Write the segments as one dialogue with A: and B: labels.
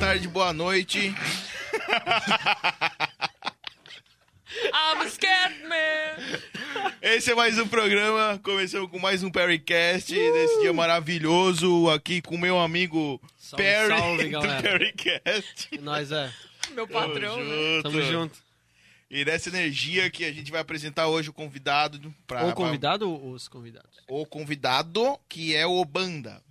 A: tarde, boa noite.
B: I'm scared, man.
A: Esse é mais um programa. Começamos com mais um Perrycast desse dia maravilhoso aqui com meu amigo
C: Salve,
A: Perry
C: salve,
A: do
C: galera.
A: Perrycast.
C: E Nós é.
B: Meu
A: Tamo
B: patrão, né?
A: junto.
C: Tamo junto.
A: E nessa energia que a gente vai apresentar hoje o convidado para
C: Ou convidado ou os convidados?
A: o convidado que é o Banda.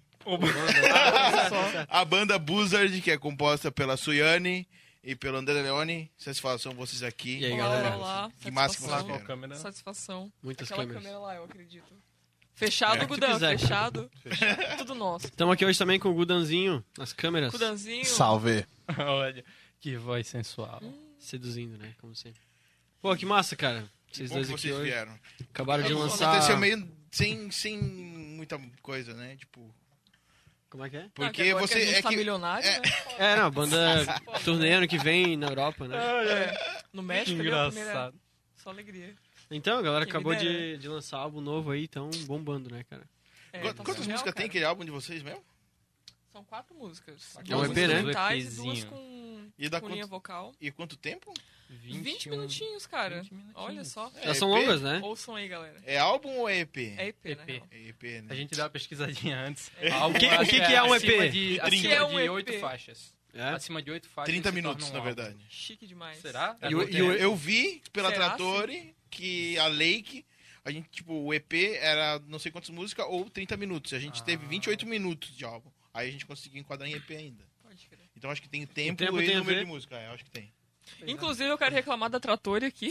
A: A banda Buzzard, que é composta pela Suiane e pelo André Leone. Satisfação vocês aqui.
C: E aí,
B: Olá,
C: galera?
B: olá, olá.
A: Que massa que vocês
B: Satisfação.
A: vieram.
D: câmera.
B: Satisfação.
C: Muitas
B: Aquela
C: câmeras.
B: câmera lá, eu acredito. Fechado,
A: É.
B: Gudan,
C: Tu quiser.
B: fechado. Tudo nosso.
C: Estamos aqui hoje também com o Gudanzinho, nas câmeras.
B: Gudanzinho.
E: Salve.
D: Olha, que voz sensual.
C: Seduzindo, né? Como sempre. Pô, que massa, cara. Vocês
A: Bom que
C: dois aqui
A: vocês
C: hoje.
A: vieram.
C: Acabaram de
B: Eu vou
C: lançar.
A: Aconteceu meio sem, sem muita coisa, né? Tipo.
C: Como é que é?
B: Ah,
A: Porque
B: que agora
A: você
B: que a gente
A: é
B: tá
A: que.
B: milionário, né?
C: É, não, a banda turnê ano que vem na Europa, né?
B: No
D: que
B: México, ali é a primeira...
D: engraçado.
B: Só alegria.
C: Então, a galera
B: Quem
C: acabou
B: me dera. né?
C: de, de lançar álbum novo aí, então bombando, né, cara?
B: É,
A: Qu-
B: tá
A: Quantas
B: surreal,
A: músicas tem
B: cara.
A: aquele álbum de vocês mesmo?
B: São quatro músicas.
C: É um
B: Duas
C: EP, né?
B: instrumentais e duas
D: EPzinho.
B: com,
A: E dá
B: com linha
A: Tá quanto,
B: vocal.
A: e quanto tempo?
B: 20, minutinhos, cara.
D: 20 um- minutinhos.
B: Olha só.
A: É,
C: Elas são
A: EP?
C: longas, né?
B: Ouçam aí, galera.
A: É álbum ou é EP?
B: É EP,
D: EP.
B: né? real?
A: É EP, né?
D: A gente dá uma pesquisadinha antes.
C: O que- o que que é um EP?
D: Acima de,
B: O que
D: acima
B: é um
D: de
B: EP?
D: 8 faixas.
C: É.
D: Acima de 8 faixas.
A: 30
D: se torna
A: minutos,
D: um
A: na
D: álbum.
A: verdade.
B: Chique demais.
D: Será?
C: E o-
A: E
C: e
A: eu,
C: o-
A: eu vi pela
B: Será,
A: Trattori que a Lake, a gente, tipo, o EP era não sei quantas músicas ou 30 minutos. A gente
D: Ah.
A: teve 28 minutos de álbum. Aí a gente conseguiu enquadrar em EP ainda.
B: Pode crer.
A: Então acho que tem tempo,
C: tempo
A: e
C: tem a
A: número
C: ver?
A: de música. É, acho que tem.
B: Inclusive, eu quero reclamar da Trattori aqui.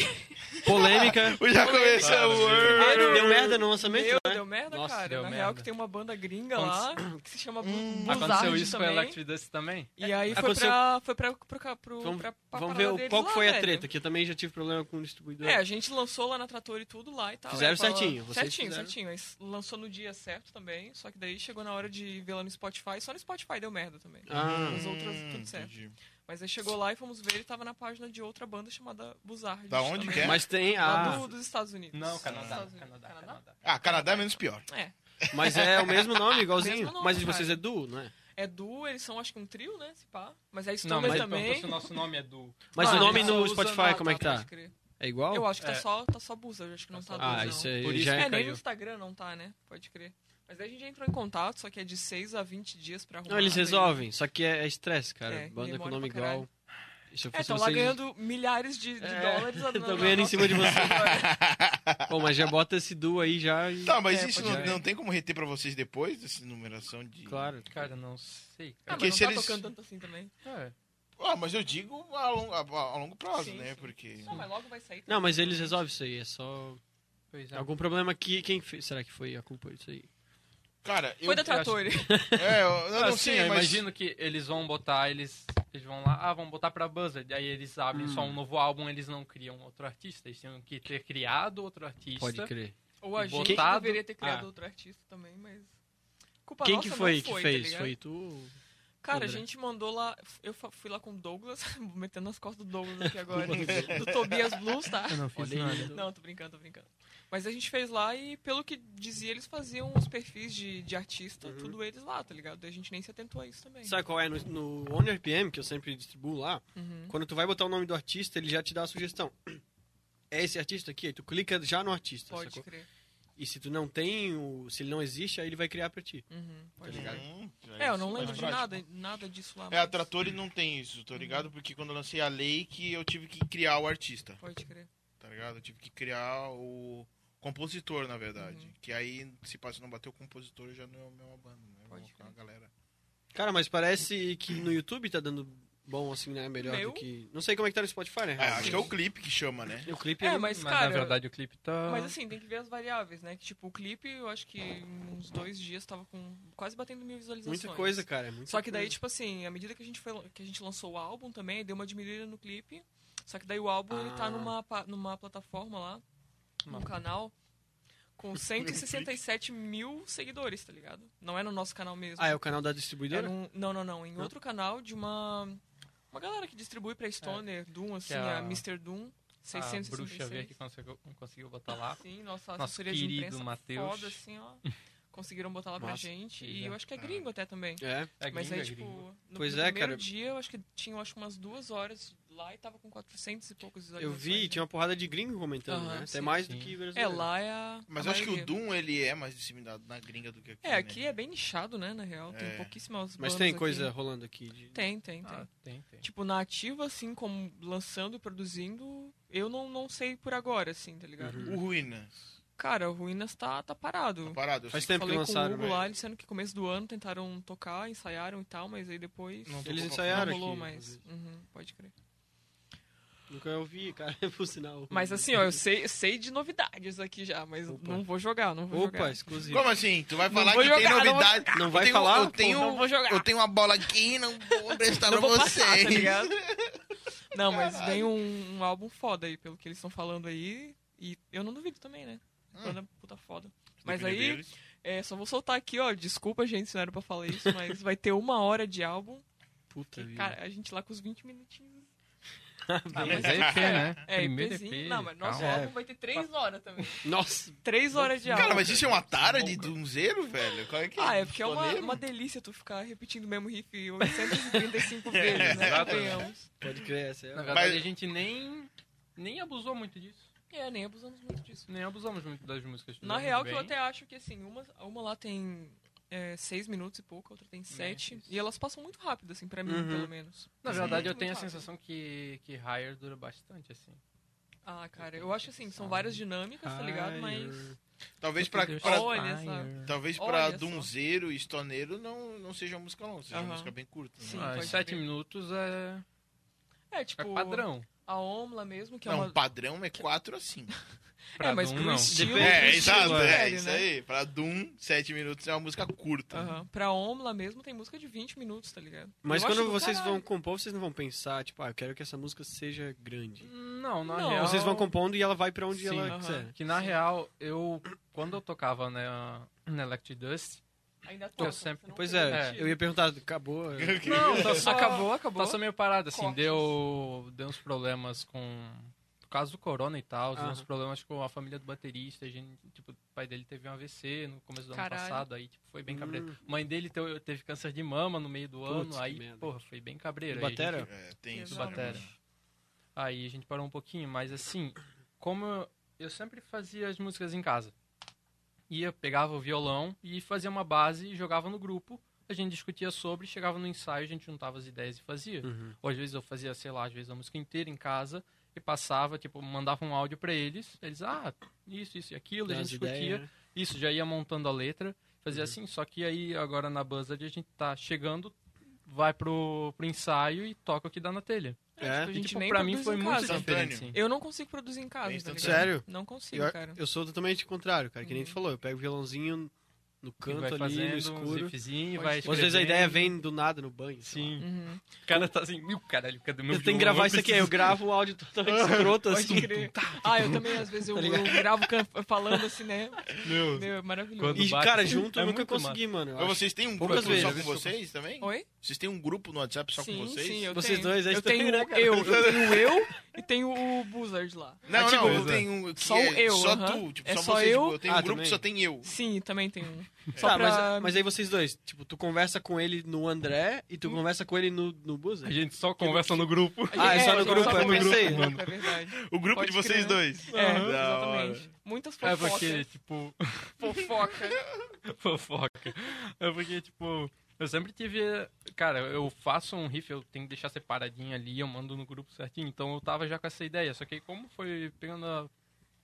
C: Polêmica.
A: Já começamos.
C: Ah, não deu merda no lançamento,
B: Meu,
C: né?
B: deu merda,
C: Nossa,
B: cara.
D: deu
B: Na
D: merda.
B: real, que tem uma banda gringa lá que se chama
A: Hum.
B: Buzzard
D: Aconteceu isso
B: também.
D: com a Electric Dust também?
B: E aí foi
C: Aconteceu-
B: pra, foi pra, pro ca- pro-
C: Vamos-
B: pra- pra
C: Vamos
B: parada
C: ver o-
B: deles
C: qual
B: lá,
C: que foi a
B: velho.
C: treta, que eu também já tive problema com o distribuidor.
B: É, a gente lançou lá na Trator e tudo lá e tal.
C: Fizeram
B: Aí tava-
C: certinho, vocês
B: certinho,
C: fizeram.
B: certinho. Aí s- lançou no dia certo também, só que daí chegou na hora de ver lá no Spotify. Só no Spotify deu merda também.
C: Ah,
B: As Hum, outras, tudo certo.
A: Hum, entendi.
B: Mas aí chegou lá e fomos ver, ele tava na página de outra banda chamada Buzzard.
A: Da onde
B: também.
A: que é?
C: mas tem.
B: Lá
C: Ah,
B: do- dos Estados Unidos.
D: Não,
B: Dos
D: Canadá.
B: Estados Unidos.
D: Canadá,
B: Canadá?
D: Canadá.
A: Ah, Canadá é menos pior.
B: É.
C: Mas é o mesmo nome, igualzinho.
B: Mesmo nome,
C: mas de vocês
B: cara.
C: é duo, não é?
B: É duo, eles são acho que um trio, né? Se pá. Mas é
D: Não,
B: Stumas
D: mas ele perguntou
B: também.
D: se o nosso nome é do...
C: Mas
B: Ah,
C: o nome
B: eles só
C: no
B: usam-
C: Spotify,
B: ah,
C: como é que tá?
B: pode crer.
C: É igual?
B: Eu acho que tá
D: É.
B: só, tá só Buzzard, acho que não tá duo,
C: ah,
B: não.
C: isso aí
D: Por isso
C: já
B: É, nem
C: caiu.
B: no Instagram não tá, né? Pode crer. Mas aí a gente entrou em contato, só que é de 6 a 20 dias pra arrumar.
C: Não, eles
B: daí-
C: resolvem, só que é é estresse, cara.
B: É,
C: Banda com
B: demora
C: nome
B: pra caralho.
C: igual. Se eu
B: É,
C: fosse
B: estão lá
C: vocês-
B: ganhando milhares de, de
C: É,
B: dólares. na- na-
C: Tô
B: na
C: ganhando em
B: nossa-
C: cima de vocês. Pô, mas já bota esse duo aí já e.
A: Tá, mas
B: É,
A: isso
B: pode
A: não,
C: ser.
A: não tem como reter pra vocês depois dessa numeração de.
C: Claro.
D: Cara, não sei.
B: Ah,
D: Cara.
A: Porque
B: mas
A: se
B: não tá
A: eles-
B: tocando tanto assim também.
D: É.
A: Ah, mas eu digo a longo, a, a longo prazo,
B: Sim,
A: né?
B: sim.
A: Porque.
B: Não, mas logo vai sair.
C: Não, mas eles resolvem isso aí, é só.
D: Pois
B: Tá.
D: é.
C: Algum problema que. Quem fez? Será que foi a culpa disso aí?
A: Cara, eu.
B: Foi da Trattori.
A: É, eu, eu não
D: Ah, sim,
A: sei,
D: eu
A: mas.
D: imagino que eles vão botar, eles, eles vão lá, ah, vão botar pra Buzzard. Aí eles abrem
C: Hum.
D: só um novo álbum, eles não criam outro artista. Eles tinham que ter criado outro artista.
B: é-
C: Pode crer.
B: Ou a gente
D: Botado-
B: deveria ter criado
C: Ah.
B: outro artista também, mas. Culpa
C: Quem
B: nossa
C: que foi
B: não
C: que
B: foi tá
C: fez?
B: ligado?
C: foi tu?
B: Cara, a
C: André.
B: gente mandou lá. Eu fa- fui lá com o Douglas, metendo nas costas do Douglas aqui agora. do Tobias Blues, tá?
D: Eu não
C: Olha aí.
B: Não, tô brincando, tô brincando. Mas a gente fez lá e, pelo que dizia, eles faziam os perfis de, de artista,
C: Uhum.
B: tudo eles lá, tá ligado? Daí a gente nem se atentou a isso também.
C: Sabe qual é? No, no OnRPM, que eu sempre distribuo lá,
B: Uhum.
C: Quando tu vai botar o nome do artista, ele já te dá a sugestão. É esse artista aqui, aí tu clica já no artista,
B: Pode
C: sacou?
B: crer.
C: E se tu não tem, o, se ele não existe, aí ele vai criar pra ti.
B: Uhum,
A: Tá
B: pode
A: ligado?
B: crer.
A: Hum,
B: É, eu não
A: mais
B: lembro de
A: prático.
B: nada, nada disso lá.
A: É, a
B: mas-
A: Trattori não tem isso, tô ligado? Porque quando eu lancei a lei que eu tive que criar o artista,
B: Pode crer.
A: tá ligado? Eu tive que criar o compositor, na verdade.
B: Uhum.
A: Que aí, se passa não bater o compositor, já não é o meu banda, né?
B: Pode
A: Vou colocar a galera.
C: Cara, mas parece que no YouTube tá dando bom, assim, né? Melhor
B: Meu?
C: do que... Não sei como é que tá no Spotify, né?
A: É, acho que é o clipe que chama, né?
C: O clipe...
B: É,
C: ele-
B: mas,
D: Mas
B: cara.
D: na verdade o clipe tá.
B: Mas assim, tem que ver as variáveis, né? Que tipo, o clipe, eu acho que em uns dois dias tava com quase batendo mil visualizações.
C: Muita coisa, cara. é muita
B: Só que daí,
C: coisa.
B: tipo assim, à medida que a gente, foi, que a gente lançou o álbum também, deu uma diminuída no clipe. Só que daí o álbum ele tá
C: Ah.
B: numa, pa- numa plataforma lá,
D: Uma-
B: num canal, com 167 mil seguidores, tá ligado? Não é no nosso canal mesmo.
C: Ah, é o canal da
B: É
C: distribuidora?
B: num- não, não, não. Em
C: Não?
B: outro canal de uma. Uma galera que distribui pra Stoner, Doom, assim, a,
D: a-
B: Mr. Doom, assim,
D: a bruxa
B: 666.
D: verde que conseguiu, conseguiu botar lá.
B: Sim, nossa,
D: Nosso
B: assessoria de
D: querido
B: imprensa
D: Matheus.
B: foda, assim, ó. conseguiram botar lá pra
C: Massa.
B: gente.
D: Pois
B: E
D: é.
B: eu acho que é gringo até também.
C: É.
D: É
B: Mas
D: gringo,
B: aí,
D: é
B: tipo,
D: gringo.
B: no
C: Pois é,
B: primeiro
C: cara.
B: dia eu acho que tinha eu acho, umas duas horas lá e tava com 400 e poucos
C: Eu
B: visualizações.
C: vi, tinha uma porrada de gringo comentando,
B: Aham,
C: né? Até
B: sim,
C: mais
D: sim.
C: do que
B: É,
C: brasileiro.
B: lá é a.
A: Mas
B: a
A: eu acho que o
B: maioria.
A: Doom, ele é mais disseminado na gringa do que aqui. né?
B: É, aqui é bem nichado, né, na real. Tem
A: É.
B: pouquíssimas
C: Mas
B: bandas
C: tem
B: aqui.
C: coisa rolando aqui. De...
B: Tem, tem, tem.
D: Ah, tem, tem.
B: Tipo, na ativa, assim, como lançando e produzindo, eu não, não sei por agora, assim, tá ligado?
C: Uhum.
A: O Ruínas.
B: Cara, o Ruínas tá, tá parado.
A: Tá parado. eu
C: Faz
A: sei
C: tempo que
B: Falei
C: lançaram,
B: com o Hugo lá,
C: né?
B: ele dizendo que começo do ano tentaram tocar, ensaiaram e tal, mas aí depois
A: Não
B: não,
C: Eles
A: Não
C: ensaiaram
B: rolou
C: aqui.
B: mais. Uhum, pode crer.
C: Nunca eu vi, cara, por sinal.
B: Mas assim, ó, eu sei, sei de novidades aqui já, mas
C: Opa.
B: não vou jogar, não vou
C: Opa,
B: jogar.
A: que-
C: exclusivo.
A: Como assim? Tu vai
B: Não
A: falar
B: vou
A: que tem
B: jogar, não vou
A: novidade?
C: Não
A: Eu
C: vai
A: tenho-
C: falar?
A: Eu tenho,
B: Não vou jogar.
A: Eu tenho uma bola aqui, não vou emprestar
B: Não
A: pra
B: vou
A: vocês.
B: passar, tá ligado? Não, mas vem um, um álbum foda aí, pelo que eles estão falando aí, e eu não duvido também, né?
A: Hum.
B: Banda puta foda. Mas
A: Depende
B: aí,
A: deles.
B: É, só vou soltar aqui, ó. Desculpa, gente, se não era pra falar isso, mas vai ter uma hora de álbum.
C: Puta
B: Que,
C: vida.
B: cara, a gente lá com os 20 minutinhos.
D: Ah,
B: mas
D: mas
B: é
D: é EP, né?
B: É,
D: Primeiro
B: EPzinho.
D: EP.
B: Não, mas nosso
D: calma.
B: álbum vai ter 3 horas também.
C: Nossa,
B: 3 horas de álbum.
A: É. Cara, mas isso é uma tara de dunzeiro, velho? Qual é que
B: Ah, é porque é uma,
A: Choneiro?
B: uma delícia tu ficar repetindo o mesmo riff 835 vezes, né?
D: Exatamente.
B: Convenhamos.
C: pode crer, essa é
D: Na
C: a-
D: verdade,
A: Mas-
D: a gente nem, nem abusou muito disso.
B: É, nem abusamos muito disso.
D: Nem abusamos muito das músicas.
B: Na
D: fizemos
B: real, que
D: bem.
B: eu até acho que assim, uma, uma lá tem 6 minutos e pouco, a outra tem 7.
D: isso.
B: E elas passam muito rápido, assim, pra mim,
C: Uhum.
B: pelo menos.
D: Na
B: Sim.
D: verdade, eu
B: Muito
D: tenho a
B: rápido.
D: sensação que, que Higher dura bastante, assim.
B: Ah, cara, eu acho assim, são várias dinâmicas, tá ligado? Mas.
A: Talvez pra,
D: Deus.
A: pra-
B: Olha, sabe?
D: Higher.
A: talvez pra
B: Olha só.
A: dunzeiro e stoneiro não, não seja uma música longa, seja
B: Aham.
A: uma música bem curta. né?
B: Sim,
D: Ah,
B: pode
D: sete
B: crer.
D: minutos é,
B: É, tipo,
D: é padrão.
B: a Omla mesmo, que é
A: não,
B: uma.
A: padrão é 4 a 5.
D: Pra
B: mas
D: Doom,
B: pro
D: não.
B: estilo- Depende
A: É,
B: do estilo,
A: exato, é,
B: um velho,
A: isso
B: né?
A: aí. Pra Doom, 7 minutos é uma música curta.
B: Aham. Pra Omla mesmo tem música de 20 minutos, tá ligado?
C: Mas
B: Eu acho
C: quando
B: do
C: vocês
B: caralho.
C: vão compor, vocês não vão pensar, tipo, ah, eu quero que essa música seja grande.
D: Não, na
B: Não,
D: real...
C: Vocês vão compondo e ela vai pra onde
D: Sim,
C: ela
B: aham.
C: quiser.
D: Que na
B: Sim.
D: real, eu... Quando eu tocava na, na Electric Dust...
B: Ainda toca, você
D: sempre-
B: não
C: Pois
B: tem um
C: é,
B: sentido.
C: eu ia perguntar, acabou?
D: Não, tá só...
B: Acabou, acabou.
D: Tá só meio parado, assim.
B: Cortes.
D: Deu, deu uns problemas com... Por causa do corona e tal, deu
C: Aham.
D: uns problemas com a família do baterista. A gente, tipo, o pai dele teve um AVC no começo do
B: Caralho.
D: ano passado, aí tipo, foi bem
C: Hum.
D: cabreiro. Mãe dele teu- teve câncer de mama no meio do
C: Putz,
D: ano,
C: que
D: aí,
C: merda.
D: porra, foi bem cabreiro.
C: Do
D: Aí a gente-
C: batera?
A: É, tem isso.
B: Exato.
D: batera. Aí a gente parou um pouquinho, mas assim, como eu, eu sempre fazia as músicas em casa. Ia, pegava o violão e fazia uma base e jogava no grupo. A gente discutia sobre, chegava no ensaio, a gente juntava as ideias e fazia.
C: Uhum.
D: Ou às vezes eu fazia, sei lá, às vezes a música inteira em casa e passava, tipo, mandava um áudio pra eles. Eles, ah, isso, isso e aquilo, a
C: Dá
D: gente
C: umas
D: discutia.
C: ideias, né?
D: Isso, já ia montando a letra, fazia
C: Uhum.
D: assim, só que aí agora na Buzzard a gente tá chegando, vai pro, pro ensaio e toca o que dá na telha.
C: É.
B: tipo, a gente
D: tipo,
B: nem
D: pra mim
B: produz
D: foi
B: em
D: muito
B: casa.
D: diferente,
A: Instantâneo.
D: sim.
B: Eu não consigo produzir em casa,
A: Bem então
B: tá ligado?
A: instantâneo.
C: Sério?
B: Não consigo,
C: Eu,
B: cara.
C: eu sou totalmente contrário, cara, que nem
B: Uhum.
C: tu falou, eu pego o violãozinho no
D: E
C: canto
D: vai
C: ali,
D: fazendo
C: no
D: uns
C: escuro.
D: riffzinhos,
B: Pode
D: vai
B: crer.
C: Ou às vezes a
D: escrevendo.
C: ideia vem do nada no banho. sei lá.
D: Sim.
B: Uhum.
D: O cara tá assim, meu caralho, cadê meu
C: Eu tenho
D: violão?
C: que gravar
D: Eu
C: isso aqui, aí eu
D: preciso-
C: gravo o áudio totalmente escroto assim.
B: Pode crer. Ah, eu também, às vezes, eu,
C: Tá
B: eu
C: ligado?
B: gravo can- falando assim, né?
A: Meu.
B: Meu, é maravilhoso.
D: Quando-
C: E,
D: bate,
C: cara,
D: assim,
C: junto
D: é
C: eu nunca
D: muito massa.
C: consegui, mano. eu
A: Mas
C: acho.
A: vocês têm um
C: Poucas
A: grupo só com
C: vezes.
A: vocês também?
B: Oi?
A: Vocês têm um grupo no WhatsApp só com
B: Sim,
A: vocês?
B: sim, eu
C: Vocês
B: tenho.
C: dois, aí
B: eu
C: você tá
B: tenho
C: aí, né, cara?
B: eu, eu tenho eu e tenho o Buzzard lá.
A: Não,
C: Ah, tipo,
A: não, eu
C: Zé.
A: tenho um que
B: Só
A: é
B: eu,
A: só
B: aham.
A: tu, tipo,
B: É
A: só,
B: só
A: vocês,
B: eu.
A: tipo, eu tenho
C: Ah,
A: um grupo que
C: também.
A: só tem eu.
B: Sim, também tem um. Só
C: Tá,
B: pra...
C: mas, mas aí vocês dois, tipo, tu conversa com ele no André e tu
B: Hum.
C: conversa com ele no, no
D: A
C: Buzzard?
D: gente só conversa no grupo.
C: Ah, é só
B: a
C: no
B: gente
C: grupo, é no
B: conversa
C: grupo,
B: no
C: mano.
B: grupo, É verdade.
A: O grupo
B: Pode
A: de vocês
B: crer.
A: dois.
B: É,
A: Da hora.
B: exatamente. Muitas
D: É
B: fofocas.
D: porque, tipo,
B: Fofoca.
D: fofoca. É porque, tipo, eu sempre tive. Cara, eu faço um riff, eu tenho que deixar separadinho ali, eu mando no grupo certinho. Então eu tava já com essa ideia. Só que aí, como foi pegando. a-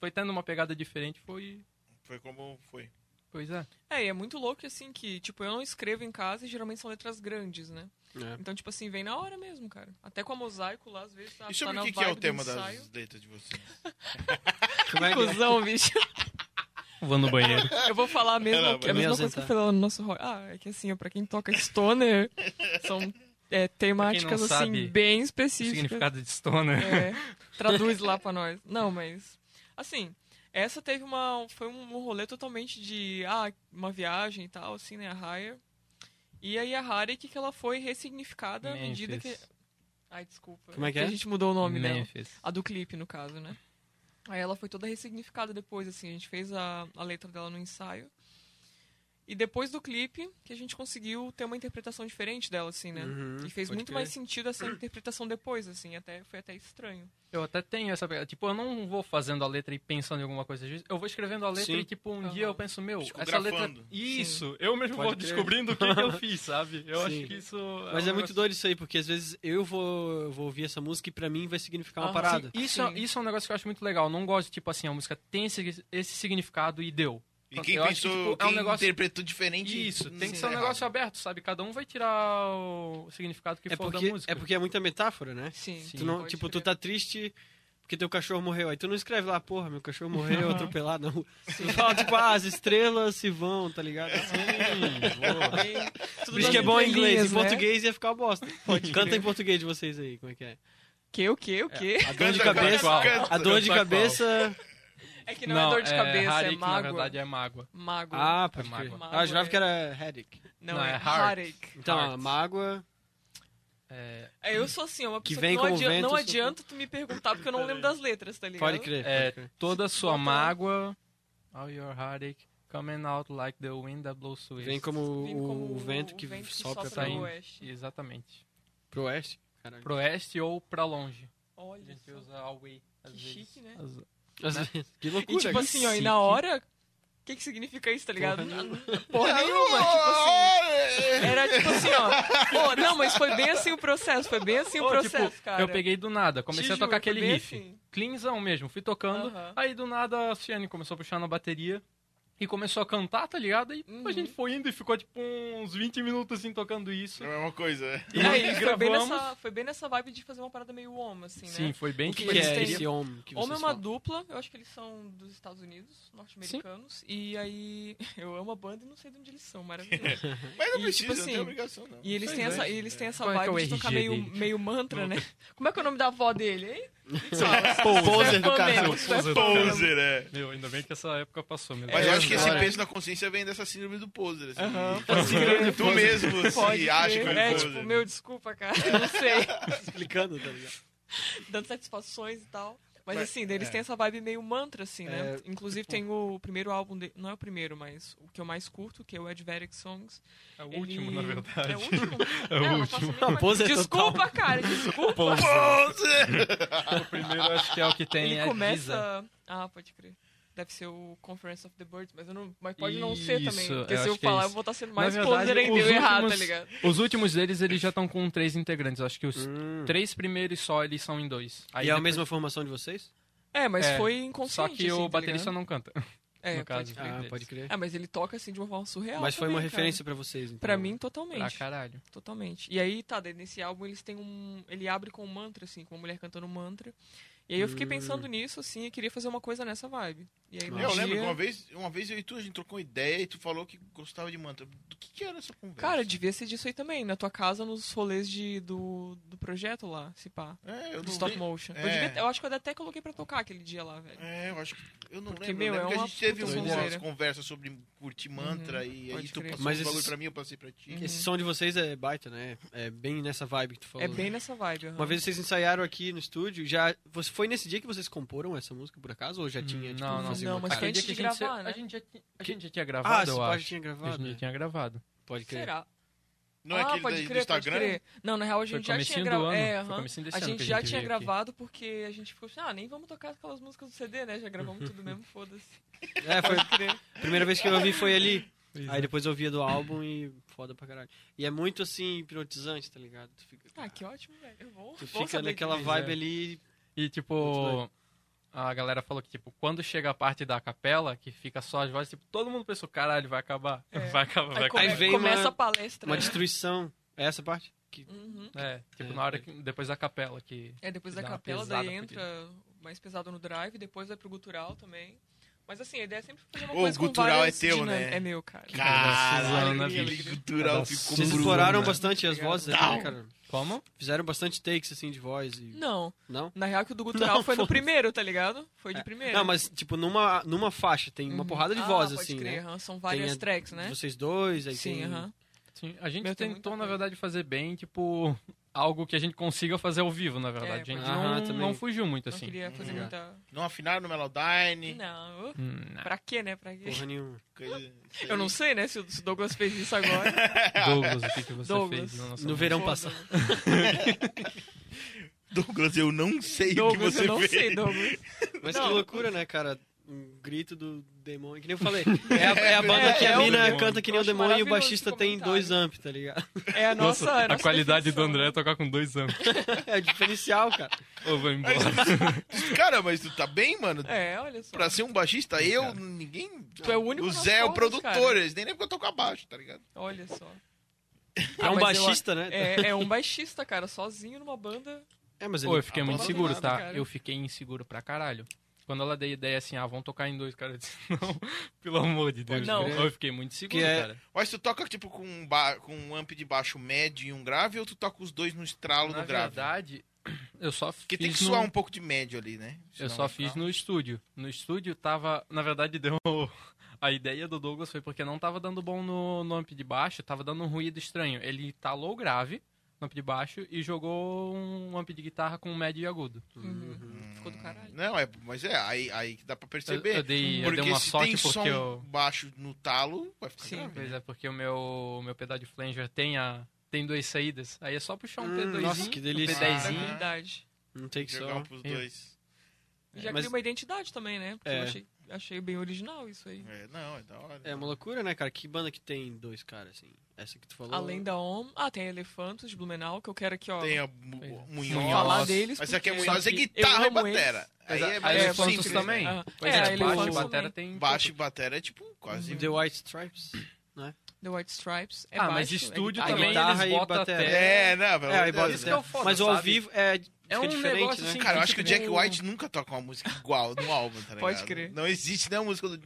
D: Foi tendo uma pegada diferente, foi.
A: Foi como foi.
D: Pois é.
B: É, e é muito louco, assim, que, tipo, eu não escrevo em casa e geralmente são letras grandes, né?
C: É.
B: Então, tipo assim, vem na hora mesmo, cara. Até com a mosaico lá, às vezes, tá,
A: E
B: tá
A: sobre
B: na
A: o que, que
B: vibe
A: é o
B: do
A: tema
B: ensaio.
A: das letras de vocês?
C: Como é que-
B: Cusão, bicho.
D: Vou no banheiro.
B: Eu vou falar a mesma,
A: Não,
B: a
A: vai
B: mesma
C: me
B: coisa que eu
C: ausentar.
B: falei lá no nosso rock. Ah, é que assim, ó, pra quem toca stoner, são é, temáticas, assim,
D: sabe
B: bem
D: o
B: específicas.
D: significado de stoner.
B: É, traduz lá pra nós. Não, mas. Assim, essa teve uma. Foi um rolê totalmente de. Ah, uma viagem e tal, assim, né? A Hire. E aí a Harek, que ela foi ressignificada à medida que.
D: Memphis.
B: Ai, desculpa.
C: Como é que é?
B: A gente mudou o nome dela.
D: Memphis.
B: A do clipe, no caso, né? Aí ela foi toda ressignificada depois, assim. A gente fez a, a letra dela no ensaio. E depois do clipe, que a gente conseguiu ter uma interpretação diferente dela, assim, né?
C: Uhum,
B: e fez
C: pode
B: muito
C: crer.
B: mais sentido essa interpretação depois, assim, até, foi até estranho.
D: Eu até tenho essa pegada. Tipo, eu não vou fazendo a letra e pensando em alguma coisa. Eu vou escrevendo a letra
C: Sim.
D: e, tipo, um
B: Aham.
D: dia eu penso, meu, essa letra.
A: Psicografando.
D: Isso! Eu mesmo
C: Pode
D: vou
C: crer.
D: descobrindo o que, que eu fiz, sabe? Eu
C: Sim.
D: acho que isso.
C: Mas
D: um
C: é muito
D: negócio-
C: doido isso aí, porque às vezes eu vou, eu vou ouvir essa música e pra mim vai significar uma
B: Aham,
C: parada.
D: Sim, isso, é-
B: Ah, Sim.
D: isso é um negócio que eu acho muito legal. Eu não gosto, tipo assim, a música tem esse, esse significado e deu.
A: E quem
D: Eu acho
A: pensou,
D: que, tipo, é
A: quem
D: um negócio-
A: interpretou diferente.
D: Isso,
A: não
D: tem que ser um
B: É.
A: tá
D: negócio
A: errado.
D: aberto, sabe? Cada um vai tirar o significado que
C: É
D: for
C: porque,
D: da música.
C: é porque é muita metáfora, né?
B: Sim.
D: Sim.
C: Tu não-
B: pode
C: tipo, tu
B: crer.
C: tá triste porque teu cachorro morreu. Aí tu não escreve lá, porra, meu cachorro morreu
D: Aham.
C: atropelado. Não. Tu fala, tipo, ah, as estrelas se vão, tá ligado?
D: Sim, boa.
C: tá-
B: Tudo
C: Por
B: nas
C: isso que é bom em inglês.
B: entrelinhas,
C: Em
B: né?
C: português ia ficar uma bosta.
B: Pode
C: Canta
B: crer.
C: em português de vocês aí, como é que é?
B: Que, o que, o que?
C: A dor de
A: Canta,
C: cabeça.
A: qual?
C: A dor de
D: Canta qual?
C: cabeça.
B: É que não, é dor de cabeça,
D: Harik,
B: é
D: na
B: mágoa.
D: verdade, é mágoa.
B: Mágoa.
C: Ah, pode
D: É
C: crer.
D: mágoa.
C: Ah, eu jurava
B: Mágoa,
C: que era headache.
B: não,
D: não,
B: é,
D: é heart.
B: heartache.
C: Então,
D: Heart.
C: a mágoa.
D: É,
B: É, eu sou assim, é uma
C: Que
B: pessoa
C: vem
B: que não,
C: como
B: adianta,
C: vento,
B: não
C: sopra.
B: adianta tu me perguntar porque eu não lembro das letras, tá ligado?
C: Pode crer.
D: É,
C: pode crer.
D: toda sua
B: Bota lá.
D: mágoa, all your heartache, coming out like the wind that blows to
C: Vem
D: east.
C: como
B: Vem
C: o,
B: como
C: vento que sopra pra
D: pra
B: no
D: mim.
B: oeste.
D: Exatamente.
C: pro oeste. Caralho.
D: Pro oeste ou pra longe. A
B: Olha
D: gente
B: só,
D: usa away. Às
B: que
D: vezes.
B: chique, né?
D: As-
C: Que
B: E
C: loucura. né?
B: tipo assim, ó, e na hora, o que que significa isso, tá ligado?
C: Porra
B: Porra, nenhuma, tipo assim. Era tipo assim, ó. Pô, não, mas foi bem assim o processo, foi bem assim o
D: Ô,
B: processo,
D: tipo,
B: cara.
D: Eu peguei do nada, comecei
B: Te
D: a tocar
B: juro, foi
D: aquele
B: bem
D: riff.
B: assim.
D: Cleanzão mesmo, fui tocando.
B: Aham.
D: Aí do nada a Ciane começou a puxar na bateria e começou a cantar, tá ligado? E
B: Uhum.
D: a gente foi indo e ficou tipo uns 20 minutos assim tocando isso.
A: É a mesma coisa, né?
D: E
B: É,
D: aí
B: isso foi, bem
D: gravamos.
B: nessa, foi bem nessa vibe de fazer uma parada meio homo, assim, né?
D: Sim, foi bem
C: O que,
D: tipo,
C: que
D: eles
C: é
D: teriam-
C: esse homem que
B: Homem é
C: vocês
B: uma
C: falam?
B: dupla, eu acho que eles são dos Estados Unidos, norte-americanos. E aí, eu amo a banda e não sei de onde eles são, maravilhoso.
A: Mas não
B: E,
A: precisa,
B: tipo
A: não
B: assim,
A: tem obrigação, não.
B: E eles
D: Pois
B: têm,
D: é.
B: essa, e eles têm essa
D: Qual é que é
B: vibe
D: o
B: de tocar
D: RG
B: meio,
D: dele?
B: meio mantra, né? Como é que é o nome da avó dele, hein?
C: Poser do
B: Stefan
C: cara.
B: Mel, Stefan Mel.
A: Poser, é.
D: Meu, ainda bem que essa época passou, meu
A: Mas eu
D: Deus.
A: acho que esse
C: cara.
A: peso na consciência vem dessa síndrome do poser, assim.
B: Aham,
A: de-
B: pode crer.
A: Tu mesmo
B: Pode
A: se acha
B: crer.
A: que é
B: É,
A: um
B: tipo,
D: né?
A: poser.
B: meu, desculpa, cara, eu não sei.
C: Explicando, tá ligado?
B: dando satisfações e tal. Mas,
A: Mas-
B: assim, daí eles
C: é.
B: têm essa vibe meio mantra, assim, né?
C: É,
B: Inclusive
C: tipo-
B: tem o primeiro álbum dele, não é o primeiro, mas o que eu mais curto, que é o Advertic Songs.
D: É o
B: Ele-
D: último, na verdade.
B: É o último?
D: É
B: É,
D: o
B: eu não
D: último.
B: faço a mínima
C: Pose é
B: ideia.
C: total.
B: desculpa, cara, desculpa.
A: Poser!
D: O primeiro acho que é o que tem
B: Ele
D: a Giza.
B: começa... Ah, pode crer. Deve ser o Conference of the Birds, mas, eu não... mas pode não ser
D: Isso,
B: também.
D: eu
B: Porque se
D: acho
B: eu
D: que é
B: falar,
D: isso.
B: eu vou estar sendo mais
D: verdade,
B: poser ainda,
D: os
B: eu errar, tá
D: últimos-
B: ligado?
D: Os últimos deles, eles já estão com três integrantes. Eu Acho que os
C: Hum.
D: três primeiros só, eles são em dois. Aí
C: E é a
D: depois-
C: mesma formação de vocês?
B: É, mas
D: É,
B: foi
D: Só
B: inconsciente,
D: que
B: assim,
D: o
B: tá
D: baterista
B: ligado?
D: não canta.
B: É,
D: no caso.
B: pode crer.
D: Ah,
C: Ah,
D: deles.
C: pode crer.
B: Ah, mas ele toca, assim, de uma forma surreal
C: Mas foi uma
B: também, cara.
C: referência pra vocês, então.
B: Pra mim,
D: Pra
B: totalmente.
D: caralho.
B: Totalmente. E aí, tá, daí nesse álbum eles têm um. Ele abre com um mantra, assim, com uma mulher cantando um mantra. E aí eu fiquei
C: Hum.
B: pensando nisso, assim, e queria fazer uma coisa nessa vibe. E aí, um
A: Eu
B: dia-
A: lembro que uma vez, uma vez eu e tu, a gente trocou ideia e tu falou que gostava de mantra. Do que que era essa conversa?
B: Cara, devia ser disso aí também, na tua casa, nos rolês de, do, do projeto lá, se pá.
A: é, eu
B: Do
A: não
B: stop
A: lem-
B: motion. Eu,
A: É.
B: devia- eu acho que eu até coloquei pra tocar aquele dia lá, velho.
A: É, eu acho que. Eu não
B: Porque,
A: lembro.
B: meu,
A: eu lembro
B: é
A: que a
B: uma
A: gente teve
B: puta
A: umas
B: sonzeira.
A: conversas sobre curtir mantra e aí
B: pode
A: tu
B: crer. Uhum.
A: passou
C: Mas
A: um bagulho
C: esses-
A: pra mim, eu passei pra ti.
C: Esse som de vocês é baita, né? É bem nessa vibe que tu falou.
B: É bem nessa vibe. aham.
C: Uma vez vocês ensaiaram aqui no estúdio, já. você- Foi nesse dia que vocês comporam essa música, por acaso? Ou já tinha? tipo,
D: Hum, não, não.
C: fazia
B: Não,
C: uma
B: mas
C: cara?
B: foi
D: Aquele dia
B: antes
D: que
B: de
D: a gente
B: gravar,
D: se-
B: né?
D: A gente já, ti- a gente já tinha
C: Ah,
D: gravado,
C: esse
D: eu
C: pai
D: acho.
C: já tinha
D: A
C: gravado.
D: gente já
C: né?
D: tinha gravado.
C: Pode crer.
B: Será?
A: Não é
B: ah,
A: aquele
B: pode
A: da-
B: crer,
A: do
B: pode
A: Instagram?
B: crer. Não, na real a gente
D: Foi
B: já
D: comecinho
B: tinha
D: do
B: gravado.
D: ano,
B: É,
D: foi
B: aham.
D: comecinho desse
B: a
D: ano
B: gente
D: que a
B: já
D: gente
B: tinha
D: veio aqui.
B: gravado porque a gente ficou assim, ah, nem vamos tocar aquelas músicas do CD, né? Já gravamos tudo mesmo, foda-se.
C: É, foi
B: Pode crer.
C: a primeira vez que eu ouvi foi ali.
D: Pois
C: Aí
D: é.
C: depois eu ouvia do álbum e foda pra caralho. E é muito assim, hipnotizante, tá ligado? Tu fica,
B: Ah, que ótimo, velho. Bom,
C: tu
B: bom
C: fica
B: saber
C: naquela
B: disso.
C: vibe
D: é.
C: ali.
D: E
C: Muito
D: tipo, a galera falou que, tipo, quando chega a parte da capela, que fica só as vozes, tipo, todo mundo pensou, caralho, vai acabar.
B: É.
D: Vai acabar, vai
B: Aí come-
D: acabar.
C: Aí vem
B: começa
C: uma-
B: a palestra.
C: Uma
B: né?
C: destruição. É essa parte? Que...
B: Uhum.
D: É, tipo,
C: É.
D: na hora que. Depois da capela, que.
B: É, depois
D: Dá
B: da
D: uma
B: capela,
D: pesada
B: daí
D: pra
B: entra mais pesado no drive, depois vai pro gutural também. Mas assim, a ideia é sempre fazer uma
A: Ô,
B: coisa
A: o gutural
B: com várias
A: é teu,
B: dinâmicas.
A: né?
B: É meu, cara.
A: Caralho,
D: Suzana,
A: aquele
D: bicho.
A: cultural
D: Cada
A: ficou
C: Vocês
A: bruto,
C: exploraram
A: né?
C: bastante as
B: Obrigado.
C: vozes, ali, né, cara?
D: Como?
C: Fizeram bastante takes assim de voz e.
B: Não,
C: Não?
B: na real que o do gutural
C: Não,
B: foi no
C: foda-se.
B: primeiro, tá ligado? Foi de primeiro.
C: Não, mas tipo, numa, numa faixa tem uma
B: Uhum.
C: porrada de
B: ah,
C: voz,
B: pode
C: assim,
B: crer,
C: né?
B: aham, São várias
C: a-
B: tracks, né?
C: Vocês dois, aí
B: Sim,
C: tem.
B: aham.
D: Sim, a gente
B: Meu, tem muita
D: tentou, na
B: coisa.
D: verdade, fazer bem, tipo, algo que a gente consiga fazer ao vivo, na verdade.
B: É,
D: a gente
C: pois é.
D: não,
C: Aham, também.
D: não fugiu muito,
B: Não
D: assim.
B: queria fazer
C: Uhum.
B: muita.
A: Não afinaram no Melodyne.
B: Não.
D: Hum,
B: Pra quê, né? Pra quê?
C: Porra nenhuma.
A: Coisa...
B: Eu não sei, né? Se o se o Douglas fez isso agora.
D: Douglas, o que, que você
B: Douglas.
D: fez na nossa
C: No verão
B: Foda-se.
C: passado.
A: Douglas, eu não sei
B: Douglas,
A: o que você
B: eu não
A: fez.
B: sei, Douglas.
C: Mas
B: Não.
C: que loucura, né, cara? Um grito do demônio. Que nem eu falei. É a, é a banda
B: É,
C: que
B: é
C: a
B: o
C: mina
D: demônio.
C: canta que nem
B: Eu
C: o
B: acho
C: demônio e o
B: maravilhoso
C: baixista
B: esse
C: tem dois
B: comentário.
C: amp, tá ligado?
B: É a nossa.
D: Nossa, a
B: nossa
D: qualidade
B: definição,
D: do André é
B: né?
D: tocar com dois anos. É
C: É diferencial, cara.
D: Ou vou embora.
A: Cara, mas tu tá bem, mano?
B: É, olha só.
A: Pra ser um baixista, eu,
D: Cara.
A: ninguém.
B: Tu é o único
A: O
B: nas
A: Zé é o
B: cordas,
A: produtor,
B: cara.
A: eles nem lembram que eu toco abaixo, tá ligado?
B: Olha só.
C: É um
B: Ah, mas eu-
C: baixista, né?
B: É, é um baixista, cara, sozinho numa banda.
C: É, mas
D: Pô, eu
C: ele...
D: fiquei
A: Tá
D: muito
A: bom,
D: inseguro,
B: nada,
D: tá?
B: cara.
D: Eu fiquei inseguro pra caralho. Quando ela deu a ideia assim, ah, vamos tocar em dois, cara, eu disse, não, pelo amor de Deus.
B: Não.
D: Eu fiquei muito seguro,
C: Que é-
D: cara.
A: Mas tu toca, tipo, com um, ba- com um amp de baixo médio e um grave, ou tu toca os dois no estralo
D: Na
A: no grave?
D: verdade, eu só fiz
A: Porque tem que
D: no-
A: suar um pouco de médio ali, né?
D: Eu
A: Senão
D: só
A: vai
D: fiz
A: ficar-
D: no estúdio. No estúdio tava. Na verdade, deu. A ideia do Douglas foi porque não tava dando bom no, no amp de baixo, tava dando um ruído estranho. Ele talou o grave no amp de baixo e jogou um amp de guitarra com médio e agudo.
B: Uhum. Ficou do caralho.
A: Não, é, mas é, aí, aí que dá pra
D: Eu,
A: perceber.
D: eu dei, eu
A: porque
D: dei uma
A: se
D: sorte
A: tem
D: porque
A: som
D: eu.
A: baixo no talo, vai ficar
B: Sim,
A: grave. né?
D: Pois é, porque o meu, o meu pedal de flanger tem a. Tem duas saídas. Aí é só
B: Então,
D: puxar um
C: Hum,
D: P2.
C: nossa, que delícia.
D: Um
A: Ah.
D: P10zinho.
B: Habilidade.
C: Não tem que
A: Jogar
C: só...
A: um pros
D: Eu.
A: dois.
B: E
A: É,
B: Já
C: Mas-
B: cria uma identidade também, né? Porque
C: É.
B: eu achei, achei bem original isso aí.
A: É, não, é da hora.
C: É uma loucura, né, cara? Que banda que tem dois caras, assim? Essa que tu falou...
B: Além da OM. Ah, tem a Elefantos de Blumenau, que eu quero aqui, ó.
A: Tem a mu-
D: Pois é.
A: Munhoz.
B: Falar deles,
A: Mas aqui é
B: porque-
A: Munhoz é
B: Só que
A: guitarra
B: eu
A: e
B: amo
A: batera. Aí
D: Mas
A: é,
D: a-
A: mais
D: aí
B: é
A: simples,
D: Elefantos
A: né?
D: também.
B: Ah,
D: Pois
B: é,
D: é,
B: a
D: baixo e
B: Elefantos
D: batera
B: também.
D: tem.
A: Baixo e batera é tipo quase.
C: The White Stripes?
B: The White Stripes. É
D: ah,
B: baixo,
D: mas
B: é
D: estúdio
B: guitarra.
D: também
C: guitarra
D: eles
C: e
D: botam
C: batera.
D: até.
A: É, não, pelo
C: É,
A: amor
C: aí
A: de
C: bota
A: Deus,
D: isso
A: né?
D: que é o foda,
C: Mas
D: sabe?
C: ao vivo é,
D: É
C: fica
D: um
C: diferente,
D: negócio
C: né?
D: assim.
A: Cara, eu
D: que,
A: acho que o
D: tipo,
A: Jack White nunca toca uma música igual no álbum, tá ligado?
B: Pode crer.
A: Não existe nenhuma música do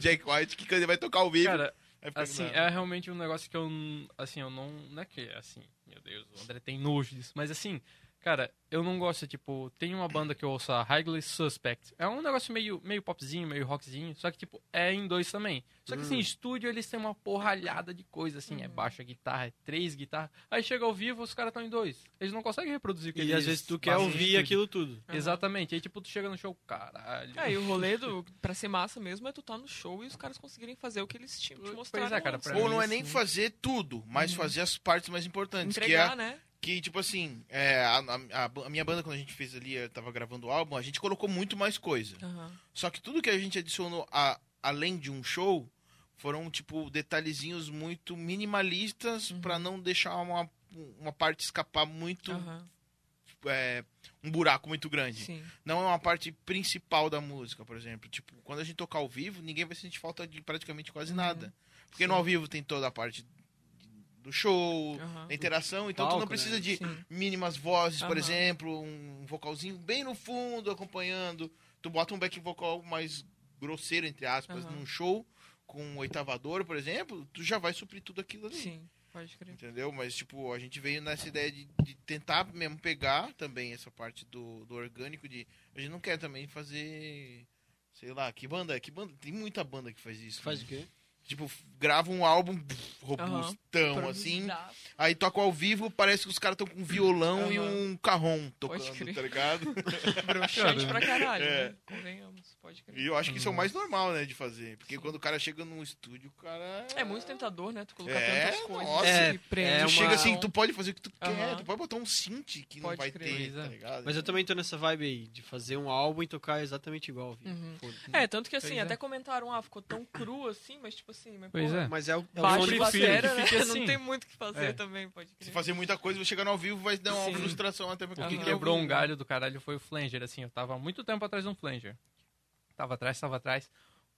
A: Jack White que ele vai tocar ao vivo.
D: Cara,
A: vai ficar
D: assim,
A: igual.
D: é realmente um negócio que eu. n- Assim, eu não. Não é que. Assim, meu Deus, o André tem nojo disso. Mas assim, cara, eu não gosto. Tipo, tem uma banda que eu ouço, a Highly Suspect. É um negócio meio, meio popzinho, meio rockzinho. Só que, tipo, é em dois também. Só que, assim,
C: Hum.
D: estúdio eles têm uma porralhada de coisa. Assim, é baixo, é guitarra, é três guitarras. Aí chega ao vivo, os caras estão em dois. Eles não conseguem reproduzir o que
C: E
D: eles
C: às vezes tu quer
D: fazem no
C: ouvir
D: estúdio.
C: aquilo tudo.
B: Aham.
D: Exatamente. Aí, tipo, tu chega no show, caralho.
B: É, e o rolê do, pra ser massa mesmo é tu tá no show e os caras conseguirem fazer o que eles te, te
D: Pois é,
B: mostraram.
D: cara,
B: antes.
D: pra
A: Ou
D: mim, assim, Uhum.
A: não é nem
D: sim.
A: fazer tudo, mas fazer as partes mais importantes.
B: Entregar,
A: que é
B: né?
A: que, tipo assim, é, a, a- a- a minha banda, quando a gente fez ali, eu tava gravando o álbum, a gente colocou muito mais coisa.
B: Aham.
A: Só que tudo que a gente adicionou a- além de um show foram, tipo, detalhezinhos muito minimalistas
B: Uhum.
A: pra não deixar uma, uma parte escapar muito.
B: Aham.
A: é, um buraco muito grande.
B: Sim.
A: Não é uma parte principal da música, por exemplo. Tipo, quando a gente tocar ao vivo, ninguém vai sentir falta de praticamente quase
B: Uhum.
A: nada. Porque
B: Sim.
A: no ao vivo tem toda a parte do show,
B: Aham.
A: da interação, então tu
C: palco,
A: não precisa
C: né?
A: de
B: Sim.
A: mínimas vozes, por
B: Aham.
A: exemplo, um vocalzinho bem no fundo acompanhando. Tu bota um back vocal mais grosseiro, entre aspas,
B: Aham.
A: num show com um oitavador, por exemplo, tu já vai suprir tudo aquilo ali.
B: Sim, pode crer.
A: Entendeu? Mas, tipo, a gente veio nessa ideia de, de tentar mesmo pegar também essa parte do, do orgânico de. A gente não quer também fazer. Sei lá, que banda? Que banda? Tem muita banda que faz isso.
C: Faz
A: né?
C: o quê?
A: Tipo, f- grava um álbum pff, robustão, assim.
B: Improvisar.
A: Aí toca ao vivo, parece que os caras estão com um violão e
B: Aham.
A: um carrom
B: Pode
A: tocando,
B: crer.
A: tá ligado?
B: Chante pra caralho,
A: É.
B: né? Convenhamos, pode crer.
A: E eu acho que isso
B: Uhum.
A: é o mais normal, né, de fazer. Porque quando o cara chega num estúdio, o cara.
B: É muito tentador, né? Tu colocar
A: É,
B: tantas coisas um
A: nossa.
C: É,
B: que prende.
C: é
A: Tu
B: uma...
C: uma-
A: chega assim, tu pode fazer o que tu quer,
B: Aham.
A: tu pode botar um synth que não
B: Pode
A: vai
B: crer.
A: ter,
D: Pois é.
A: tá ligado?
C: Mas eu também tô nessa vibe aí, de fazer um álbum e tocar exatamente igual ao vivo.
B: Uhum.
C: Foda-se.
B: É, tanto que assim,
D: Pois é.
B: até comentaram, ah, ficou tão cru assim, mas tipo assim, mas
D: Pois
B: pô,
D: é.
C: Mas é o, é o
B: baixo
C: som de
B: e
D: prefiro
C: vocês.
B: batera,
D: que
B: né?
D: fique assim.
B: Não tem muito o que fazer
D: É.
B: também, pode crer.
A: Se fazer muita coisa, vai chegar no ao vivo, vai dar uma
B: Sim.
A: frustração até porque
D: O que
B: Aham.
D: quebrou um galho do caralho foi o flanger, assim, eu tava há muito tempo atrás de um flanger. Tava atrás, tava atrás.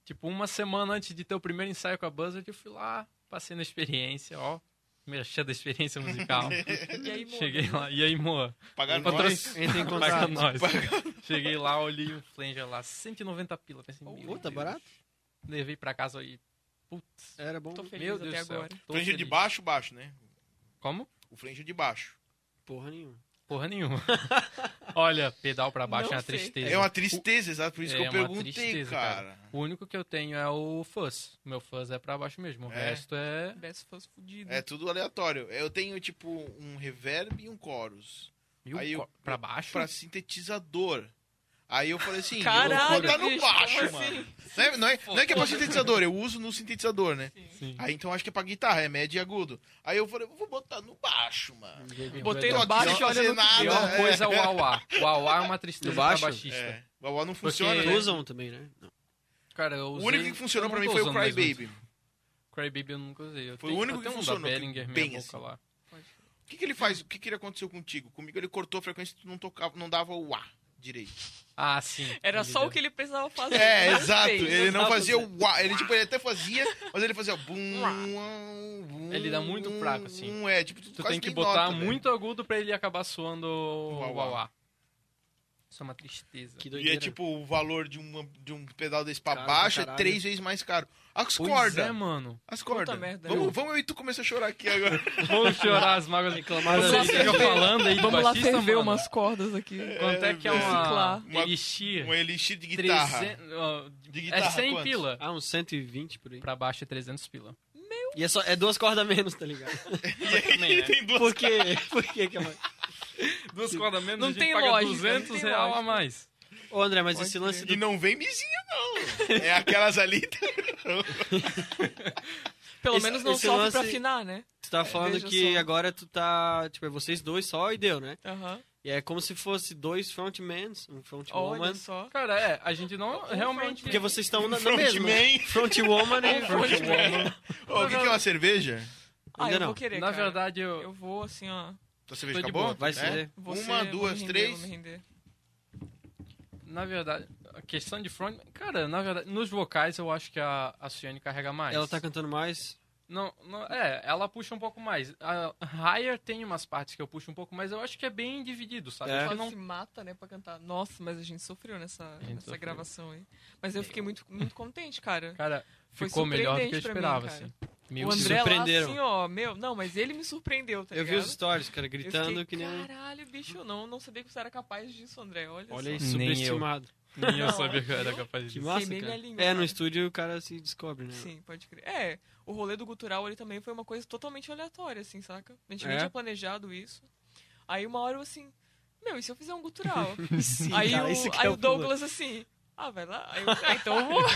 D: Tipo, uma semana antes de ter o primeiro ensaio com a Buzzard, eu fui lá, passei na experiência, ó, merchan da experiência musical.
B: E aí, mano,
D: Cheguei lá, e aí, moa?
A: pagar
D: Patrocínio.
A: nós.
C: Entra em
D: Paga
C: contato.
D: nós. Cheguei lá, olhei um flanger lá, 190 pila, pensei, meu
C: Ô, tá
D: Deus.
C: barato?
D: Levei pra casa e, putz,
C: Era bom.
B: tô feliz
D: meu
B: até
D: Deus do céu.
B: agora.
D: tô
A: Frente de
D: feliz.
A: baixo, baixo, né?
D: Como?
A: O frente de baixo.
C: Porra nenhuma.
D: Porra nenhuma. Olha, pedal pra baixo
B: Não
D: é uma
B: sei.
D: tristeza.
A: É uma tristeza, exato. Por isso
D: É
A: que eu
D: uma
A: perguntei,
D: tristeza,
A: cara.
D: cara. O único que eu tenho é o fuzz. Meu fuzz é pra baixo mesmo. O
A: É?
D: resto é.
B: Best fosse fudido.
A: É tudo aleatório. Eu tenho, tipo, um reverb e um chorus.
D: E o
A: Aí
D: co-
A: eu-
D: pra baixo?
A: Pra sintetizador. Aí eu falei assim, eu vou
B: Caralho,
A: botar no
B: bicho,
A: baixo,
B: como
A: mano.
B: assim?
A: Não é, não é- não é que é pra sintetizador, eu uso no sintetizador, né?
D: Sim.
A: Aí então acho que é pra guitarra, é médio e agudo. Aí eu falei, vou botar no baixo,
B: Ah,
A: mano.
B: Botei
A: Tô
B: no
A: aqui,
B: baixo e
A: não
B: olha
A: fazer
B: no que deu.
A: nada.
D: Pior coisa é o auá. O auá é uma tristeza
C: Do baixo?
D: pra baixista.
A: É. O AOA não funciona,
D: Porque-
A: né?
C: Usam também, né? Não.
D: Cara, eu
A: O
D: usei...
A: único que funcionou
D: eu
A: pra
D: não
A: mim
D: tô
A: foi o
D: usando mais muito.
A: Crybaby.
D: Crybaby eu nunca usei. Eu
A: Foi o
D: tenho-
A: único
D: eu
A: que
D: tenho um
A: funcionou,
D: Da Behringer,
A: bem
D: meia boca
A: assim.
D: lá.
A: O que, que ele faz? O que, que ele aconteceu contigo? Comigo ele cortou a frequência e tu não tocava, não dava o A direito.
D: Ah, sim.
B: Era
D: entendi.
B: só o que ele precisava fazer.
A: É,
B: Não
A: exato.
B: sei,
A: Ele não
B: tava
A: fazia
B: fazendo.
A: o uá. Ele, tipo, ele até fazia, mas ele fazia bum, um,
B: Uá.
A: uau, bum,
D: Ele dá muito fraco, assim.
A: bum, É, tipo, tu,
D: Tu
A: quase
D: tem que
A: nem
D: botar
A: nota,
D: muito agudo pra ele acabar soando o
A: Uauá.
D: auá. Isso é uma tristeza.
C: Que
A: velho.
C: doideira.
A: E é tipo, o valor de, uma, de um pedal desse pra
C: Caro pra
A: baixo é
C: caralho.
A: três vezes mais caro. Ah, As
D: Pois
A: cordas.
D: é, mano.
A: as
B: Puta
A: cordas.
B: merda.
C: né?
A: Vamos, vamos eu e tu começa a chorar aqui agora.
D: Vamos chorar as mágoas.
C: Reclamar
D: Vocês
B: da vida.
D: ficam falando aí de
B: Vamos lá
D: baixista,
B: ferver
D: mano.
B: umas cordas aqui.
D: Quanto é que é
A: velho.
D: uma...
B: Reciclar.
A: Uma-
D: Elixir?
A: Um elixir de guitarra.
D: 300... ó,
A: De
D: É
A: guitarra,
D: 100
A: quanto?
D: pila.
C: Ah, uns 120 por aí.
D: Pra baixo é 300 pila.
C: E é, só, é duas cordas a menos, tá ligado?
D: Também, né?
A: Tem duas
C: Por quê? Por que que é mais?
D: Duas cordas a menos,
B: Não
D: a gente
B: tem
D: paga
B: lógica,
D: 200
B: não tem
D: real
B: lógica.
D: a mais.
C: Ô, André, mas
B: Pode
C: esse lance
A: E
C: do...
A: não vem mizinha, não. É aquelas ali.
B: Pelo
C: Esse-
B: menos não
C: esse
B: sofre
C: lance-
B: pra afinar, né?
C: Tu tá falando
B: veja
C: que
B: só.
C: agora tu tá... Tipo, é vocês dois só e deu, né?
B: Aham.
C: E é como se fosse dois frontmans, um frontwoman.
B: Olha só.
D: Cara, é, a gente não realmente...
C: Porque vocês estão na, na mesma.
A: Frontman.
C: Frontwoman e
D: Frontwoman.
C: frontwoman.
A: Ô, O que, que é uma cerveja?
B: Ah, eu
C: Ainda
B: vou
C: não.
B: querer,
D: Na
B: cara.
D: verdade, eu...
B: Eu vou, assim, ó.
A: Tua cerveja
D: Tô de
A: acabou?
D: boa.
C: Vai
A: É?
C: ser.
B: vou ser-
A: Uma,
B: vou me
A: duas,
B: render,
A: três.
B: vou me render.
D: Na verdade, a questão de front... Cara, na verdade, nos vocais eu acho que a, a Suene carrega mais.
C: Ela tá cantando mais.
D: Não, não- é, ela puxa um pouco mais. A Higher tem umas partes que eu puxo um pouco mais, eu acho que é bem dividido, sabe?
C: É.
D: Eu acho que
B: Quase
D: não-
B: se mata, né, pra cantar. Nossa, mas a gente sofreu nessa,
D: gente
B: nessa
D: sofreu.
B: gravação aí. Mas eu fiquei muito, muito contente, cara.
D: Cara,
B: Foi
D: ficou melhor do que
B: surpreendente
D: eu
B: pra mim,
D: esperava,
B: cara.
D: assim.
B: o
D: se
B: André lá,
C: surpreenderam.
B: assim, ó, meu... Não, mas ele me surpreendeu, tá
C: Eu vi
B: ligado?
C: os stories, cara,
B: Eu
C: gritando
B: fiquei,
C: que nem... um-
B: Caralho, bicho, eu não, não sabia que você era capaz disso, André. Olha,
C: Olha aí,
B: só.
D: Nem eu.
C: superestimado.
D: Nem eu sabia que eu era capaz
C: Que
D: disso.
C: massa,
B: bem
C: cara.
B: minha língua,
C: é,
B: cara.
C: no estúdio o cara se descobre, né?
B: Sim, pode crer. É, o rolê do gutural ele também foi uma coisa totalmente aleatória, assim, saca? A gente
C: É?
B: nem tinha planejado isso. Aí uma hora eu assim, meu, e se eu fizer um gutural?
C: Sim,
B: aí
C: cara,
B: o,
C: esse que
B: aí
C: é
B: o Douglas assim, ah, vai lá. Aí eu, ah, então eu vou.
C: pulo.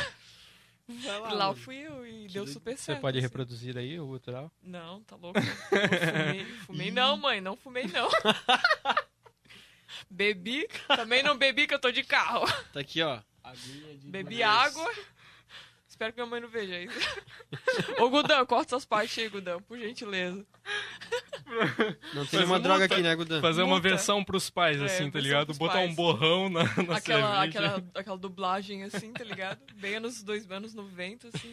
C: Vai lá,
B: lá
C: mano.
B: fui eu e
C: Que
B: deu
C: doido.
B: super certo. assim.
D: reproduzir aí o gutural?
B: Não, tá louco? Eu fumei, fumei não, mãe, não fumei não. Bebi, também não bebi que eu tô de carro.
C: Tá aqui, ó.
B: Bebi
C: é
B: água. Espero que minha mãe não veja isso. Ô, Gudão, corta essas partes aí, Gudão, por gentileza.
C: Não tem
D: Mas
C: uma
D: multa.
C: droga
B: tá
C: aqui, né, Gudan?
D: Fazer uma
B: Multa.
D: versão pros pais,
B: É,
D: assim, tá
B: versão
D: ligado?
B: pros
D: Botar
B: pais.
D: um borrão na, na
B: Aquela,
D: cerveja.
B: aquela, aquela dublagem assim, tá ligado? Bem anos dois anos 90, assim.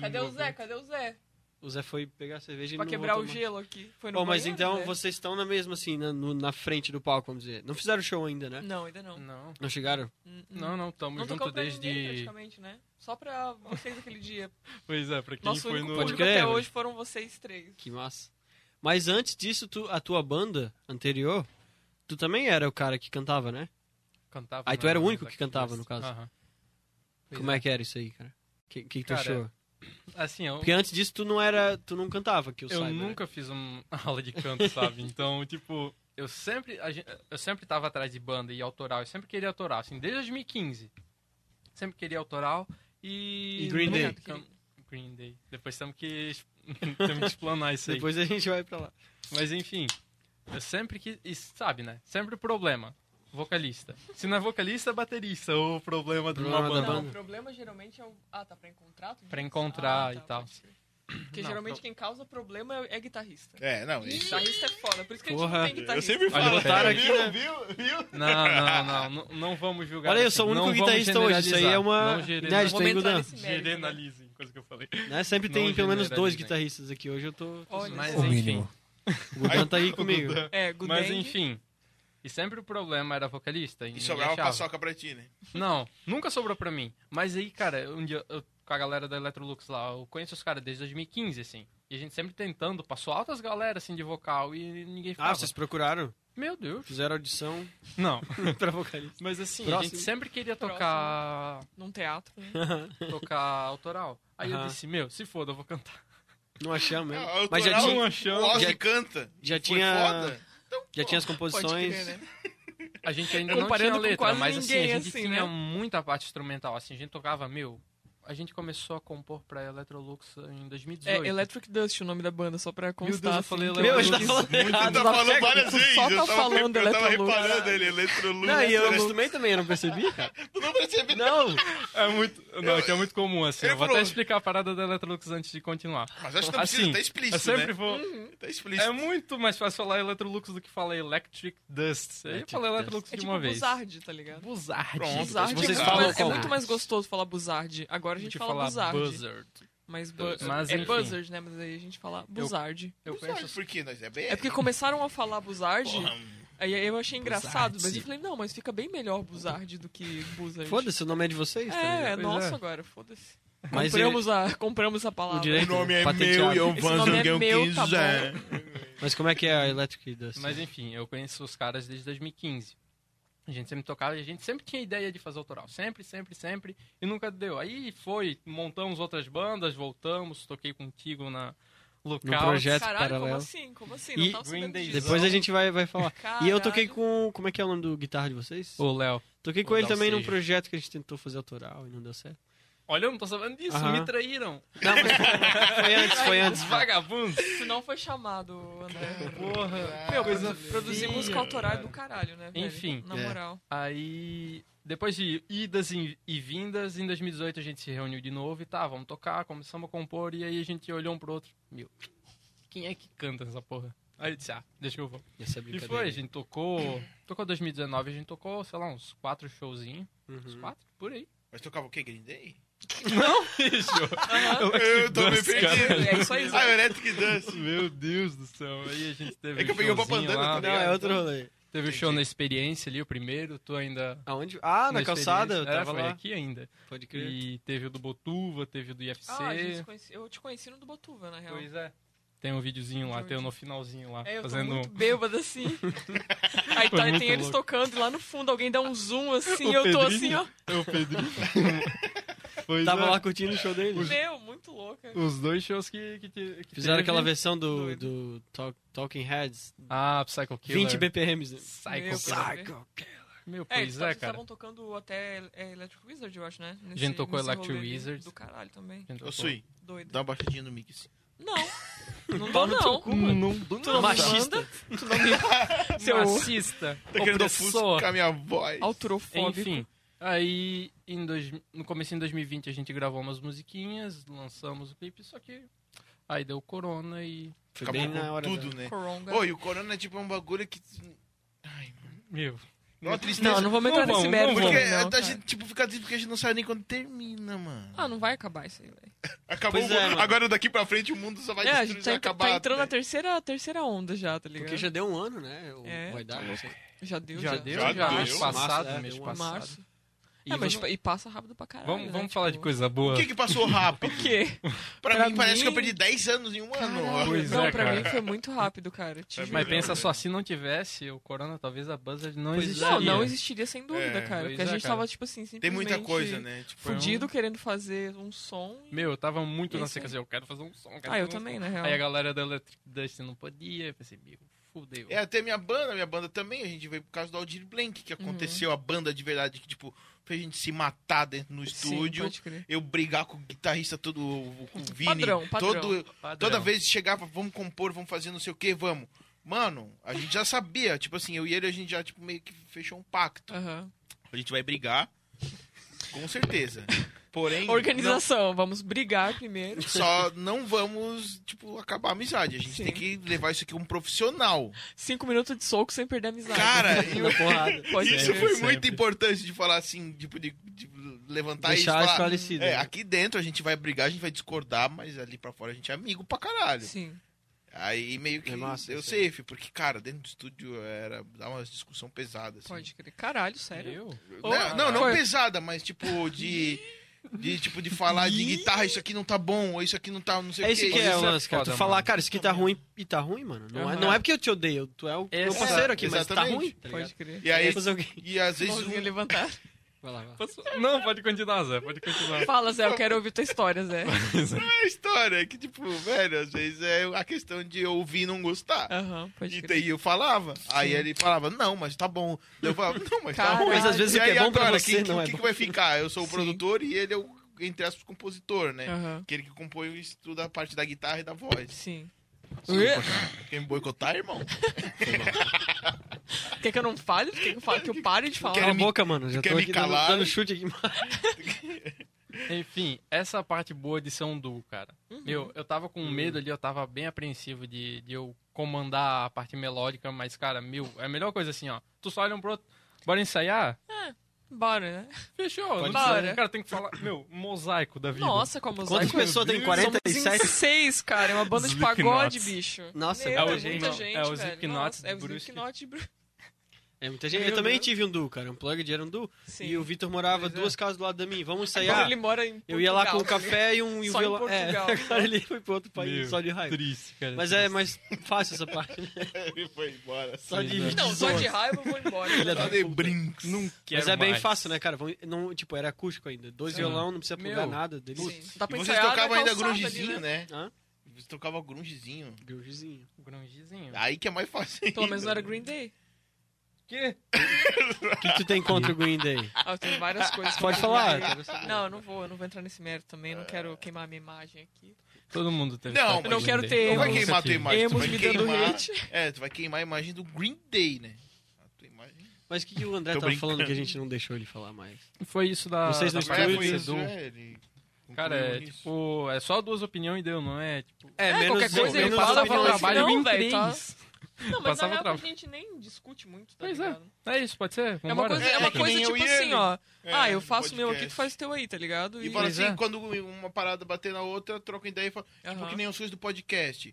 B: Cadê o Zé? Cadê o Zé?
C: O Zé foi pegar a cerveja
B: Pra
C: e não
B: quebrar o
C: voltou mais.
B: gelo aqui. Foi no
C: Bom, mas
B: banheiro,
C: então
B: Zé?
C: vocês estão na mesma, assim, na, no- na frente do palco, vamos dizer. Não fizeram show ainda, né?
B: Não, ainda não.
D: Não,
C: Não chegaram?
B: N- n-
D: Hum, não, não, tamo
B: Não
D: junto
B: tocou pra ninguém,
D: desde...
B: praticamente, né? Só pra vocês aquele dia.
D: Pois é, pra quem
B: Nosso
D: foi
B: único
D: no...
C: Pode
B: público
C: crer,
B: até
C: mas-
B: hoje foram vocês três.
C: Que massa. Mas antes disso, tu- a tua banda anterior, tu também era o cara que cantava, né?
D: Cantava
C: Aí tu
D: na-
C: era o único
D: na
C: que cantava,
D: Kiss.
C: no caso.
D: Aham. Pois
C: Como é. que era isso aí, cara? O que, que, que tu
D: Cara,
C: achou?
D: Assim, eu,
C: Porque antes disso tu não era. Tu não cantava, que eu,
D: eu
C: saiba. né?
D: nunca fiz uma aula de canto, sabe? Então, tipo, eu sempre, a gen- eu sempre tava atrás de banda e autoral. Eu sempre queria autoral, assim, desde 2015. Sempre queria autoral e...
C: E Green
D: nunca
C: Day.
D: cam- Green Day. Depois temos que, es- temos que explanar isso aí.
C: Depois a gente vai pra lá.
D: Mas enfim, eu sempre que. e sabe, né? Sempre o problema. Vocalista. Se não é vocalista, é baterista. O problema de uma
C: Problema da
D: banda.
B: Não,
C: banda.
B: o problema geralmente é o. Ah, tá pra encontrar? tu
D: Pra
B: diz?
D: encontrar e
B: pode
D: tal.
B: crer. Porque
D: Não,
B: geralmente
D: pro-
B: quem causa problema é, é guitarrista.
A: É, não. isso-
B: Guitarrista é foda, por isso que a gente não
C: Porra,
B: tem guitarrista.
A: Eu sempre falo.
D: botaram
A: viu,
C: aqui, né?
A: Viu, viu?
D: Não, não, não, não. Não vamos julgar.
C: Olha, eu
D: assim,
C: sou o único
D: não vamos
C: guitarrista hoje, isso aí
D: generalizar,
C: é uma
D: Não
C: inédita,
D: generalizem.
B: Vamos
C: hein,
B: entrar
C: Gudan?
B: nesse mérito, né?
D: Generalizem, coisa que eu falei.
C: Né? Sempre
D: Não
C: tem pelo menos dois
D: generalizem.
C: guitarristas aqui. Hoje eu tô.
B: Olha,
D: Mas
B: só.
D: enfim.
C: O Gudan tá aí comigo.
B: É, Gudang.
D: Mas enfim. E sempre o problema era vocalista.
A: E
D: ninguém
A: sobrava
D: achava.
A: paçoca pra ti, né?
D: Não, nunca sobrou pra mim. Mas aí, cara, um dia eu, com a galera da Electrolux lá, eu conheço os caras desde 2015, assim. E a gente sempre tentando, passou altas galera, assim, de vocal e ninguém
C: Ah,
D: ficava.
C: vocês procuraram?
D: Meu Deus.
C: Fizeram audição
D: Não.
C: pra vocalista.
D: Mas assim, a gente
C: Próximo.
D: sempre queria tocar
B: Num teatro, né?
D: tocar autoral. Aí eu
C: Aham.
D: disse, meu, se foda, eu vou cantar.
C: Não achamos mesmo.
A: Ah,
C: Mas já
A: autoral,
C: tinha, um
A: O
D: chance.
A: Ozzy
C: Já-
A: canta.
C: já
A: Foi
C: tinha,
A: foda.
C: já tinha as composições.
B: crer, né?
D: A gente ainda não
B: Comparando
D: tinha
B: com
D: letra,
B: quase
D: mas assim, a
B: ninguém,
D: gente
B: assim,
D: tinha
B: né?
D: muita parte instrumental. Assim, a gente tocava, meu, a gente começou a compor pra Electrolux em 2018.
B: É Electric Dust o nome da banda, só pra constar.
D: Deus, eu
B: assim,
D: falei
B: que
D: Meu, a gente
C: tá falando
A: Ele
C: errado.
A: tá falando várias
B: Tu
A: vezes.
B: só
A: eu
B: tá
A: tava,
B: falando
A: eu tava
B: Electrolux.
A: reparando ele, Electrolux.
C: Não, e eu
A: Electrolux.
C: acostumei também, eu não percebi, cara.
A: Tu não percebe
C: Não,
D: É muito, não, é que é muito comum, assim.
A: Ele
D: Eu vou
A: falou-
D: até explicar a parada da Electrolux antes de continuar.
A: Mas acho que não precisa,
D: Assim,
A: tá
D: Eu
A: explícito,
D: sempre
A: né?
D: vou...
B: Hum,
A: Tá
D: É
A: explícito.
D: muito mais fácil falar Electrolux do que falar Electric Dust. Aí eu
C: Electric
D: falei
C: Dust.
D: Electrolux
B: É
D: de
B: tipo
D: uma vez.
B: Buzzard, tá ligado?
D: Buzzard.
A: Pronto.
B: Buzzard
C: Vocês
B: é, muito
C: falam
B: mais, é
C: como?
B: muito mais gostoso falar Buzzard. Agora a gente fala Buzzard.
D: Buzzard.
B: Mas, bu-
D: Mas,
B: é
D: enfim.
B: Buzzard, né? Mas aí a gente fala Buzzard.
D: Eu
A: Sabe
D: conheço
A: por quê? Nós é BR.
B: É porque começaram a falar Buzzard,
A: Porra,
B: aí eu achei engraçado, mas
D: Buzzard.
B: eu falei, não, mas fica bem melhor Buzzard do que Buzzard.
C: foda-se, o nome é de vocês. tá
B: É,
C: ligado?
B: é
D: Pois
B: nosso
D: é.
B: agora, foda-se.
C: Mas
B: Compramos, a, compramos a palavra.
C: O direito-
A: O nome é
C: Patenteado.
A: meu e eu um
B: Esse
A: faço
B: nome
A: o
B: é
A: que eu
B: meu, tá
A: quiser.
C: Mas como é que é a Electric Dust?
D: Mas enfim, eu conheço os caras desde 2015. A gente sempre tocava e a gente sempre tinha ideia de fazer autoral. Sempre, sempre, sempre. E nunca deu. Aí foi, montamos outras bandas, voltamos, toquei contigo na
C: Num
D: local.
C: projeto
B: Caralho, como
C: paralelo.
B: assim? Como assim? Não
C: E
B: tava sabendo
D: Green Day.
B: disso.
C: Depois a gente vai, vai falar.
B: Ah,
C: E eu toquei
B: Caralho.
C: com. Como é que é o nome do guitarra de vocês?
D: Ô, Léo.
C: Toquei com
D: Vou
C: ele
D: dar um
C: também num
D: seja.
C: projeto que a gente tentou fazer autoral e não deu certo.
D: Olha, eu não tô sabendo disso,
C: Aham.
D: me traíram.
C: Não, mas foi antes, foi antes.
D: Os vagabundos.
B: Tu não foi chamado, André.
D: Porra.
B: Meu,
D: É, coisa
B: Produzir
D: feia,
B: música autoral é
D: cara.
B: do caralho, né, velho?
D: Enfim.
B: Na
C: É.
B: moral.
D: Aí, depois de idas e, e vindas, em 2018 a gente se reuniu de novo e tá, vamos tocar, começamos a compor, e aí a gente olhou um pro outro. Meu, quem é que canta essa porra? Aí eu disse, ah, deixa que eu vou.
C: Essa é
D: E
C: brincadeira.
D: foi, a gente tocou. Tocou 2019, a gente tocou, sei lá, uns quatro showzinhos. Uns
C: Uhum.
D: quatro? Por aí.
A: Mas tocava o quê? Green Day?
B: Aham.
A: Eu tô me perdendo.
B: É isso aí,
A: Ah, Electric Dance.
D: Meu Deus do céu. Aí a gente teve.
A: É que eu
D: um
A: peguei uma
D: showzinho
A: bandana,
D: lá,
A: tá
C: Não, é outro rolê.
D: Teve o show
A: Entendi.
D: na experiência ali, o primeiro, tu ainda.
C: Aonde? Ah, na calçada, eu
D: Experiência.
C: tava
D: é, foi
C: lá.
D: aqui ainda.
C: Pode
D: E teve o do Botuva, teve o do IFC.
B: Ah, a gente se conhece- eu te conheci no do Botuva, na real.
D: pois é. Tem um videozinho lá, tem um no finalzinho lá.
B: É, eu
D: fazendo um-
B: tô muito bêbada, assim. Aí
D: Foi
B: tá,
D: muito
B: tem eles
D: louco.
B: tocando e lá no fundo alguém dá um zoom, assim,
D: O
B: e eu tô assim,
D: Pedrinho.
B: ó.
D: É o Pedrinho. pois
C: Tava
D: é.
C: lá curtindo o show dele.
B: Meu, muito louca.
D: Os dois shows que, que, que que
C: Fizeram
D: teve.
C: aquela versão do,
B: Doido.
C: do Talk- Talking Heads.
D: Ah, Psycho Killer.
C: 20 BPMs. Né?
B: Meu,
D: Psycho
B: quero ver.
D: Meu,
B: É, eles
D: pois é, cara.
B: estavam tocando até é, Electric Wizard, eu acho, né? Nesse,
D: gente tocou
B: nesse
D: Electric
B: rolê ali
D: Wizard.
B: Do caralho também.
A: Ô, Sui,
B: Doido.
A: dá uma baixadinha no mic. assim.
B: Não. Não dou,
C: Pau no teu
B: não.
C: cu, mano.
B: Tu não
C: Machista.
B: manda. Tu não me
D: Seu
B: Seu-
D: racista.
A: Tá querendo
D: opressor.
A: ofuscar minha voz.
B: autorofóbico.
D: Enfim. Aí, em dois, no começo de 2020, a gente gravou umas musiquinhas, lançamos o clipe, só que aí deu corona e...
C: Foi
A: Acabou
C: bem
A: com
C: na hora.
A: tudo,
C: da-
A: né?
B: Coronga.
A: Ô, e o Corona é tipo um bagulho que... Ai, mano.
D: Meu...
A: É uma
B: Não,
A: tristeza.
B: não vamos
D: Não
B: entrar nesse
D: vamos,
B: mérito.
D: não
A: Porque
B: também, não,
A: a
B: cara.
A: gente, tipo, fica triste porque a gente não sabe nem quando termina, mano.
B: Ah, não vai acabar isso aí, velho.
A: Acabou
C: Pois
A: o
C: é,
A: mundo.
C: mano.
A: Agora daqui pra frente o mundo só vai
B: É, a
A: destruir,
B: gente tá,
A: vai
B: tá
A: acabar.
B: entrando na
A: né?
B: terceira, terceira onda já, tá ligado?
C: Porque já deu um ano, né? Ou
B: É.
C: vai dar, não sei.
B: Já deu,
D: já
B: já.
D: deu,
A: Já
D: já,
A: deu.
D: mês passado,
C: Março, é,
D: mês
C: deu um
D: passado.
B: Março.
D: E
B: é, mas
D: vamos-
B: pa- e passa rápido pra caralho.
D: vamos,
B: né?
D: vamos falar de
B: Tipo,
D: coisa boa.
A: O que que passou rápido?
B: Por quê?
A: Pra,
B: Pra
A: mim, parece
B: mim-
A: que eu perdi 10 anos em um ano.
D: Pois
B: não,
D: é,
B: pra
D: cara.
B: mim foi muito rápido, cara. Tipo, te
A: Mas
B: juro.
D: Mas pensa
A: Melhor,
D: só,
A: né?
D: se não tivesse o corona, talvez a Buzzard não
C: Pois é.
B: Não,
D: existiria.
B: não existiria sem dúvida,
A: É,
B: cara.
D: pois
B: Porque a
D: é,
B: gente
D: cara.
B: tava, tipo assim, simplesmente...
A: Tem muita coisa, né? Tipo,
D: Foi um-
B: Fudido, querendo fazer um som. e-
D: Meu, eu tava muito
B: É
D: na
B: isso
D: seca,
B: aí.
D: assim, eu quero fazer um som. quero
B: Ah, eu
D: fazer um
B: também, na real.
D: Aí a galera da Electric Dust não podia, eu pensei, meu, fudeu.
A: É até minha banda, minha banda também, a gente veio por causa do Aldir Blank,
B: Uhum.
A: que aconteceu a banda de verdade, que tipo, fez a gente se matar dentro no
B: Sim,
A: estúdio.
B: pode crer.
A: eu brigar com o guitarrista todo, com o Vini.
B: Padrão, padrão.
A: todo-
D: Padrão.
A: toda vez chegava, vamos compor, vamos fazer não sei o que, vamos. Mano, a gente já sabia, tipo assim, eu e ele, a gente já tipo, meio que fechou um pacto.
B: Aham.
A: A gente vai brigar, com certeza. Porém,
B: Organização, vamos brigar primeiro.
A: não- só não vamos, tipo, acabar a amizade. A gente
B: Sim.
A: tem que levar isso aqui a um profissional.
B: Cinco minutos de soco sem perder a amizade.
A: Cara,
C: Na porrada.
B: Pode
A: isso
B: ser.
A: foi
D: sempre.
A: muito importante de falar assim, tipo, de, de levantar isso.
C: Deixar
A: e falar,
C: esclarecido.
A: É,
C: né?
A: aqui dentro a gente vai brigar, a gente vai discordar, mas ali pra fora a gente é amigo pra caralho.
B: Sim.
A: Aí meio que
C: É massa
A: eu
C: isso aí.
A: safe, porque, cara, dentro do estúdio era dar uma discussão pesada, assim.
B: Pode crer. Caralho, sério.
D: Sério?
A: Não, não, não
B: Foi.
A: pesada, mas tipo de. De, tipo, de falar de guitarra, isso aqui não tá bom, ou isso aqui não tá, não sei
C: É
A: o
C: isso
A: que.
C: que é o
D: Isso é
C: lance, cara. Tu
D: foda,
C: falar,
D: mano.
C: cara, isso aqui tá ruim e tá ruim, mano. Não, é,
D: Aham.
C: não é porque eu te odeio, tu é o meu
D: Essa-
C: parceiro aqui, mas tá
A: exatamente.
C: ruim. Tá ligado?
B: Pode crer.
A: E aí,
C: Fazer o quê?
A: e às vezes...
B: Mãozinha
A: um-
B: levantada.
C: Vai lá, vai.
D: Posso- Não, pode continuar, Zé. Pode continuar.
B: Fala, Zé, eu quero ouvir tua história, Zé.
A: É a história, que tipo, velho, às vezes é a questão de ouvir e não gostar.
C: É,
B: Aham, pode
A: E
B: crer.
A: daí eu falava. Aí ele falava, não, mas tá bom. Daí eu falava, não, mas tá
B: Caralho.
A: bom.
B: Mas às
C: vezes
A: e
C: o que
A: aí
C: é bom pra
A: agora,
C: você
A: quem, que-
C: não
A: o
C: é
A: que,
C: bom.
A: que vai ficar? Eu sou o
B: Sim.
A: produtor e ele é o, entre aspas, compositor, né?
C: É.
B: Aham,
A: Aquele que compõe isso tudo a parte da guitarra e da voz.
B: sim.
A: Quer me boicotar, irmão?
B: Quer que eu não fale? Quer que eu, fale? Que eu pare de falar?
A: Quer
C: Cala a
A: me-
C: boca, mano. Já
A: quer
C: tô
A: me
C: aqui dando,
A: calar?
C: dando chute aqui.
D: Enfim, essa parte boa de ser um duo, cara.
B: Uhum.
D: Meu, eu tava com medo ali, eu tava bem apreensivo de, de eu comandar a parte melódica, mas, cara, meu, é a melhor coisa assim, ó. Tu só olha um pro outro, bora ensaiar?
B: Bora, né?
D: Fechou,
C: Pode
D: dá,
B: ser.
D: né? Cara, tem que falar, meu, mosaico da vida.
B: Nossa, como os
C: Quantas pessoas tem? 47?
B: seis, cara. É uma banda de
D: Slipknot.
B: pagode, bicho.
C: Nossa,
B: Meu,
C: é o
B: muita
D: Slipknot.
B: gente,
D: É o
B: velho.
D: Slipknot
B: Nossa, É o
D: de Brusque.
B: Slipknot de Brusque.
C: É muita gente. Eu
B: Meu
C: também
B: Deus.
C: tive um duo, cara. Um plug era um duo.
B: Sim.
C: E o Vitor morava
B: Pois é.
C: duas casas do lado da mim. Vamos
B: Agora
C: ensaiar.
B: ele mora em
C: Eu ia lá com
B: Portugal, né?
C: um café e um e um
B: Só em
C: violão. É,
B: Portugal.
C: agora ele foi pro outro país
D: Meu,
C: só de raiva.
D: Triste, cara. assim.
C: Mas é
D: triste.
C: mais fácil essa parte, né?
A: ele foi embora.
C: Só de
D: Pois é.
B: Não, só de raiva eu vou embora.
C: Filha
A: Só
C: da
A: de
C: puta.
A: brinks.
D: Não quero
C: Mas é bem
D: mais.
C: fácil, né, cara? Vamos- Não, tipo, era acústico ainda. Dois
D: Sim.
C: violão, não precisa plugar
D: Meu,
C: nada. Delícia.
B: Sim. Dá
A: E
B: pra
A: vocês
B: ensaiar na
A: tocavam ainda
B: calçada ali,
A: grungezinho, né?
C: Hã?
A: Vocês tocavam grungezinho.
C: Grungezinho.
D: Grungezinho.
A: Aí que é mais fácil.
B: Pelo menos não era
A: ainda.
B: Green Day.
D: Que?
C: O que tu tem contra o Green Day?
B: Ah, eu tenho várias coisas.
C: Pode
B: contra
C: falar.
B: Green Day.
C: eu quero saber.
B: Não, eu não vou, eu não vou entrar nesse mérito também, não quero queimar a minha imagem aqui.
D: Todo mundo teve
A: Não,
D: essa
A: mas-
D: Green
A: Eu não
B: quero
D: Day.
B: ter
A: Não vai
B: Emos
A: queimar a tua imagem. tu
B: Emos
A: vai
B: me dando
A: queimar-
B: hate.
A: É, tu vai queimar a imagem do Green Day, né? A tua imagem.
C: Mas o que, que o André
A: Tô
C: tava
A: brincando.
C: falando que a gente não deixou ele falar mais?
D: Foi isso da.
C: Vocês
D: da
C: no
D: parte
C: estúdio,
D: do
C: foi
D: Edu.
A: é, ele
D: Cara,
A: concluiu
D: é
A: nisso.
D: tipo, é só duas opiniões e deu, não é? Tipo,
C: É,
B: qualquer coisa ele
C: menos
B: fala,
C: opiniões.
B: eu vou trabalho
D: trabalho
B: um, não,
D: em
B: velho, tá?
D: três.
B: Não, mas
D: Passava
B: na real
D: trava.
B: a gente nem discute muito, tá
D: Pois é.
B: ligado?
D: É isso, pode ser?
B: É uma
D: Vambora?
B: coisa, é uma
A: É, que
B: coisa
A: nem eu
B: tipo
A: e
B: assim,
A: ele.
B: ó.
A: É,
B: ah, eu
A: no
B: faço meu aqui,
A: podcast.
B: tu faz o teu aí, tá ligado?
A: E fala
D: Pois
A: assim,
D: é.
A: quando uma parada bater na outra, troca ideia e fala, tipo
B: Aham.
A: que nem os seus do podcast.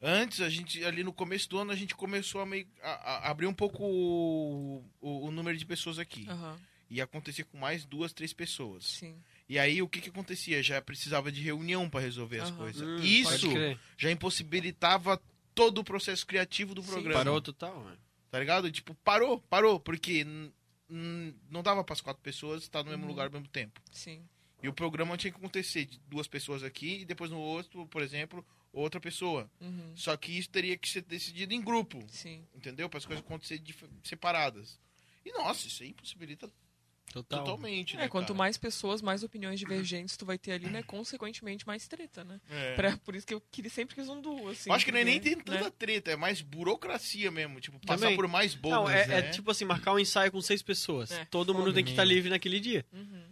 A: Antes, a gente, ali no começo do ano, a gente começou a, meio, a- a abrir um pouco o, o- o número de pessoas aqui.
B: Aham,
A: E acontecia com mais duas, três pessoas.
B: sim.
A: E aí, o que que acontecia? Já precisava de reunião pra resolver as
B: Aham.
A: coisas.
C: Hum,
A: E
C: pode
A: Isso
C: crer.
A: já impossibilitava todo o processo criativo do
B: Sim.
A: programa.
C: Parou total, né? mano.
A: Tá ligado? Tipo, parou, parou, porque n- n- não dava pras quatro pessoas estar no mesmo
B: Uhum.
A: lugar ao mesmo tempo.
B: Sim.
A: E o programa tinha que acontecer de duas pessoas aqui e depois no outro, por exemplo, outra pessoa.
B: Uhum.
A: Só que isso teria que ser decidido em grupo,
B: Sim.
A: entendeu? Para as coisas acontecerem dif- separadas. E nossa, isso aí impossibilita
C: Total.
A: totalmente, né?
B: É, quanto
A: cara?
B: mais pessoas, mais opiniões divergentes tu vai ter ali, né? Consequentemente, mais treta, né?
A: É.
B: Pra- por isso que eu queria sempre quis um duo, assim.
A: Eu acho que não é nem
B: porque,
A: tem tanta treta, é mais burocracia mesmo, tipo, passar
C: Também.
A: por mais bobas,
C: Não, é,
A: né?
C: é tipo assim, marcar um ensaio com seis pessoas.
B: É,
C: Todo mundo
D: foda
C: tem que estar
D: mesmo.
C: livre naquele dia.
B: né? Uhum.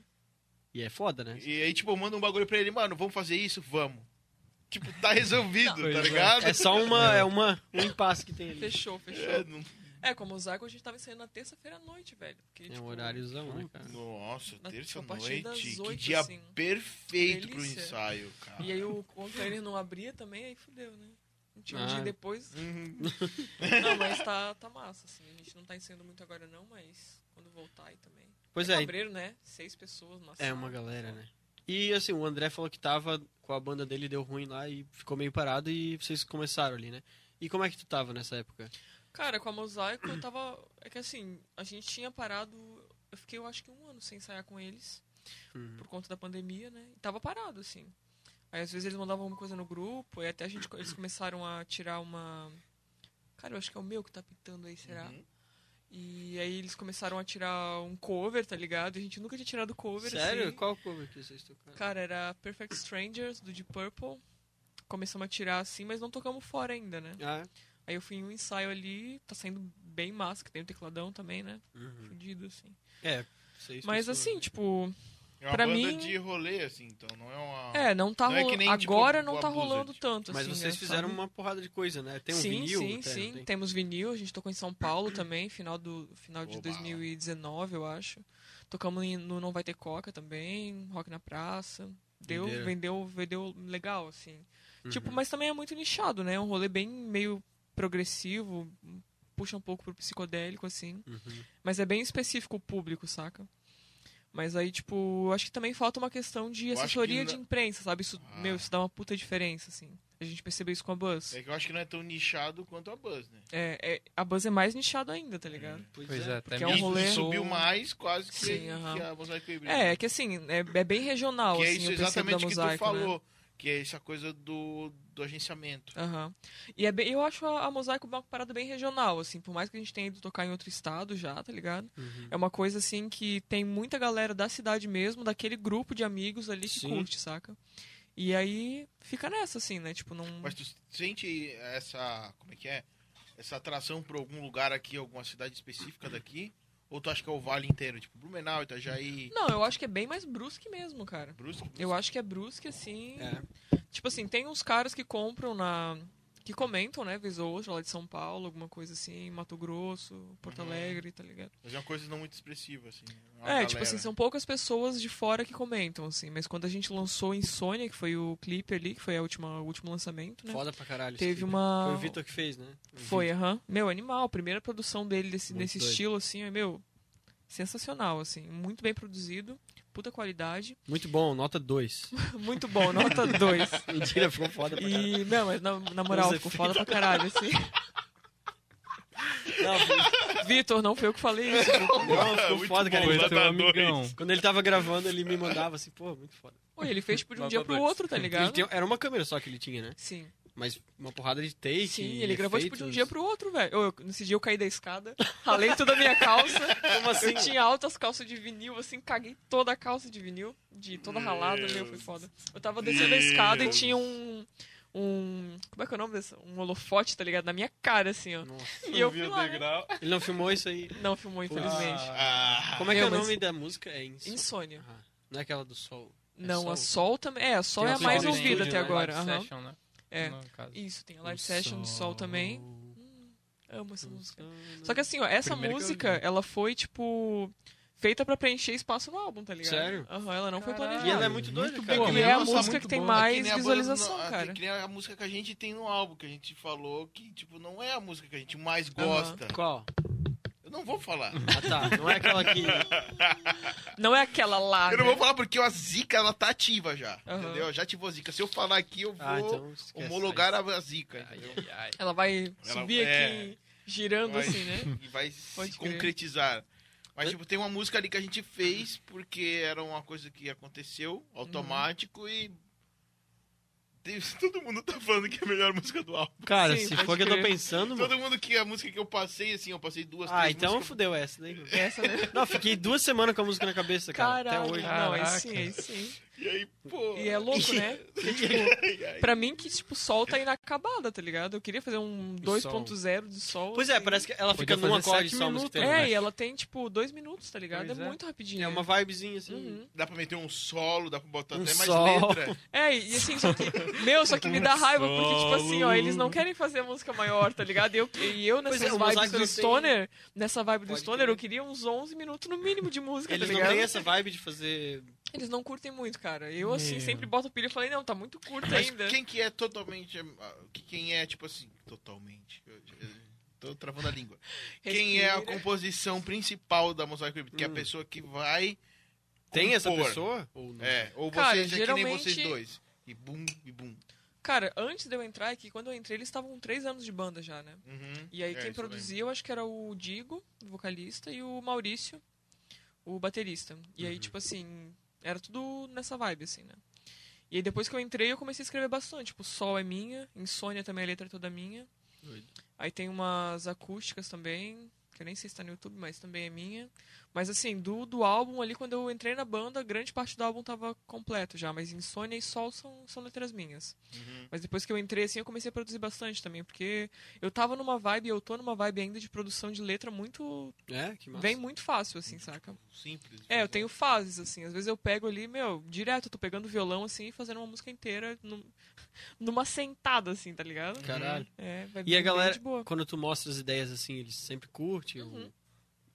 C: E é foda, né?
A: E aí, tipo, eu mando um bagulho pra ele, mano, vamos fazer isso? Vamos. Tipo, tá resolvido,
D: Pois
A: tá
D: é.
A: ligado?
C: É só uma, é uma, um impasse que tem ali.
B: Fechou, fechou.
A: É, não-
B: É, como o Zago, a gente tava saindo na terça-feira à noite, velho. Porque,
C: É
B: tipo,
C: um horáriozão, né, cara?
A: Nossa,
B: Na-
A: terça
B: tipo, a partir das
A: noite. Que
B: oito,
A: dia
B: assim.
A: perfeito pro
B: Delícia.
A: ensaio, cara.
B: E aí o container não abria também, aí fudeu, né? Não Tinha um
C: Ah.
B: dia depois.
A: Uhum.
B: Não, mas tá, tá massa, assim. A gente não tá ensaiando muito agora, não, mas quando voltar aí também.
C: Pois é,
B: Cabreiro, né? Seis pessoas, nossa.
C: é uma galera, né? E assim, o André falou que tava com a banda dele, deu ruim lá e ficou meio parado e vocês começaram ali, né? E como é que tu tava nessa época?
B: Cara, com a Mosaico eu tava. É que assim, a gente tinha parado. Eu fiquei, eu acho que um ano sem ensaiar com eles.
C: Uhum.
B: Por conta da pandemia, né? E tava parado, assim. Aí às vezes eles mandavam alguma coisa no grupo. E até a gente, eles começaram a tirar uma. Cara, eu acho que é o meu que tá pintando aí, será?
A: Uhum.
B: E aí eles começaram a tirar um cover, tá ligado? E a gente nunca tinha tirado cover,
C: Sério?
B: assim.
C: Qual cover que vocês tocaram?
B: Cara, era Perfect Strangers, do Deep Purple. Começamos a tirar assim, mas não tocamos fora ainda, né?
C: Ah,
B: Aí eu fui em um ensaio ali, tá saindo bem massa, que tem o tecladão também, né?
C: uhum.
B: Fudido, assim.
C: é. Seis
B: Mas
C: pessoas,
B: assim,
C: né?
B: tipo,
A: É uma
B: Pra
A: banda
B: mim-
A: de rolê, assim, então não é uma.
B: é, não tá
A: Não é que
B: rolando.
A: nem, tipo,
B: Agora
A: o
B: não tá
A: Abuser,
B: rolando tanto,
C: Mas
B: assim.
C: vocês
B: né,
C: fizeram
B: sabe?
C: uma porrada de coisa, né? Tem um
B: sim,
C: vinil?
B: Sim,
C: até, não
B: sim.
C: tem?
B: Temos vinil, a gente tocou em São Paulo também, final, do, final de
A: Oba.
B: 2019, eu acho. Tocamos em- no Não Vai Ter Coca também, Rock na Praça. Deu,
C: Doideira.
B: vendeu, vendeu legal, assim.
C: Uhum.
B: Tipo, mas também é muito nichado, né? É Um rolê bem meio progressivo, puxa um pouco pro psicodélico, assim.
C: Uhum.
B: Mas é bem específico o público, saca? Mas aí, tipo, acho que também falta uma questão de
A: Eu acho que
B: assessoria
A: na-
B: de imprensa, sabe? Isso,
A: Ah.
B: meu, isso dá uma puta diferença, assim. A gente percebeu isso com a Buzz.
A: É que eu acho que não é tão nichado quanto a Buzz, né?
B: É, é- a Buzz é mais nichado ainda, tá ligado?
D: Pois é, até
B: porque é um
A: E-
D: mesmo.
B: rolê-
A: E subiu mais quase que,
B: Sim, aham.
A: que a Mosaico Híbrida.
B: É, é que assim, é, é bem regional,
A: que é
B: assim,
A: isso
B: eu percebo da
A: exatamente que
B: mosaico,
A: tu
B: né?
A: falou. Que é essa coisa do, do agenciamento.
B: Aham. E é bem, eu acho a, a Mosaico uma parada bem regional, assim, por mais que a gente tenha ido tocar em outro estado já, tá ligado?
C: Uhum.
B: É uma coisa assim que tem muita galera da cidade mesmo, daquele grupo de amigos ali que
C: Sim.
B: curte, saca? E aí fica nessa, assim, né? Tipo, não.
A: Mas tu sente essa. Como é que é? Essa atração por algum lugar aqui, alguma cidade específica daqui? Ou tu acha que é o vale inteiro? Tipo, Blumenau, Itajaí,
B: Não, eu acho que é bem mais brusque mesmo, cara.
A: Brusque?
B: Eu acho que é brusque, assim.
C: É.
B: Tipo assim, tem uns caras que compram na. que comentam, né? Vez ou outra, lá de São Paulo, alguma coisa assim, Mato Grosso,
C: Hum.
B: Porto
A: Uhum.
B: Alegre, tá ligado?
A: Mas é uma coisa não muito expressiva, assim. uma
B: É, tipo
A: galera.
B: assim, são poucas pessoas de fora que comentam, assim. Mas quando a gente lançou Insônia, que foi o clipe ali, que foi a última, o último lançamento, né?
C: Foda pra caralho. esse
B: Teve
C: clipe.
B: uma.
C: Foi o Vitor que fez, né? O
B: Foi, aham. Meu, animal. Primeira produção dele desse,
C: Muito
B: nesse
C: doido.
B: estilo, assim, é, meu, sensacional, assim. Muito bem produzido, puta qualidade.
C: Vitor. Muito bom, nota 2.
B: Muito bom, nota 2.
C: Mentira, ficou foda pra caralho.
B: E, não, mas na, na moral,
C: Os
B: ficou foda pra caralho, assim.
C: Não,
B: Vitor, não foi eu que falei isso.
C: não, ficou
A: Muito
C: foda, cara.
A: bom,
C: Ele
A: né?
D: Foi
C: tava-
D: teu
A: Tá
D: amigão.
C: Quando ele tava gravando, ele me mandava assim, pô, muito foda.
B: Pô, ele fez tipo, de um
D: Nota
B: dia pro
D: dois.
B: outro, tá
C: Ele
B: ligado?
C: tem- era uma câmera só que ele tinha, né?
B: Sim.
C: Mas uma porrada de take.
B: Sim, ele gravou tipo de um
C: efeitos.
B: dia pro outro, velho. Eu- eu- Nesse dia eu caí da escada, ralei toda a minha calça.
C: Como assim?
B: Eu tinha altas calças de vinil, assim, caguei toda a calça de vinil, de toda
A: Meu
B: ralada, meu, foi foda. Eu tava descendo a escada e tinha um. Um. Como é que é o nome desse? Um holofote, tá ligado? Na minha cara, assim, ó.
C: Nossa.
B: E eu fui lá, né?
C: Ele não filmou isso aí.
B: Não filmou, infelizmente.
A: Ah,
C: Como é que
B: Meu,
C: é o
B: mas-
C: nome da música? É Insônia.
B: Insônia.
C: Ah, não é aquela do Sol. É
B: Não,
C: Sol?
B: a Sol também. É, a Sol
C: Tem
B: é
C: a
B: a
C: Sol
B: mais
C: no
B: ouvida
C: estúdio,
B: até
C: né?
B: agora.
D: Live
B: aham.
D: session, né?
B: É.
D: No caso.
B: Isso, tem a live session do Sol também. Hum, Amo essa música. Só que assim, ó, essa
D: Primeiro que eu
B: música, ela foi, tipo, feita pra preencher espaço no álbum, tá ligado?
C: Sério?
B: Aham, ela não foi
D: Caralho.
C: E ela é
B: planejada.
C: muito doida,
D: Muito
C: cara.
D: boa,
B: E é a música que tem mais
A: que nem a banda-
B: visualização,
A: não,
B: cara.
A: Que nem a música que a gente tem no álbum, que a gente falou que, tipo, não é a música que a gente mais gosta.
C: é Qual?
A: Eu não vou falar.
C: Ah tá, não é aquela que.
B: Não é aquela lá.
A: Eu não
B: né?
A: vou falar porque a zica, ela tá ativa já,
B: Aham.
A: entendeu? Já ativou a zica. Se eu falar aqui, eu vou
C: Ah, então. esquece.
A: homologar a zica,
D: Ai,
A: entendeu?
D: ai, ai.
B: Ela vai
A: Ela-
B: subir
A: é.
B: aqui, girando
A: Vai-
B: assim, né?
A: E vai
B: Pode
A: se
B: crer.
A: concretizar. Mas, tipo, tem uma música ali que a gente fez porque era uma coisa que aconteceu,
B: Uhum.
A: automático, e... Deus, Todo mundo tá falando que é a melhor música do álbum.
C: Cara,
B: Sim,
C: se
B: pode
C: for o que eu tô
B: crer.
C: pensando, mano.
A: Todo mundo que a música que eu passei, assim, eu passei duas,
C: Ah,
A: três
C: então
A: músicas.
C: fudeu essa daí.
B: Essa, né?
C: Não, fiquei duas semanas com a música na cabeça, cara.
B: Caralho.
C: Até hoje.
B: Não, aí
D: Caraca.
B: sim, aí sim.
A: E aí, pô...
B: E é louco, né? Porque, tipo, pra mim que, tipo, sol tá inacabada, tá ligado? Eu queria fazer um
C: E
B: 2.0 de sol.
C: Pois é,
B: assim.
C: parece que ela fica
D: Podia
C: num
D: fazer
C: acorde
D: sete
C: só a música
D: minutos,
C: inteira,
B: É,
C: né?
B: e ela tem, tipo, dois minutos, tá ligado?
D: Pois
B: é,
D: é.
B: muito rapidinho.
C: É uma vibezinha assim.
B: Uhum.
A: Dá pra meter um solo, dá pra botar
C: Um
A: até mais
C: solo.
A: letra.
B: É, e assim, só que. Meu, só que me dá raiva, porque, tipo assim, ó,
D: Solo.
B: eles não querem fazer música maior, tá ligado? E eu, e eu
C: Pois
B: nessas
C: é, o
B: vibes
C: Mosaico
B: do
C: não tem-
B: Stoner, nessa vibe do
C: Pode
B: Stoner,
C: crer.
B: eu queria uns 11 minutos no mínimo de música,
C: Eles
B: tá
C: não
B: ligado?
C: têm essa vibe de fazer.
B: Eles não curtem muito, cara. Eu, assim,
D: Meu.
B: sempre boto pilha e falei, não, tá muito curto
A: Mas
B: ainda.
A: quem que é totalmente... ah, que- Quem é, tipo assim, totalmente... Eu- eu- Tô travando a língua. Quem é a
B: Respira.
A: composição principal da Mosaico Híbrido? Que é a
C: Hum.
A: pessoa que vai.
C: Tem essa
A: compor.
C: pessoa? Ou não?
A: É, ou
B: Cara,
A: vocês é que nem
B: geralmente-
A: vocês dois. E bum, e bum.
B: Cara, antes de eu entrar aqui, quando eu entrei, eles estavam com 3 anos de banda já, né?
A: Uhum.
B: E aí
A: É, isso
B: quem
A: eu
B: produzia, eu acho que era o Digo, o vocalista, e o Maurício, o baterista. E
A: Uhum.
B: aí, tipo assim, era tudo nessa vibe, assim, né? E aí depois que eu entrei, eu comecei a escrever bastante. Tipo, Sol é minha, Insônia também, a letra é toda minha.
C: Doido.
B: Aí tem umas acústicas também, que eu nem sei se tá no YouTube, mas também é minha. Mas assim, do, do álbum ali, quando eu entrei na banda, grande parte do álbum tava completo já. Mas Insônia e Sol são, são letras minhas.
A: Uhum.
B: Mas depois que eu entrei, assim, eu comecei a produzir bastante também, porque eu tava numa vibe, eu tô numa vibe ainda de produção de letra muito.
C: É, que massa.
B: Vem muito fácil, assim, saca?
A: Simples.
B: É, eu tenho fases, assim. Às vezes eu pego ali, meu, direto, eu tô pegando violão, assim, e fazendo uma música inteira num- numa sentada, assim, tá ligado?
C: Caralho.
B: É, vai
C: E a
B: bem-
C: galera,
B: bem de boa.
C: quando tu mostra as ideias assim, eles sempre curtem? ou
B: Uhum.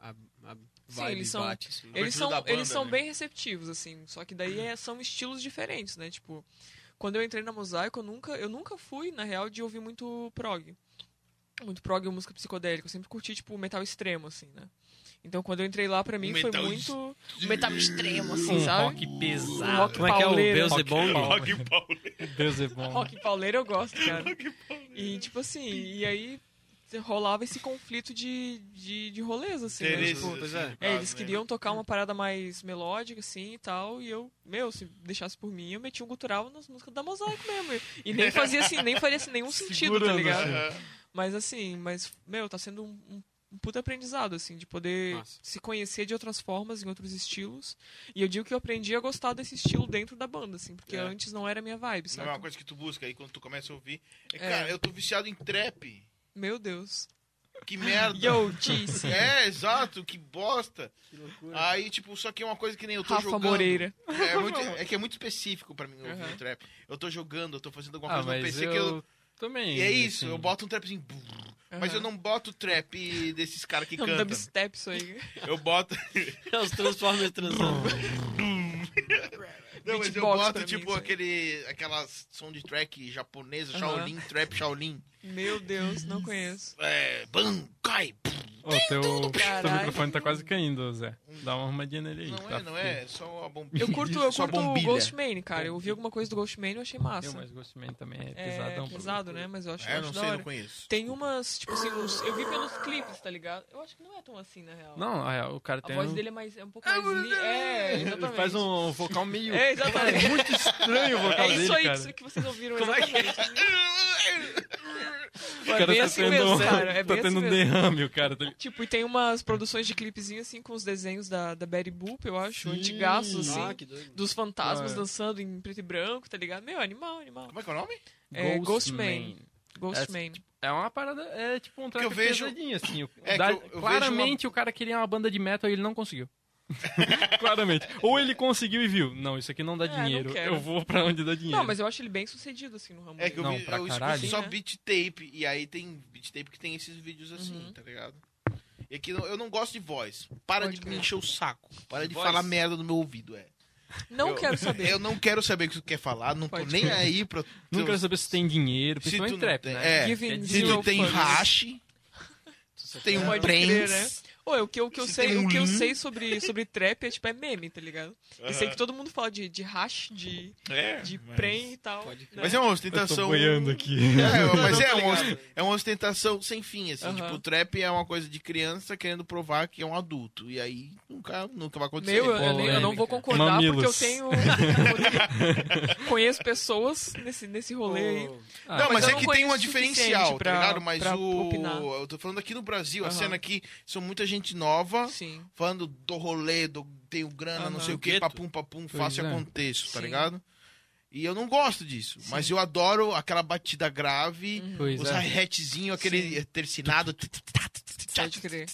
C: A, a vibe
B: eles são-
C: bate, assim.
A: Vai
B: Eles são,
A: tudo Uhum. da
B: eles
A: banda,
B: são
A: né?
B: bem receptivos, assim. Só que daí é- são estilos diferentes, né? Tipo, quando eu entrei na Mosaico, eu nunca, eu nunca fui, na real, de ouvir muito prog. Muito prog ou música psicodélica. Eu sempre curti, tipo, metal extremo, assim, né? Então quando eu entrei lá, pra mim
A: Um
B: foi
A: metal
B: muito. Um metal extremo, assim,
D: Um
B: sabe?
D: rock
B: Um
D: pesado.
B: rock
C: Como é que é o
B: pauleira.
C: Beelzebong?
A: Rock Pauli.
D: Beelzebong.
B: Rock pauleiro eu gosto, cara. E tipo assim, e aí rolava esse conflito de, de, de rolês, assim, né?
A: Interesses,
B: Tipo,
C: pois é.
A: assim,
B: é, eles
A: né?
B: queriam tocar uma parada mais melódica, assim, e tal, e eu, meu, se deixasse por mim, eu metia um gutural nas músicas da Mosaico mesmo. E e nem fazia assim, nem faria assim, nenhum sentido, tá
D: Segurando,
B: ligado?
D: assim.
A: Aham.
B: Mas assim, mas, meu, tá sendo um, um- um puta aprendizado, assim, de poder
C: Massa.
B: se conhecer de outras formas, em outros estilos. E eu digo que eu aprendi a gostar desse estilo dentro da banda, assim, porque
C: É.
B: antes não era a minha vibe,
A: Não é uma
B: sabe?
A: coisa que tu busca aí quando tu começa a ouvir. É,
B: É.
A: Cara, eu tô viciado em trap.
B: Meu Deus.
A: Que merda.
B: Yo, Tice,
A: É, exato, que bosta.
C: Que loucura.
A: Aí, tipo, só que é uma coisa que nem eu tô
B: Rafa
A: jogando.
B: Moreira.
A: É, muito- é que é muito específico pra mim ouvir
B: Aham.
A: o trap. Eu tô jogando, eu tô fazendo alguma
D: Ah,
A: coisa no
D: mas
A: PC
D: eu,
A: que eu.
D: também.
A: E é isso,
D: assim.
A: eu boto um trapzinho. brrr, Mas
B: Aham.
A: eu não boto trap desses caras que
B: É um
A: cantam.
B: dubstep isso aí.
A: Eu boto.
C: Os Transformers transando.
A: Não, mas eu
B: Beatbox pra
A: boto,
B: mim,
A: tipo,
B: isso aí.
A: aquele. aquela soundtrack japonesa,
B: Aham.
A: Shaolin, trap Shaolin.
B: Meu Deus, não conheço.
A: É. Bam, cai.
D: Ô, teu, teu
B: Caralho.
D: microfone tá quase caindo, Zé. Dá uma arrumadinha nele aí.
A: Não
D: tá
A: é, não é, é só a bombinha.
B: Eu curto, eu
A: Só
B: curto o
A: bombilha.
B: Ghostman, cara. Eu ouvi alguma coisa do Ghostman e eu achei massa.
D: Eu, mas Ghostman também é
B: é
D: pesadão.
B: pesado, né? Mas eu acho,
A: É,
B: eu
A: não
B: acho
A: sei,
B: da
A: não
B: hora.
A: conheço.
B: Tem umas, tipo assim, uns- eu vi pelos clipes, tá ligado? Eu acho que não é tão assim, na real.
D: Não, é, o cara
B: A
D: tem
B: voz
D: um...
B: dele é, mais, é um pouco mais... li- É, exatamente.
D: Faz um vocal meio...
B: É, exatamente.
D: muito estranho o vocal
B: É isso
D: dele,
B: aí
D: cara.
B: que, que vocês ouviram.
C: Como é que
B: exatamente.
D: O cara
B: bem
D: tá
B: assim
D: tendo,
B: mesmo,
D: um-
B: cara. É
D: tá
B: bem assim
D: tendo um
B: mesmo.
D: derrame, o cara. Tá... ligado?
B: Tipo, e tem umas produções de clipezinho, assim, com os desenhos da, da Betty Boop, eu acho,
D: Sim.
B: antigaços, assim.
C: Ah, que doido.
B: Dos fantasmas
D: Ah, é.
B: dançando em preto e branco, tá ligado? Meu, animal, animal.
A: Como é que é o nome?
B: É,
D: Ghostman.
B: Ghostman.
D: É uma parada, é tipo um track
A: eu vejo-
D: pesadinho, assim. O-
A: É que
D: da-
A: eu- eu vejo
D: claramente o cara queria uma banda de metal e ele não conseguiu. claramente. Ou ele conseguiu e viu. Não, isso aqui não dá
B: É, não
D: dinheiro.
B: quero.
D: eu vou pra onde dá dinheiro.
B: Não, mas eu acho ele bem sucedido, assim, no ramo
A: É
B: dele.
A: que eu,
D: Não,
A: vi,
D: pra
A: eu
D: caralho.
A: escuto só
B: Sim, né?
A: beat tape. E aí tem beat tape que tem esses vídeos assim,
B: Uhum.
A: tá ligado? E aqui não- eu não gosto de voz. Para
B: Pode
A: de
B: crer.
A: me encher o saco. Para de
C: Voz?
A: falar merda no meu ouvido, é.
B: Não
A: Eu-
B: quero saber.
A: Eu não quero saber o que tu quer falar, não tô
B: Pode
A: nem
B: crer.
A: aí pra.
D: Não quero saber se tem
A: Se
D: dinheiro,
A: tu
D: principalmente
A: não
D: em trap,
A: tem-
D: né?
A: é. Se
B: Giving zero
A: tu tem
B: fucks.
A: rache, tem um
B: Pode crer, né?
A: prens.
B: Ô, o que, eu- o que eu
A: Se
B: sei,
A: tem um
B: o que eu
A: lin-
B: sei sobre, sobre trap é tipo é meme, tá ligado? Eu sei que todo mundo fala de, de hash, de,
A: É,
B: de
A: mas-
B: prem e tal. né?
C: Pode crer.
A: Mas é uma
D: Eu tô
A: ostentação.
D: boiando aqui.
A: É, mas é
C: Não, tô
A: uma,
C: Tá ligado.
A: é uma ostentação sem fim, assim.
B: Aham.
A: Tipo, o trap é uma coisa de criança querendo provar que é um adulto. E aí nunca, nunca vai acontecer.
B: Meu, eu, eu nem- eu não vou concordar porque eu
D: Mamilos.
B: tenho. conheço pessoas nesse, nesse rolê aí.
D: Ah,
A: não, mas,
B: mas eu
A: é
B: não
A: que tem
B: conheço
A: uma
B: o suficiente
A: diferencial,
B: pra-
A: tá ligado? Mas
B: pra
A: o.
B: opinar.
A: Eu tô falando aqui no Brasil, a
B: Aham.
A: cena aqui são muita gente nova
B: Sim.
A: falando do rolê, do tenho grana, não
B: Aham.
A: sei o que,
C: Gueto.
A: papum, papum, fácil
D: é.
A: aconteço, tá
B: Sim.
A: ligado? E eu não gosto disso, mas eu adoro aquela batida grave,
B: Hum. Uhum.
D: Pois
A: os
D: é.
A: hi-hatzinho, aquele tercinado.
B: Pode crer.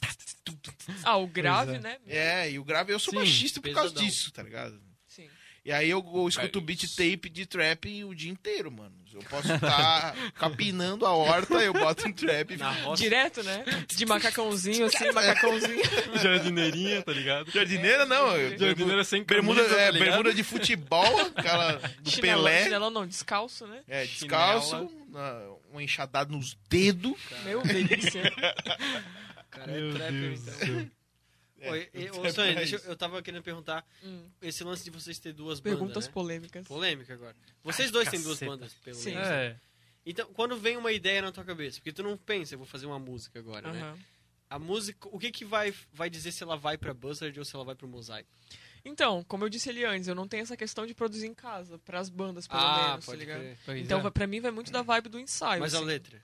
B: Ah, o grave,
D: Pois é.
B: né?
A: É, e o grave, eu sou
D: Sim,
A: baixista por causa
C: pesadão.
A: disso, tá ligado?
B: Sim.
A: E aí eu, eu escuto beat tape de trap o dia inteiro, mano. Eu posso estar capinando a horta, eu boto um trap e
C: Na roça.
B: Direto, né? De macacãozinho,
A: É.
B: assim, macacãozinho.
D: Jardineirinha, tá ligado?
A: Jardineira não, eu-
D: Jardineira sem
A: bermuda,
D: camisa,
A: é,
D: tá ligado?
A: bermuda de futebol, aquela do
B: Chinelão,
A: Pelé,
B: chinelão não, descalço, né?
A: é, descalço, na- uma enxadada nos dedos.
B: Meu delícia.
C: Cara, é
D: Meu
C: trapper,
D: Deus do
C: então.
D: céu.
C: Oi, e-
A: é
C: Ô, Sônia,
A: pra
C: deixa eu,
A: isso.
C: eu tava querendo perguntar,
B: Hum.
C: esse lance de vocês terem duas
B: Perguntas
C: bandas, né?
B: polêmicas.
C: Polêmica agora. Vocês dois têm duas
D: caceta.
C: bandas, pelo
B: Sim.
C: menos.
D: É.
C: Então, quando vem uma ideia na tua cabeça, porque tu não pensa, eu vou fazer uma música agora, né?
B: Aham.
C: A música, o que que vai, vai dizer se ela vai pra Buzzard ou se ela vai pro Mosaico?
B: Então, como eu disse ali antes, eu não tenho essa questão de produzir em casa, pras bandas, pelo menos, tá ligado?
C: Ah, crer.
D: Pois
B: Então,
D: é.
B: vai- pra mim, vai muito da vibe do ensaio.
C: Mas a
B: assim.
C: letra?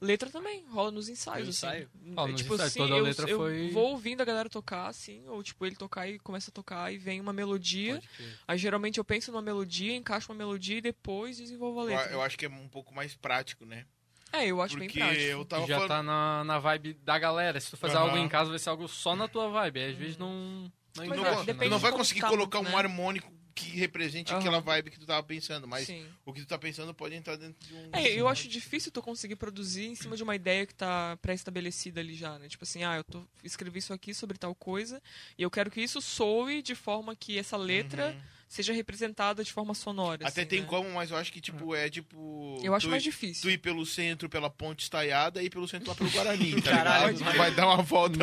B: Letra também, rola nos ensaios,
C: No
B: assim.
C: ensaio?
D: Rola
B: É,
D: nos
B: tipo,
D: ensaios,
B: assim,
D: toda a
B: eu,
D: letra
B: eu
D: foi-
B: vou ouvindo a galera tocar, assim, ou tipo, ele tocar e começa a tocar e vem uma melodia.
C: Pode crer.
B: Aí geralmente eu penso numa melodia, encaixo uma melodia e depois desenvolvo a
A: Eu,
B: letra.
A: eu acho que é um pouco mais prático, né?
B: É, eu acho bem
A: Porque
B: prático.
A: eu tava
D: já
A: falando...
D: tá na, na vibe da galera. Se tu fazer
A: Aham.
D: algo em casa, vai ser algo só na tua vibe. Aí, Às vezes não. Não,
B: Pois
A: Tu não,
B: é,
A: vai-
D: encaixa,
A: tu
B: depende
A: não
B: de
A: vai
B: como
A: conseguir
B: tá muito,
A: colocar um
B: né?
A: harmônico que represente
B: Aham.
A: aquela vibe que tu tava pensando, mas
B: Sim.
A: o que tu tá pensando pode entrar dentro de um.
B: É, eu acho difícil tu conseguir produzir em cima de uma ideia que tá pré-estabelecida ali já, né? Tipo assim, ah, eu tô, escrevi isso aqui sobre tal coisa e eu quero que isso soe de forma que essa letra
A: Uhum.
B: seja representada de forma sonora.
A: Até
B: assim,
A: tem
B: né?
A: como, mas eu acho que, tipo, é tipo.
B: Eu acho
A: tu,
B: mais
A: tu
B: difícil.
A: ir pelo centro, pela ponte estaiada e pelo centro lá pelo Guarani, tá
C: Caralho,
A: ligado? Vai dar uma volta.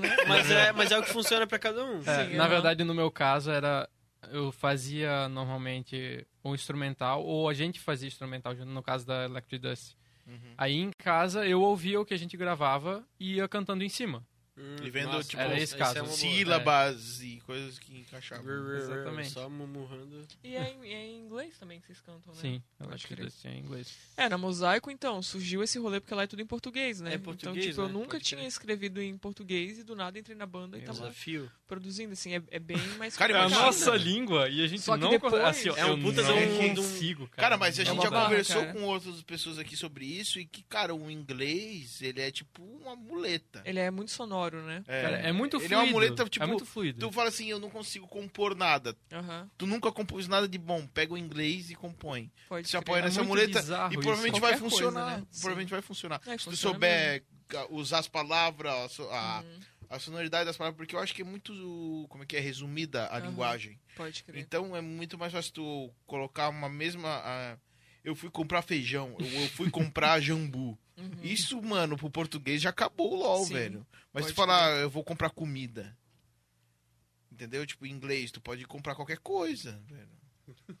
B: né?
C: Mas é, mas é o que funciona pra cada um.
D: É,
B: Sim,
D: na
B: aham.
D: verdade, no meu caso, era eu fazia normalmente o instrumental, ou a gente fazia instrumental, junto, no caso da Electric Dust.
A: Uhum.
D: Aí em casa eu ouvia o que a gente gravava e ia cantando em cima.
C: Hum,
A: E vendo, tipo,
D: era esse
C: essa
D: caso.
C: é uma boa.
A: Sílabas e coisas que encaixavam.
C: É.
D: Exatamente.
C: Só murmurando.
B: E é em, é em inglês também que vocês cantam, né?
D: Sim,
B: Pode
D: Electric
B: crer.
D: Dust em inglês.
B: É, na Mosaico, então, surgiu esse rolê porque lá é tudo em português, né?
C: É português,
B: então, tipo, eu
C: né?
B: nunca
C: Pode
B: tinha
C: crer.
B: escrevido em português e do nada entrei na banda e tava
C: um Desafio.
B: produzindo, assim, é, é bem mais... né?
A: Cara,
D: É a
A: imagina.
D: nossa língua e a gente
B: Só que
D: não
B: depois-
D: con- assim, ó,
C: É um
D: eu
C: puta
A: de um-
D: não
A: de um-
D: consigo, cara.
A: Cara, mas a
D: É
A: gente
D: uma
A: já
D: barra.
A: conversou
B: cara.
A: com outras pessoas aqui sobre isso e que, cara, o inglês, ele é tipo uma muleta.
B: Ele é muito sonoro, né?
A: É,
D: Cara, é muito
A: Ele
D: fluido.
A: é uma muleta, tipo,
D: é muito fluido.
A: Tu fala assim, eu não consigo compor nada.
B: Aham,
A: Tu nunca compôs nada de bom. Pega o inglês e compõe.
B: pode
A: Se
B: crer.
A: apoia
D: É
A: nessa
D: muito
A: muleta
D: bizarro
A: e
D: isso.
A: provavelmente vai
B: Qualquer coisa,
A: funcionar.
B: né? Sim.
A: Provavelmente vai funcionar.
B: É,
A: Se tu
B: funciona
A: souber ah, ca- usar as palavras, a so- a,
B: Uhum,
A: a sonoridade das palavras, porque eu acho que é muito, como é que é, resumida a
B: Aham.
A: linguagem.
B: pode crer.
A: Então é muito mais fácil tu colocar uma mesma... ah, eu fui comprar feijão, eu, eu fui comprar jambu.
B: Uhum.
A: Isso, mano, pro português já acabou o LOL,
B: Sim,
A: velho. Mas
B: pode
A: tu falar, eu vou comprar comida. Entendeu? Tipo, em inglês, tu pode comprar qualquer coisa, velho.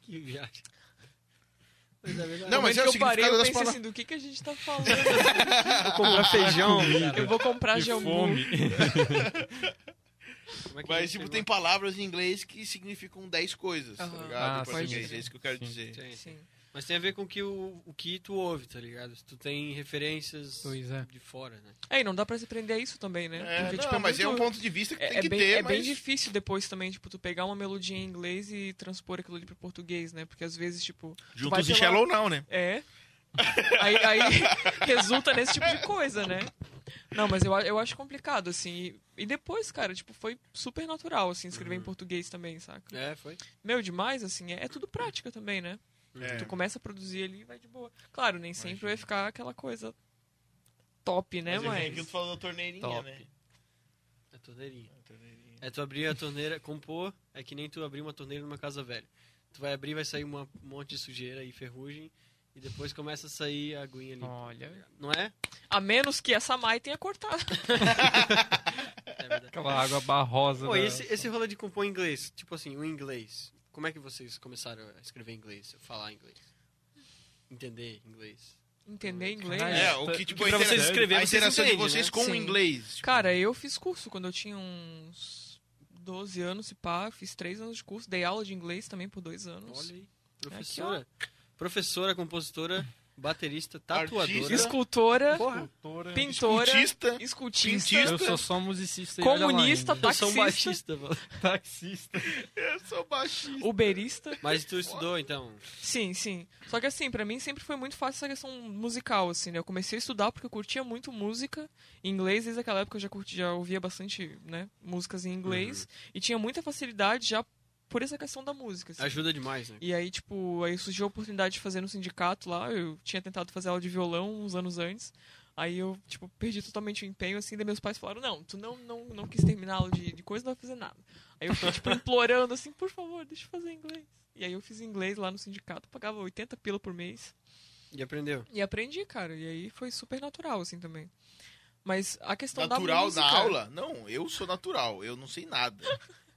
C: Que viagem. Mas é verdade.
A: Não, mas
B: Mas
A: é o
B: que eu parei,
A: significado
B: eu
A: das
B: pensei
A: palavras.
B: assim, do que, que a gente tá falando?
C: vou comprar feijão. cara.
B: eu vou comprar
D: Que
B: jambu.
D: fome.
C: Como é que a
A: Mas,
C: gente
A: tipo,
C: chegou?
A: tem palavras em inglês que significam 10 coisas, tá
B: Aham.
A: ligado?
D: Ah,
A: Em português,
B: sim.
A: é isso que eu quero
D: Sim.
A: dizer.
C: Tem, tem.
B: Sim.
C: Mas tem a ver com o que o, o que tu ouve, tá ligado? Se tu tem referências
D: Pois é.
C: de fora, né?
B: É, e não dá pra se prender a isso também, né?
A: É,
B: Porque,
A: não,
B: tipo,
A: mas é um
B: muito-
A: ponto de vista que
B: É,
A: tem
B: é
A: que
B: bem,
A: ter,
B: é
A: mas...
B: bem difícil depois também, tipo, tu pegar uma melodia em inglês e transpor aquilo ali pro português, né? Porque às vezes, tipo, vai
A: Juntos em
B: pela-
A: Shallow não, né?
B: é. Aí, aí resulta nesse tipo de coisa, né? Não, mas eu, a- eu acho complicado, assim. E, e depois, cara, tipo, foi super natural, assim,
A: Uhum.
B: escrever em português também, saca?
C: É, foi.
B: Meu, demais, assim, é, é tudo prática também, né?
A: É.
B: Tu começa a produzir ali e vai de boa. Claro, nem sempre
A: Imagina.
B: vai ficar aquela coisa top, né?
A: Mas é aquilo que
B: Mas.
A: tu falou da torneirinha,
D: Top.
A: né?
C: A torneirinha.
A: A torneirinha.
C: É tu abrir a torneira, compor, é que nem tu abrir uma torneira numa casa velha. Tu vai abrir, vai sair uma- um monte de sujeira e ferrugem, e depois começa a sair a aguinha ali.
D: Olha,
C: Não é?
B: A menos que essa Mai tenha cortado.
C: É verdade.
D: aquela água barrosa.
C: Pô,
D: da-
C: e esse, esse rolê de compor em inglês, tipo assim, o inglês. Como é que vocês começaram a escrever inglês, falar inglês? Entender inglês?
B: Entender inglês.
D: Caralho.
A: É, o que, tipo,
C: pra
A: a intera-
C: vocês escreverem,
A: a
C: vocês
A: interação de
C: entendem,
A: vocês
C: né?
A: com o
B: Sim.
A: inglês. tipo,
B: Cara, eu fiz curso quando eu tinha uns 12 anos, se pá. Fiz 3 anos de curso, dei aula de inglês também por 2 anos.
C: Olha aí. Professora. professora, compositora, baterista,
A: Artista.
C: tatuadora.
B: Escultora,
C: Porra.
B: pintora,
A: escultista. né?
B: escultista,
A: pintista.
D: Eu sou só musicista e
B: Comunista,
D: olha lá ainda.
C: Eu sou um
B: taxista.
C: baixista, mano.
D: taxista.
A: Eu sou baixista.
B: uberista.
C: Mas tu estudou, então.
B: Sim, sim. Só que assim, pra mim sempre foi muito fácil essa questão musical, assim, né? Eu comecei a estudar porque eu curtia muito música em inglês. Desde aquela época eu já, curti, já ouvia bastante, né? Músicas em inglês. E tinha muita facilidade já por essa questão da música, assim.
C: Ajuda demais, né?
B: E aí, tipo, aí surgiu a oportunidade de fazer no sindicato lá. Eu tinha tentado fazer aula de violão uns anos antes. Aí eu, tipo, perdi totalmente o empenho, assim, daí meus pais falaram, não, tu não, não, não quis terminar a aula de, de coisa, não vai fazer nada. Aí eu fiquei, tipo, implorando, assim, por favor, deixa eu fazer inglês. E aí eu fiz inglês lá no sindicato, pagava 80 pila por mês.
C: E aprendeu.
B: E aprendi, cara. E aí foi super natural, assim, também. Mas a questão
A: Natural
B: da música...
A: da aula? Não, eu sou natural. Eu não sei nada.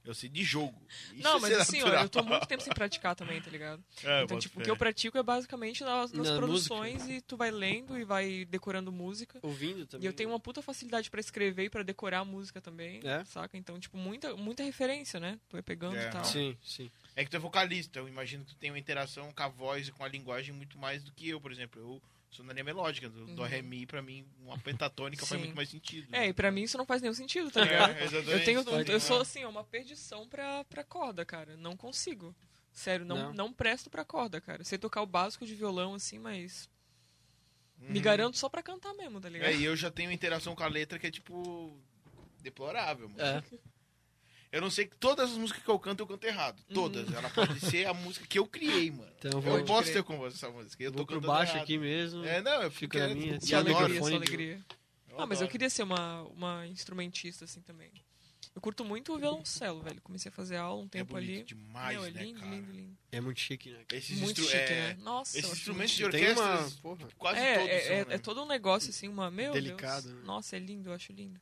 A: Eu sei de jogo. Isso
B: Não,
A: é
B: mas
A: ser
B: assim, ó,
A: natural.
B: eu tô muito tempo sem praticar também, tá ligado?
A: É,
B: Então,
A: boto
B: tipo, o
A: fé.
B: que eu pratico é basicamente nas, nas
C: Na
B: produções e tu vai lendo e vai decorando música.
C: Ouvindo também.
B: E
C: né?
B: eu tenho uma puta facilidade pra escrever e pra decorar música também,
C: É?
B: saca? Então, tipo, muita, muita referência, né? Tu vai pegando
A: É.
B: e tal.
C: Sim, sim.
A: É que tu é vocalista, eu imagino que tu tem uma interação com a voz e com a linguagem muito mais do que eu, por exemplo. Eu sou na linha melódica, do, do
B: Uhum.
A: Ré Mi, pra mim, uma pentatônica faz
B: Sim.
A: muito mais sentido.
B: É, e pra mim isso não faz nenhum sentido, tá ligado?
A: É, exatamente.
B: Eu tenho.
A: Tá
B: Eu
A: ligado?
B: sou assim, ó, uma perdição pra, pra corda, cara. Não consigo. Sério, não,
C: Não.
B: não. presto pra corda, cara. Sei tocar o básico de violão, assim, mas.
A: Uhum.
B: Me garanto só pra cantar mesmo, tá
A: É,
B: ligado?
A: e eu já tenho interação com a letra que é, tipo, deplorável, mano.
C: É.
A: Eu não sei que todas as músicas que eu canto, eu canto errado.
B: Uhum.
A: Todas. Ela pode ser a música que eu criei, mano.
C: Então eu
A: Eu
C: vou,
A: posso
B: crer.
A: ter com essa música. Eu
C: vou
A: tô
C: pro
A: cantando
C: baixo
A: errado.
C: aqui mesmo.
A: É, não, eu fico...
C: Fica na minha,
A: eu
C: só
B: Só
C: o
A: adoro, É
B: alegria, só
C: microfone de-
B: alegria.
A: eu
B: Ah, mas eu
A: adoro.
B: queria ser uma, uma instrumentista, assim, também. Eu curto muito o violoncelo, velho. Comecei a fazer aula um
A: É
B: tempo
A: bonito
B: ali.
A: demais,
B: Meu, é
A: né,
B: lindo,
A: cara?
B: lindo, lindo.
C: É muito chique, né?
A: Esses
B: muito
A: instru-
B: chique,
A: é,
B: né? Nossa, eu
A: Esses
B: acho
A: instrumentos de
B: muito
C: Tem
A: orquestra,
C: uma. Porra.
A: quase
B: é,
A: todos
B: é,
A: são,
B: é,
A: né?
B: é todo um negócio assim, uma. Meu
C: Delicado,
B: Deus.
C: né?
B: Nossa, é lindo, eu acho lindo.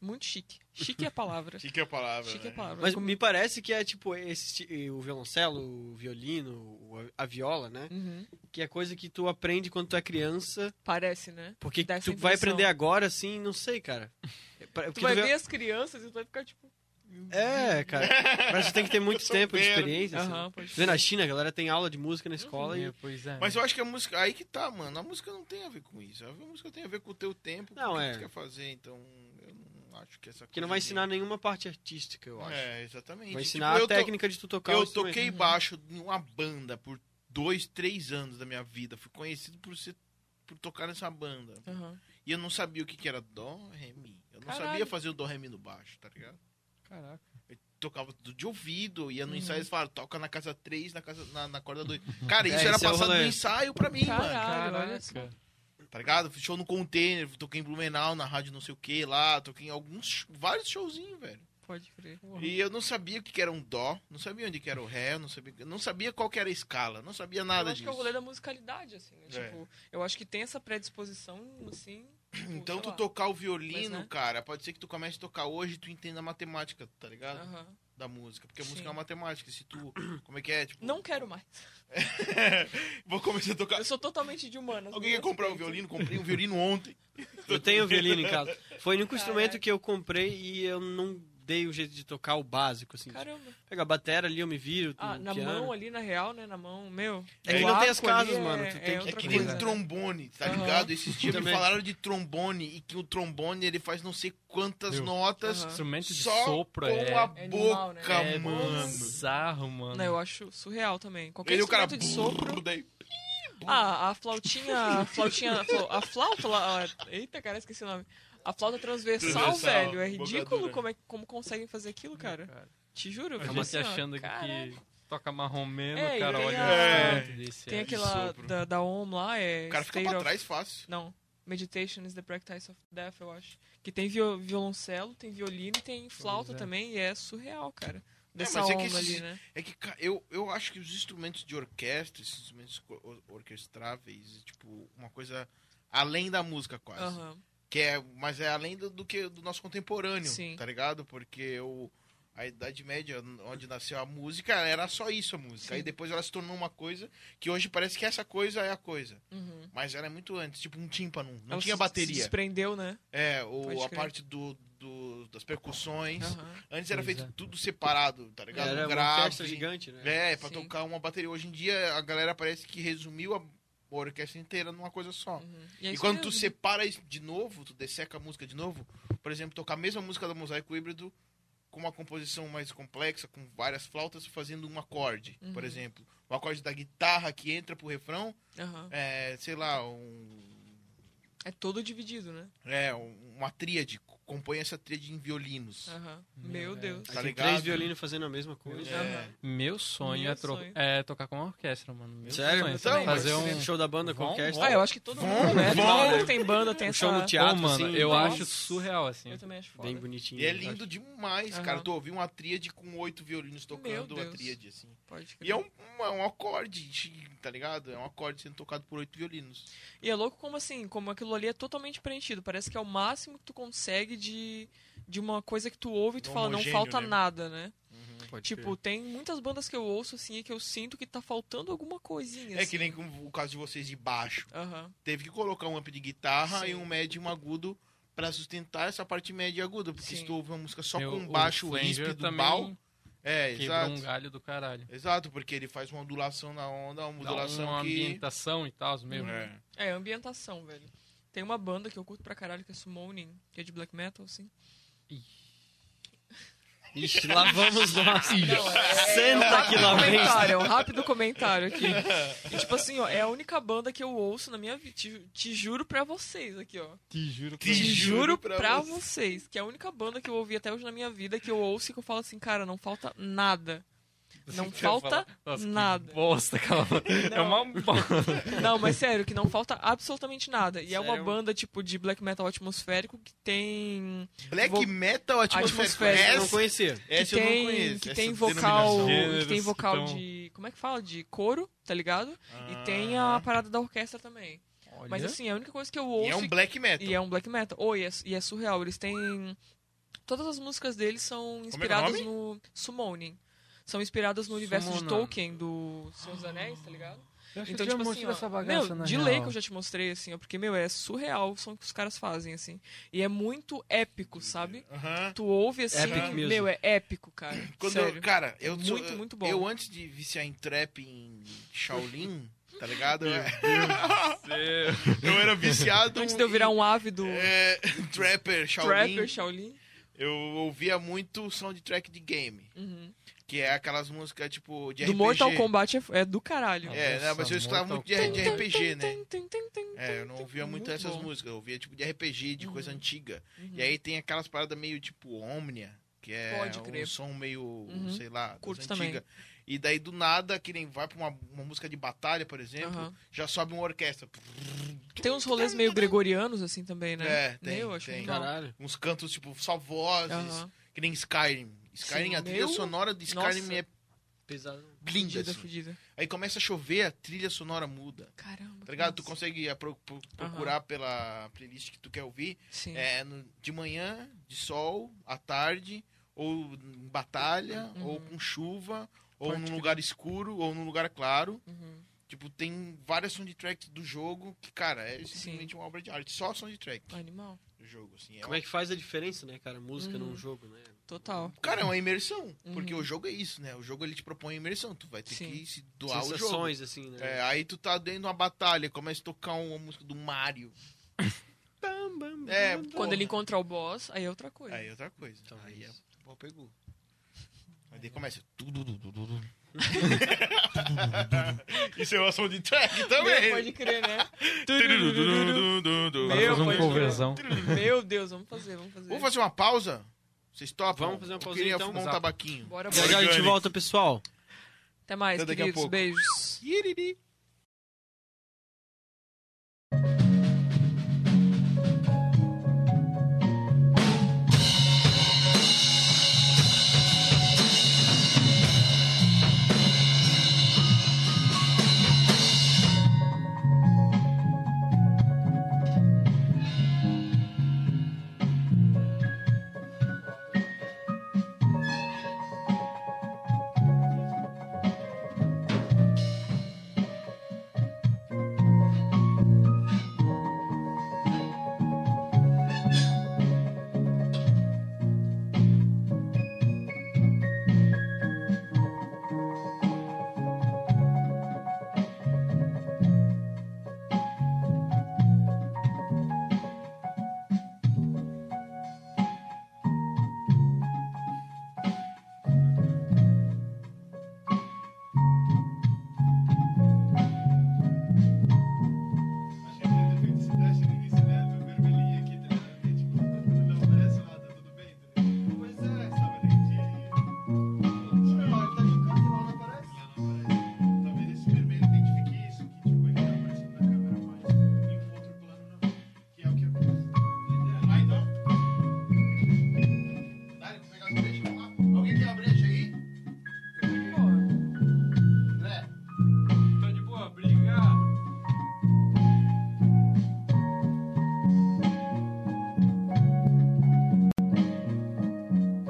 B: Muito chique. Chique é a palavra.
A: Chique é a palavra,
B: chique é a
A: né?
B: palavra.
C: Mas me parece que é tipo esse, ti- o violoncelo, o violino, o- a viola, né?
B: Uhum.
C: Que é coisa que tu aprende quando tu é criança.
B: Parece, né?
C: Porque
B: Dá essa
C: tu vai
B: impressão.
C: aprender agora, assim, não sei, cara. É, pra-
B: Tu
C: porque
B: vai
C: tu vê-
B: ver as crianças e tu vai ficar tipo.
C: É, cara. Mas tu tem que ter muito
A: sou um
C: tempo de
A: verde.
C: experiência. assim.
B: Aham, pode
C: Tu vê na China, a galera tem aula de música na escola
D: É,
C: e.
D: pois é.
A: Mas eu acho que a música. Aí que tá, mano. A música não tem a ver com isso. A música tem a ver com o teu tempo, com
C: Não,
A: o que
C: é.
A: tu quer fazer. Então, eu não acho que essa coisa.
C: Porque não vai
A: de-
C: ensinar nenhuma parte artística, eu acho.
A: É, exatamente.
C: Vai
A: Tipo,
C: ensinar
A: eu
C: a
A: to-
C: técnica de tu tocar o
A: Eu
C: instrumento.
A: toquei baixo em uma banda por dois, três anos da minha vida. Fui conhecido por ser. Por tocar nessa banda.
B: Aham.
A: E eu não sabia o que, que era Dó, Ré, Mi. Eu não
B: Caralho.
A: sabia fazer o Dó, Ré, Mi no baixo, tá ligado?
D: Caraca.
A: Tocava tudo de ouvido, ia no
B: Uhum.
A: ensaio e eles falavam, toca na casa 3, na, casa, na, na corda 2. Cara, isso
C: É,
A: era
C: esse é o
A: passado
C: rolê.
A: no ensaio pra mim, mano.
B: Caralho, olha só.
D: é Caraca.
A: tá ligado? Fiz show no container, toquei em Blumenau, na rádio não sei o que lá, toquei em alguns, sh- vários showzinhos, velho.
B: Pode crer.
A: E eu não sabia o que que era um dó, não sabia onde que era o ré, não sabia, eu não sabia qual que era a escala, não sabia nada
B: eu acho que é o
A: disso. É.
B: rolê da musicalidade, assim, né? Tipo, eu acho que tem essa predisposição, assim. tipo,
A: Então
B: sei
A: tu
B: lá.
A: tocar o violino,
B: Mas, né?
A: cara, pode ser que tu comece a tocar hoje e tu entenda a matemática, tá ligado?
B: Aham.
A: Da música, porque a
B: Sim.
A: música é uma matemática, se tu, como é que é, tipo...
B: Não quero mais.
A: Vou começar a tocar...
B: Eu sou totalmente de humanas. Tipo,
A: Alguém quer
B: não
A: comprar um
B: aceito.
A: violino? Comprei um violino ontem.
C: Eu tenho um violino em casa. Foi o único instrumento
B: Caraca.
C: que eu comprei e eu não dei o jeito de tocar o básico, assim.
B: Caramba.
C: Pega a batera ali, eu me viro.
B: Ah,
C: no
B: na
C: piano.
B: mão ali, na real, né? Na mão, meu.
C: É que
B: O
C: não tem
B: arco
C: as casas,
B: ali
C: mano,
B: É,
C: tu tem
B: é
C: que-
A: É
B: outra
A: que nem
B: coisa,
A: um
B: né?
A: trombone, tá
B: Aham.
A: ligado? Esses dias me
C: Também.
A: falaram de trombone e que o trombone ele faz não sei quantas
D: Meu.
A: notas
B: Aham.
D: Instrumento de
A: só
D: sopro
A: com
D: é.
A: a
B: É animal, né?
A: boca,
D: é
A: mano.
D: bizarro, mano.
B: Não, eu acho surreal também. Qualquer
A: Ele o cara
B: instrumento de sopro.
A: daí.
B: Ah, a flautinha. A flautinha. A, flau- a flauta lá. ah, Eita, cara, esqueci o nome. A flauta transversal,
A: Transversal,
B: velho. É
A: bocadura.
B: ridículo como, é, como conseguem fazer aquilo, cara. Te juro. eu
D: A
B: fiquei
D: gente
B: assim, ó,
D: achando que,
B: caraca.
D: que toca marromeno,
B: É,
D: o cara
B: e tem
D: olha
B: a-
D: um instrumento desse.
B: Tem
D: é.
B: aquela
A: sopro.
B: da, da OM lá, é.
A: O cara fica
B: State
A: pra
B: of-
A: trás fácil.
B: Não. Meditation is the practice of death, eu acho. Que tem viol- violoncelo, tem violino e tem flauta
D: é.
B: também, e é surreal, cara. Dessa
A: mas é que
B: onda
A: esses-
B: ali, né?
A: É que ca- eu, eu acho que os instrumentos de orquestra, esses instrumentos co- or- orquestráveis, tipo, uma coisa além da música quase.
B: Aham.
A: Que é, mas é além do, do que do nosso contemporâneo,
B: Sim.
A: tá ligado? Porque o a Idade Média, onde nasceu a música, era só isso a música.
B: Sim.
A: Aí depois ela se tornou uma coisa que hoje parece que essa coisa é a coisa.
B: Uhum.
A: Mas era muito antes, tipo um tímpano. Não tinha
B: Ela se- Se
A: bateria.
B: desprendeu, né?
A: É,
B: Pode
A: o, a
B: crer. Ah,
A: parte do, do- das percussões.
B: Aham.
A: Antes era
D: Pois
A: feito
D: é.
A: tudo separado, tá ligado?
C: Era
A: Um
C: uma
A: grave.
C: orquestra gigante, né?
A: É, pra
B: Sim.
A: tocar uma bateria. Hoje em dia a galera parece que resumiu a orquestra inteira numa coisa só.
B: Uhum. E, é
A: E
B: isso
A: quando tu
B: mesmo.
A: separa isso de novo, tu desseca a música de novo, por exemplo, tocar a mesma música do Mosaico Híbrido com uma composição mais complexa, com várias flautas, fazendo um acorde,
B: Uhum.
A: por exemplo. O acorde da guitarra que entra pro refrão,
B: Aham.
A: é, sei lá, um,
B: É todo dividido, né?
A: é, um- uma tríade, compõe essa tríade em violinos.
B: Aham.
D: Meu
B: Meu
D: Deus.
B: Deus.
C: Aí
A: Tá
C: tem
A: ligado?
C: três violinos fazendo a mesma coisa.
A: É.
B: Aham.
D: Meu sonho,
B: Meu
D: é, tro-
B: sonho.
D: é tocar com uma orquestra, mano. Meu
C: Sério?
D: sonho.
A: Então,
D: fazer
A: mas-
D: um
C: show da banda com
D: Vão,
C: orquestra.
D: vão.
B: Ah, eu acho que todo
A: Vão,
B: mundo, né?
A: vão.
B: Todo mundo tem banda, tem
C: Um
B: essa...
C: show no teatro,
D: Pô, mano,
C: assim,
D: eu
B: nossa.
D: acho surreal, assim.
B: Eu também acho foda.
C: Bem bonitinho.
A: E é
C: eu acho.
A: lindo demais,
B: Aham.
A: cara. Tu ouviu uma tríade com oito violinos
B: Meu
A: tocando a
B: Deus.
A: tríade, assim.
B: Pode crer.
A: E é um, um, é um acorde, tá ligado? É um acorde sendo tocado por oito violinos.
B: E é louco como assim, como aquilo ali é totalmente preenchido. Parece que é o máximo que tu consegue de, de uma coisa que tu ouve e tu
A: Do
B: fala, não
A: homogêneo,
B: falta
A: né?
B: nada, né?
C: Pode
B: tipo, tem muitas bandas que eu ouço assim e que eu sinto que tá faltando alguma coisinha.
A: É
B: assim.
A: que nem com o caso de vocês de baixo.
B: Aham.
A: Teve que colocar um amp de guitarra
B: Sim.
A: e um médio e um agudo pra sustentar essa parte média e aguda. Porque
B: Sim.
A: se tu ouvir uma música só
D: Meu,
A: com
D: o
A: baixo
D: Flanger
A: ríspido,
D: também
A: bal... É,
D: Quebrou
A: exato.
D: um galho do caralho.
A: Exato, porque ele faz uma ondulação na onda, uma
D: Dá um né?
A: ondulação
D: uma
A: que...
D: ambientação e tal, meio.
A: É.
B: É, ambientação, velho. Tem uma banda que eu curto pra caralho, que é Summoning, que é de black metal, assim.
C: crer. Ixi, lá vamos nós. Senta que
B: é- um rápido
C: lá vem.
B: comentário, é um rápido comentário aqui. E, tipo assim, ó, é a única banda que eu ouço na minha vida. Te, te juro pra vocês aqui, ó.
D: Te juro
A: Te
B: Te juro
A: juro
B: pra,
A: pra
B: vocês. que é a única banda que eu ouvi até hoje na minha vida que eu ouço e que eu falo assim, cara, não falta nada. Não falta
D: Nossa, que
B: nada.
D: bosta, cara. É uma bosta.
B: Não, mas sério, que não falta absolutamente nada. E é uma
C: Sério?
B: banda tipo de black metal atmosférico que tem.
A: Black
B: Vo-
A: Metal
B: Atmosfera.
A: Atmosférico.
C: Eu não
A: Essa,
C: conhecia.
B: Que
A: essa eu não
B: tem,
A: conheço.
B: que
A: essa
B: tem vocal.
A: denominação.
B: Que tem
D: Gêneros
B: vocal
D: que tão-
B: de. Como é que fala? De coro, tá ligado?
D: é um
B: E tem
A: Ah.
B: a parada da orquestra também. Mas assim, a única coisa que eu
A: E
B: ouço.
A: é um black metal.
B: E é um black metal. Oh, e, é, e é surreal. Eles têm. Todas as músicas deles são
A: é
B: inspiradas
A: nome?
B: no. Summoning. São inspiradas no universo de
D: Summoning.
B: Tolkien, do Senhor dos Anéis, tá ligado?
D: eu
B: Então, tipo assim, ó, meu, de lei que eu já te mostrei, assim, ó, porque, meu, é surreal o som que os caras fazem, assim. E é muito épico, sabe?
A: Aham.
B: Tu ouve assim,
C: Epic
B: meu,
C: music.
B: é épico, cara.
A: Quando
B: sério. É
A: eu, cara, eu sou-
B: Muito, muito bom.
A: Eu antes de viciar em trap em Shaolin, tá ligado? Eu, eu era viciado
B: Antes de eu virar um ávido
A: em, é, trapper Shaolin.
B: trapper, Shaolin.
A: Eu ouvia muito soundtrack de game,
B: Uhum.
A: que é aquelas músicas tipo de
B: Do
A: RPG.
B: Mortal Kombat é, é do caralho.
A: É, né,
D: Nossa,
A: mas eu escutava
D: Mortal
A: muito de, de
D: Kombat.
A: RPG, né?
B: Tum, tum, tum, tum,
A: É, eu não
B: tum,
A: ouvia muito,
B: tum.
A: essas
B: bom.
A: músicas, eu ouvia tipo de RPG, de coisa antiga.
B: Uhum.
A: E aí tem aquelas paradas meio tipo Omnia, que é
B: Pode
A: um
B: crer.
A: som meio,
B: Uhum.
A: sei lá, das
B: Curto
A: antiga. E daí do nada, que nem vai pra uma, uma música de batalha, por exemplo,
B: Aham.
A: já sobe uma orquestra.
B: Tem uns rolês meio gregorianos, assim, também, né?
A: É, tem,
B: eu acho
A: tem. é
B: muito legal.
C: Caralho.
A: Uns cantos tipo só vozes,
B: Aham.
A: que nem Skyrim. Skyrim,
B: Sim,
A: a trilha
B: meu-
A: sonora de Skyrim
B: Nossa.
A: é
C: Pesado.
A: linda.
B: Fudida,
A: assim.
B: fudida.
A: Aí começa a chover, a trilha sonora muda.
B: Caramba.
A: Tá ligado? Tu
B: que massa.
A: consegue a pro- pro- procurar pela playlist que tu quer ouvir.
B: Sim.
A: É, no- de manhã, de sol, à tarde, ou em batalha, ou com chuva, ou
B: Uhum. Pode
A: num
B: crer.
A: lugar escuro, ou num lugar claro.
B: Uhum.
A: Tipo, tem várias soundtracks do jogo que, cara, é simplesmente uma obra de arte. Só soundtrack
B: Animal.
A: do jogo, assim. É
C: Como é que faz a diferença, né, cara? Música
B: Uhum.
C: num jogo, né?
B: Total.
A: um- Cara, é uma imersão.
B: Uhum.
A: Porque o jogo é isso, né? O jogo ele te propõe a imersão. Tu vai ter
B: Sim.
A: que se doar ao jogo.
C: Sensações, assim, né?
A: É, aí tu tá dentro de uma batalha, começa a tocar uma música do Mario.
C: Bam, bam, bam,
A: É,
C: bam.
B: Quando
A: porra.
B: ele encontrar o boss, aí é outra coisa.
A: Aí é outra coisa.
C: Talvez.
A: Aí é o pau pegou. Aí daí começa. Tu, du, du, du, du, du. Isso é uma ação de track
B: Meu,
A: também.
B: pode crer, né?
A: Du, du, du, du.
B: Meu,
D: fazer um
B: pode
D: coverzão.
B: crer. Meu Deus, vamos fazer, vamos fazer.
A: Vamos fazer uma pausa? Vocês topam?
C: Vamos fazer uma
A: Eu
C: pausinha,
A: queria
C: então.
A: fumar um
D: Exato.
A: tabaquinho.
B: Bora,
C: Já,
B: bora.
C: já a gente
A: Orgânico.
C: volta, pessoal.
B: Até mais,
A: Até daqui a
B: queridos.
A: pouco.
B: Beijos.
A: Iriri. tá é, um tá Tá tipo, é então.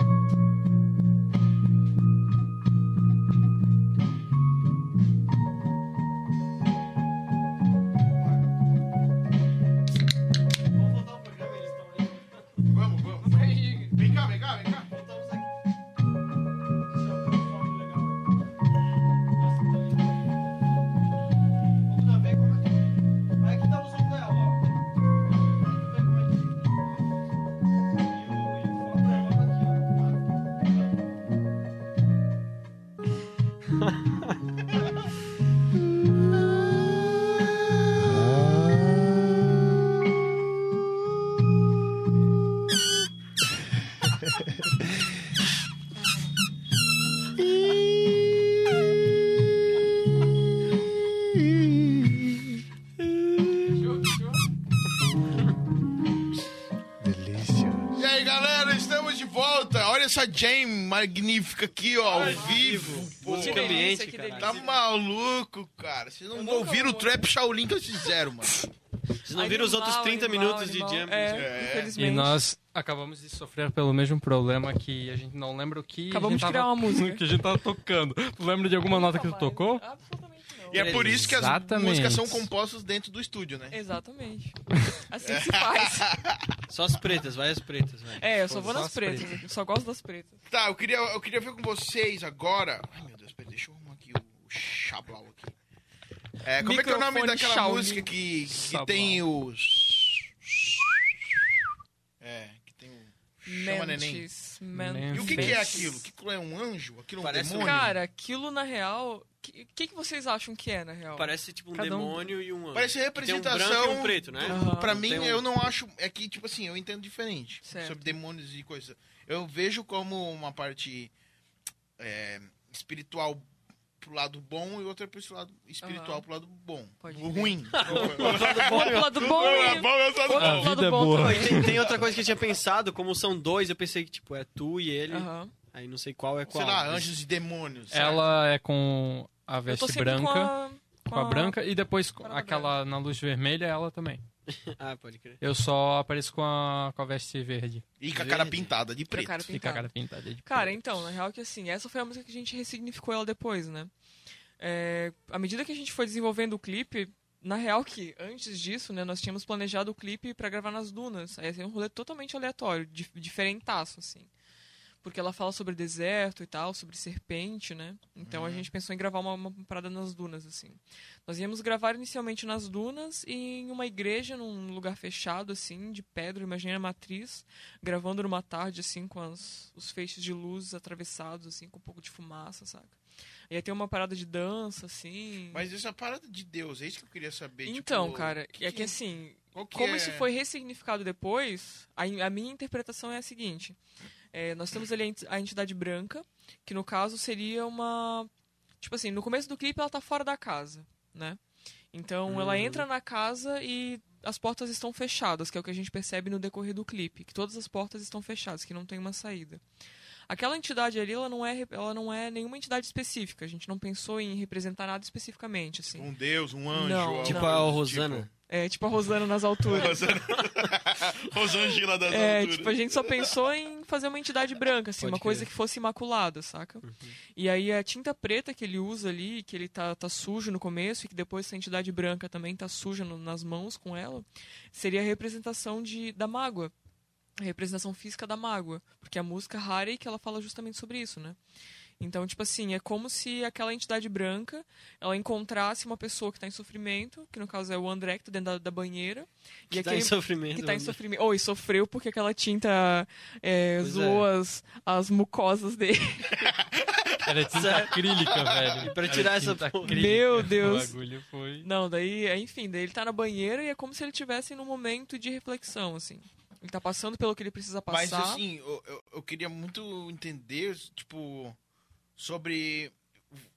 A: essa jam magnífica aqui, ó, ao Tá vivo. pô. é
C: Música
B: delícia,
C: é ambiente,
B: que
C: caralho.
A: Tá maluco, cara. Vocês não
B: Eu
A: vão
B: nunca
A: ouvir o
B: vou.
A: trap Shaolin que eles fizeram, mano.
C: Vocês não viram os outros 30 minutos de jam?
B: É,
A: É.
B: infelizmente.
D: E nós acabamos de sofrer pelo mesmo problema que a gente não lembra o que
B: Acabamos
D: a gente
B: de criar
D: tava-
B: uma música.
D: que a gente tava tocando. Tu lembra de alguma nota que tu
B: Nunca
D: tocou?
B: mais. Absolutamente não.
A: E é por isso que as
D: Exatamente.
A: músicas são compostas dentro do estúdio, né?
B: Exatamente. Assim que se faz.
C: Só as pretas, vai as pretas, vai.
B: É, eu só
D: Foda-se,
B: vou
D: só
B: nas
D: as
B: pretas.
D: pretas.
B: eu Só gosto das pretas.
A: Tá, eu queria, eu queria ver com vocês agora. Ai, meu Deus, peraí, deixa eu arrumar aqui o Xablau aqui. É, como é que é o nome
B: Microfone
A: daquela
B: Shaolin.
A: música que, que
D: Xablau.
A: tem os. É, que tem o. Chama neném.
B: Mentes. men-
A: E o que, que é
D: Mentes.
A: aquilo? Aquilo é um anjo? Aquilo é um
C: Parece um
A: demônio?
B: Cara, aquilo na real. O que, que, que vocês acham que é, na real?
C: Parece tipo um
D: Cada um-
C: demônio e um anjo.
A: Parece
C: Tem um
A: representação.
C: branco e um preto, né?
B: Aham.
A: Pra mim,
C: tem um-
A: eu não acho. É que, tipo assim, eu entendo diferente
B: Certo.
A: sobre demônios e coisas. Eu vejo como uma parte é, espiritual pro lado bom e outra pro lado espiritual
B: Aham.
A: pro lado bom.
B: Pode
A: pro
B: crer.
A: ruim.
B: Uma pro lado bom
A: Olha,
B: e
A: bom, eu sou-
B: outra
D: A
B: pro lado
D: vida é
B: bom
D: boa.
C: Não, e
B: também.
C: tem, tem outra coisa que eu tinha pensado, como são dois, eu pensei que, tipo, é tu e ele.
B: Aham.
C: Aí não sei qual é qual.
A: Sei lá,
C: mas-
A: anjos e demônios.
D: Ela é com a
B: Eu tô
D: veste
B: sempre
D: branca,
B: com a.
D: com a branca e depois com
B: Parada
D: aquela na luz vermelha, ela também.
C: Ah, pode crer.
D: Eu só apareço com a, com a veste verde.
A: E com a cara
C: Verde.
A: pintada de preto.
B: cara
D: Fica a
B: pintada.
D: cara pintada. de
B: Então. Cara,
D: preto.
B: então, na real que assim, essa foi a música que a gente ressignificou ela depois, né? É, à medida que a gente foi desenvolvendo o clipe, na real que antes disso, né, nós tínhamos planejado o clipe pra gravar nas dunas. Aí assim, um rolê totalmente aleatório, di diferentaço, assim. Porque ela fala sobre deserto e tal, sobre serpente, né? Então a gente pensou em gravar uma, uma parada nas dunas, assim. Nós íamos gravar inicialmente nas dunas e em uma igreja, num lugar fechado, assim, de pedra, imagina a matriz gravando numa tarde, assim, com as- os feixes de luz atravessados, assim, com um pouco de fumaça, saca? E aí tem uma parada de dança, assim.
A: Mas essa parada de Deus, é isso que eu queria saber.
B: então,
A: tipo,
B: cara,
A: que
B: é
A: que-
B: que assim,
A: qual que
B: como
A: é-
B: isso foi ressignificado depois, a, in- a minha interpretação é a seguinte. É, nós temos ali a ent- a entidade branca, que no caso seria uma. Tipo assim, no começo do clipe ela tá fora da casa, né? Então
A: Uhum.
B: ela entra na casa e as portas estão fechadas, que é o que a gente percebe no decorrer do clipe, que todas as portas estão fechadas, que não tem uma saída. Aquela entidade ali, ela não é, re- ela não é nenhuma entidade específica. A gente não pensou em representar nada especificamente, assim.
A: Um Deus, um anjo.
B: Não.
A: algo
C: Tipo
B: Não,
C: a
A: do
C: Rosana.
B: É tipo a Rosana nas alturas.
A: Rosana- Rosângela das
B: É,
A: alturas.
B: tipo, a gente só pensou em fazer uma entidade branca, assim,
C: Pode
B: uma coisa
C: crer. Uhum.
B: que fosse imaculada, saca? E aí a tinta preta que ele usa ali, que ele tá, tá sujo no começo, e que depois essa entidade branca também tá suja no- nas mãos com ela, seria a representação de, da mágoa. A representação física da mágoa. Porque a música Harry que ela fala justamente sobre isso, né? Então, tipo assim, é como se aquela entidade branca ela encontrasse uma pessoa que tá em sofrimento, que no caso é o André que tá dentro da, da banheira.
C: Que tá em sofrimento.
B: Que tá em
C: mano.
B: sofrimento. Ou e sofreu porque aquela tinta é,
C: Pois
B: zoou as, as mucosas dele. então-
D: Era é tinta acrílica, velho.
C: pra tirar
D: Era
C: essa
D: tinta
C: porra.
D: acrílica.
B: Meu Deus.
D: O bagulho foi.
B: Não, daí, é, enfim, daí ele tá na banheira e é como se ele tivesse num momento de reflexão, assim. Ele tá passando pelo que ele precisa
A: Mas
B: passar.
A: assim, eu, eu, eu queria muito entender, tipo, sobre.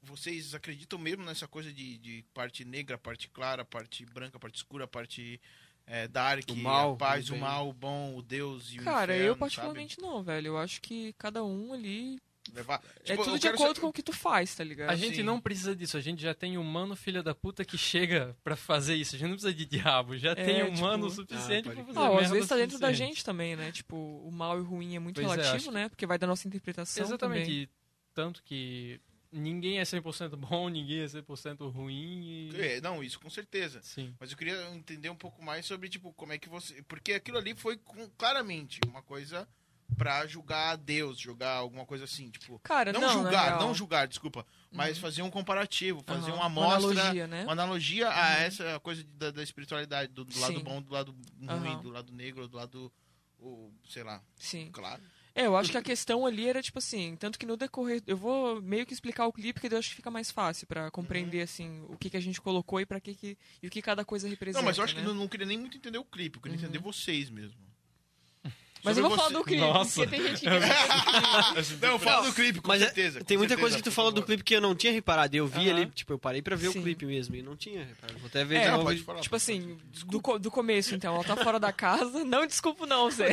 A: Vocês acreditam mesmo nessa coisa de, de parte negra, parte clara, parte branca, parte escura, parte eh, dark,
C: O mal,
A: a paz,
C: o
A: o
C: bem.
A: mal, o bom, o Deus e o
B: Cara,
A: inferno,
B: eu particularmente não, velho. Eu acho que cada um ali.
A: sabe? Levar-
B: é
A: Tipo, eu
B: tudo de
A: quero
B: acordo
A: saber-
B: com o que tu faz, tá ligado?
D: A gente
A: Assim.
D: não precisa disso, a gente já tem humano filha da puta que chega pra fazer isso. A gente não precisa de diabo, já
B: É,
D: tem humano o
B: tipo-
D: suficiente
C: Ah,
D: pra
C: pode
D: fazer
B: Ah, ou
D: merda
B: às vezes
A: assim,
B: tá
D: o
B: dentro da
D: suficiente.
B: gente também, né? Tipo, o mal e o ruim é muito
D: Pois é, acho
B: relativo,
D: que-
B: né? Porque vai da nossa interpretação.
D: Exatamente.
B: Também.
D: e tanto que ninguém é 100% bom, ninguém é 100% ruim. E...
A: É, não, isso com certeza.
D: Sim.
A: Mas eu queria entender um pouco mais sobre, tipo, como é que você. Porque aquilo ali foi com- claramente uma coisa pra julgar a Deus, julgar alguma coisa assim, tipo.
B: Cara,
A: Não,
B: não, na
A: julgar,
B: real. Uhum.
A: não julgar, desculpa. Mas fazer um comparativo, fazer
B: Aham.
A: uma amostra.
B: analogia, né?
A: Uma analogia a essa coisa de- da, da espiritualidade, do, do lado
B: Sim.
A: bom, do lado ruim,
B: Aham.
A: do lado negro, do lado. O, sei lá,
B: Sim.
A: claro.
B: É, eu acho que a questão ali era tipo assim, tanto que no decorrer, eu vou meio que explicar o clipe que eu acho que fica mais fácil pra compreender assim o que que a gente colocou e para que, que e o que cada coisa representa.
A: não, mas eu acho
B: é, né? Uhum.
A: que eu não queria nem muito entender o clipe, eu queria entender vocês mesmo.
B: Mas
A: Sobre
B: eu vou falar
A: você.
B: do clipe,
D: Nossa.
B: porque tem gente que...
A: Não, fala do clipe, com
C: Mas é-
A: certeza. com
C: tem muita
A: certeza,
C: coisa que tu
A: por
C: falou do
A: favor.
C: clipe que eu não tinha reparado. Eu vi
B: Aham.
C: ali, tipo, eu parei pra ver
B: Sim.
C: o clipe mesmo. E não tinha reparado. Vou até ver
B: É,
C: de
A: Não,
C: novo.
A: pode falar.
B: tipo
A: pode
B: assim, do, co- do começo, então. Ela tá fora da casa. Não desculpo não, Zé.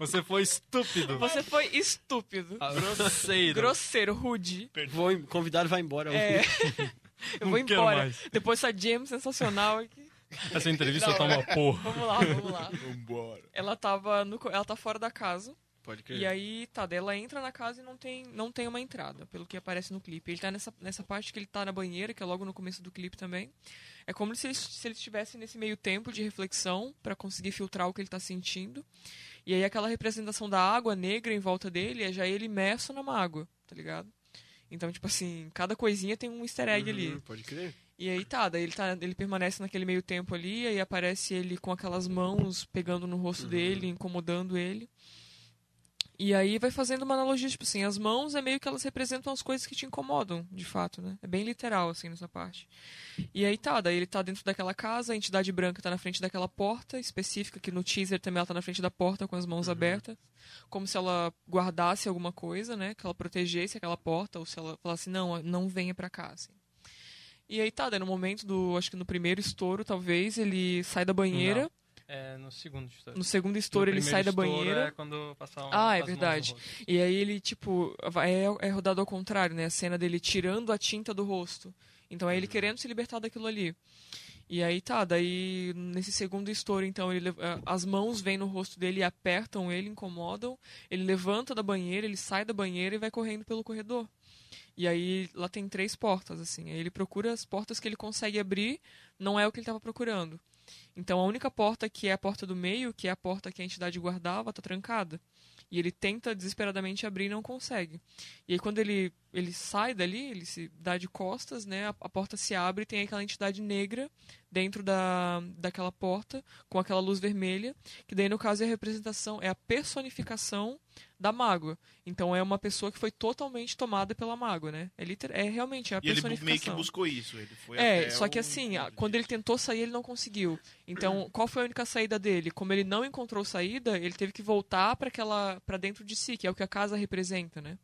D: Você foi estúpido.
B: Você é foi estúpido.
C: Ah,
D: Grosseiro.
B: Grosseiro, rude.
C: Vou, em- convidado vai embora.
B: É. Eu
D: Não
B: vou
D: quero
B: embora.
D: mais.
B: Depois essa jam sensacional aqui.
D: Essa entrevista
B: Não.
D: tá uma porra.
B: Vamos lá, vamos lá.
A: falar. Vambora.
B: Ela tava no. co- Ela tá fora da casa.
C: Pode
B: E aí, tá, daí ela entra na casa e não tem, não tem uma entrada, pelo que aparece no clipe. Ele tá nessa, nessa parte que ele tá na banheira, que é logo no começo do clipe também. É como se ele, se ele estivesse nesse meio tempo de reflexão pra conseguir filtrar o que ele tá sentindo. E aí aquela representação da água negra em volta dele é já ele imerso na mágoa, tá ligado? Então, tipo assim, cada coisinha tem um easter egg ali.
C: Uhum, Pode crer.
B: E aí tá, daí ele, tá, ele permanece naquele meio tempo ali, aí aparece ele com aquelas mãos pegando no rosto dele, incomodando ele. E aí vai fazendo uma analogia, tipo assim, as mãos é meio que elas representam as coisas que te incomodam, de fato, né? É bem literal, assim, nessa parte. E aí tá, daí ele tá dentro daquela casa, a entidade branca tá na frente daquela porta específica, que no teaser também ela tá na frente da porta com as
D: Uhum.
B: mãos abertas, como se ela guardasse alguma coisa, né? Que ela protegesse aquela porta, ou se ela falasse, não, não venha pra cá, assim. E aí tá, daí no momento do, acho que no primeiro estouro, talvez, ele sai da banheira.
D: É, no segundo estouro.
B: No segundo estouro
D: No
B: ele sai da
D: primeiro estouro
B: banheira.
D: É quando passar um,
B: Ah, é
D: as mãos no
B: verdade.
D: rosto.
B: E aí ele, tipo, vai- é, é rodado ao contrário, né? A cena dele tirando a tinta do rosto. Então é ele querendo se libertar daquilo ali. E aí tá, daí nesse segundo estouro, então, ele, lev- eh, as mãos vêm no rosto dele e apertam ele, incomodam. Ele levanta da banheira, ele sai da banheira e vai correndo pelo corredor. E aí lá tem três portas, assim. Aí ele procura as portas que ele consegue abrir, não é o que ele tava procurando. Então a única porta que é a porta do meio, que é a porta que a entidade guardava, tá trancada. E ele tenta desesperadamente abrir e não consegue. E aí quando ele, ele sai dali, ele se dá de costas, né? A, a porta se abre e tem aquela entidade negra dentro da, daquela porta, com aquela luz vermelha, que daí no caso é a representação, é a personificação da mágoa. Então é uma pessoa que foi totalmente tomada pela mágoa, né? É, liter, é realmente é a
A: E ele bu-
B: personificação.
A: meio que buscou isso. Ele foi
B: É,
A: até
B: só que
A: o
B: assim, a-
A: fundo
B: quando ele
A: disso.
B: tentou sair, ele não conseguiu. Então, qual foi a única saída dele? Como ele não encontrou saída, ele teve que voltar para aquela para dentro de si, que é o que a casa representa, né?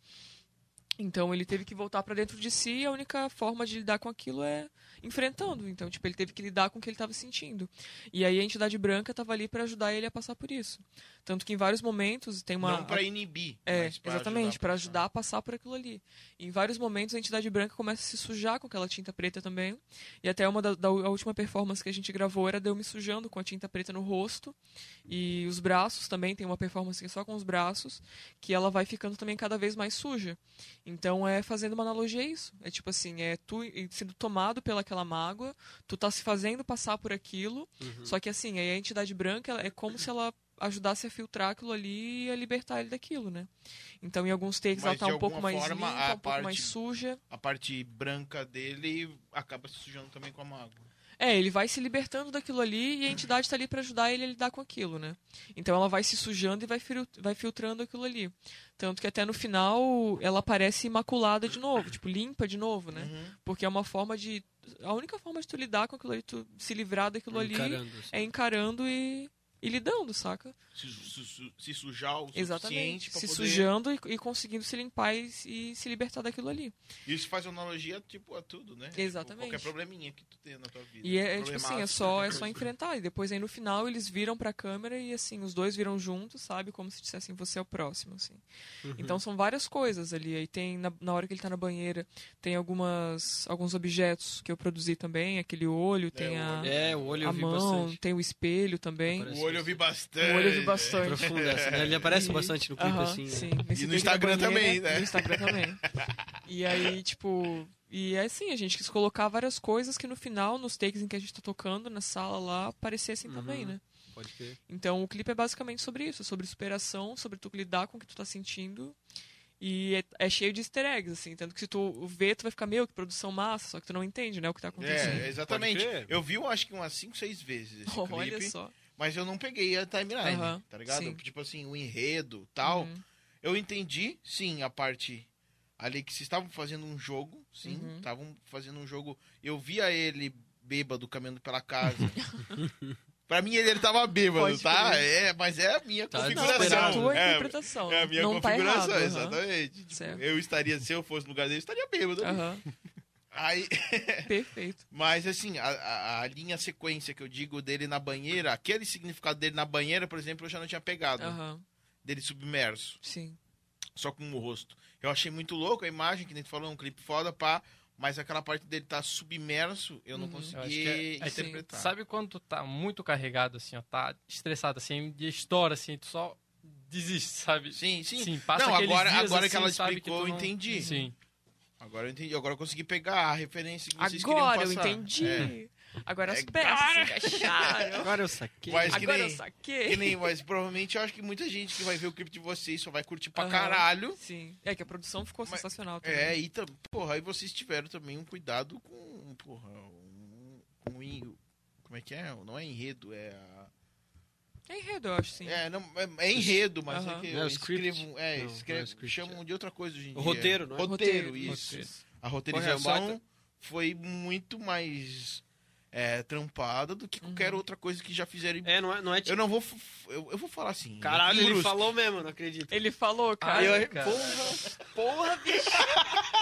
B: Então, ele teve que voltar para dentro de si e a única forma de lidar com aquilo é enfrentando. Então, tipo, ele teve que lidar com o que ele estava sentindo. E aí a entidade branca estava ali para ajudar ele a passar por isso. Tanto que em vários momentos tem uma
A: Não pra inibir.
B: é,
A: mas pra
B: exatamente, para ajudar
A: a
B: a passar por aquilo ali. Em vários momentos, a entidade branca começa a se sujar com aquela tinta preta também. E até uma da, da a última performance que a gente gravou era de eu me sujando com a tinta preta no rosto. E os braços também, tem uma performance que é só com os braços, que ela vai ficando também cada vez mais suja. Então é fazendo uma analogia a isso. É tipo assim, é tu e- sendo tomado pelaquela mágoa, tu tá se fazendo passar por aquilo.
A: Uhum.
B: Só que assim, aí a entidade branca ela- é como se ela ajudasse a filtrar aquilo ali e a libertar ele daquilo, né? Então em alguns takes
A: Mas,
B: ela tá
A: de
B: um pouco
A: alguma
B: mais
A: forma,
B: limpa, um
A: a
B: pouco
A: parte-
B: mais suja.
A: A parte branca dele acaba se sujando também com a mágoa.
B: É, ele vai se libertando daquilo ali e a entidade tá ali pra ajudar ele a lidar com aquilo, né? Então ela vai se sujando e vai, fil- vai filtrando aquilo ali. Tanto que até no final ela aparece imaculada de novo, tipo, limpa de novo, né?
A: Uhum.
B: Porque é uma forma de. A única forma de tu lidar com aquilo ali, tu se livrar daquilo ali,
C: Encarando, assim.
B: é encarando e, e lidando, saca?
A: Se, su- su- se sujar o suficiente
B: Exatamente.
A: pra
B: Se
A: poder...
B: sujando e, e conseguindo se limpar e, e se libertar daquilo ali.
A: Isso faz analogia, tipo, a tudo, né?
B: Exatamente.
A: Tipo, qualquer probleminha que tu tenha na tua vida.
B: E é, é, tipo assim, é
A: Problemático,
C: né?
B: só, é
A: qualquer
B: só
A: coisa.
B: enfrentar. E depois aí no final eles viram pra câmera e assim, os dois viram juntos, sabe? Como se dissessem, você é o próximo, assim.
C: Uhum.
B: Então são várias coisas ali. Aí tem, na, na hora que ele tá na banheira, tem algumas, alguns objetos que eu produzi também, aquele olho, tem
A: o
B: a,
A: olho.
C: É, o olho
B: a
C: eu vi
B: mão,
C: bastante.
B: tem o espelho também.
C: Aparece
A: O olho eu vi bastante.
B: O Um olho eu vi bastante.
C: Profunda essa, né? Ele aparece
B: E-
C: bastante no clipe,
B: Aham,
C: assim. né?
A: E
B: Sim.
A: no
B: Nesse vídeo da
A: Instagram
B: banheira,
A: também, né?
B: No Instagram também. E aí, tipo. E é assim, a gente quis colocar várias coisas que no final, nos takes em que a gente tá tocando na sala lá, aparecessem também,
A: Uhum.
B: né?
C: Pode crer.
B: Então o clipe é basicamente sobre isso, sobre superação, sobre tu lidar com o que tu tá sentindo. E é, é cheio de easter eggs, assim. Tanto que se tu vê, tu vai ficar, meu, que produção massa, só que tu não entende, né, o que tá acontecendo.
A: É, exatamente.
C: Pode crer.
A: Eu vi, eu acho que umas 5, 6 vezes esse
B: Olha
A: clipe,
B: só.
A: mas eu não peguei a timeline,
B: Aham,
A: tá ligado?
B: sim.
A: Tipo assim, o enredo, tal.
B: Uhum.
A: Eu entendi, sim, a parte ali que vocês estavam fazendo um jogo, sim,
B: Uhum.
A: estavam fazendo um jogo. Eu via ele bêbado caminhando pela casa. Pra mim ele, ele tava bêbado,
B: Pode
A: tá?
B: crer.
A: É, mas é a minha
B: Não,
C: Tá
B: mas é a
A: configuração.
B: tua
A: é,
B: interpretação.
A: é a minha
B: não tá
A: configuração,
B: errado, aham.
A: exatamente. Tipo,
B: Certo.
A: eu estaria, se eu fosse no lugar dele, eu estaria bêbado.
B: Aham,
A: Aí,
B: perfeito.
A: mas assim, a, a- a linha sequência que eu digo dele na banheira, aquele significado dele na banheira, por exemplo, eu já não tinha pegado.
B: Aham,
A: Dele submerso.
B: sim.
A: só com o rosto. Eu achei muito louco a imagem, que nem tu falou, um clipe foda, pá. Mas aquela parte dele tá submerso, eu não
B: Uhum.
D: Eu acho que é-
A: consegui
D: é
B: sim.
A: interpretar.
D: Sabe quando tu tá muito carregado, assim, ó, tá estressado, assim, de estoura, assim, tu só desiste, sabe?
A: Sim, sim.
D: Sim, passa
A: Não,
D: aqueles
A: agora-
D: dias,
A: agora
D: assim,
A: que ela
D: sabe,
A: explicou,
D: tu
A: eu entendi.
D: Sim.
A: Agora eu entendi, agora eu consegui pegar a referência que vocês
B: Agora eu
A: queriam passar.
B: entendi.
A: É.
B: Agora as
A: Agora-
B: peças se encaixaram.
C: Agora eu saquei.
A: Mas que
B: Agora eu
A: nem-
B: saquei.
A: Que nem, mas provavelmente eu acho que muita gente que vai ver o clipe de vocês só vai curtir pra
B: Aham.
A: caralho.
B: Sim. É que a produção ficou
A: Mas-
B: sensacional também.
A: É, e tam- porra, aí vocês tiveram também um cuidado com, porra, um, com en- como é que é? Não é enredo, é a-
B: É enredo, eu acho, sim.
A: É, não, é, é enredo, mas
B: Aham.
A: é que
C: Não, é o script.
A: escrevam, é,
C: Não,
A: escreve-
C: não é o script,
A: chamam de outra coisa hoje em dia.
C: O roteiro, não é?
A: Roteiro, isso. A
C: Porra, é
A: roteirização
C: um baita.
A: foi muito mais é, trampada do que qualquer
B: Uhum.
A: outra coisa que já fizeram. em-
C: É, não é, não é
A: Eu
C: tipo...
A: não vou, f- eu, eu vou falar assim.
C: Caralho, ele
A: brusco.
C: falou mesmo, não acredito.
B: Ele
A: Ah,
B: falou, cara.
C: eu-
D: cara.
C: Porra, porra, bicho.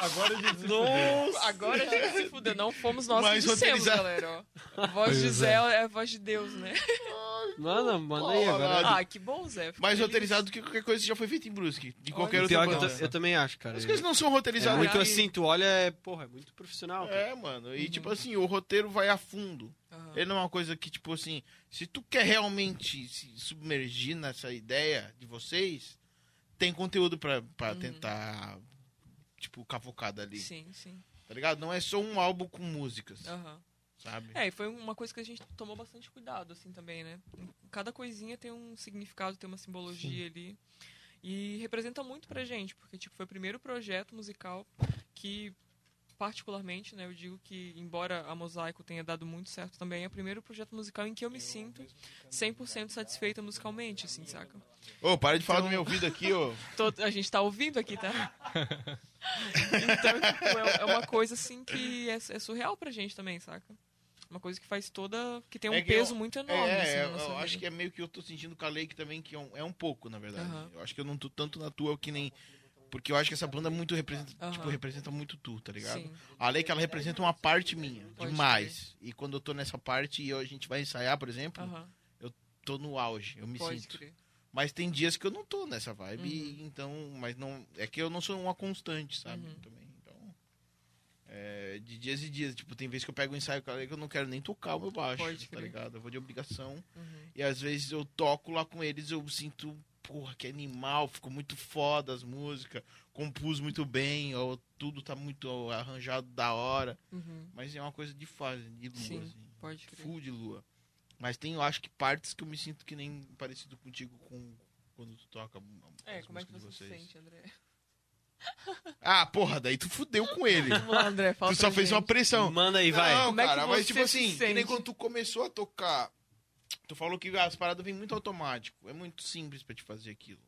D: Agora eu desisto.
C: Nossa.
B: Agora a gente se fudeu. Não fomos nós
A: Mas
B: que dissemos,
A: roteirizar-
B: galera. ó. A voz de
C: Pois
B: Zé
C: é.
B: é a voz de Deus, né?
C: Mano, manda aí
A: Porra,
C: agora.
A: Verdade.
B: Ah, que bom, Zé. fico
A: Mais
B: feliz.
A: roteirizado do que qualquer coisa que já foi feita em Brusque. De qualquer
B: Olha,
A: outra
C: Pior que eu,
A: banda.
C: ta- eu também acho, cara.
A: As coisas não são
C: É
A: roteirizadas.
C: muito
A: que-
C: assim, tu olha, é, porra, é muito profissional.
B: Uhum.
C: cara.
A: É, mano. E tipo assim, o roteiro vai a fundo.
B: Aham.
A: Ele não é uma coisa que, tipo assim, se tu quer realmente se submergir nessa ideia de vocês, tem conteúdo pra, pra
B: Uhum.
A: tentar, tipo, cavocar dali,
B: Sim, sim.
A: tá ligado? Não é só um álbum com músicas,
B: Aham.
A: sabe?
B: É, e foi uma coisa que a gente tomou bastante cuidado, assim, também, né? Cada coisinha tem um significado, tem uma simbologia ali. E representa muito pra gente, porque, tipo, foi o primeiro projeto musical que, particularmente, né, eu digo que, embora a Mosaico tenha dado muito certo também, é o primeiro projeto musical em que eu me sinto 100% satisfeita musicalmente, assim, saca?
A: Ô, para de
B: Então,
A: falar no meu ouvido aqui, ô.
B: Tô- a gente tá ouvindo aqui, tá? Então, tipo, é, é uma coisa assim que é, é surreal pra gente também, saca? Uma coisa que faz toda. que tem um
A: É que eu-
B: peso muito
A: É,
B: enorme. assim,
A: é,
B: na
A: eu,
B: nossa
A: eu
B: vida.
A: acho que é meio que eu tô sentindo com a Lake também, que é um, é um pouco, na verdade.
B: Aham.
A: Eu acho que eu não tô tanto na tua que nem... Porque eu acho que essa banda é muito representa,
B: Aham.
A: tipo, representa muito tu, tá ligado?
B: Sim.
A: A lei que ela representa uma parte minha,
B: Pode
A: demais. E quando eu tô nessa parte e eu- a gente vai ensaiar, por exemplo,
B: Aham,
A: tô no auge, eu me
B: pode
A: sinto.
B: crer.
A: Mas tem dias que eu não tô nessa vibe,
B: Uhum.
A: então, mas não, é que eu não sou uma constante, sabe?
B: Uhum.
A: Também. Então, é, de dias e dias, tipo, tem vezes que eu pego um ensaio com a lei que eu não quero nem tocar o meu baixo,
B: Pode
A: tá
B: crer.
A: ligado? Eu vou de obrigação.
B: Uhum.
A: E às vezes eu toco lá com eles, eu sinto, porra, que animal, ficou muito foda as músicas, compus muito bem, ou tudo tá muito arranjado da hora.
B: Uhum.
A: Mas é uma coisa de fase, de lua,
B: Sim.
A: assim.
B: Pode crer.
A: Full de lua. Mas tem, eu acho que partes que eu me sinto que nem parecido contigo com quando tu toca. a-
B: É,
A: as
B: como é que
A: músicas
B: você
A: de
B: se
A: vocês.
B: sente, André?
A: Ah, porra, daí tu fudeu com ele.
B: Vamos lá, André, fala
A: tu só
B: pra
A: fez
B: gente.
A: uma pressão.
C: Manda aí, vai.
A: então, Não,
B: Como é que
A: cara, mas
B: você
A: tipo
B: se
A: assim, que nem
B: sente?
A: quando tu começou a tocar, tu falou que as paradas vêm muito automático. É muito simples pra te fazer aquilo.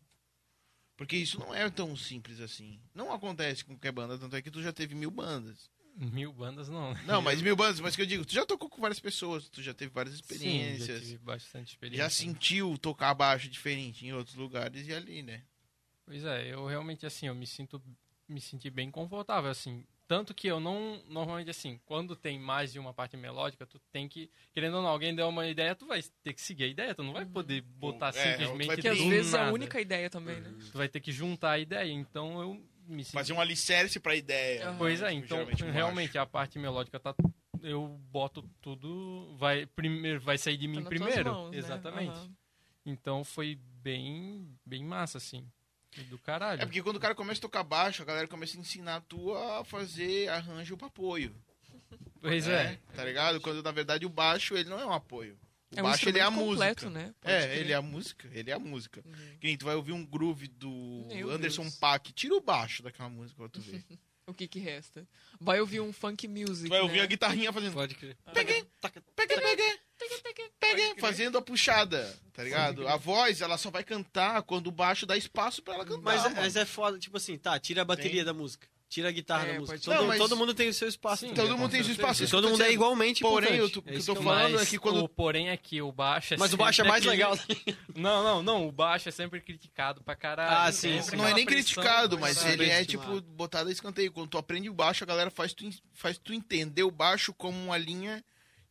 A: Porque isso não é tão simples assim. Não acontece com qualquer banda, tanto é que tu já teve mil bandas.
D: Mil bandas não, né?
A: Não, mas mil bandas, mas que eu digo, tu já tocou com várias pessoas, tu já teve várias
D: Sim,
A: experiências.
D: já tive bastante experiência.
A: já
D: né?
A: sentiu tocar baixo diferente em outros lugares e ali, né?
D: Pois é, eu realmente assim, eu me sinto me senti bem confortável assim, tanto que eu não normalmente assim, quando tem mais de uma parte melódica, tu tem que querendo ou não, alguém deu uma ideia, tu vai ter que seguir a ideia, tu não vai poder botar
A: Ou- é,
D: simplesmente
A: ou tu
B: Que
A: vai
B: às
D: do
B: vezes é
D: nada.
B: a única ideia também, né?
D: Tu vai ter que juntar a ideia, então eu me sinto
A: Fazer um alicerce pra ideia.
B: Aham.
D: Pois é,
A: Tipo,
D: então
A: geralmente eu
D: realmente
A: acho.
D: a parte melódica tá eu boto tudo vai primeiro vai sair de
B: Tá
D: mim
B: nas tuas
D: primeiro.
B: mãos, né?
D: Exatamente.
B: Aham.
D: Então foi bem bem massa assim. Do caralho.
A: É porque quando o cara começa a tocar baixo, a galera começa a ensinar tu a fazer arranjo pra apoio.
D: Pois
A: né?
D: é.
A: Tá ligado? Quando na verdade o baixo ele não é um apoio. O
B: É um
A: baixo ele é a
B: instrumento completo,
A: música.
B: né? Pode
A: É,
B: crer.
A: ele é a música. Ele é a música.
B: Uhum.
A: Que nem tu vai ouvir um groove do
B: Meu
A: Anderson
B: Deus.
A: Paak. Tira o baixo daquela música pra tu ver.
B: O que que resta? Vai ouvir um funk music,
A: tu vai ouvir
B: né?
A: a guitarrinha fazendo.
C: Pode crer.
A: Peguei, peguei, peguei. Peguei, fazendo a puxada, tá ligado? A voz, ela só vai cantar quando o baixo dá espaço pra ela cantar.
C: Mas, é-
A: mano.
C: mas é foda, tipo assim, tá, tira a bateria
A: Sim.
C: da música. Tira a guitarra
B: É,
C: da música.
B: pode-
C: Todo,
A: Não, mas-
C: todo mundo tem o seu espaço.
D: Sim,
C: tá
A: Todo
C: ligado?
A: mundo tem seu espaço.
C: E
A: isso que eu
C: todo
A: tô
C: mundo é
A: dizendo.
C: igualmente
A: Porém,
C: importante.
A: eu tô-
C: É isso
A: que eu tô
C: eu-
A: falando assim,
D: mas
A: é que quando-
D: o porém é que o baixo é
C: Mas o
D: sempre
C: baixo é mais
D: aquele-
C: legal.
D: Não, não, não. O baixo é sempre criticado pra caralho.
C: Ah,
D: É
C: sim,
D: sempre
C: sim.
A: Não é
D: aquela
A: nem
D: pressão, né?
A: criticado, mas
C: sabe?
A: ele é
C: Estimado.
A: tipo botado a escanteio. Quando tu aprende o baixo, a galera faz tu, en- faz tu entender o baixo como uma linha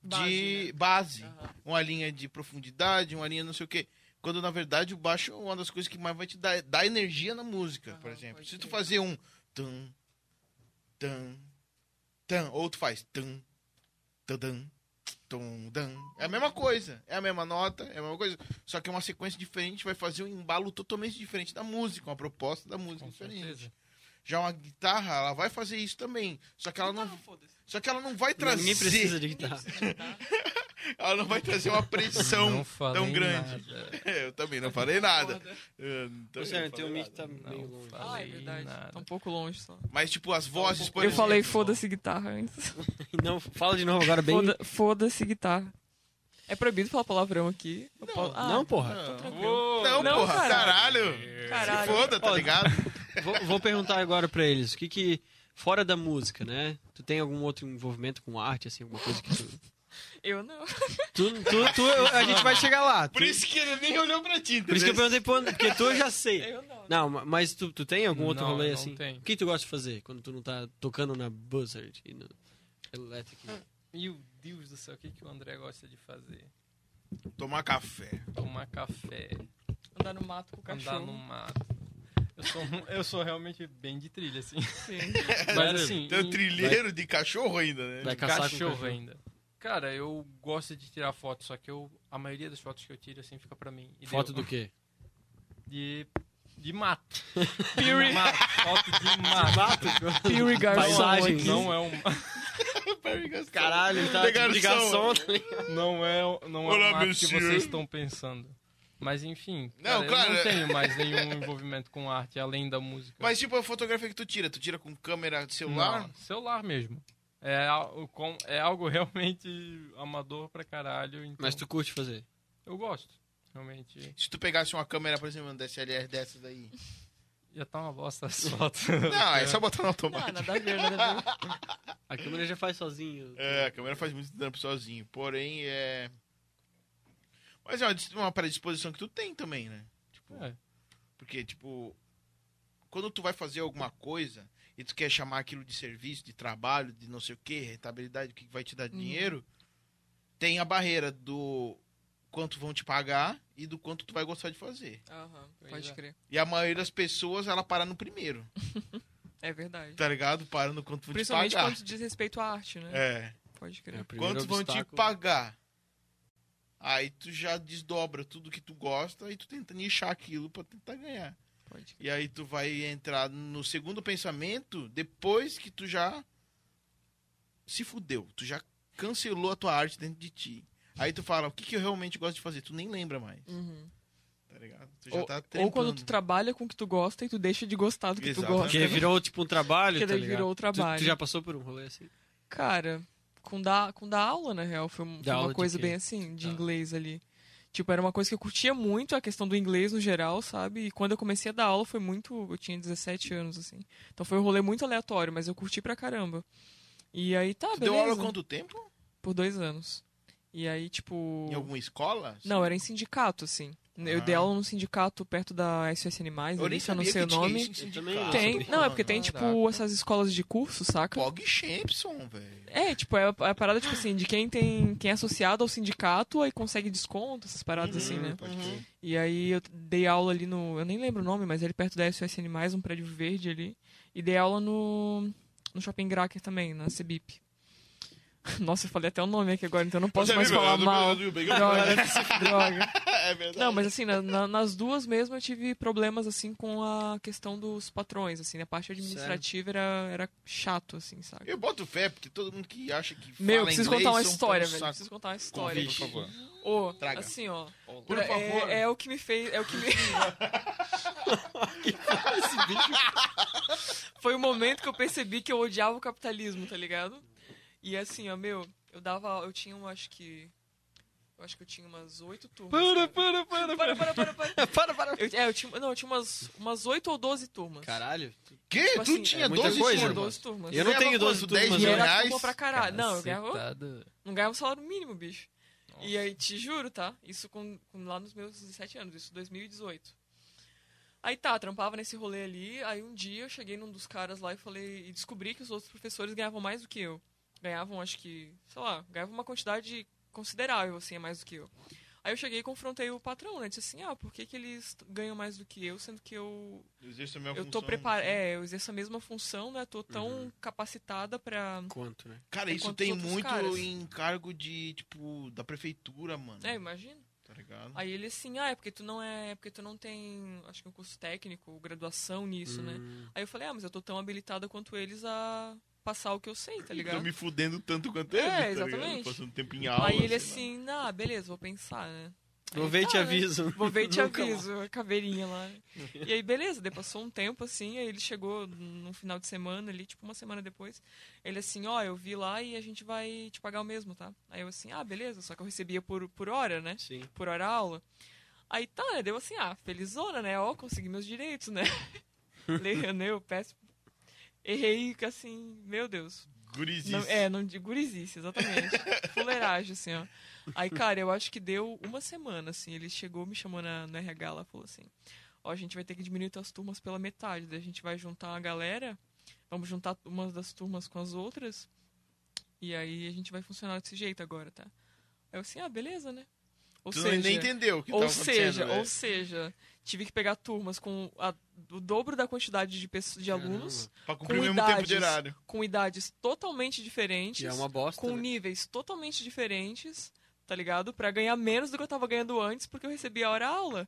A: de base. né? Uma linha de profundidade, uma linha não sei o quê. Quando na verdade o baixo é uma das coisas que mais vai te dar, dar energia na música, por
B: Aham,
A: exemplo.
B: pode
A: Se tu
B: crer.
A: fazer um tan, tan, tan, ou tu faz tan, tadam, tum, dan. É a mesma coisa, é a mesma nota, é a mesma coisa. Só que é uma sequência diferente, vai fazer um embalo totalmente diferente da música, uma proposta da música
D: Com
A: é diferente.
D: certeza.
A: Já uma guitarra, ela vai fazer isso também. Só que ela não,
B: Então,
A: só que ela não vai trazer,
C: Ninguém precisa de guitarra.
A: ela não vai trazer uma pressão.
D: Não falei
A: tão grande.
D: nada.
A: Eu também não falei nada. Eu não tô-
C: Pois
A: eu
C: é,
A: não
C: tem um
A: falei
C: mic que tá
A: nada.
C: meio
D: Não
C: longe.
B: Ah, é
D: falei
B: verdade.
D: nada.
B: Tá um pouco longe só.
A: Mas tipo as vozes, por
B: Eu
A: exemplo,
B: falei foda-se guitarra antes.
C: Não, fala de novo agora bem.
B: Foda- Foda-se guitarra. É proibido falar palavrão aqui. Eu falo- ah,
C: Não, tá porra.
A: Não,
B: tranquilo.
A: não,
B: Não,
A: porra, caralho.
B: caralho.
A: Se
B: Caralho.
A: foda, tá
C: Ó,
A: ligado?
C: Vou, vou perguntar agora pra eles. O que que... Fora da música, né? Tu tem algum outro envolvimento com arte, assim, alguma coisa que tu...
B: Eu não.
C: Tu, tu, tu- a gente vai chegar lá. Tu-
A: Por isso que ele nem olhou pra ti,
C: por isso que eu
A: entendeu?
C: perguntei pro André, porque tu eu já sei.
B: Eu não.
C: Não, ma- mas tu, tu tem algum outro
D: Não,
C: rolê
D: não
C: assim?
D: tenho.
C: O que tu gosta de fazer quando tu não tá tocando na Buzzard e no Electric?
D: Meu Deus do céu, o que, que o André gosta de fazer?
A: Tomar café.
D: Tomar café,
B: Andar no mato com o cachorro.
D: andar no mato. Eu sou, mu- eu sou realmente bem de trilha, assim.
B: Sim.
C: Sério?
D: Mas assim,
A: Tem um
D: em
A: trilheiro de cachorro ainda, né?
C: Vai caçar com
D: cachorro ainda. Cara, eu gosto de tirar foto, só que eu, a maioria das fotos que eu tiro, assim, fica pra mim. E
C: Foto
D: daí
C: do
D: eu-
C: quê?
D: De, de mato. De mato. Foto de mato. é
C: Mato?
B: Pure Garçon.
C: Paisagem.
D: Tá Não é um...
A: Tipo, é assim.
C: Caralho, ele tá de
A: Pegação.
C: ligação.
D: Não é, o- não é
A: Olá,
D: o mato que
A: monsieur.
D: vocês estão pensando. Mas enfim,
A: Não,
D: cara,
A: claro,
D: eu
A: é-
D: não tenho mais nenhum envolvimento com arte, além da música.
A: Mas tipo a fotografia que tu tira, tu tira com câmera de celular?
D: Não, celular mesmo. É, al- com- é algo realmente amador pra caralho, então
C: Mas tu curte fazer.
D: eu gosto. Realmente,
A: Se tu pegasse uma câmera, por exemplo, um DSLR dessa daí.
D: já tá uma bosta as fotos.
A: Não, é só botar no
B: Não,
A: automático.
B: nada a ver, nada a ver.
C: A câmera já faz sozinho.
A: É, a câmera faz muito trampo sozinho. Porém, é. Mas é uma, dis- uma predisposição que tu tem também, né? Tipo,
D: É.
A: Porque, tipo, quando tu vai fazer alguma coisa e tu quer chamar aquilo de serviço, de trabalho, de não sei o que, rentabilidade, o que vai te dar
B: Uhum.
A: dinheiro, tem a barreira do quanto vão te pagar e do quanto tu vai gostar de fazer.
B: Aham,
D: Pois
B: pode
D: é.
B: crer.
A: E a maioria das pessoas, ela para no primeiro,
B: É verdade.
A: tá ligado? Para no quanto vão te
B: Principalmente
A: pagar.
B: quando diz respeito à arte, né?
A: É.
B: Pode
C: É
B: crer.
C: o primeiro
A: Quanto vão te
C: obstáculo.
A: pagar? Aí tu já desdobra tudo que tu gosta e tu tenta nichar aquilo pra tentar ganhar.
B: Pode crer.
A: E aí tu vai entrar no segundo pensamento depois que tu já se fudeu, tu já cancelou a tua arte dentro de ti. Aí tu fala, o que, que eu realmente gosto de fazer? Tu nem lembra mais,
B: Uhum.
A: tá ligado? Tu já
B: Ou,
A: tá
B: ou quando tu
A: tentando.
B: trabalha com o que tu gosta e tu deixa de gostar do que
A: Exatamente.
B: tu gosta. né?
C: Porque virou tipo um trabalho,
B: Porque
C: tá
B: daí
C: ligado?
B: virou o
C: Tu- Tu,
B: trabalho.
C: já passou por um rolê assim?
B: Cara, com da, com da aula, na real, foi, um- foi
C: aula
B: uma
C: de
B: coisa
C: quê?
B: bem assim, de
A: Tá.
C: Da-
B: inglês ali. Tipo, era uma coisa que eu curtia muito, a questão do inglês no geral, sabe? E quando eu comecei a dar aula foi muito. Eu tinha 17 anos, assim. Então foi um rolê muito aleatório, mas eu curti pra caramba. E aí tá,
A: Tu deu aula
B: beleza.
A: quanto tempo?
B: Por dois anos. E aí, tipo.
A: Em alguma escola?
B: Não, era em sindicato, assim. Eu dei
A: Ah.
B: aula num sindicato perto da SOS Animais,
A: eu
B: ali,
A: nem
B: que eu não
A: sabia
B: sei o
A: que tinha
B: nome.
A: isso Ah, em
C: Eu
A: sindicato.
C: também não
B: Tem,
C: sabia.
B: não, é porque tem,
D: Caraca.
B: tipo, essas escolas de curso, saca?
A: Pog Shempson, velho.
B: É, tipo, é a, é a parada, tipo assim, de quem tem. Quem é associado ao sindicato aí consegue desconto, essas paradas assim, né?
A: Pode crer.
B: E aí eu dei aula ali no. Eu nem lembro o nome, mas é ali perto da SOS Animais, um prédio verde ali. E dei aula no. no Shopping Gracker também, na CBIP. Nossa, eu falei até o nome aqui agora, então eu não posso
A: Você
B: mais
A: viu,
B: falar
A: eu não-
B: mal.
A: eu não- eu peguei-
B: Droga, droga.
A: É verdade.
B: Não, mas assim, na- na- nas duas mesmo eu tive problemas, assim, com a questão dos patrões, assim, a parte administrativa era, era chato, assim, sabe?
A: Eu boto fé, porque todo mundo que acha que fala
B: Meu, preciso
A: inglês
B: contar uma
A: são um
B: história,
A: saco.
B: velho, preciso contar uma história.
A: Convite, por favor.
B: Ô,
A: Traga.
B: assim, ó,
A: Por
B: é,
A: favor.
B: É, o que me fez, é o que me... Foi o momento que eu percebi que eu odiava o capitalismo, tá ligado? E assim, ó, meu, eu dava, eu tinha, um, acho que Eu acho que eu tinha umas oito turmas. cara.
C: Para, para, para, para.
B: para, para, para, para.
C: Para, para.
B: Eu, é, eu tinha, não, eu tinha umas, umas 8 ou 12 turmas.
C: Caralho.
A: Que?
B: Tipo
A: tu
B: assim,
A: tinha
C: é muita
A: 12
C: coisa,
B: Tinha
A: turmas?
C: mano.
B: 12 turmas.
C: Eu não
A: Ganhava
C: tenho
A: quanto?
C: 12 turmas,
A: 10
B: E
A: mil
C: eu
B: era
A: reais?
B: turma pra caralho. Ah, Não, eu ganhava,
D: Cacetado.
B: não ganhava um salário mínimo, bicho. E
D: Nossa.
B: aí, te juro, tá? Isso com, com lá nos meus 17 anos, isso 2018. Aí tá, trampava nesse rolê ali, aí um dia eu cheguei num dos caras lá e falei, e descobri que os outros professores ganhavam mais do que eu. Ganhavam, acho que, sei lá, ganhavam uma quantidade considerável, assim, a mais do que eu. Aí eu cheguei e confrontei o patrão, né? Disse assim, ah, por que, que eles t- ganham mais do que eu, sendo que eu
A: Eu exerço a minha
B: eu
A: função.
B: tô
A: né? assim.
B: preparada, é, eu exerço a mesma função, né? Tô tão capacitada pra.
C: Quanto, né?
A: Cara, isso
B: Enquanto
A: tem
B: os é outros
A: muito
B: caras.
A: em cargo de, tipo, da prefeitura, mano.
B: É, imagina.
A: Tá ligado?
B: Aí ele assim, ah, é porque tu não é, é porque tu não tem, acho que um curso técnico, graduação nisso,
A: Uhum.
B: né?
C: Hum.
B: Aí eu falei, ah, mas eu tô tão habilitada quanto eles a passar o que eu sei, tá
A: Tô
B: ligado?
A: Então me fudendo tanto quanto
B: É,
A: eles, tá ligado?
B: exatamente.
A: Passando tempo em aula.
B: Aí ele
A: sei
B: assim, ah, beleza, vou pensar, né?
C: Vou ver e te
B: Ah, né?
C: aviso.
B: Vou ver e te
C: Nunca mais.
B: aviso, a caveirinha lá. E aí, beleza, daí passou um tempo assim, aí ele chegou num final de semana ali, tipo uma semana depois. Ele assim, ó, eu vi lá e a gente vai te pagar o mesmo, tá? Aí eu assim, ah, beleza, só que eu recebia por, por hora, né?
C: Sim.
B: Por hora aula. Aí tá, né? Deu assim, ah, felizona, né? Ó, consegui meus direitos, né? Leia, né? Eu peço. Errei, que assim, meu Deus.
A: lá. Gurizice.
B: Não, é, não digo gurizice, exatamente. Fuleiragem, assim, ó. Aí, cara, eu acho que deu uma semana, assim. Ele chegou, me chamou na, no RH lá, falou assim: Ó, a gente vai ter que diminuir tuas turmas pela metade. Daí a gente vai juntar uma galera, vamos juntar umas das turmas com as outras. E aí a gente vai funcionar desse jeito agora, tá? Aí eu assim: ah, beleza, né? Ou
A: Tu nem- nem entendeu o que
B: ou
A: tava
B: seja,
A: acontecendo, né?
B: ou
A: velho.
B: seja, tive que pegar turmas com a- o dobro da quantidade de, pessoas, de alunos,
A: Pra cumprir o
B: com
A: mesmo tempo de
B: idades.
A: horário.
B: com idades totalmente diferentes
C: Que é uma bosta.
B: com
C: né?
B: níveis totalmente diferentes, tá ligado? Pra ganhar menos do que eu tava ganhando antes, porque eu recebia a hora aula.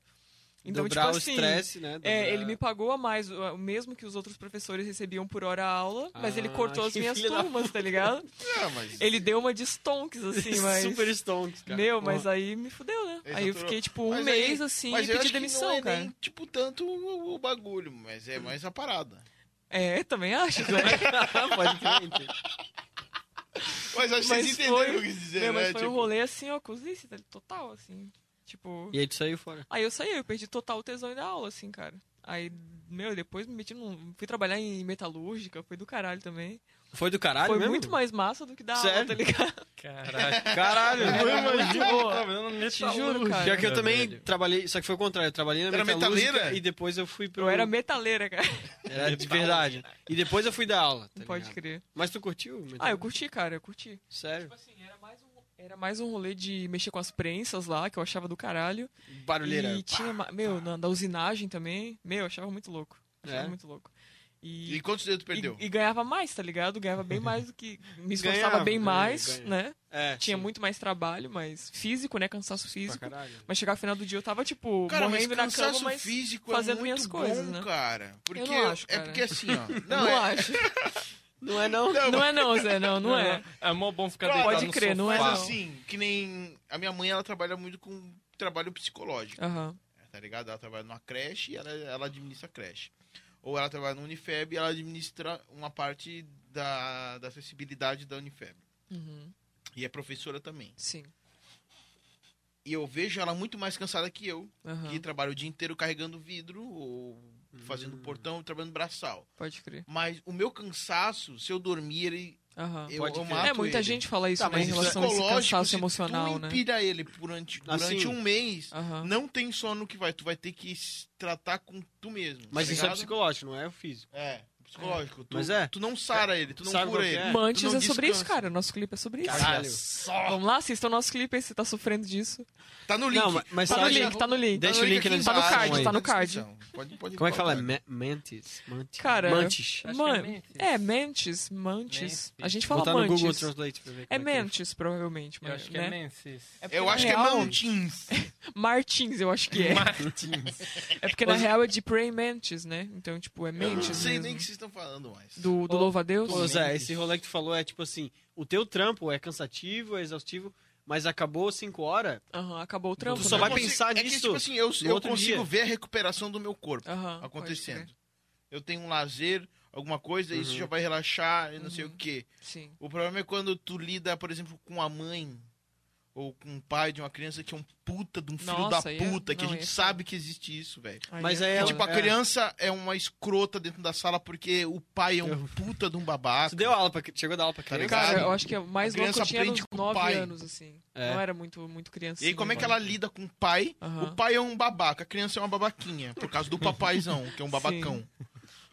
B: Então,
C: Dobrar
B: tipo
C: o
B: assim.
C: estresse, né? Dobrar-
B: É, ele me pagou a mais, o o mesmo que os outros professores recebiam por hora aula, mas ele
C: Ah,
B: cortou as
C: que
B: minhas
C: filho da
B: turmas, tá ligado?
A: É, mas...
B: Ele deu uma de stonks, assim, mas.
C: Super stonks, cara.
B: Meu, mas aí me fudeu, né?
A: Ele
B: aí eu
A: saturou.
B: fiquei, tipo, um
A: Mas aí-
B: mês, assim,
A: mas
B: e
A: eu
B: pedi
A: acho que
B: demissão,
A: não é
B: cara.
A: nem, tipo, tanto o, o bagulho, mas é mais a parada.
B: É, também acho, né?
C: Pode crer, entendi.
A: Mas acho que
B: Mas
A: vocês entenderam
B: foi-
A: o que eu quis dizer,
B: Meu,
A: né?
B: mas foi
A: tipo,
B: um rolê, assim, ó, cozice, total, assim. Tipo.
C: E aí tu saiu fora.
B: Aí eu saí, eu perdi total o tesão da aula, assim, cara. Aí, meu, depois me meti num. Fui trabalhar em metalúrgica, foi do caralho também.
C: Foi do caralho
B: foi
C: mesmo?
B: muito mais massa do que da aula,
C: Sério?
B: tá ligado?
D: Caraca.
C: Caralho,
D: Eu
C: muito mais-
D: imagino
B: tá
D: trabalhando no
B: Te juro,
D: metalúrgico.
B: cara.
C: Já que eu
D: Caralho,
C: também
D: velho.
C: trabalhei, só que foi o contrário, eu trabalhei na
A: Era
C: metalúrgica
A: metaleira?
C: e depois eu fui pro...
B: Eu era metaleira, cara.
C: Era de verdade. E depois eu fui dar aula, tá
B: Não pode
C: ligado?
B: crer.
C: Mas tu curtiu?
B: Ah, eu curti, cara, eu curti.
C: Sério?
B: Tipo assim, era mais um. Era mais um rolê de mexer com as prensas lá, que eu achava do caralho.
C: Barulheira.
B: E tinha, ma- meu, na, da usinagem também. Meu, eu achava muito louco. Achava
C: É?
B: muito louco.
A: E quantos dedos tu perdeu?
B: E, e ganhava mais, tá ligado? Ganhava bem mais do que. Me esforçava
C: Ganhava,
B: bem
C: ganha,
B: mais,
C: ganha.
B: né?
C: É,
B: Tinha
C: sim,
B: muito mais trabalho, mas físico, né? Cansaço
C: Pra
B: físico.
C: caralho.
B: Mas chegar no final do dia eu tava, tipo,
A: Cara, mas
B: morrendo na
A: cansaço
B: cama, mas.
A: físico
B: fazendo
A: é muito
B: minhas
A: bom,
B: coisas, né?
A: cara. Porque
B: não acho,
A: É
B: cara.
A: porque assim, ó.
B: Não,
A: Não, é,
B: acho.
C: Não é não?
B: Não é não, Zé, não, não é.
D: É mó bom ficar
A: Pode
D: deitado
B: Pode
D: no
B: crer, não é
A: mas
D: sofá.
B: não.
A: assim, que nem a minha mãe, ela trabalha muito com trabalho psicológico.
B: Aham.
A: tá ligado? Ela trabalha numa creche e ela, ela administra a creche. Ou ela trabalha no Unifeb e ela administra uma parte da, da acessibilidade da Unifeb.
B: Uhum.
A: E é professora também.
B: Sim.
A: E eu vejo ela muito mais cansada que eu,
B: Aham.
A: que trabalha o dia inteiro carregando vidro, ou fazendo
B: Hum.
A: portão, trabalhando braçal.
B: Pode crer.
A: Mas o meu cansaço, se eu dormir, ele,
B: Aham.
A: eu,
C: Pode
A: eu
C: crer.
A: mato
B: É, muita
A: ele.
B: gente fala isso,
C: Tá,
B: né? Em
C: mas
B: relação a esse cansaço
A: se
B: emocional,
A: é assim, tu
B: né?
A: empira ele durante, durante
C: Assim.
A: um mês,
B: Aham.
A: não tem sono que vai. Tu vai ter que se tratar com tu mesmo.
C: Mas
A: tá
C: isso é
A: ligado?
C: psicológico, não é o físico.
A: É, psicológico. Tu,
C: Mas é.
A: tu não sara ele, tu não
C: Sabe
A: cura
C: qual que
A: ele.
C: é?
B: Mantes
A: Tu não
B: é sobre isso,
A: descansa.
B: cara. Nosso clipe é sobre isso.
C: Caralho.
A: Só.
B: Vamos lá, assistam o nosso clipe aí, você tá sofrendo disso.
A: Tá no link.
C: Não, mas- mas
B: Tá no
C: sabe-
B: link, tá no link.
C: Deixa o link
A: aqui
C: na
A: embaixo,
B: descrição Tá no
A: aí.
B: card, tá no card.
A: Na descrição. Pode, pode
C: Como é que fala?
A: colocar.
C: Me- Mantis. Mantis.
B: Cara,
C: Mantis.
D: Acho que
B: Mano,
D: é Memphis.
B: é, Mantis, Mantis.
D: Mantis.
B: A gente
C: Vou
B: fala
C: Botar no Google
B: Mantis.
C: Translate pra ver
B: É
C: como que
B: Mantis, provavelmente,
D: Eu
B: mas,
D: acho que é
B: né?
D: Memphis.
B: É porque
A: Eu
B: na
A: acho que é
B: real-
A: Mountains.
B: Martins, eu acho que é.
D: Martins.
B: É porque na real é de Pray Mantis, né? Então, tipo, é
A: Eu
B: Mantis.
A: não sei
B: mesmo.
A: nem o que vocês estão falando mais.
B: Do, do Louva a Deus?
C: Pô, Zé, esse rolê que tu falou é tipo assim, o teu trampo é cansativo, é exaustivo, mas acabou 5 horas,
B: Aham, acabou o trampo.
C: Tu só
A: Eu
B: né?
C: vai
A: consigo-
C: pensar
A: é que,
C: nisso
A: tipo assim, eu,
C: no
A: eu
C: outro
A: consigo
C: dia.
A: ver a recuperação do meu corpo
B: Aham, Ah, pode
A: acontecendo.
B: crer.
A: Eu tenho um lazer, alguma coisa,
C: Uhum.
A: isso já vai
B: Uhum.
A: relaxar, e não sei o quê.
B: Sim.
A: O problema é quando tu lida, por exemplo, com a mãe ou com o pai de uma criança que é um puta de um filho
B: Nossa,
A: da
B: aí é-
A: puta, que
B: não,
A: a gente
B: aí é
A: sabe que existe isso, velho.
B: Aí
C: Mas aí
B: é
A: Que,
C: ela-
B: foda.
A: tipo, a
C: é.
A: criança é uma escrota dentro da sala porque o pai é um
C: Eu-
A: puta de um babaca.
C: Tu deu aula pra, chegou a dar aula pra
A: Tá
C: criança?
A: ligado?
B: Cara, eu acho que é o mais
A: A
B: louco
A: criança
B: eu tinha
A: aprende
B: uns
A: com o
B: 9
A: pai.
B: anos, assim.
C: É.
B: Não era muito, muito criança. assim,
A: E aí, como é que ela lida com o pai?
B: Aham.
A: O pai é um babaca, a criança é uma babaquinha, por causa do papaizão, que é um babacão.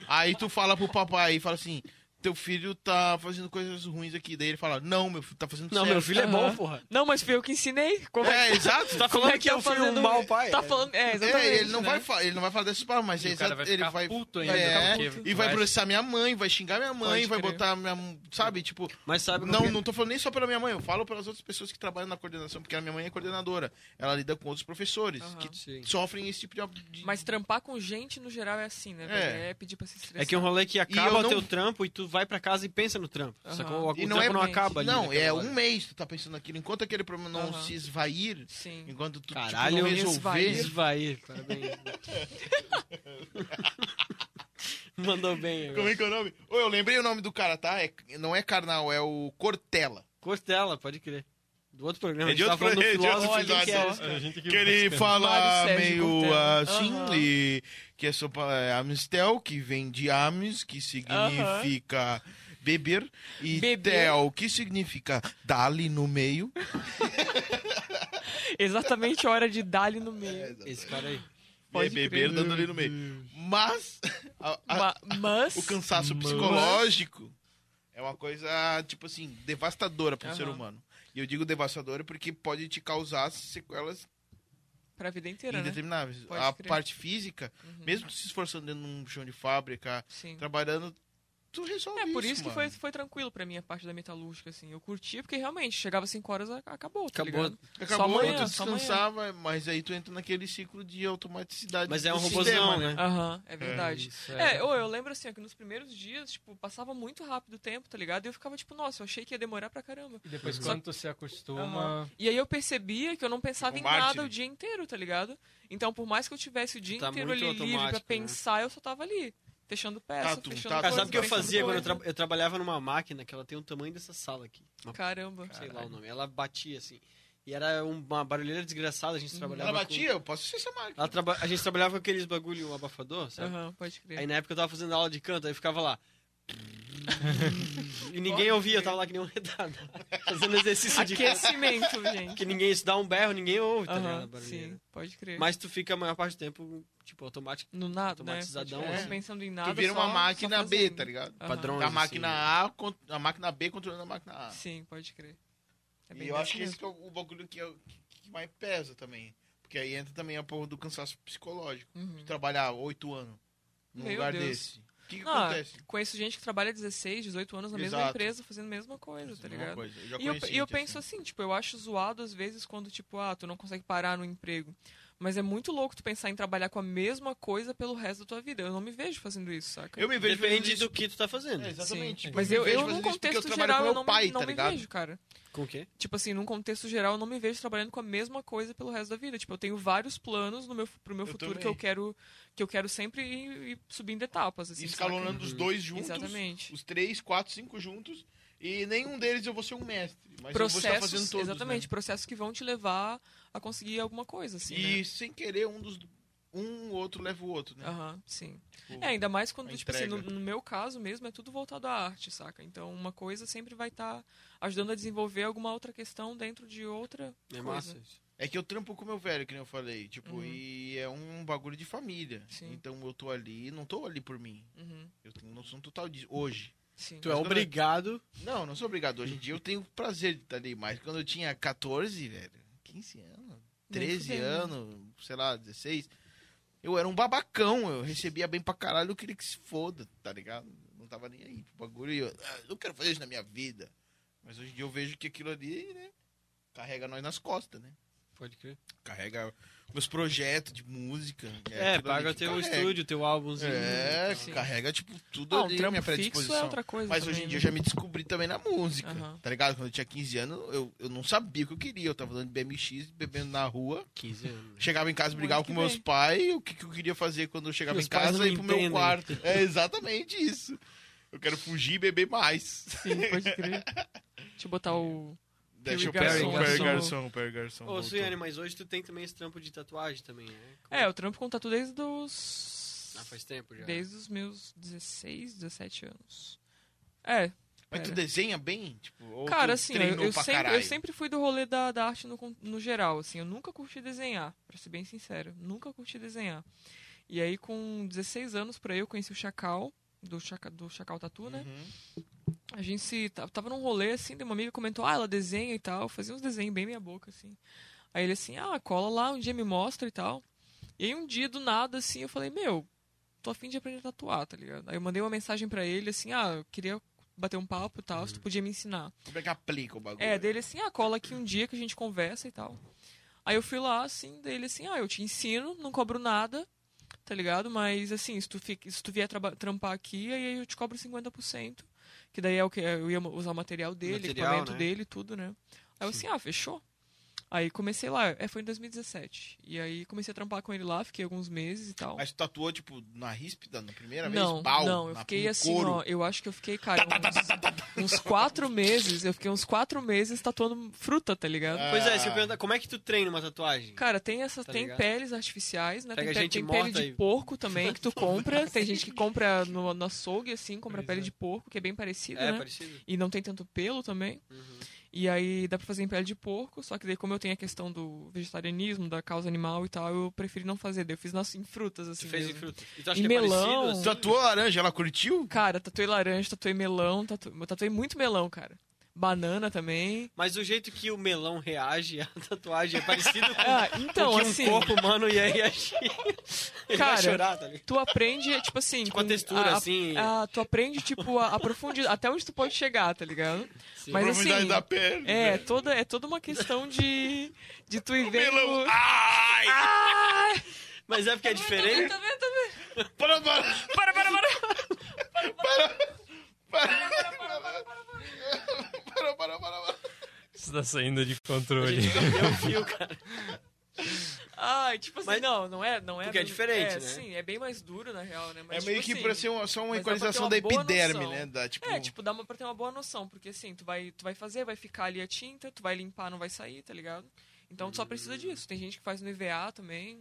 A: Aí tu fala pro papai e fala assim: teu filho tá fazendo coisas ruins aqui. Daí ele fala: não, meu filho tá fazendo
C: Não,
A: certo."
C: meu filho é bom,
B: Aham.
C: porra.
B: Não, mas foi eu que ensinei. Como é,
A: É, exato.
C: Tu tá
B: como
C: falando
B: é
C: que
B: que tá
C: eu fui
B: fazendo...
C: um mau pai?
B: Tá falando... É, exatamente.
A: É, ele não
B: né?
A: vai falar, ele não vai falar dessas palavras, mas é
D: E o cara
A: exato-
D: vai
A: ele
D: ficar
A: vai
D: puto ainda. tá
A: É,
D: porque
A: e vai processar minha mãe, vai xingar minha mãe,
B: Pode
A: vai
B: crer.
A: botar minha, m- sabe, tipo,
C: Mas sabe como
A: não,
C: que- é?
A: não tô falando nem só pela minha mãe, eu falo pelas outras pessoas que trabalham na coordenação, porque a minha mãe é coordenadora. Ela lida com outros professores
B: Aham.
A: que
C: Sim.
A: sofrem esse tipo de- de
B: Mas trampar com gente, no geral, é assim, né? velho? É, pedir pra se estressar.
C: É que é um rolê
A: E
C: que
A: eu
C: acaba o
A: não-
C: teu trampo e tu vai pra casa e pensa no trampo.
B: Aham.
C: Sacou? O, o
A: E não
C: trampo
A: é-
C: não acaba ali.
A: Não,
C: naquela
A: é
C: hora.
A: um mês tu tá pensando naquilo. Enquanto aquele problema não
B: Aham.
A: se esvair,
B: Sim.
A: enquanto tu tipo,
C: Caralho,
A: não
C: eu
A: resolver.
B: esvaí.
C: Esvair, parabéns. Mandou bem.
A: Como
C: agora.
A: é que é o nome? Ô, eu lembrei o nome do cara, tá? É- não é Carnal, é o Cortella.
C: Cortella, pode crer. Do outro programa.
A: É de
C: a gente
A: outro
C: tava falando do
A: pro- é de outro
C: filósofo que
A: episódio.
C: é-
A: Que ele fala
B: Mário Sérgio
A: meio
B: Cortella.
A: assim,
B: Aham.
A: e que é sopa é, Amstel, que vem de Ames, que significa beber, e
B: Beber.
A: Tel, que significa dali no meio.
B: Exatamente a hora de dar-lhe no meio.
A: é
C: Esse cara aí.
B: Pode
A: beber,
B: crer.
A: dando ali no meio. Mas a- a-
B: Ma- Mas...
A: o cansaço psicológico é uma coisa, tipo assim, devastadora para o
B: Aham.
A: ser humano. E eu digo devastadora porque pode te causar sequelas
B: Pra vida inteira, né?
A: indetermináveis.
B: Pode
A: a
B: crer. Uhum.
A: parte física, mesmo se esforçando dentro de um chão de fábrica,
B: Sim.
A: trabalhando, tu resolve
B: É, por isso, que foi,
A: mano.
B: foi tranquilo pra mim a parte da metalúrgica, assim. Eu curtia, porque realmente, chegava 5 horas, a- acabou, tá
C: Acabou.
B: ligado?
A: Acabou,
B: amanhã,
A: tu
B: só amanhã.
A: descansava, mas aí tu entra naquele ciclo de automaticidade
C: Mas é um
A: do sistema,
C: robôzão, né?
B: Aham, é verdade.
D: Isso,
B: É,
D: é.
B: eu, eu lembro assim, ó, que nos primeiros dias, tipo, passava muito rápido o tempo, tá ligado? E eu ficava tipo, nossa, eu achei que ia demorar pra caramba.
D: E depois
C: Uhum.
D: quando tu se acostuma...
B: E aí eu percebia que eu não pensava
A: Tipo
C: um
B: em
A: Marte,
B: nada
A: né?
B: o dia inteiro, tá ligado? Então, por mais que eu tivesse o dia
C: Tá
B: inteiro
C: muito
B: ali livre pra
C: automático, né?
B: pensar, eu só tava ali, fechando
A: Tá,
B: peça,
A: tu-
B: fechando
A: tá, tu-
C: Cara,
B: coisa,
C: Ah, sabe o que eu
B: fechando
C: fazia quando eu,
B: coisa.
C: tra- eu trabalhava numa máquina que ela tem o tamanho dessa sala aqui? Uma
B: Caramba.
C: sei lá o nome. Ela batia assim. E era uma barulheira desgraçada, a gente trabalhava.
A: Hum, Ela batia, eu posso ser essa
C: Com... Ela
A: máquina.
C: traba- A gente trabalhava com aqueles bagulho abafador, sabe?
B: Aham, pode crer.
C: Aí na época eu tava fazendo aula de canto, aí ficava lá. e ninguém ouvia, eu tava lá que nem um retardado. Fazendo exercício de
A: é
C: canto.
B: Aquecimento, gente.
C: Porque ninguém se dá um berro, ninguém ouve, tá ligado? a
B: Aham,
C: barulheira.
B: sim, pode crer.
C: Mas tu fica a maior parte do tempo, tipo, automático.
B: no nada, né?
C: automatizadão,
B: Pode crer,
A: assim.
B: Não pensando em nada,
A: tu vira
B: só-
A: uma
B: só
A: máquina B,
B: fazendo.
A: tá ligado?
B: Aham.
C: Padrão.
A: Da máquina
C: assim,
A: A, con- a máquina B controlando a máquina A.
B: Sim, pode crer. É bem
A: e eu acho que
B: desse
A: esse que é o o bagulho que, é o- que- que mais pesa também. Porque aí entra também a porra do cansaço psicológico.
B: mesmo. Uhum.
A: Tu Trabalhar oito anos num
B: Meu
A: lugar
B: Deus.
A: desse. O que, que
B: Ah,
A: acontece?
B: Conheço gente que trabalha 16, 18 anos na mesma
A: Exato.
B: empresa, fazendo a mesma coisa,
A: Mesma
B: tá ligado?
A: coisa. já conheci
B: E eu, e eu
A: gente assim.
B: penso assim, tipo, eu acho zoado às vezes quando, tipo, ah, tu não consegue parar no emprego. Mas é muito louco tu pensar em trabalhar com a mesma coisa pelo resto da tua vida. Eu não me vejo fazendo isso, saca?
A: Eu me vejo
C: Depende
A: fazendo
C: do que tu tá fazendo.
A: É, exatamente.
B: Sim.
A: Tipo,
B: Mas
A: me
B: eu,
A: vejo
B: eu num
A: fazendo isso porque eu
B: contexto
A: trabalho
B: geral,
A: com meu
B: eu não, me-
A: pai,
B: não
A: tá
B: me
A: ligado?
B: vejo, cara.
C: Com o quê?
B: Tipo assim, num contexto geral, eu não me vejo trabalhando com a mesma coisa pelo resto da vida. Tipo, eu tenho vários planos no meu, pro meu
A: Eu
B: futuro que
A: também.
B: eu quero que eu quero sempre ir, ir subindo etapas. Assim,
A: escalonando os
C: Uhum.
A: dois
B: saca?
A: juntos.
B: Exatamente.
A: Os três, quatro, cinco juntos. E nenhum deles eu vou ser um mestre. Mas eu vou estar
B: processos,
A: fazendo todos.
B: exatamente,
A: né?
B: processos que vão te levar a conseguir alguma coisa, assim,
A: E
B: né?
A: sem querer, um dos. Um o outro leva o outro, né?
B: Aham, sim.
A: Tipo,
B: É, ainda mais quando,
A: a
B: tipo assim, no,
A: entrega.
B: no meu caso mesmo, é tudo voltado à arte, saca? Então, uma coisa sempre vai estar ajudando a desenvolver alguma outra questão dentro de outra coisa.
C: É massa. isso.
A: É que eu trampo com meu velho, que nem eu falei. Tipo,
B: Uhum.
A: e é um bagulho de família.
B: Sim.
A: Então eu tô ali, não tô ali por mim.
B: Uhum,
A: Eu tenho noção total disso. Hoje.
B: sim.
C: Tu é obrigado.
A: Não, não sou obrigado. Hoje em dia eu tenho prazer de estar ali. Mas quando eu tinha 14, velho, 15 anos,
B: Nem
A: 13
B: fudendo.
A: anos, sei lá, 16, eu era um babacão. Eu recebia bem pra caralho, eu queria que se foda, tá ligado? Não tava nem aí pro bagulho. e Eu, ah, eu não quero fazer isso na minha vida. Mas hoje em dia eu vejo que aquilo ali, né? Carrega nós nas costas, né?
C: Pode crer.
A: carrega meus projetos de música.
C: É,
A: tudo ali
C: paga
A: que
C: teu
A: carrega.
C: estúdio, teu álbumzinho. tá,
A: É,
B: Sim.
A: carrega, tipo, tudo
B: assim, Ah, um
A: ali na minha
B: trampo fixo é
A: predisposição.
B: outra coisa
A: Mas
B: também,
A: hoje em dia eu
B: né?
A: já me descobri também na música,
B: Aham.
A: tá ligado? Quando eu tinha 15 anos, eu, eu não sabia o que eu queria. Eu tava dando BMX, bebendo na rua.
C: 15 anos.
A: Chegava em casa,
B: Muito
A: brigava
B: que
A: com meus
B: bem.
A: pais. O que, que eu queria fazer quando eu chegava
C: Meus
A: em
C: pais
A: casa
C: não
A: e ir pro meu
C: entendem.
A: quarto. É exatamente isso. Eu quero fugir e beber mais.
B: Sim, pode crer. Deixa eu botar o
A: Deixa o
B: Perry
A: Perry
B: Garçon.
A: Perry Garçon, Perry Garçon.
C: Ô,
A: voltou.
C: Suiane, mas hoje tu tem também esse trampo de tatuagem também, né? Como-
B: É, eu trampo com tatu desde os.
C: Ah, faz tempo já.
B: Desde os meus 16, 17 anos. É.
A: Mas tu
B: pera.
A: desenha bem? Tipo, ou
B: Cara,
A: tu
B: assim, eu,
A: treinou
B: eu
A: pra
B: sempre, eu
A: caralho?
B: sempre fui do rolê da, da arte no, con- no geral, assim. Eu nunca curti desenhar, pra ser bem sincero. Nunca curti desenhar. E aí, com 16 anos por aí, eu conheci o Chacal, do, Chaca, do Chacal Tatu, né?
A: Uhum.
B: A gente se, ta- tava num rolê, assim, de uma amiga comentou, ah, ela desenha e tal. Fazia uns desenhos bem minha boca, assim. Aí ele assim, ah, cola lá, um dia me mostra e tal. E aí um dia, do nada, assim, eu falei, meu, tô afim de aprender a tatuar, tá ligado? Aí eu mandei uma mensagem pra ele, assim, ah, eu queria bater um papo e tal, se tu podia me ensinar.
A: Como é que aplica o bagulho?
C: né?
B: É, dele assim, ah, cola aqui um dia que a gente conversa e tal. Aí eu fui lá, assim, dele assim, ah, eu te ensino, não cobro nada, tá ligado? Mas assim, se tu, fica, se tu vier traba- trampar aqui, aí eu te cobro 50%. Que daí é o que? Eu ia usar o material dele,
C: Material,
B: equipamento
C: né?
B: dele, tudo, né? Aí eu assim, ah, fechou. Aí comecei lá, é, foi em 2017. E aí comecei a trampar com ele lá, fiquei alguns meses e tal.
A: Mas tu tatuou, tipo, na ríspida, na primeira
B: não,
A: vez? Pau,
B: não, eu
A: na-
B: fiquei
A: no
B: assim,
A: couro. Tá,
B: ó, eu acho que eu fiquei, cara, uns, uns quatro meses, eu fiquei uns quatro meses tatuando fruta, tá ligado?
A: Ah.
C: Pois é, se eu perguntar, como é que tu treina uma tatuagem?
B: Cara, tem essas,
C: Tá
B: tem
C: ligado?
B: peles artificiais, né?
C: Pega
B: tem pe-
C: gente
B: tem pele
C: morta
B: de
C: e-
B: porco também que tu compra. tem gente que compra no, no açougue, assim, compra
D: Pois
B: pele
D: é.
B: de porco, que é bem parecido,
C: É
B: né?
C: parecido?
B: E não tem tanto pelo também.
C: Uhum.
B: E aí dá pra fazer em pele de porco, só que daí, como eu tenho a questão do vegetarianismo, da causa animal e tal, eu preferi não fazer. Daí eu fiz nas, em frutas, assim.
C: Tu fez em
B: mesmo.
C: fruta. E tu acha
B: Em
C: que é
B: melão.
C: parecido?
A: Tu
C: assim?
A: Tatuou a laranja, ela curtiu?
B: Cara, tatuei laranja, tatuei melão, tatuei, eu tatuei muito melão, cara. Banana também.
C: Mas o jeito que o melão reage à tatuagem é parecido com
B: Ah, então,
C: o que um
B: assim.
C: corpo humano ia reagir. Ele
B: Cara,
C: vai chorar, tá ligado?
B: Tu aprende, tipo assim.
C: Tipo, a textura,
B: a-
C: assim.
B: a- tu aprende, tipo, a, a profundidade. Até onde tu pode chegar, tá ligado?
C: Sim.
B: Mas
A: Profundidade
B: assim.
A: da perna.
B: É, toda, é toda uma questão de. De tu ir vendo.
A: Melão.
C: é
A: Ai!
B: Ah!
C: Mas é porque é diferente?
B: Tá vendo, tá vendo?
A: Para, para,
B: Para, para, para!
A: para, para, para, para, para.
E: Isso tá saindo de
C: A
E: controle.
C: gente perdeu o fio, cara.
B: Ai, tipo assim,
C: Mas-
B: não, não é. Não é
C: Porque é diferente,
B: é,
C: né?
B: Sim, é bem mais duro, na real, né?
A: É
B: Mas,
A: meio
B: tipo
A: que
B: assim,
A: pra ser uma- só uma
B: mas dá pra ter
A: equalização
B: uma
A: da
B: boa
A: epiderme,
B: noção.
A: né? Da, tipo,
B: É, tipo, dá uma, pra ter uma boa noção, porque assim, tu vai, tu vai fazer, vai ficar ali a tinta, tu vai limpar, não vai sair, tá ligado? Então tu só precisa disso. Tem gente que faz no IVA também.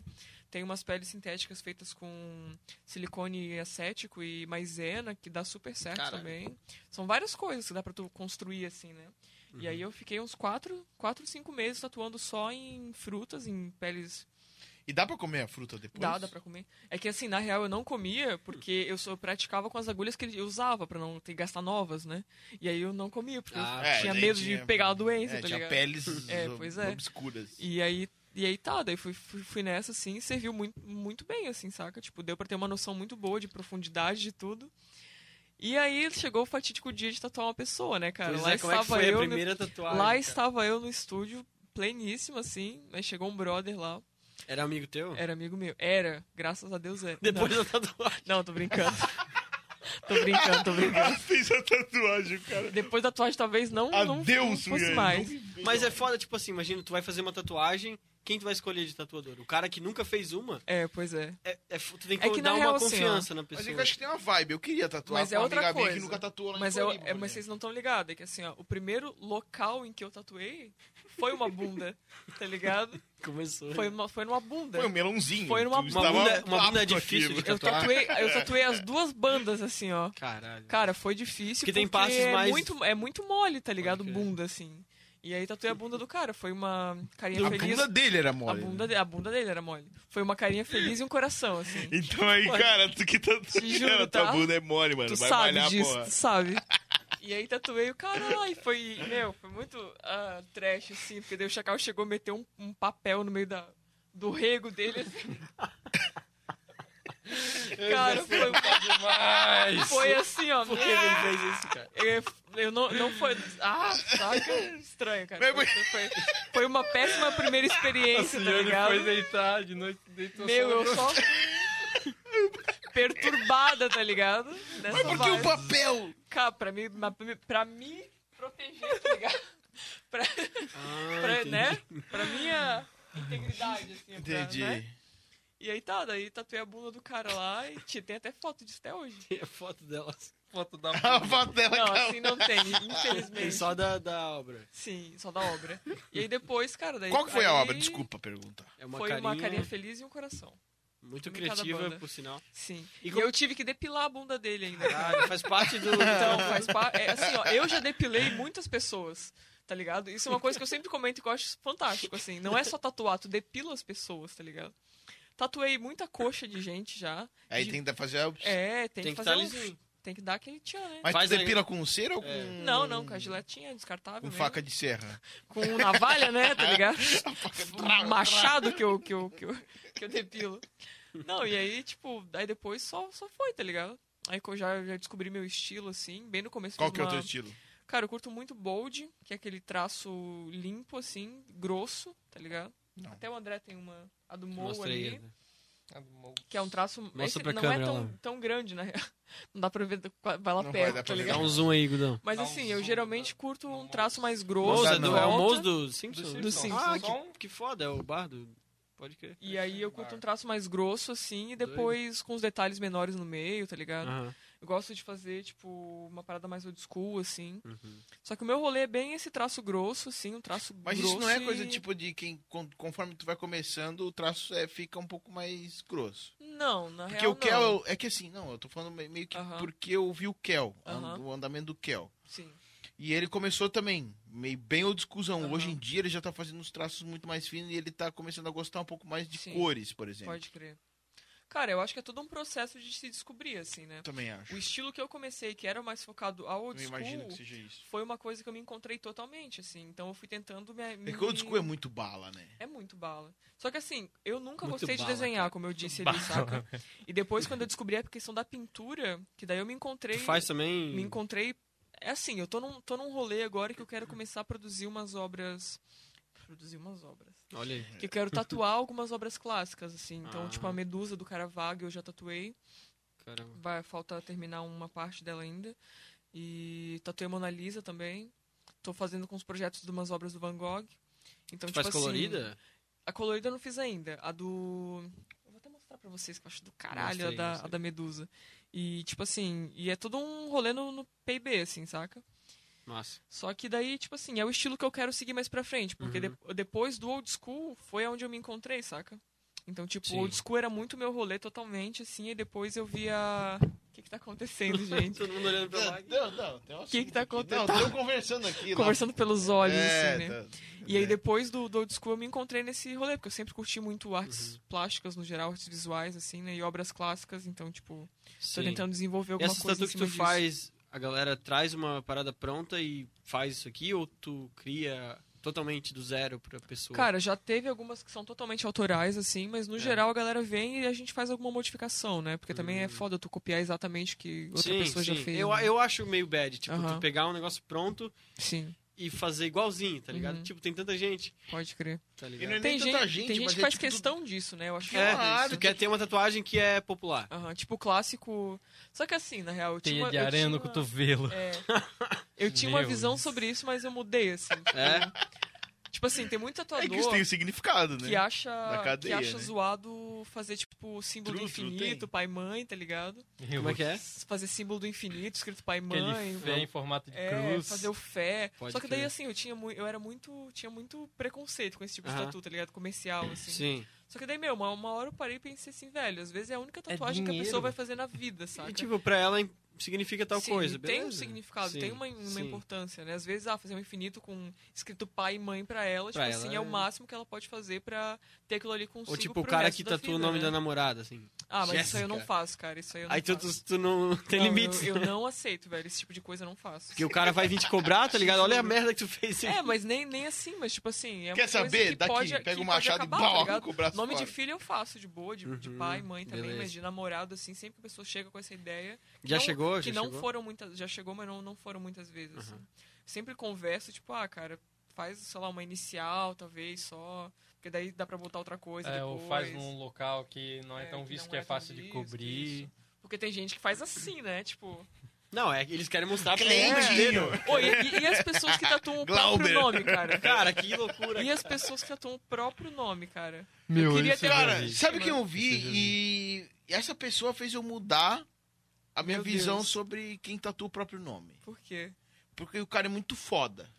B: Tem umas peles sintéticas feitas com silicone acético e maisena, que dá super certo
C: Caralho.
B: também. São várias coisas que dá pra tu construir, assim, né? E aí eu fiquei uns 4, 5 meses tatuando só em frutas, em peles
A: E dá pra comer a fruta depois?
B: Dá, dá pra comer. É que assim, na real eu não comia porque eu só praticava com as agulhas que eu usava pra não ter que gastar novas, né? E aí eu não comia porque
C: Ah,
B: eu
A: É,
B: tinha
A: daí
B: medo de pegar a doença,
A: É,
B: tá
A: tinha
B: ligado?
A: peles
B: É, pois é.
A: obscuras.
B: E aí, e aí tá, daí fui, fui, fui nessa assim, e serviu muito, muito bem, assim, saca? Tipo, deu pra ter uma noção muito boa de profundidade de tudo. E aí chegou o fatídico dia de tatuar uma pessoa, né, cara?
C: Pois
B: lá
C: é, como é
B: estava
C: que foi
B: eu
C: a
B: no-
C: primeira tatuagem?
B: Lá
C: cara?
B: estava eu no estúdio, pleníssimo, assim, aí chegou um brother lá,
C: Era amigo teu?
B: era amigo meu. Era, graças a Deus é. era.
C: Depois da tatuagem.
B: Não, tô brincando. tô brincando, tô brincando.
A: fez a tatuagem, cara.
B: Depois da tatuagem, talvez não, não
A: Adeus,
B: fosse
A: Suiane.
B: mais.
C: Mas é foda, tipo assim, imagina, tu vai fazer uma tatuagem, quem tu vai escolher de tatuador? O cara que nunca fez uma,
B: É, pois é.
C: é, é f- tu tem que,
B: É que na
C: dar uma
B: real, assim, ó,
C: confiança na pessoa.
A: Mas é que eu acho que tem uma vibe. Eu queria tatuar
B: Mas
A: com
B: é
A: uma
B: outra
A: amiga minha que
B: coisa.
A: nunca tatuou lá em
B: Mas, é, o-
A: Floripa,
B: é,
A: por
C: né?
B: mas
A: exemplo.
B: vocês não estão ligados, é que assim, ó, o primeiro local em que eu tatuei foi uma bunda, tá ligado?
C: Começou.
B: Foi, uma, foi numa bunda.
A: Foi um melãozinho.
B: Foi numa
A: Tu
C: uma
A: estava
C: bunda, uma bunda é
A: apto
C: difícil
A: aqui,
C: de
B: Eu
C: tatuar.
B: tatuei, eu tatuei as duas bandas, assim, ó.
C: Caralho.
B: Cara, foi difícil.
C: Porque tem
B: porque
C: partes
B: é
C: mais-
B: Muito, é muito mole, tá ligado?
C: Pode crer.
B: Bunda, assim. E aí tatuei a bunda do cara. Foi uma carinha
A: A
B: feliz.
A: bunda dele era mole.
B: a,
A: né?
B: bunda de- a bunda dele era mole. Foi uma carinha feliz e um coração, assim.
A: Então aí, cara, tu que tá
B: Te juro,
A: Cara, tua
B: tá?
A: bunda é mole, mano.
B: Tu
A: Vai
B: sabe
A: malhar,
B: disso,
A: porra.
B: tu sabe. E aí tatuei o caralho, foi, meu, foi muito ah, trash, assim, porque daí o Chacal chegou e meteu um, um papel no meio da, do rego dele, assim. Cara, foi,
E: Mas...
B: foi assim, ó.
C: Por que ele fez isso, cara?
B: Eu, eu não, não foi. Ah, saca? Estranho, cara. Foi,
A: Mas-
B: foi, foi uma péssima primeira experiência, tá ligado?
D: foi deitar de noite, deitou
B: Meu,
D: só
B: eu só. Perturbada, tá ligado? Nessa
A: Mas por que o
B: vibe.
A: papel?
B: Cara, pra mim, ma- pra mim- pra me proteger, tá ligado? Pra,
C: Ah,
B: pra,
C: entendi.
B: né? pra minha integridade, assim. pra, né?
A: Entendi.
B: E aí tá, daí tatuei a bunda do cara lá e te- tem até foto disso até hoje.
C: Tem a É foto delas.
D: Foto da
A: A foto dela
B: Não,
A: calma.
B: assim não tem,
C: Tem
B: infelizmente.
C: só da, da obra.
B: Sim, só da obra. E aí depois, cara, daí.
A: Qual que foi a
B: aí
A: obra? Desculpa perguntar.
C: É uma
B: foi
C: carinha
B: uma carinha feliz e um coração.
C: muito
B: em cada
C: criativa,
B: banda.
C: por sinal.
B: Sim.
C: E
B: E,
C: como-
B: eu tive que depilar a bunda dele ainda.
C: Caralho, faz parte do...
B: Então, faz parte. É, assim, ó, eu já depilei muitas pessoas, tá ligado? Isso é uma coisa que eu sempre comento e que eu acho fantástico, assim. Não é só tatuar, tu depila as pessoas, tá ligado? Tatuei muita coxa de gente já.
A: Aí
B: De-
A: tem que fazer. a-
B: É, tem,
C: Tem que
B: fazer
C: estar
B: um-
C: lisinho.
B: Tem que dar aquele tchan, né?
A: Mas
C: Faz
A: tu
C: aí.
A: depila com cera ou com.
C: É.
B: Não, não, com a giletinha descartável.
A: Com
B: mesmo.
A: faca de serra.
B: Com navalha, né? Tá ligado?
A: Trau,
B: Um machado que eu, que, eu, que, eu, que eu depilo. Não, e aí, tipo, aí depois só, só foi, tá ligado? Aí que eu já, já descobri meu estilo, assim, bem no começo.
A: Qual
B: fiz
A: que é o
B: uma-
A: teu estilo?
B: Cara, eu curto muito bold, que é aquele traço limpo, assim, grosso, tá ligado?
A: Não.
B: Até o André tem uma, a do Mo
C: Mostra aí.
B: ali,
D: Tá
B: que é um traço...
C: Mostra
B: esse
C: pra
B: não
C: câmera
B: é
C: lá.
B: tão, tão grande, na real. Não dá pra ver, vai lá
A: Não vai
B: perto,
A: dar pra
B: tá
A: ver.
B: ligado?
C: Dá um zoom aí, Gudão.
B: Mas
D: Dá um
B: assim, eu
D: zoom,
B: geralmente
D: né?
B: curto
D: No
B: um
D: Mouse.
B: traço mais grosso,
A: Mouse,
B: em
C: Mouse, é, do- é o
B: volta,
C: Mouse do Simpsons?
D: Simpsons.
B: Do Simpsons.
C: Ah,
D: Só um-
C: que, que foda, é o bar do... Pode crer.
B: E aí eu
A: Ah.
B: curto um traço mais grosso, assim, e
C: Doido. Ah.
B: depois com os detalhes menores no meio, tá ligado?
C: Aham.
B: Eu gosto de fazer, tipo, uma parada mais old school, assim.
C: Uhum.
B: Só que o meu rolê é bem esse traço grosso, assim, um traço
A: Mas
B: grosso.
A: isso não é
B: e-
A: coisa tipo de quem, con- conforme tu vai começando, o traço é, fica um pouco mais grosso.
B: Não, na
A: Porque
B: real.
A: o Kel,
B: não.
A: eu- é que assim, não, eu tô falando me- meio que
B: Aham.
A: porque eu vi o Kel, an-
B: Aham.
A: o andamento do Kel.
B: Sim.
A: E ele começou também, meio bem o discussão.
B: Aham.
A: Hoje em dia ele já tá fazendo uns traços muito mais finos e ele tá começando a gostar um pouco mais de
B: Sim.
A: cores, por exemplo.
B: Pode crer. Cara, eu acho que é todo um processo de se descobrir, assim, né?
A: Também
B: O
A: acho.
B: estilo que eu comecei, que era mais focado ao old
A: Não
B: school,
A: imagino que seja isso.
B: foi uma coisa que eu me encontrei totalmente, assim. Então eu fui tentando me.
A: É
B: me...
A: que o old school é muito bala, né?
B: É muito bala. Só que assim, eu nunca
C: Muito
B: gostei
C: bala,
B: de desenhar,
C: cara. né?
B: como eu disse ali, saca? E depois, quando eu descobri é a questão da pintura, que daí eu me encontrei.
C: Tu faz um também...
B: Me encontrei. É assim, eu tô num, tô num rolê agora que eu quero começar a produzir umas obras. Produzir umas obras.
C: Olha aí.
B: Que eu quero tatuar algumas obras clássicas, assim. Então,
C: Ah.
B: tipo, a Medusa do Caravaggio eu já tatuei.
C: Caramba.
B: Vai, falta terminar uma parte dela ainda. E tatuei a Mona Lisa também. Tô fazendo com os projetos de umas obras do Van Gogh. Então, tipo
C: Tu faz
B: assim,
C: colorida?
B: a colorida eu não fiz ainda. A do. Eu vou até mostrar pra vocês que eu acho do caralho
C: Mostra aí,
B: a, da,
C: mostra
B: a
C: aí.
B: da Medusa. E, tipo assim, e é todo um rolê no, no PB, assim, saca?
C: Massa.
B: Só que daí, tipo assim, é o estilo que eu quero seguir mais pra frente. Porque
C: Uhum.
B: de- depois do old school foi onde eu me encontrei, saca? Então, tipo,
C: Sim.
B: o old school era muito meu rolê totalmente, assim, e depois eu via. O que que tá acontecendo, gente?
C: Todo mundo olhando pra
B: É,
C: lá.
A: Não, não, tem um
B: que que tá
A: assunto aqui.
B: acontecendo?
A: Não, tô conversando aqui. lá.
B: Conversando pelos olhos,
A: É,
B: assim, né?
A: tá-
B: E aí
A: né?
B: depois do, do Old School eu me encontrei nesse rolê, porque eu sempre curti muito artes
C: Uhum.
B: plásticas no geral, artes visuais, assim, né? E obras clássicas, então, tipo, tô
C: Sim.
B: tentando desenvolver
C: E
B: alguma
C: essa
B: coisa.
C: tatu
B: em
C: que
B: cima
C: tu
B: disso.
C: faz, a galera traz uma parada pronta e faz isso aqui? Ou tu cria totalmente do zero pra pessoa?
B: Cara, já teve algumas que são totalmente autorais, assim, mas no
C: É.
B: geral a galera vem e a gente faz alguma modificação, né? Porque também
A: Uhum.
B: é
C: Hum.
B: foda tu copiar exatamente o que outra
C: Sim,
B: pessoa
C: sim.
B: já fez.
C: Eu,
B: né?
C: eu acho meio bad, tipo, tu
B: Aham.
C: pegar um negócio pronto
B: Sim,
C: e fazer igualzinho, tá ligado?
B: Uhum.
C: Tipo, tem tanta gente,
B: pode crer.
C: tá
A: E não é
C: ligado?
B: Tem
A: nem tanta
B: gente,
A: gente,
B: tem gente
A: mas
B: que
A: é
B: faz
A: tipo tudo-
B: questão disso, né? Eu acho
C: É,
B: foda
A: Claro,
B: isso.
C: tu quer ter uma tatuagem que é popular.
B: Aham, tipo o clássico. Só que assim, na real, eu tinha.
E: Teia
B: uma-
E: de
B: eu
E: aranha no
B: tinha uma-
E: cotovelo.
B: É. Eu tinha uma
E: Meu
B: visão
E: Deus.
B: sobre isso, mas eu mudei, assim.
C: É?
B: Tipo assim, tem muito tatuador
A: É que isso tem um significado, né?
B: que acha,
A: Da cadeia,
B: que acha
A: né?
B: zoado fazer, tipo, símbolo
A: Trutro,
B: do infinito,
A: tem?
B: pai e mãe, tá ligado?
C: Como é que é?
B: Fazer símbolo do infinito, escrito pai e mãe. um
E: Aquele fé em formato de
B: É,
E: cruz.
B: fazer o fé.
C: Pode
B: Só que daí,
C: crer.
B: assim, eu tinha muito. Eu era muito. Tinha muito preconceito com esse tipo de
C: Aham.
B: tatu, tá ligado? Comercial, assim.
C: Sim.
B: Só que daí, meu, uma, uma hora eu parei e pensei assim, velho, às vezes é a única tatuagem que a
E: dinheiro.
B: pessoa vai fazer na vida, saca?
C: E tipo, pra ela im- significa tal
B: Sim,
C: coisa,
B: Tem um
C: beleza?
B: significado,
C: Sim,
B: tem uma, uma
C: sim.
B: importância, né? Às vezes, ah, fazer um infinito com escrito pai e mãe pra ela,
C: Pra
B: tipo
C: ela
B: assim, é o
C: é-
B: máximo que ela pode fazer pra ter aquilo ali consigo
C: Ou tipo, o
B: pro
C: cara
B: resto
C: que
B: da
C: tatua o
B: vida,
C: nome
B: né?
C: da namorada, assim.
B: Ah, mas isso aí eu não
C: Jéssica.
B: faço, cara, isso aí eu não
C: Aí tu,
B: faço.
C: tu, tu não tem
B: Não,
C: limites.
B: Eu, eu não aceito, velho, esse tipo de coisa eu não faço.
C: Porque o cara vai vir te cobrar, tá ligado? Olha a merda que tu fez.
B: É, mas nem, nem assim, mas tipo assim, é uma
A: Quer
B: coisa
A: saber?
B: que
A: Daqui,
B: pode,
A: pega
B: que
A: o
B: pode
A: machado e
B: acabar,
A: bau,
B: tá ligado?
A: com o braço
B: Nome de
A: fora.
B: filho eu faço de boa, de, de
C: Uhum,
B: pai, mãe também,
C: beleza.
B: mas de namorado, assim, sempre que a pessoa chega com essa ideia,
C: Já
B: não-
C: chegou?
B: que
C: já
B: não
C: chegou? Uhum.
B: foram muitas já chegou mas não, não foram muitas vezes assim. sempre converso tipo ah cara faz sei lá uma inicial talvez só porque daí dá pra botar outra coisa
D: É,
B: depois
D: ou faz
A: um
D: num local que não é,
B: É,
D: tão
B: que
D: visto
B: não
D: que é,
B: é tão
D: fácil de
B: visto,
D: cobrir.
B: isso. porque tem gente que faz assim né tipo
C: Não, é que eles querem mostrar pra
A: Cleitinho.
C: brasileiro.
B: Oi, e, e as pessoas que tatuam o próprio
A: Glauber.
B: nome, cara?
C: Cara, que loucura.
B: E as pessoas que tatuam o próprio nome, cara?
D: Meu,
B: eu queria ter
A: Cara,
B: visto,
A: sabe quem
B: mano.
A: eu vi?
D: Você já
A: E essa pessoa fez eu mudar a minha
B: Meu
A: visão
B: Deus.
A: sobre quem tatua o próprio nome.
B: Por quê?
A: Porque o cara é muito foda.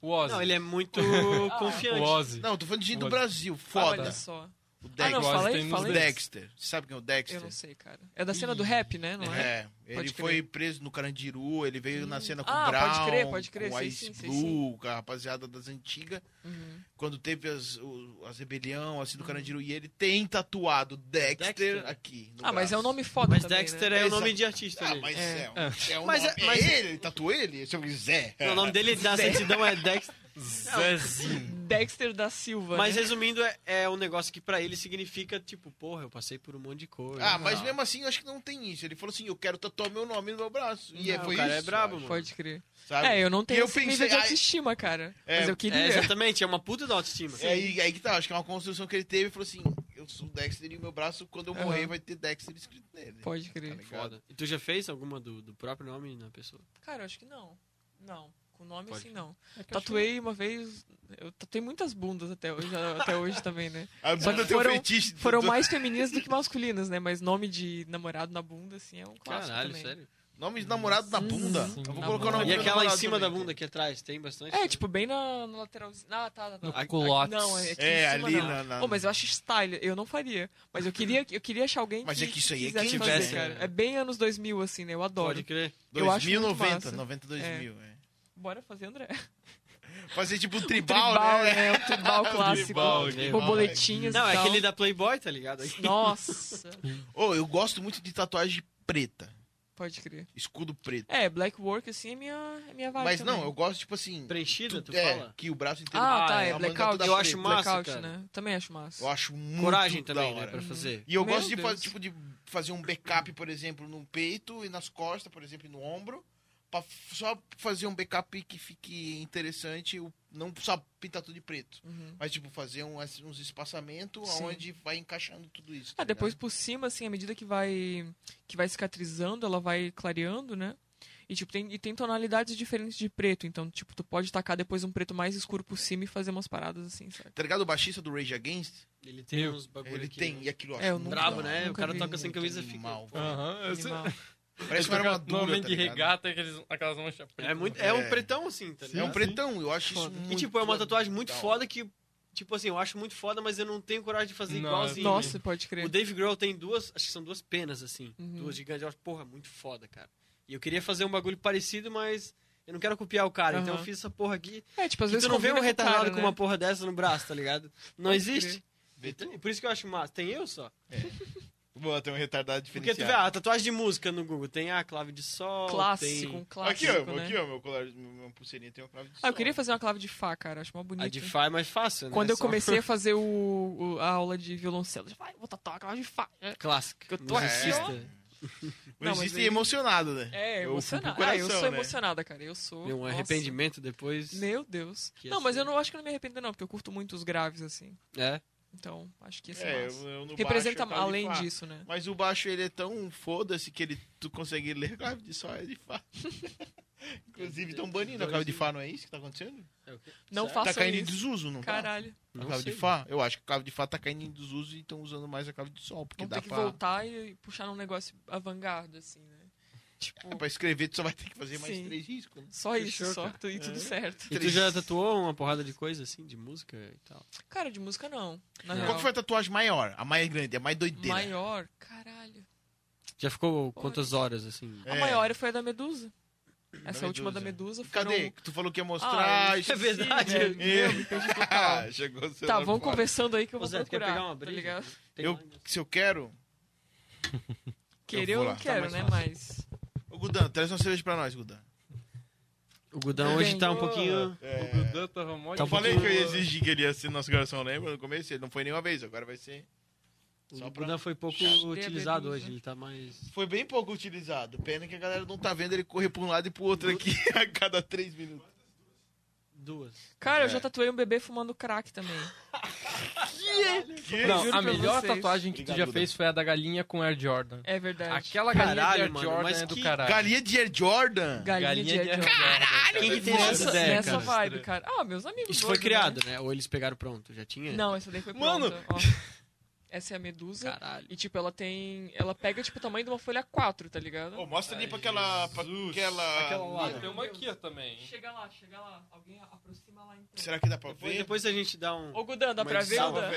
D: O Ozzy.
C: Não, ele é muito
B: Ah, é
D: O
C: confiante.
D: Ozzy.
A: Não, eu tô falando de gente do
D: Foda.
A: Brasil.
B: Olha
A: Foda.
B: só.
A: O
B: Ah,
A: Dexter.
B: não,
D: Dexter.
B: fala
D: Tem
B: aí,
D: nos
B: fala
A: o
B: aí.
A: Dexter. Você sabe quem é o Dexter?
B: Eu não sei, cara. É da cena do rap, né? Não é?
A: É, ele
B: Pode crer.
A: foi preso no Carandiru, ele veio na cena com
B: Ah,
A: o
B: pode
A: Brown,
B: crer, pode crer,
A: com o
B: sei
A: Ice
B: sim, sei
A: Blue, com a rapaziada das antigas,
B: Uhum.
A: quando teve as, o- as rebelião assim do Carandiru, e ele tem tatuado Dexter,
C: Hum. Dexter.
A: aqui no
B: Ah, mas é um
A: braço.
B: nome foda
C: Mas
B: também,
C: Dexter
B: né?
C: é o
A: Exato.
C: nome de artista
A: Ah,
C: dele.
A: mas
B: É.
A: é, um- é um
C: Mas é-
A: nome- é
C: mas-
A: ele, ele tatuou ele, seu Zé.
C: O nome dele da certidão é Dexter.
B: É
E: Zezinho.
B: Dexter da Silva,
C: Mas
B: né?
C: resumindo, é, é um negócio que pra ele significa, tipo, porra, eu passei por um monte de coisa.
A: Ah, mas mesmo assim, eu acho que não tem isso. Ele falou assim, eu quero tatuar meu nome no meu braço. E
C: Não,
A: é, foi
C: o cara
A: isso,
C: é brabo,
A: eu acho,
C: mano.
B: Pode crer.
A: sabe?
B: É, eu não tenho
A: eu
B: esse nível
A: pensei,
B: de
A: ai-
B: autoestima, cara.
A: É,
B: mas eu
C: É,
B: queria.
C: exatamente, é uma puta da autoestima.
A: É aí, aí que tá, acho que é uma construção que ele teve e falou assim: eu sou o Dexter e o meu braço, quando eu
B: Aham.
A: morrer, vai ter Dexter escrito nele.
B: Pode
A: Tá
B: crer.
A: ligado?
C: Foda. E tu já fez alguma do, do próprio nome na pessoa?
B: Cara, eu acho que não. Não. Com nome
C: Pode.
B: assim, não.
D: É que eu
B: Tatuei uma vez... Eu tatuei muitas bundas até hoje, até hoje também, né?
A: A
B: Só
A: banda
B: que
A: tem um
B: foram-
A: feitiço. do-
B: Foram
A: do-
B: mais femininas do que masculinas, né? Mas nome de namorado na bunda, assim, é um clássico
C: Caralho,
B: também.
C: sério?
A: Nome de namorado na bunda.
D: Sim.
A: eu vou
D: Na
A: colocar o
D: bunda.
A: nome
C: E
A: do
C: aquela em
A: namorado
C: cima da
A: tá também.
C: bunda aqui atrás, tem bastante?
B: É, tipo, bem na, na lateralzinha. Ah, tá, tá, tá.
D: achei-
C: a-
D: No culote.
B: Não, é aqui
A: É,
B: em cima,
A: ali
B: não.
A: na. na-
B: Oh, mas eu acho style, eu não faria. Mas eu queria, eu queria achar alguém
A: Mas
B: que
A: é que isso aí é
B: quisesse
A: quem
B: fazer,
C: tivesse,
B: cara.
C: né?
B: É bem anos 2000, assim, né? Eu adoro.
C: Pode crer.
B: eu acho muito
A: 2090,
B: massa.
A: 90, 2000. É.
B: Bora fazer, André?
A: Fazer tipo um tribal,
B: Tribal,
A: né?
B: né? O tribal clássico.
A: Tribal,
C: né?
B: Borboletinhas
C: Não,
B: e
C: é
B: tal.
C: aquele da Playboy, tá ligado?
B: Nossa.
A: Oh, eu gosto muito de tatuagem preta.
B: Pode crer.
A: Escudo preto.
B: É, black work, assim, é minha, é minha vibe
A: mas não,
B: também.
A: eu gosto, tipo assim.
C: Preenchida, tu
A: tu- é,
C: fala?
A: que o braço inteiro.
B: Ah, tá,
A: a
B: é,
A: manga
B: blackout.
A: toda
C: Eu acho
A: preta.
C: massa,
B: blackout,
C: cara.
B: né? Também acho massa.
A: Eu acho muito.
C: Coragem
A: da
C: também, né,
A: hora.
C: pra fazer.
A: E eu
B: Meu
A: gosto de, fa
B: Deus.
A: tipo, de fazer um backup, por exemplo, no peito e nas costas, por exemplo, e no ombro. Pra f- só fazer um backup que fique interessante, o- não só pintar tudo de preto.
B: Uhum.
A: Mas, tipo, fazer um- assim, uns espaçamentos
B: Sim.
A: onde vai encaixando tudo isso. tá
C: Né?
B: Ah, depois
A: ligado?
B: por cima, assim, à medida que vai que vai cicatrizando, ela vai clareando, né? E, tipo, tem, e tem tonalidades diferentes de preto. Então, tipo, tu pode tacar depois um preto mais escuro por cima e fazer umas paradas assim, sabe?
A: Tá ligado? O baixista do Rage Against?
C: Ele tem uns bagulho
A: Ele
C: aqui,
A: tem,
C: né?
A: e aquilo eu
B: É, eu
A: acho muito da
B: nunca-
C: Brabo,
A: hora.
C: né? O
B: nunca
C: cara
B: vi.
C: toca sem
A: Muito
C: camisa e
A: animal,
C: fica...
A: velho.
E: Aham,
C: Ah,
E: eu sei.
B: Animal.
A: Parece uma
D: um
A: armadura,
E: Nome
A: tá
E: de
A: ligado?
E: regata, aqueles, aquelas manchas pretas.
C: É,
D: né?
C: muito, é um
A: É.
C: pretão, assim, tá
A: É
C: ligado?
A: um pretão, eu acho isso
B: Foda.
A: muito
C: E, tipo, é uma tatuagem muito
A: da hora.
C: foda que... Tipo assim, eu acho muito foda, mas eu não tenho coragem de fazer
E: Não,
C: igualzinho. né?
B: Nossa, pode
C: O
B: crer.
C: Dave Grohl tem duas, acho que são duas penas, assim.
B: Uhum.
C: Duas gigantes. Eu acho, porra, muito foda, cara. E eu queria fazer um bagulho parecido, mas eu não quero copiar o cara. Então
B: Aham.
C: eu fiz essa porra aqui.
B: É, tipo, às
C: e
B: vezes
C: tu não vê um
B: combina o cara,
C: retardado com
B: né?
C: uma porra dessa no braço, tá ligado? Não
B: Pode
C: existe.
A: Vê tu?
C: Por isso que eu acho massa. Tem eu só.
A: Boa, tem um retardado
C: Porque
A: diferenciado.
C: tu vê ah, a tatuagem de música no Google. Tem a clave de sol.
B: Clássico,
C: Tem
B: um clássico,
A: aqui, ó,
B: né?
A: aqui, ó, meu colar, minha pulseirinha tem uma clave de
B: Ah, eu
A: sol.
B: queria fazer uma clave de Fá, cara. Acho mó bonito.
C: a de Fá é mais fácil, né?
B: Quando eu
C: Só-
B: comecei a fazer o, o- a aula de violoncelo, eu já falei, "Ai, vou tatuar a clave de Fá. É.
C: Clássico.
B: Que eu tô aqui,
C: musicista.
A: Não,
B: Não, mas
A: existe
B: aí-
A: emocionado, né? Eu
B: É,
A: fui pro
B: emocionada.
A: coração,
B: ah, eu sou
A: né?
B: emocionada, cara. Eu sou.
C: Deu um
B: Nossa.
C: arrependimento depois.
B: Meu Deus.
C: Que
B: não, mas
C: assim-
B: eu não acho que eu não me arrependo, não, porque eu curto muito os graves, assim.
C: É.
B: Então, acho que esse é,
A: É,
B: massa.
A: eu, eu no
B: Representa
A: baixo, é eu tava de
B: além
A: fato.
B: disso, né?
A: Mas o baixo ele é tão foda-se que ele tu consegue ler clave de sol é de fá. Inclusive estão banindo a clave de fá, não é isso que tá acontecendo?
C: É o quê?
B: Não
C: Sério?
A: Tá
B: façam
A: caindo em
B: isso.
A: desuso, não tá?
B: Caralho.
A: A
C: Não
A: clave de
C: sei.
A: fá? Eu acho que a clave de fá tá caindo em desuso e estão usando mais a clave de sol, porque
B: Vão
A: dá
B: ter que
A: pra...
B: voltar e puxar num negócio avangardo, assim, né? Tipo,
A: É, pra escrever tu só vai ter que fazer mais
B: Sim.
A: três riscos. né?
B: só isso,
C: Fechou,
B: só. tu- E
A: É.
B: tudo certo.
C: E tu já tatuou uma porrada de coisa, assim, de música e tal?
B: Cara, de música não. Na
C: Não.
B: real.
A: Qual que foi a tatuagem maior? A mais grande, a mais doideira.
B: Maior, caralho.
C: Já ficou quantas horas, assim?
A: É.
B: A maior foi a da Medusa. Essa
A: Medusa.
B: última da Medusa foram...
A: Cadê? Que Tu falou que ia mostrar.
B: Ah,
A: esqueci,
C: é verdade.
A: velho.
B: Meu, me perdi total.
A: Chegou o
B: Tá,
A: celular
B: vamos
A: fora.
B: conversando aí que eu vou
C: Ô, Zé, tu quer
B: procurar.
C: pegar uma
B: tá
C: brisa?
B: ligado?
C: Tem
A: Eu,
C: lá ainda?
A: se eu quero,
B: Querer
A: vou
B: eu
A: lá.
B: não
A: Tá
B: quero,
A: mais
B: né?
A: fácil.
B: Mas...
A: Ô, Gudan, traz uma cerveja pra nós, Gudan.
C: O Gudão hoje
B: Bem,
C: tá um pouquinho...
E: O Gudan tava mó
C: Tá
E: de
C: bom.
A: Falei que eu ia
E: boa.
A: exigir que ele ia ser nosso garçom, lembra? No começo, ele não foi nenhuma vez, agora vai ser. Só
C: O
A: pra-
C: Gudão foi pouco utilizado
B: né?
C: hoje, ele tá mais...
A: Foi bem pouco utilizado. Pena que a galera não tá vendo ele correr pra um lado e pro outro aqui a cada três minutos.
C: Duas.
B: Cara, eu
A: É.
B: já tatuei um bebê fumando crack também.
A: Que?
D: Não,
B: juro pra
D: a melhor
B: vocês.
D: tatuagem que tu já
F: Obrigado,
D: fez foi a da galinha com Air Jordan.
B: É verdade.
D: Aquela galinha
C: Caralho,
D: de Air
C: mano,
D: Jordan
C: mas
D: é do
C: que
D: caralho.
A: Galinha de Air Jordan.
B: Galinha, de Air Jordan.
D: Caralho!
C: Quem que tem
B: Nossa,
C: essa ideia,
B: nessa
C: cara?
B: vibe, cara. Ah, meus amigos.
C: Isso foi
B: doido, né?
C: criado, né? Ou eles pegaram pronto, já tinha?
B: Não, essa daí foi
E: Mano!
B: pronta. ó. Essa é a medusa.
C: Caralho.
B: E, tipo, ela tem... Ela pega, tipo, o tamanho de uma folha 4, tá ligado?
A: Ô, mostra ali pra aquela, pra aquela...
C: Ah,
E: Aquela lá. Tem uma
B: uma
E: aqui também.
B: Chega lá, chega lá. Alguém aproxima lá, então.
A: Será que dá pra
C: Depois,
A: ver?
C: depois a gente dá é um.
B: Ô, Gudan, dá pra
C: Mas
B: ver,
C: dá
B: Gudan?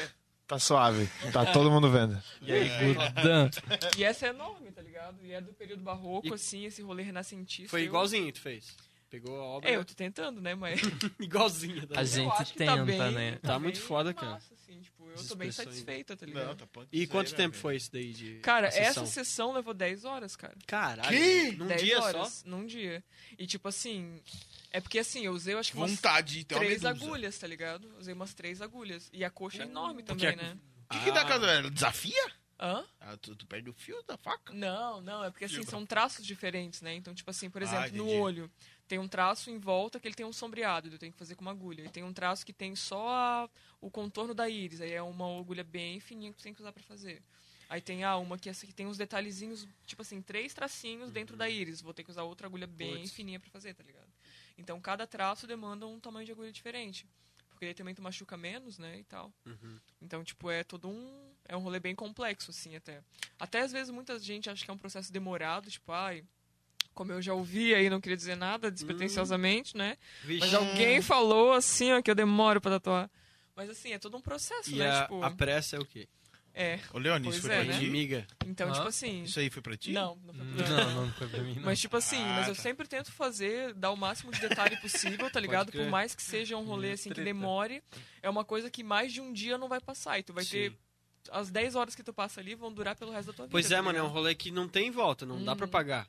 F: Tá suave. Tá todo mundo vendo.
D: E aí,
B: É.
D: Gurdan?
B: E essa é enorme, tá ligado? E é do período barroco,
C: E-
B: assim, esse rolê renascentista.
C: Foi
B: Eu-
C: igualzinho que tu fez. Pegou a obra
B: É, eu tô tentando, né, mas...
C: igualzinha. Da...
D: A gente
B: eu acho que
D: tenta,
B: tá bem,
D: né?
C: Tá
B: bem
C: muito foda,
B: massa,
C: cara.
B: assim, tipo,
C: As
B: eu tô bem
C: expressões.
B: satisfeito, tá ligado?
A: Não, tá punk
C: E
A: isso
C: quanto
A: aí, né,
C: tempo
A: velho?
C: foi isso daí de.
B: Cara,
C: a sessão?
B: essa sessão levou 10 horas, cara.
C: Caralho.
A: Que?
C: Num
B: 10
C: dia
B: horas,
C: só?
B: num dia. E tipo assim, é porque assim, eu usei eu acho que umas
A: Vontade de ter uma
B: três
A: medusa.
B: agulhas, tá ligado? Usei umas três agulhas. E a coxa é enorme
A: Porque
B: também,
A: a-
B: né?
A: O que, que dá
C: Ah.
A: cada ela? Desafia?
B: Hã?
A: Ah, tu, tu perde o fio da faca?
B: Não, não, é porque assim,
A: Diga.
B: são traços diferentes, né? Então, tipo assim, por
A: Tipo. Ah,
B: exemplo, no
A: entendi.
B: olho tem um traço em volta que ele tem um sombreado, eu tenho que fazer com uma agulha. E tem um traço que tem só a- o contorno da íris, aí é uma agulha bem fininha que você tem que usar pra fazer. Aí tem a uma que, é essa que tem uns detalhezinhos, tipo assim, três tracinhos dentro
A: Uhum.
B: da íris. Vou ter que usar outra agulha bem
C: Puts.
B: fininha pra fazer, tá ligado? Então cada traço demanda um tamanho de agulha diferente. Porque aí também tu machuca menos, né? E tal. Então, tipo, é todo um. É um rolê bem complexo, assim, até. Até às vezes muita gente acha que é um processo demorado, tipo, ai. Como eu já ouvi aí, não queria dizer nada despretensiosamente, né? Mas
C: é um-
B: alguém falou assim, ó, que eu demoro pra tatuar. Mas assim, é todo um processo,
C: E
B: né?
C: a,
B: tipo,
C: a pressa é o quê?
B: é.
A: Ô, Leone, isso
B: Pois
A: foi
B: é,
A: pra
B: né?
A: ti?
C: Inimiga.
B: Então,
D: Hã?
B: tipo assim.
A: Isso é aí foi pra ti?
B: Não, não foi problema.
D: Hum. Não, não foi pra mim, não.
B: Mas, tipo assim,
A: Ah,
B: mas eu
A: tá.
B: sempre tento fazer, dar o máximo de detalhe possível, tá ligado? Por
C: crer.
B: mais que seja um rolê assim que
D: Treta.
B: demore, é uma coisa que mais de um dia não vai passar. E tu vai ter.
C: Sim.
B: As 10 horas que tu passa ali vão durar pelo resto da tua vida.
C: Pois é,
B: tá
C: mano, é um
B: ligado?
C: rolê que não tem volta, não dá pra pagar.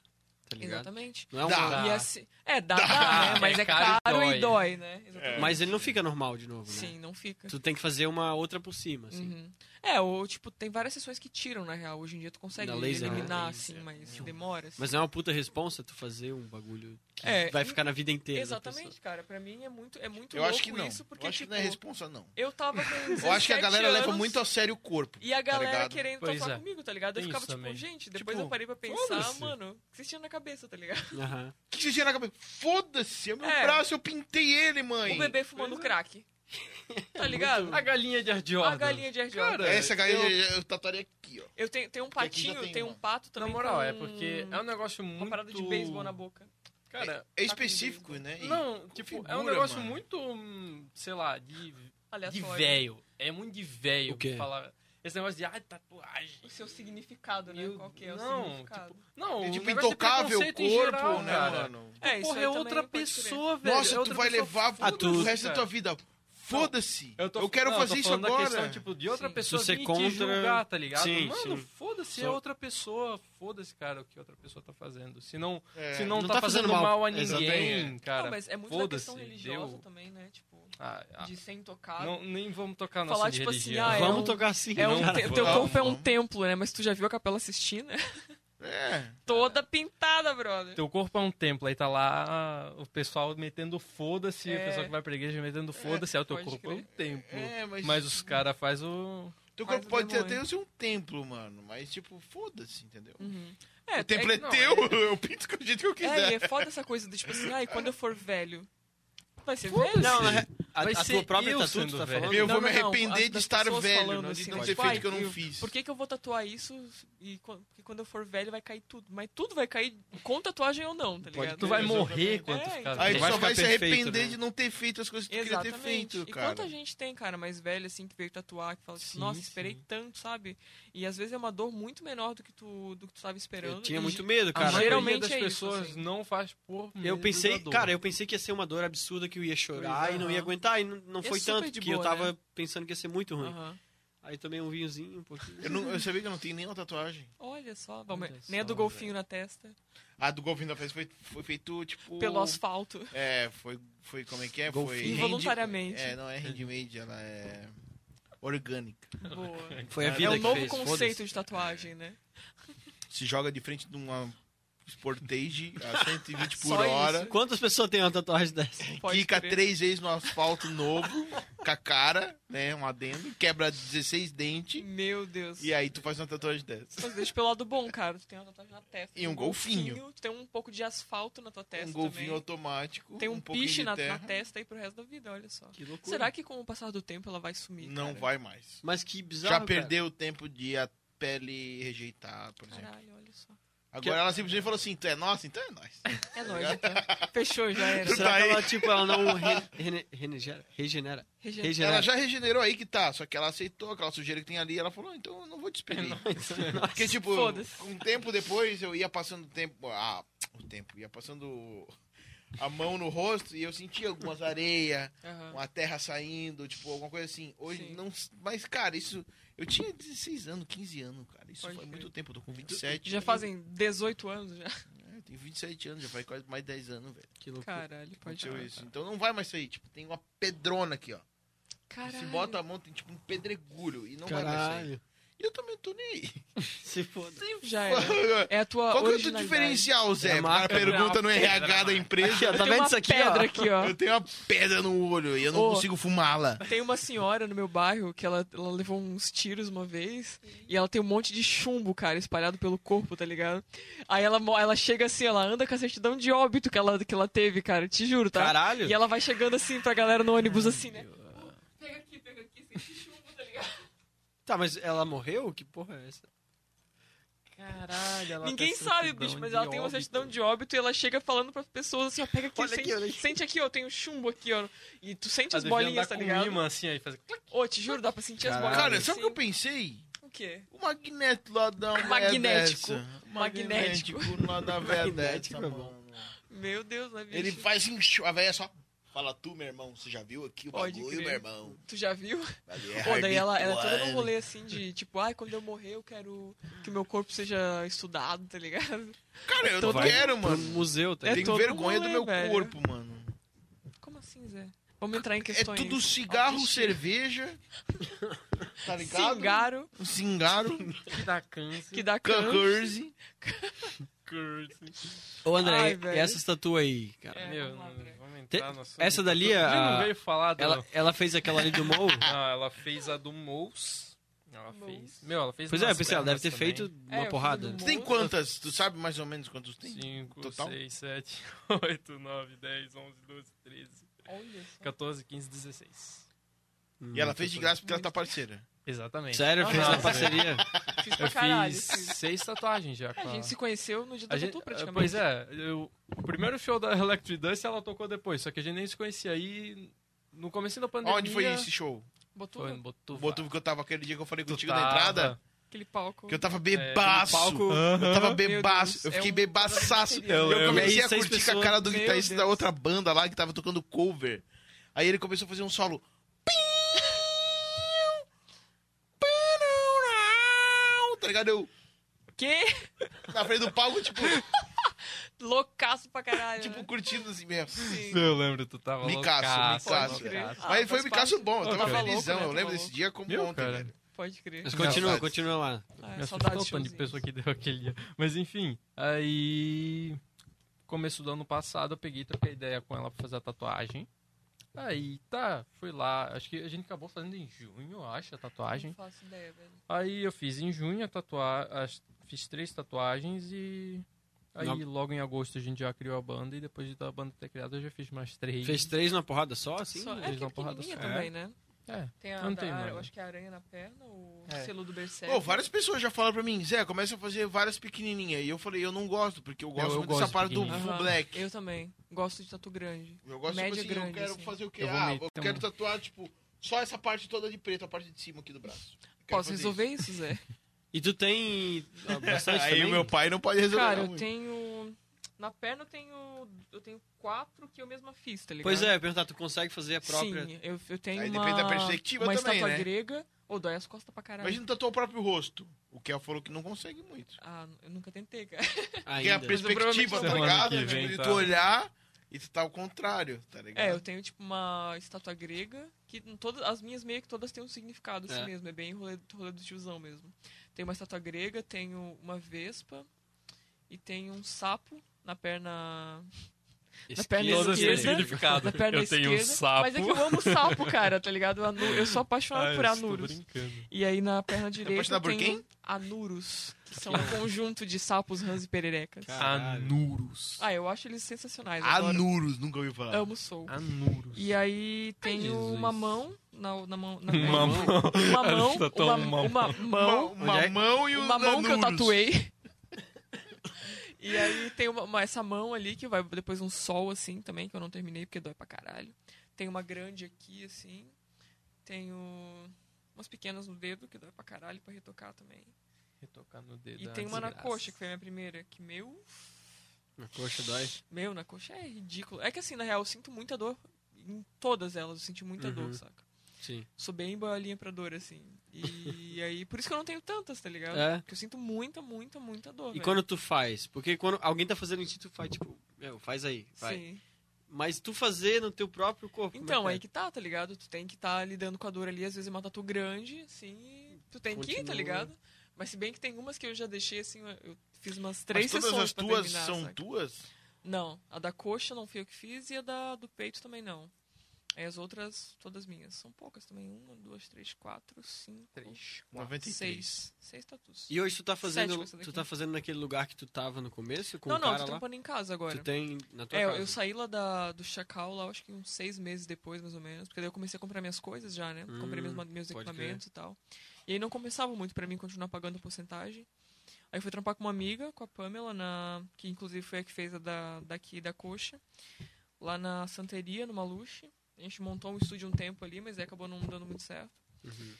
C: Tá
B: Uhum.
C: ligado?
B: Exatamente.
C: Não é um
A: Dá.
C: rolê-
B: E assim, é, dá, dá, né? Mas é
D: É caro
B: caro,
D: e
B: e dói, né? Exatamente.
C: Mas ele não fica normal de novo, né?
B: Sim, não fica.
C: Tu tem que fazer uma outra por cima, assim.
B: Uhum. É, ou tipo, tem várias sessões que tiram, na real. Hoje em dia tu consegue
C: Da laser, né?
B: eliminar,
A: Laser.
B: assim, mas demora. Assim.
C: Mas é uma puta responsa tu fazer um bagulho que
B: É,
C: vai
B: e-
C: ficar na vida inteira. da pessoa.
B: Exatamente, cara. Pra mim é muito, é muito
A: Eu
B: louco
A: acho que não.
B: isso, porque,
A: eu acho
B: tipo,
A: que não é responsa, não.
B: eu tava com 17
A: Eu acho que a galera
B: anos,
A: leva muito a sério o corpo.
B: E a galera
A: ligado?
B: querendo
D: Pois
B: tatuar
D: é.
B: comigo, tá ligado? Eu
D: Tem
B: ficava
D: isso
B: tipo,
D: também.
B: gente, depois
A: Tipo,
B: eu parei pra pensar,
D: foda-se.
B: mano, o que vocês tinham na cabeça, tá ligado?
C: Aham.
A: O que você tinha na cabeça? Foda-se, é meu
B: É.
A: braço, eu pintei ele, mãe.
B: O bebê fumando crack. Tá ligado?
D: A galinha de Air é. Jordan.
B: A galinha de Air Jordan.
A: Essa galinha eu, eu tatuaria aqui, ó. É
B: Eu tenho, tenho um
A: Porque aqui já
B: patinho,
A: tem
B: tenho
A: uma.
B: um pato
D: Na
B: também.
D: moral,
B: com
D: é porque é um negócio muito...
B: Uma parada de beisebol na boca.
D: Cara,
A: É
B: Tá com
A: específico,
B: medo.
A: né? E-
D: não, tipo, é
A: figura,
D: um negócio
A: mano.
D: muito, hum, sei lá, de, de
B: Aleatório.
D: velho. É muito de velho
C: O quê?
D: falar... Esse negócio de, ai, tatuagem.
B: O seu significado, né?
D: Meu-
B: Qual que é o
D: não,
B: significado?
D: Não,
A: É,
D: o
A: tipo,
D: negócio de
A: intocável o
D: preconceito em
A: corpo,
D: geral,
A: né,
D: cara.
A: mano?
B: É, isso
D: Porra,
B: aí também
D: é outra
B: não pode crer.
D: pessoa, velho.
A: Nossa,
D: é
A: tu
D: outra
A: vai
D: pessoa.
A: levar
D: Foda-se,
A: o resto da
D: cara.
A: tua vida. Foda-se. Eu,
D: tô-
A: quero
D: não, tô
A: fazer isso
D: falando da
A: agora.
D: Questão, tipo, de outra
B: Sim.
D: pessoa
C: Se você
D: vir
C: contra-
D: te julgar, tá ligado?
C: Sim,
D: Mano,
C: sim.
D: foda-se, é
C: Só-
D: outra pessoa. Foda-se, cara, o que outra pessoa tá fazendo. Se não,
A: É.
D: se não,
C: Não
D: tá,
C: tá
D: fazendo
C: fazendo mal.
D: mal a
A: Exatamente,
D: ninguém, cara.
B: não, mas é muito da questão
D: foda-se,
B: religiosa
D: deu.
B: também, né? Tipo,
D: Ah, ah,
B: de ser intocado.
D: não, nem vamos tocar no
B: Falar,
D: assunto de
B: tipo assim,
D: religião.
B: ah, é
C: Vamos
B: um-
C: tocar assim.
B: É um
D: Não,
B: te-
D: vou-
B: Teu
A: vamos,
B: corpo é um
A: vamos.
B: templo, né? Mas tu já viu a Capela Sistina?
A: É.
B: Toda pintada, brother.
D: Teu corpo é um templo, aí tá lá o pessoal metendo foda-se,
B: É.
D: o pessoal que vai pra igreja metendo foda-se, aí o teu
B: pode
D: corpo é um
B: crer.
D: templo.
A: É, mas.
D: Mas os caras fazem o...
A: Teu
B: Faz
A: corpo
B: o
A: pode ter
B: demônio.
A: até ser um templo, mano. Mas, tipo, foda-se, entendeu?
B: Uhum. É,
A: o templo é,
D: não,
A: teu, eu pinto com o jeito que eu
B: É, e
A: quiser.
B: é foda essa coisa do tipo assim, ai, quando eu for velho. Vai ser
D: Foda-se.
B: velho?
C: Não,
D: Sim.
C: na- a,
D: Vai
C: a
D: ser
C: tua própria
D: eu
C: tatu, tu
D: sendo
C: tá
D: velho.
C: falando?
A: eu
B: Não,
A: vou
B: não,
A: me
B: não,
A: arrepender
B: as-
A: de
B: das
A: estar
B: pessoas
A: velho,
B: falando
A: não, de
B: assim,
A: não
B: mas
A: ter
B: vai,
A: feito o que eu não
B: eu-
A: fiz.
B: Por que, que eu vou tatuar isso e quan- porque quando eu for velho vai cair tudo? Mas tudo vai cair com tatuagem ou não, tá ligado?
D: Tu vai
A: Exatamente.
D: morrer quando tu
B: É,
D: ficar
B: então.
A: Aí
D: velho.
A: tu
C: vai
A: só
C: ficar
A: vai se
C: perfeito,
A: arrepender
C: né?
A: de não ter feito as coisas que tu queria ter
B: Exatamente.
A: feito,
B: e
A: cara.
B: quanta gente tem, cara, mais velha, assim, que veio tatuar, que fala assim,
D: Sim,
B: nossa,
D: sim.
B: esperei tanto, sabe? E às vezes é uma dor muito menor do que tu, do que tu tava esperando.
C: Eu tinha
B: E
C: muito medo,
D: A
C: cara.
D: maioria
B: geralmente
D: das
B: é isso,
D: pessoas
B: assim.
D: não faz por medo
C: Ah, Eu pensei,
D: da dor.
C: cara, eu pensei que ia ser uma dor absurda que eu ia chorar
D: Pois é,
C: e não ia
B: aham.
C: aguentar e não, não
B: É
C: foi
B: super
C: tanto
B: de
C: que eu
B: boa, né?
C: tava pensando que ia ser muito ruim.
B: Aham.
C: Aí tomei um vinhozinho um pouquinho.
A: Eu, não, eu sabia que eu não tenho nenhuma tatuagem.
B: Olha só, vamos-
D: Olha
B: nem a
D: só,
B: do golfinho na testa,
A: A do Golfinho da Festa foi, foi feito, tipo...
B: pelo asfalto.
A: É, foi, foi como é que é? Foi
C: Golfinho.
A: hand-
B: Involuntariamente.
A: É, não é handmade, ela é orgânica.
B: Boa.
C: Foi a
A: É
B: É
C: vida
B: um
C: que
B: novo
C: fez,
B: conceito de tatuagem, né?
A: Se joga de frente de uma Sportage a 120 por
B: Só isso.
A: hora.
C: Quantas pessoas têm uma tatuagem dessa?
B: Pode
A: Quica
B: crer.
A: três vezes no asfalto novo, com a cara, né? Um adendo, quebra 16 dentes.
B: Meu Deus.
A: E aí tu faz uma tatuagem dessa.
B: Mas deixa pelo lado bom, cara. Tu tem uma tatuagem na testa.
A: E um golfinho.
B: Tu tem um pouco de asfalto na tua testa
A: um golfinho
B: também.
A: automático.
B: Tem um,
A: pouquinho
B: piche
A: de
B: na, na
A: terra.
B: testa aí pro resto da vida, olha só.
C: Que loucura.
B: Será que com o passar do tempo ela vai sumir?
A: Não
B: cara?
A: vai mais.
C: Mas que bizarro.
A: Já
C: cara.
A: perdeu o tempo de a pele rejeitar, por exemplo.
B: Caralho, olha só.
A: Agora ela simplesmente falou assim: tu é nossa, então é nós.
B: É nóis, então. Fechou, já era.
A: Tá
C: Será que ela, tipo, ela não re- rene- regenera? Regenera.
B: Rejeitado.
C: Regenera.
A: Ela já regenerou aí que tá, só que ela aceitou aquela sujeira que tem ali. Ela falou: "Ah, então eu não vou te expelir. Porque, tipo,
B: Foda-se.
A: um tempo depois eu ia passando o tempo. Ah, o tempo. Ia passando a mão no rosto e eu sentia algumas areias,
B: Aham.
A: uma terra saindo, tipo, alguma coisa assim. Hoje
B: Sim.
A: não. Mas, cara, isso. Eu tinha 16 anos, 15 anos, cara. Isso
B: Pode
A: faz
B: crer.
A: muito tempo. Eu tô com 27.
B: Já fazem 18 anos já.
A: É, eu tenho 27 anos, já faz quase mais 10 anos, velho.
C: Que loucura.
B: Caralho, pode
A: Aconteceu
B: crer.
A: isso. Então não vai mais sair. Tipo, tem uma pedrona aqui, ó.
B: Caralho.
A: Se bota a mão, tem tipo um pedregulho e não vai mais sair.
C: Caralho.
A: E eu também não tô nem aí.
C: Se foda.
B: Já era. É a tua
A: Qual que é o teu
B: originalidade.
A: diferencial,
C: É
A: Zé?
C: a
A: O cara
C: marca.
A: pergunta no
D: É a
A: RH da empresa.
C: Aqui, ó, tá
B: Tem
C: vendo
B: uma
C: isso aqui,
B: pedra
C: ó?
B: aqui, ó.
A: Eu tenho uma pedra no olho e eu não
B: Ô.
A: consigo fumá-la.
B: Tem uma senhora no meu bairro que ela, ela levou uns tiros uma vez e ela tem um monte de chumbo, cara, espalhado pelo corpo, tá ligado? Aí ela, mo- ela chega assim, ela anda com a certidão de óbito que ela, que ela teve, cara, te juro, tá?
C: Caralho.
B: E ela vai chegando assim pra galera no ônibus, assim, né? Pega aqui, pega aqui, sente chumbo, tá ligado?
C: Tá, mas ela morreu? Que porra é essa?
B: Tipo
D: Caralho, ela
B: Ninguém
D: tá
B: sabe,
D: certidão
B: bicho, mas
D: de
B: ela tem uma
D: óbito.
B: certidão de óbito e ela chega falando pras pessoas assim, ó, pega aqui,
C: Olha
B: sente,
C: aqui, olha aqui.
B: sente aqui, ó, tem um chumbo aqui, ó. E tu sente
D: Ela
B: as
D: devia
B: bolinhas,
D: andar
B: tá
D: com um
B: ligado?
D: imã assim, aí fazer...
B: Ô, te juro, dá pra sentir as bolinhas.
C: Caralho.
A: Cara, sabe o que eu
B: assim.
A: pensei?
B: O quê?
A: O magneto lá da uma
B: Magnético.
A: veia dessa.
B: Magnético.
A: Magnético lá da véia
C: Magnético
A: dessa,
C: é bom.
A: mano.
B: Meu Deus, né, bicho?
A: Ele faz assim, xiu, a véia só... Fala tu, meu irmão, você já viu aqui o
B: Pode
A: bagulho,
B: crer.
A: meu irmão?
B: Tu já viu?
A: Valeu, é
B: Pô, daí ela, ela é toda num
A: hardcore.
B: rolê assim de tipo, ai, quando eu morrer eu quero que meu corpo seja estudado, tá ligado?
A: Cara, eu não
C: Vai
A: quero,
C: Pro
A: mano.
C: museu, tá
B: É
A: Tenho
B: todo
A: vergonha
B: um
A: do
B: rolê,
A: meu
B: velho.
A: corpo, mano.
B: Como assim, Zé? Vamos entrar em
A: É
B: questões.
A: tudo cigarro,
B: autoestima.
A: cerveja. Tá ligado?
B: Cingaro,
A: Um Cingaro.
D: Que dá câncer.
B: que dá câncer.
A: Cacurzi.
C: Ô, André,
B: Ai,
C: e
B: velho.
C: essa estatua aí, cara.
B: É,
D: Meu,
B: vamos lá, André.
D: vamos
C: Te-
D: entrar no assunto.
C: essa dali,
D: Outro dia
C: a-
D: não veio falar dela.
C: Ela, ela fez aquela ali do Mou.
D: Não, ela fez a do Mouse. Ela
B: Mouse.
D: fez. Meu, ela fez.
C: Pois é, eu
D: umas
C: pensei, ela deve
D: pernas
C: ter feito
D: também.
B: É, eu
C: uma
B: fiz
C: porrada.
B: do
A: Tu
B: Mou.
A: tem quantas? Tu sabe mais ou menos quantos tem?
D: 5,
A: Total?
D: 6, 7, 8, 9, 10, 11, 12, 13,
B: Olha só.
D: 14, 15, 16.
A: E ela fez de graça porque ela tá parceira.
D: Exatamente.
C: Sério, fez
D: Nossa,
C: na parceria.
B: Fiz pra
D: Eu
B: caralho.
D: fiz
B: Fiz.
D: seis tatuagens já.
B: A
D: com
B: gente se conheceu no dia da
D: A gente-
B: tatu, praticamente.
D: Pois é, eu- o primeiro show da Electric Dust ela tocou depois, só que a gente nem se conhecia. Aí, no começo da pandemia...
A: Onde foi esse show?
B: Botou
D: Foi em Botuva.
A: Botuva que eu tava aquele dia que eu falei
D: Tu
A: contigo na
D: tava-
A: entrada.
B: aquele palco.
A: Que eu tava
D: no
A: bebaço.
D: palco.
C: Ah.
A: Eu tava
B: Meu Deus,
A: bebaço. Eu
B: é
A: fiquei
B: um-
A: bebaçaço.
B: Eu
A: Eu,
C: lembro.
A: comecei a
C: Seis
A: curtir com a
C: pessoas.
A: cara do
B: Meu
A: guitarrista da
B: Deus.
A: outra banda lá que tava tocando cover. Aí ele começou a fazer um solo. Tá ligado? Eu,
B: Que?
A: na frente do palco, tipo,
B: Loucaço pra caralho.
A: tipo
B: né?
A: curtindo assim mesmo.
B: Sim.
D: Eu lembro, tu tava
A: Micaço,
D: loucaço,
A: Micaço.
B: Pode crer.
D: loucaço.
B: Ah,
A: Mas foi
B: faz
A: um Picasso
B: parte.
A: bom, eu
D: Pô,
A: tava
D: tava
B: louco,
A: felizão.
B: né?
A: Eu
B: Tava
A: lembro desse
B: louco.
A: dia como
D: Meu,
A: ontem, né?
D: cara.
A: velho.
B: Pode crer.
C: Mas continua,
A: Saudades.
C: continua lá.
B: Ah,
D: Me assustou
B: saudades
D: o tanto é de
B: showzinhos.
D: pessoa que deu aquele dia. Mas enfim, aí. Começo do ano passado, eu peguei e troquei ideia com ela pra fazer a tatuagem. Aí, tá, fui lá. Acho que a gente acabou fazendo em junho, eu acho, a tatuagem.
B: Não faço ideia, velho.
D: Aí eu fiz em junho a tatuagem. Fiz três tatuagens e. Aí
C: Não.
D: logo em agosto a gente já criou a banda e depois da banda ter criado eu já fiz mais três.
C: Fez três na porrada só, assim?
B: Só, é
D: eles
B: que é
D: dão porrada
B: pequenininha
D: só.
B: também, né?
D: É.
B: Tem a,
D: Eu não
B: da-
D: tenho
B: a-
D: nada.
B: eu acho que é a aranha na perna, o
D: É.
B: selo do Berserk.
A: Pô, várias pessoas já falaram pra mim, Zé, começa a fazer várias pequenininhas. E eu falei, eu não gosto, porque eu gosto
D: eu
A: muito
D: gosto
A: dessa parte do
D: pequenininha.
A: full
B: Aham.
A: black.
B: Eu também. Gosto de tatu grande.
A: Eu gosto,
B: Média
A: tipo assim, eu
B: grande,
A: quero
B: assim.
A: fazer o quê?
D: Eu vou
A: ah,
D: meter
A: eu quero
D: um-
A: tatuar, tipo, só essa parte toda de preto, a parte de cima aqui do braço. Eu quero
B: Posso
A: fazer
B: resolver isso, Zé?
C: E tu tem ah,
A: isso.
C: bastante
A: Aí
C: também?
A: o meu pai não pode resolver.
B: Cara,
A: não,
B: eu
A: muito.
B: tenho. Na perna eu tenho. Eu tenho quatro que eu mesma fiz, tá ligado?
C: Pois é, eu ia perguntar, tu consegue fazer a própria?
B: Sim, eu, eu tenho
A: Aí
B: uma.
A: depende da perspectiva
B: uma
A: também,
B: estátua
A: né?
B: grega. Ou dói as costas pra caralho.
A: Imagina tatuar o próprio rosto. O Kel falou que não consegue muito.
B: Ah, eu nunca tentei, cara.
A: Porque a
C: Ainda.
B: provavelmente
A: perspectiva,
B: não
A: tá
D: vou.
A: ligado?
D: Semana que
A: Tipo,
D: vem,
A: de
D: tá.
A: tu olhar e tu tá ao contrário, tá ligado?
E: né?
B: É, eu tenho tipo uma estátua grega, que em todas as minhas meio que todas têm um significado assim
C: É.
B: mesmo, é bem rolê, rolê do tiozão mesmo. Tem uma estátua grega, tenho uma vespa e tem um sapo na perna.
C: Esse
B: perna
C: aqui-
B: esquerda.
E: Todo esse
B: esquerda.
E: significado.
B: Na perna
E: eu tenho um
B: esquerda.
E: sapo.
B: Mas é que eu amo sapo, cara, tá ligado? Anu- Eu sou
D: Ah,
B: apaixonado
E: Ai,
B: por
E: eu estou
B: anuros.
E: brincando.
B: E aí na perna direita
A: apaixonado por
B: tem
A: quem?
B: anuros, que são um conjunto de sapos, rãs e pererecas.
C: Caralho.
E: Anuros.
B: Ah, eu acho eles sensacionais. Adoro. É
A: Anuros, nunca ouvi falar.
B: Amo sou.
E: Anuros.
B: E aí tem
C: Jesus.
B: uma mão na, na mão. Na
E: Uma
B: mão.
E: mão.
B: Uma mão.
E: Ela tá
B: Uma,
E: tão
B: uma mão.
A: uma
C: Onde é?
A: mão e os
B: Uma mão que eu
A: anuros.
B: tatuei. E aí tem uma, uma- essa mão ali que vai depois um sol assim também, que eu não terminei porque dói pra caralho. Tem uma grande aqui assim. Tenho umas pequenas no dedo que dói pra caralho pra retocar também.
D: Retocar no dedo.
B: E
D: é
B: tem uma na
D: desgraça.
B: coxa, que foi a minha primeira, que meu.
C: Na coxa dói.
B: Meu, na coxa é ridículo. É que assim, na real, eu sinto muita dor em todas elas, eu senti muita
C: Uhum.
B: dor, saca?
C: Sim.
B: Sou bem boiolinha pra dor, assim. E aí, por isso que eu não tenho tantas, tá ligado?
C: É.
B: Porque eu sinto muita, muita, muita dor.
C: E
B: velho.
C: quando tu faz? Porque quando alguém tá fazendo em ti, tu faz tipo, meu, faz aí, vai.
B: Sim.
C: Mas tu fazer no teu próprio corpo. como
B: Então,
C: é
B: aí que tá, tá ligado? Tu tem que estar lidando com a dor ali, às vezes é uma tatu grande, assim, e tu tem que ir, tá
C: Continua.
B: ligado? Mas se bem que tem umas que eu já deixei, assim, eu fiz umas
A: Mas
B: três
A: todas
B: sessões
A: as
B: pra
A: tuas
B: terminar,
A: são
B: saca?
A: tuas?
B: Não, a da coxa não fui eu que fiz e a da do peito também não. Aí as outras, todas minhas. São poucas também. Uma, duas, três, quatro, cinco,
D: Três.
A: 93.
B: seis. Seis tatus.
C: E hoje tu tá
B: Sete
C: fazendo,
B: com essa
C: tu
B: daqui.
C: tá fazendo naquele lugar que tu tava no começo com
B: não,
C: o
B: não,
C: cara
B: tô
C: lá.
B: trampando em casa agora.
C: Tu tem na tua
B: É, eu-
C: casa.
B: eu saí lá da, do Chacal, lá, acho que uns seis meses depois, mais ou menos. Porque daí eu comecei a comprar minhas coisas já, né? Comprei meus,
C: Hum,
B: ma- meus
C: pode
B: equipamentos e tal. E aí não compensava muito pra mim continuar pagando a porcentagem. Aí eu fui trampar com uma amiga, com a Pamela, na, que inclusive foi a que fez a da, daqui da coxa, lá na Santeria, no Maluche. A gente montou um estúdio um tempo ali, mas aí acabou não dando muito certo.
C: Uhum.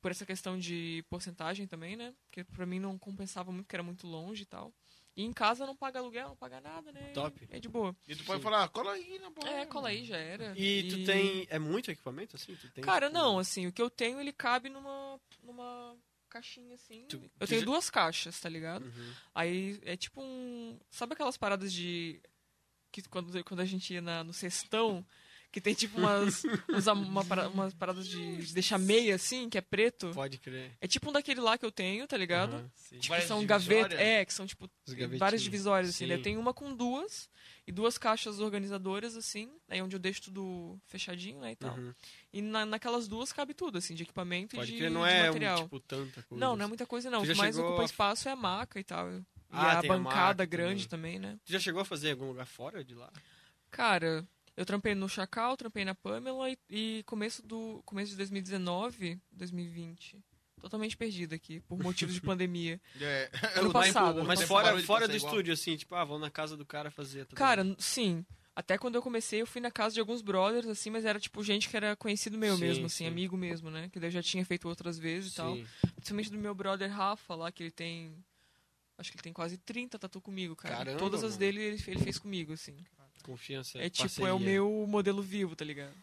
B: Por essa questão de porcentagem também, né? Porque pra mim não compensava muito, porque era muito longe e tal. E em casa não paga aluguel, não paga nada, né?
C: Top.
B: É de boa.
A: E tu pode falar, "Ah, cola aí na bola.
B: É, cola aí, já era.
C: E tu tem é muito equipamento assim? Tu tem,
B: Cara,
C: tipo,
B: não, assim, o que eu tenho ele cabe numa, numa caixinha assim.
C: Tu- tu
B: eu tenho
C: já-
B: duas caixas, tá ligado?
C: Uhum.
B: Aí é tipo um. Sabe aquelas paradas de. que quando, quando a gente ia na- no cestão, que tem tipo umas. uns am- uma para- umas paradas de deixar meia assim, que é preto?
C: Pode crer.
B: É tipo um daquele lá que eu tenho, tá ligado?
C: Aham.
B: Tipo, que
A: Várias
B: são
A: divisórias? né?
B: gavetas. É, que são tipo
C: Os
B: várias
C: gavetinhos.
B: divisórias, assim, né?
C: Sim.
B: Eu tenho uma com duas e duas caixas organizadoras, assim, aí onde eu deixo tudo fechadinho, né, e tal.
C: Uhum.
B: E na- naquelas duas cabe tudo, assim, de equipamento
C: Pode
B: e de,
C: crer, não
B: de
C: é um,
B: material.
C: tipo tanta coisa.
B: não, não é
C: assim.
B: muita coisa, não.
C: Tu
B: O
C: já
B: que mais
C: chegou
B: ocupa
C: a-
B: espaço é a maca e tal. E
C: Ah,
B: a
C: tem a
B: bancada
C: maca
B: grande também. né?
C: Tu já chegou a fazer em algum lugar fora de lá?
B: Cara, eu trampei no Chacal, trampei na Pamela e, e começo do começo de 2019, 2020. Totalmente perdida aqui, por motivos de pandemia.
A: É.
B: Ano
C: Mas-
B: passado.
C: Mas
A: Você
C: fora,
A: parou de
C: fora
A: fazer
C: do
A: igual?
C: estúdio, assim, tipo, ah, vou na casa do cara fazer. tá
B: Cara,
C: ligado?
B: n- sim. Até quando eu comecei, eu fui na casa de alguns brothers, assim, mas era tipo gente que era conhecido meu
C: Sim,
B: mesmo, assim,
C: sim.
B: amigo mesmo, né? Que daí eu já tinha feito outras vezes e tal.
C: Sim.
B: Principalmente do meu brother Rafa lá, que ele tem. Acho que ele tem quase 30 tatu comigo, cara.
C: Caramba,
B: Todas as
C: mano.
B: dele ele, ele fez comigo, assim.
C: Confiança.
B: É tipo, é
C: parceria.
B: o meu modelo vivo, tá ligado?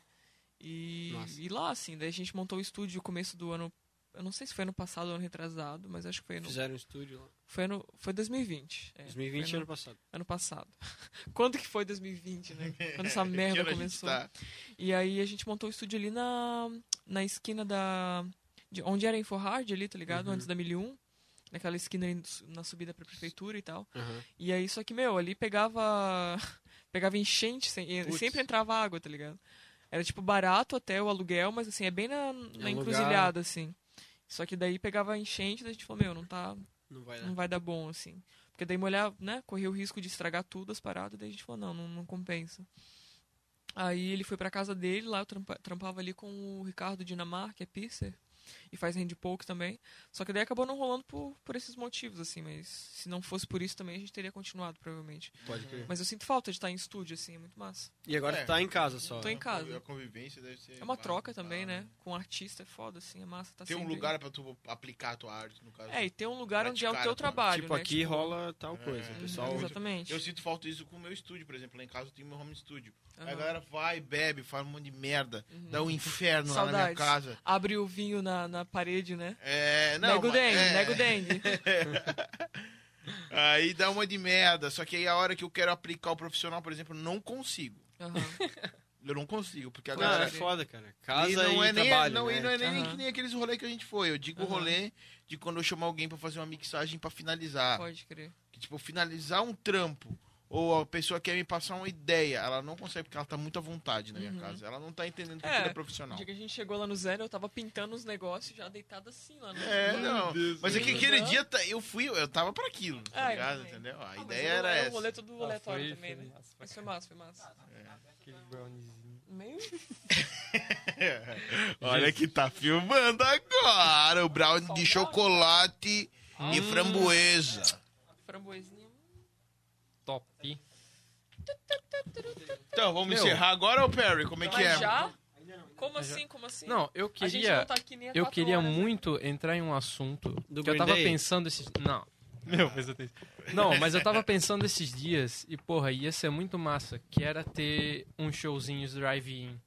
B: E,
C: Nossa.
B: e lá, assim, daí a gente montou o estúdio no começo do ano. Eu não sei se foi ano passado ou ano retrasado, mas acho que foi no.
C: Fizeram um estúdio lá.
B: Foi, no, foi 2020. é,
C: 2020
B: foi
C: ano
B: ano,
C: passado.
B: ano passado. Quando que foi 2020, né? Quando essa merda
A: Que hora a gente
B: começou.
A: tá?
B: E aí a gente montou o estúdio ali na, na esquina da. de onde era a InfoHard ali, tá ligado?
C: Uhum.
B: Antes da 1001. Naquela esquina ali na subida pra prefeitura e tal.
C: Aham.
B: E aí, só que, meu, ali pegava. pegava enchente sem- e
C: Putz.
B: sempre entrava água, tá ligado? Era tipo barato até o aluguel, mas assim, é bem na,
A: um
B: na
C: lugar-
B: encruzilhada, assim. Só que daí pegava enchente, daí a gente falou, meu, não tá,
C: Não vai
B: não
C: dar.
B: vai dar bom, assim. Porque daí molhar, né? Corria o risco de estragar tudo, as paradas, daí a gente falou, não, não, não compensa. Aí ele foi pra casa dele, lá eu trampa- trampava ali com o Ricardo Dinamar, que é piercer, e faz handpoke também. Só que daí acabou não rolando por, por esses motivos, assim, mas se não fosse por isso também a gente teria continuado, provavelmente.
C: Pode crer.
B: Mas eu sinto falta de estar em estúdio, assim, é muito massa.
C: E agora
A: É.
C: tu tá em casa só.
B: Tô em casa.
A: A convivência deve ser.
B: É uma
A: mais-
B: troca também,
A: ah,
B: né? Com artista, é foda, assim, é massa. Tá
A: Tem um
B: sempre-
A: lugar pra tu aplicar a tua arte, no caso.
B: É, e tem um lugar onde é o
A: praticar
B: teu
A: a tua arte.
B: trabalho,
C: Tipo,
B: né?
C: aqui rola tal
A: É.
C: coisa.
A: Uhum.
B: Uhum,
C: Pessoal, tipo,
B: Exatamente.
A: Eu sinto falta isso com o meu estúdio, por exemplo. Lá em casa eu tenho meu home studio. Aí a
B: Aham.
A: galera vai, bebe, faz um monte de merda.
B: Uhum.
A: Dá um inferno lá na minha
B: Saudades.
A: casa.
B: abre o vinho na, na parede, né?
A: É, não.
B: nego
A: mas-
B: dengue,
A: é.
B: nego dengue.
A: Aí dá uma de merda. Só que aí a hora que eu quero aplicar o profissional, por exemplo, eu não consigo.
B: Aham.
A: Eu não consigo, porque
C: Não,
A: agora.
C: é foda, cara. Casa
A: E
C: e,
A: não é nem,
C: trabalho,
A: não,
C: né?
A: e não é nem
B: Aham.
A: que nem aqueles rolê que a gente foi. Eu digo o
B: Aham.
A: rolê de quando eu chamar alguém pra fazer uma mixagem pra finalizar.
B: Pode crer.
A: Que, tipo, finalizar um trampo. Ou a pessoa quer me passar uma ideia. Ela não consegue, porque ela tá muito à vontade na minha
B: Uhum.
A: casa. Ela não tá entendendo
B: É.
A: cultura
B: O
A: profissional.
B: dia que a gente chegou lá no Zero, eu tava pintando os negócios já deitado assim lá no.
A: É, não. Mas é que aquele
B: Não.
A: dia tá- eu fui, eu tava pra aquilo, tá
B: Ah, eu
A: ligado?
B: também.
A: Entendeu? A
B: Ah, mas
A: ideia
B: o-
A: era
B: é
A: essa.
B: O rolê do
E: Ah,
B: aleatório
E: foi-
B: também,
E: foi
B: né?
E: massa pra
B: Mas foi massa, foi massa.
E: Aquele browniezinho.
B: Meio
A: É. Olha que tá filmando agora. O brownie de chocolate
B: Ah.
A: e framboesa.
B: framboesinho.
E: Top.
A: Então, vamos
D: Meu.
A: encerrar agora, ô Perry? Como é que é?
B: Mas já? Como assim? Como assim?
D: Não, eu
B: a gente não
D: queria.
B: tá aqui nem há
D: Eu
B: quatro
D: queria
B: horas. né?
D: muito entrar em um assunto
C: Do
D: que eu
C: Green
D: tava
C: Day?
D: pensando esses. Não.
E: Meu, fez atenção.
D: Não, mas eu tava pensando esses dias e, porra, ia ser muito massa, que era ter uns showzinhos drive-in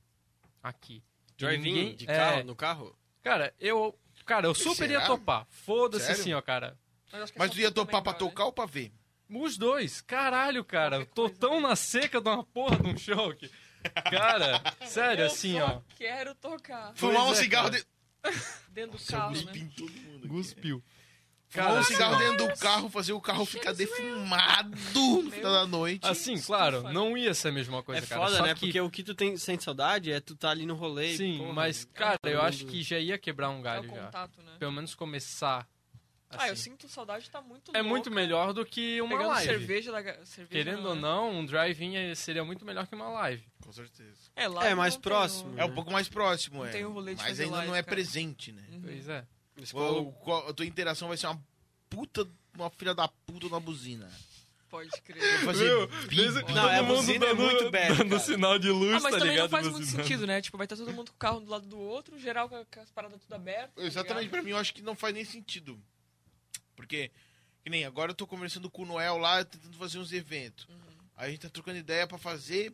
D: aqui.
C: Drive-in
D: Ninguém-
C: de
D: é.
C: carro, no carro?
D: Cara, eu. Cara, eu super ia
A: Será?
D: topar. Foopar. Foda-se
A: Sério?
D: assim, ó, cara.
B: Mas, acho que é
A: Mas
B: só
A: tu ia
B: tu também
A: topar pra
B: agora, né?
A: tocar ou pra ver?
D: Os dois, caralho, cara.
B: Qualquer
D: Tô
B: coisa,
D: tão
B: né?
D: na seca de uma porra de um show que. Cara, sério,
B: Eu
D: assim,
B: só
D: ó.
B: quero tocar
A: Fumar um
D: é,
A: cigarro
D: cara.
A: de...
B: dentro do carro, né?
A: Cuspir em todo mundo.
D: Guspiu.
A: Fumar
D: Cara,
A: um
D: assim,
A: cigarro
D: ó,
A: dentro do carro, fazer o carro ficar defumado no final da noite.
D: assim, claro,
B: Estufa.
D: não ia ser a mesma coisa,
C: é
D: cara.
C: foda,
D: só
C: né?
D: que-
C: Porque o que tu tem, sente saudade é tu tá ali no rolê. e,
D: Sim,
C: porra, né?
D: mas, cara,
C: todo
D: eu acho
C: mundo-
D: que já ia quebrar um
B: É
D: galho
B: o
D: já.
B: contato, né?
D: Pelo menos começar.
B: Ah, eu
D: assim.
B: sinto saudade, tá muito
D: É muito
B: louca.
D: melhor do que uma
B: Pegando
D: live.
B: cerveja da... ga- cerveja
D: Querendo ou
B: né?
D: não, um drive-in é- seria muito melhor que uma live.
A: Ah, Com certeza.
B: É, live
C: É, mais
B: não tem
C: próximo.
B: o-
A: É um pouco mais próximo,
B: Não
A: é.
B: tem o rolê de
A: Mas
B: fazer
A: ainda
B: live,
A: não é
B: cara.
A: presente, né?
B: Uhum.
D: Pois é.
C: Isso que eu-
A: Ou qual- a tua interação vai ser uma puta, uma filha da puta na buzina.
B: Pode crer.
A: Fazer
E: Meu,
A: bi- bi-
C: Não, é a buzina é muito bad,
E: dando
C: cara.
E: sinal de luz,
B: Ah, mas
E: tá
B: também
E: ligado?
B: não faz muito
E: Buzinando.
B: sentido, né? Tipo, vai estar todo mundo com o carro do lado do outro, geral com a- com as paradas tudo abertas. tá
A: Exatamente,
B: ligado?
A: pra mim eu acho que não faz nem sentido. Porque, que nem agora eu tô conversando com o Noel lá, tentando fazer uns eventos.
B: Uhum.
A: Aí a gente tá trocando ideia pra fazer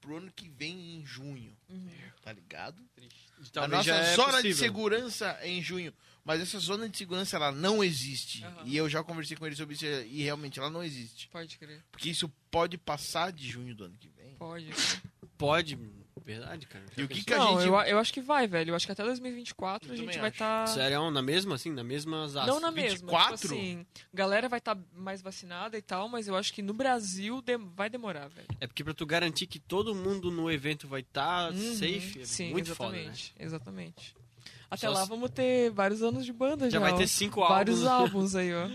A: pro ano que vem em junho.
B: Uhum.
A: Tá ligado?
C: talvez
A: a nossa
C: já é
A: zona de
C: possível.
A: segurança é em junho. Mas essa zona de segurança, ela não existe.
B: Aham.
A: E eu já conversei com ele sobre isso e realmente ela não existe.
B: Pode crer.
A: Porque isso pode passar de junho do ano que vem.
B: Pode.
C: Pode, verdade, cara.
A: E o que, que a
B: Não,
A: gente...
B: eu, a- eu acho que vai, velho. Eu acho que até 2024
A: Eu
B: a gente
A: também
B: vai
A: acho.
B: estar...
C: Sério, na mesma, assim? Na mesma zaça?
B: Não na mesma.
A: 24?
B: Tipo assim, galera vai estar mais vacinada e tal, mas eu acho que no Brasil dem- vai demorar, velho.
C: É porque pra tu garantir que todo mundo no evento vai estar
B: Uhum.
C: safe, é
B: Sim,
C: muito foda, né?
B: exatamente, Exatamente. Até
C: Só
B: lá
C: se-
B: vamos ter vários anos de banda já.
C: né? Já vai
B: ó.
C: ter cinco
B: Vários álbuns
C: álbuns.
B: aí, ó.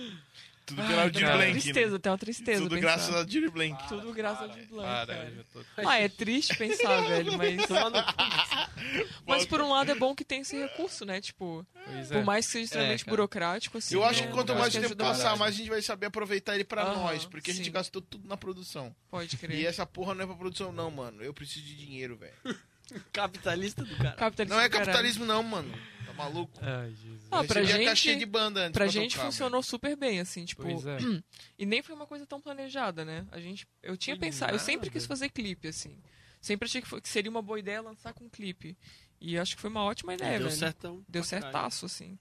A: Tudo pela
B: tem uma
A: Blank, né?
B: Ah, tristeza, tem uma tristeza.
A: Tudo
B: pensar.
A: graças a Diri Blank.
B: Tudo graças ao Di Blanc,
E: Para,
B: cara.
E: eu tô...
B: Ah, é triste pensar, velho, mas... mas por um lado é bom que tem esse recurso, né? Tipo,
D: Pois é.
B: por mais que seja extremamente
D: cara.
B: burocrático, assim...
A: Eu
B: né,
A: acho que quanto mais
B: ajuda
A: tempo passar,
B: bastante.
A: mais a gente vai saber aproveitar ele pra
B: Aham,
A: nós. Porque a gente
B: sim.
A: gastou tudo na produção.
B: Pode
A: E
B: crer.
A: essa porra não é pra produção, não, mano. Eu preciso de dinheiro, velho.
C: Capitalista do cara.
B: Capitalismo
A: Não é
B: do caralho.
A: capitalismo, não, mano. Tá maluco?
D: Ai, Jesus.
B: Ah,
A: Eu
B: pra
A: recebi a
B: gente-
A: caixinha de banda antes
B: Pra
A: pra
B: gente
A: tocar,
B: funcionou super bem, assim, tipo.
D: Pois é.
B: E nem foi uma coisa tão planejada, né? A gente. Eu tinha
D: Foi
B: pensado. Eu sempre
D: nada.
B: quis fazer clipe, assim. Sempre achei que, foi- que seria uma boa ideia lançar com clipe. E acho que foi uma
D: É,
B: ótima ideia,
C: deu
B: É, velho.
C: certão.
B: Deu
C: pra caralho.
B: certaço, assim.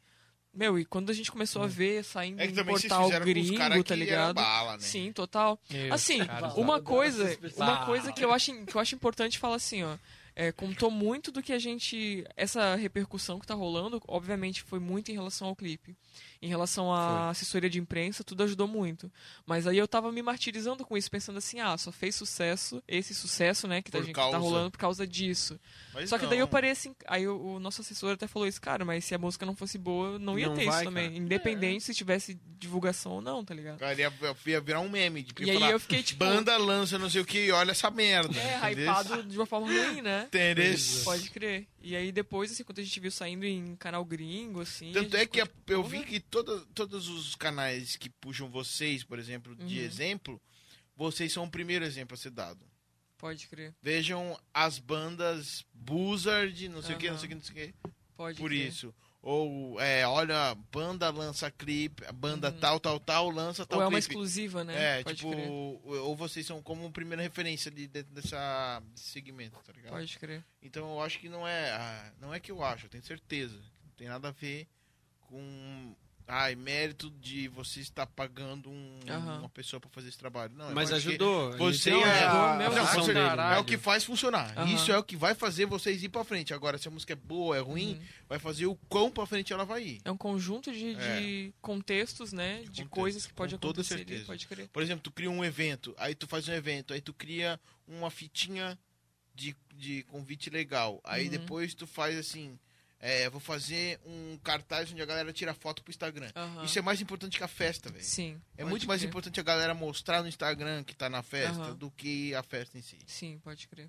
B: Meu, e quando a gente começou a ver saindo
A: É que
B: em
A: também vocês
B: portal
A: fizeram com os
B: gringo,
A: caras
B: tá
A: que era
B: ligado?
A: bala, né?
B: Sim, total.
D: Meu,
B: Assim,
D: cara,
B: uma
C: Deus,
B: coisa,
C: essas pessoas.
B: uma coisa que eu acho, que eu acho importante falar assim, ó. é, contou muito do que a gente. Essa repercussão que tá rolando, obviamente, foi muito em relação ao clipe. Em relação à assessoria de imprensa, tudo ajudou muito. Mas aí eu tava me martirizando com isso, pensando assim, ah, só fez sucesso, esse sucesso, né, que, tá,
A: Por
B: gente, que tá
A: causa.
B: rolando por causa disso.
A: Mas
B: Só que daí eu
A: não.
B: parei assim. Aí o, o nosso assessor até falou isso, cara, mas se a música não fosse boa, não ia
C: Não
B: ter
C: vai,
B: isso também. Independente se tivesse divulgação ou não, tá ligado?
A: Cara, ia, ia virar um meme. De,
B: E aí
A: falar,
B: eu fiquei tipo.
A: Banda lança não sei o que e olha essa merda.
B: É,
A: entendeu?
B: hypado de uma forma ruim, né?
A: Entendeu?
B: Pode crer. E aí depois, assim, quando a gente viu saindo em canal gringo, assim.
A: Tanto
B: a gente
A: é que
B: ficou, tipo,
A: eu
B: porra.
A: vi que toda, todos os canais que puxam vocês, por exemplo, de
B: Uhum.
A: exemplo, vocês são o primeiro exemplo a ser dado.
B: Pode crer,
A: Vejam as bandas Buzzard, não sei o que, não
B: Aham.
A: sei o que, não sei o que,
B: pode
A: por
B: crer.
A: isso. Ou, é, olha, banda lança clipe, a banda tal, tal, tal, lança tal
B: Uhum. Ou é uma
A: clipe.
B: exclusiva, né?
A: É,
B: pode
A: tipo,
B: crer.
A: ou vocês são como primeira referência de, dentro dessa, desse segmento, tá ligado?
B: Pode crer.
A: Então eu acho que não é. ah, Não é que eu acho, eu tenho certeza. Não tem nada a ver com ai, mérito de você estar pagando um-
B: Aham.
A: uma pessoa pra fazer esse trabalho. Não, eu
C: Mas
A: acho que
C: ajudou. Então, ele um
A: Você
C: deu-
A: é,
C: ajudou
A: a-
C: mesmo
A: Não,
C: a
A: com
C: ação
A: certeza.
C: né? dele.
A: é o que faz funcionar.
B: Aham.
A: Isso é o que vai fazer vocês ir pra frente. Agora, se a música é boa, é ruim,
B: Uhum.
A: vai fazer o quão pra frente ela vai ir.
B: É um conjunto de,
A: É.
B: de contextos, né? De
A: contexto,
B: coisas que pode
A: com toda
B: acontecer. ali,
A: certeza.
B: Pode crer.
A: Por exemplo, tu cria um evento, aí tu faz um evento, aí tu cria uma fitinha de, de convite legal. Aí
B: Uhum.
A: depois tu faz assim, é, vou fazer um cartaz onde a galera tira foto pro Instagram.
B: Aham.
A: Isso é mais importante que a festa, velho.
B: Sim.
A: É
B: pode
A: muito mais
B: crer.
A: importante a galera mostrar no Instagram que tá na festa
B: Aham.
A: do que a festa em si,
B: Sim, pode crer.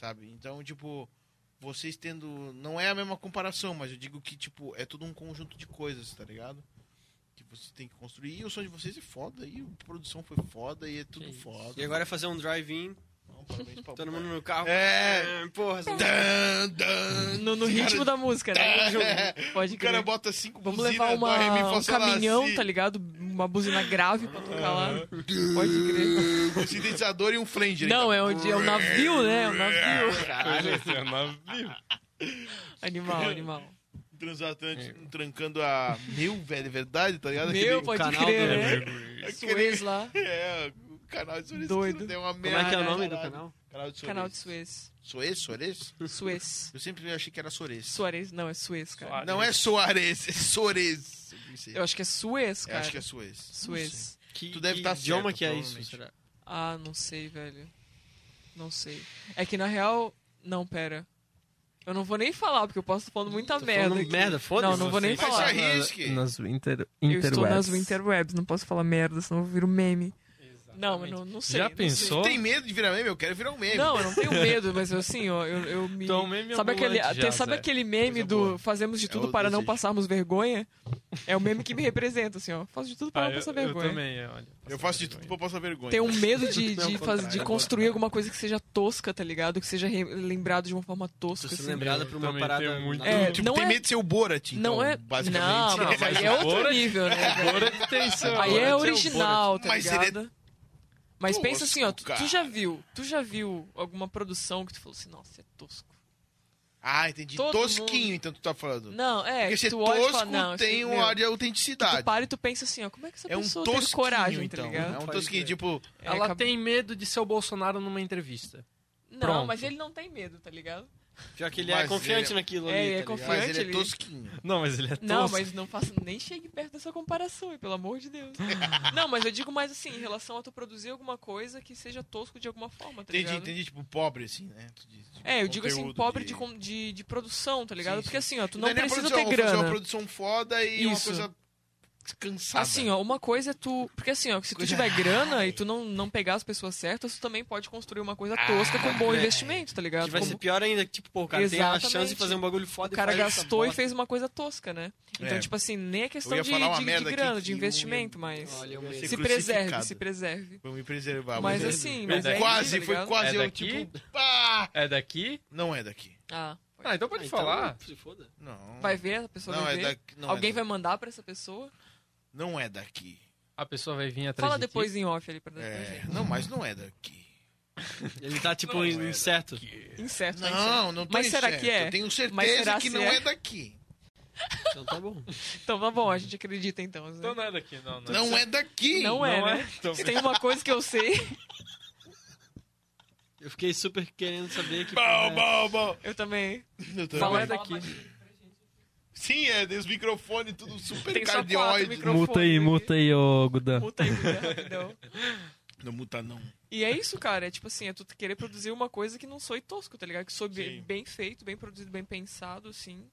A: sabe? Então, tipo, vocês tendo. Não é a mesma comparação, mas eu digo que, tipo, é tudo um conjunto de coisas, tá ligado? Que vocês têm que construir. E o som de vocês é foda, e a produção foi foda, e é tudo
E: Que isso.
A: foda.
C: E agora é fazer um drive-in,
A: Não, parabéns pra
C: todo mundo no carro.
A: É!
C: Ah, Porra, essa-
A: Dan, dan.
B: No, no
A: Os
B: ritmo
A: cara-
B: da música, né? Junto. Pode
A: O cara
B: crer.
A: bota cinco
B: Vamos
A: buzina
B: levar
A: do R.M.
B: uma, um
A: Façolar
B: caminhão,
A: assim,
B: tá ligado? Uma buzina grave pra tocar lá. Pode crer.
A: Um sintetizador e um flanger.
B: Não, é um, é um navio, né? É um navio.
E: Caralho,
B: assim.
E: esse é navio.
B: Animal, animal.
A: Transatlântico Um trancando a. Meu, velho, é verdade, tá ligado?
B: Meu,
A: Aquele-
B: pode
C: canal do
B: crer, né? Suez lá.
A: É, o canal de Suárez
B: Doido.
A: que deu uma
C: Como é que é o
A: merda,
C: nome do
A: caralho.
C: canal?
A: Canal de
B: Canal de
A: Suárez. Suárez?
B: Suez.
A: Suárez?
B: Suez.
A: Eu sempre achei que era Suárez.
B: Suarez. Não, é Suez, cara.
A: Não é Soares, é Suárez. Eu, pensei.
B: Eu acho que é Suez,
A: Eu
B: cara.
A: acho que é Suárez.
B: Suez.
C: Que,
A: Tu deve
C: que
A: tá
C: idioma
A: certo,
C: que é isso?
A: provavelmente.
C: será?
B: Ah, não sei, velho. Não sei. É que na real. Não, pera. Eu não vou nem falar, porque eu posso estar falando muita
C: Tô
B: merda.
C: falando
B: aqui.
C: merda, foda-se.
B: Não, não vou nem
A: Mas se
B: falar.
A: arrisque.
E: Nas inter...
B: Eu estou nas interwebs, não posso falar merda, senão eu viro meme. Não, eu não, não sei.
E: Já
B: não sei.
E: pensou?
A: Tem medo de virar meme? Eu quero virar um meme.
B: Não, eu não tenho medo, mas eu, assim, ó, eu, eu me.
E: Então, meme
B: sabe aquele,
E: ambulante
B: tem-
E: já,
B: sabe
E: Zé.
B: aquele meme
A: Coisa
B: do
A: boa.
B: fazemos de
A: É
B: tudo
A: o
B: para não
A: desejo.
B: passarmos vergonha? É o meme que me representa, assim, ó. Faço de tudo para
E: Ah,
B: não
E: eu,
B: passar
E: eu
B: vergonha.
E: também, olha.
A: Eu faço de tudo pra passar vergonha.
B: Tem um medo de,
C: Não,
B: de,
C: ao
B: faz- de
C: contrário.
B: construir alguma coisa que seja tosca, tá ligado? Que seja re- lembrado de uma forma tosca.
C: Tu se
B: assim.
C: lembrada
E: Eu
C: por uma
E: também
C: parada...
E: tenho muito-
B: É,
A: Tipo,
B: não
A: tem
B: é-
A: medo de ser o Borat, então,
B: não é.
A: basicamente.
B: Não, mas aí é outro
E: Borat-
B: nível, né? velho?
E: Agora que tem isso.
B: Aí
E: agora que
B: é
E: tem o
B: original, tá
A: Mas ele é
B: ligado? Mas pensa assim, ó, tu,
A: tosco,
B: tu já
A: cara.
B: viu, tu já viu alguma produção que tu falou assim, nossa, é tosco.
A: Ah, entendi.
B: Todo
A: Tosquinho,
B: mundo-
A: então tu tá falando.
B: Não, é,
A: Porque ser
B: tu olha e
A: tosco
B: fala, não, isso
A: tem
B: aí,
A: um
B: meu,
A: ar de
B: Tu
A: autenticidade.
B: para e tu pensa assim, ó, como é que essa
A: É um
B: pessoa teve
A: tosquinho,
B: coragem,
A: então.
B: tá ligado?
A: É um
C: Pode
A: tosquinho,
C: crer.
A: tipo...
B: É,
E: Ela
B: acaba-
E: tem medo de ser o Bolsonaro numa entrevista.
A: Um
B: Não,
E: Pronto.
B: mas ele não tem medo, tá ligado?
C: Pior que ele
A: Mas
C: é confiante
A: ele-
C: naquilo
B: É,
C: ali,
B: ele é
C: tá ligado?
B: confiante.
A: Mas ele é
B: ele-
A: tosquinho.
B: Tá
E: Não, mas ele é tosco.
B: Não, mas não faça, nem chegue perto dessa comparação, aí, pelo amor de Deus. não, mas eu digo mais assim, em relação a tu produzir alguma coisa que seja tosco de alguma forma, tá
A: Entendi,
B: ligado?
A: entendi. Tipo, pobre, assim, né? Tu diz, tipo,
B: É, eu digo assim,
A: conteúdo
B: pobre
A: de-
B: de, com- de, de produção, tá ligado?
A: Sim,
B: Porque assim, ó, tu
A: Daí
B: não
A: é nem a
B: precisa
A: produção,
B: ter
A: eu vou fazer uma
B: grana.
A: produção foda e uma
B: Isso.
A: coisa cansada.
B: Assim, ó, uma coisa é tu. Porque assim, ó, se tu
A: Coisa-
B: tiver grana e tu não, não pegar as pessoas certas, tu também pode construir uma
A: Ah,
B: coisa tosca com
A: é.
B: bom investimento, tá ligado?
C: Que vai
A: assim,
B: Como
C: ser pior ainda, que, tipo, pô, o cara tem a chance
B: Exatamente.
C: de fazer um bagulho
B: o
C: foda
B: cara
C: e faz essa
B: gastou e
C: bosta.
B: fez uma coisa tosca, né? Então,
A: É.
B: tipo assim, nem é questão
A: ia
B: de,
A: falar uma
B: de, de
A: merda aqui
B: grana,
A: que um
B: de
A: eu ia-
B: investimento, mas.
C: Olha, eu
A: Eu
C: mesmo.
A: sei
B: Se
A: crucificado. Tá
B: preserve, se preserve.
A: Vou me preservar.
B: Mas
A: vou-
B: assim,
E: Mas
B: mas é
A: quase,
B: isso, tá
A: foi
B: ligado?
A: quase
E: É
A: eu,
E: daqui?
A: tipo... Pá!
E: É daqui?
A: Não é daqui.
B: Ah,
E: Ah, então
C: Ah,
E: pode
C: então,
E: falar.
C: se foda.
A: Não.
B: vai ver, a pessoa
A: Não,
B: vai
A: é
B: ver.
A: daqui. Não
B: Alguém
A: é
B: vai
A: daqui.
B: mandar pra essa pessoa?
A: Não é daqui.
E: A pessoa vai vir atrás
B: Fala
E: de ti.
B: depois em off ali pra dar pra
A: É,
B: gente.
A: não, mas não é daqui.
C: Ele tá, tipo,
A: Não, é
C: incerto.
B: Incerto, tá incerto.
A: Não, não tem
B: Mas será que é?
A: Eu tenho
B: Mas
A: certeza
B: será
A: que
B: se
A: não
B: é?
A: é daqui.
C: Então tá bom.
B: Então tá bom, a gente acredita então. Zé.
E: Então não é daqui, não. Não,
A: Não é daqui.
B: Não é,
E: Não é,
B: né?
E: então.
B: Se tem uma coisa que eu sei,
C: Eu fiquei super querendo saber que... é
A: Bom,
B: né?
A: bom, bom.
B: eu também.
A: Eu também.
B: Fala
E: Não
B: aí
E: é daqui.
A: Sim, é, tem os microfones tudo super
B: Tem só quatro
A: cardioide.
B: micro- Muta aí, muta
E: aí, ô Gudan.
B: Muta aí, mulher, rapidão.
A: Não muta, não.
B: E é isso, cara. É tipo assim, é tu querer produzir uma coisa que não soe tosco, tá ligado? Que soe bem,
A: Sim.
B: bem feito, bem produzido, bem pensado, assim.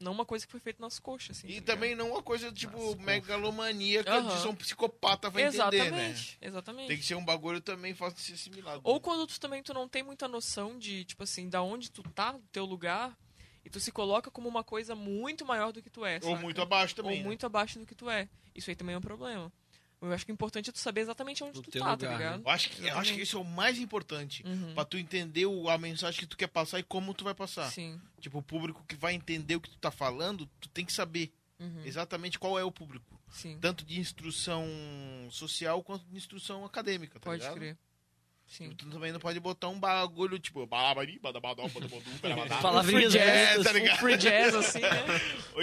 B: Não uma coisa que foi feita nas coxas, assim.
A: E
B: tá ligado?
A: também não uma coisa tipo
E: Nossa,
A: megalomaníaca
B: Aham.
A: de só um psicopata vai entender, né?
B: Exatamente, exatamente.
A: Tem que ser um bagulho também fácil de ser assimilado. né?
B: Ou quando tu também tu não tem muita noção de, tipo assim, da onde tu tá, do teu lugar, e tu se coloca como uma coisa muito maior do que tu é.
A: Ou
B: saca?
A: muito abaixo também.
B: Ou
A: né?
B: muito abaixo do que tu é. Isso aí também é um problema. Eu acho que o importante é tu saber exatamente onde
C: Do
B: tu
C: teu
B: tá, tá
C: lugar, né?
B: ligado?
A: Eu acho, que, eu acho que
B: Exatamente.
A: isso é o mais importante.
B: Uhum.
A: Pra tu entender o- a mensagem que tu quer passar e como tu vai passar.
B: Sim.
A: Tipo, o público que vai entender o que tu tá falando, tu tem que saber
B: Uhum.
A: exatamente qual é o público.
B: Sim.
A: Tanto de instrução social quanto de instrução acadêmica, tá
B: Pode
A: ligado? Tipo,
B: crer. Sim.
A: Tu também não pode botar um bagulho, tipo, balabari, badabadó, badabodum, badabadá.
C: Palavrinhas
A: Free jazz,
C: lentas.
A: tá ligado?
B: Free jazz, assim, né?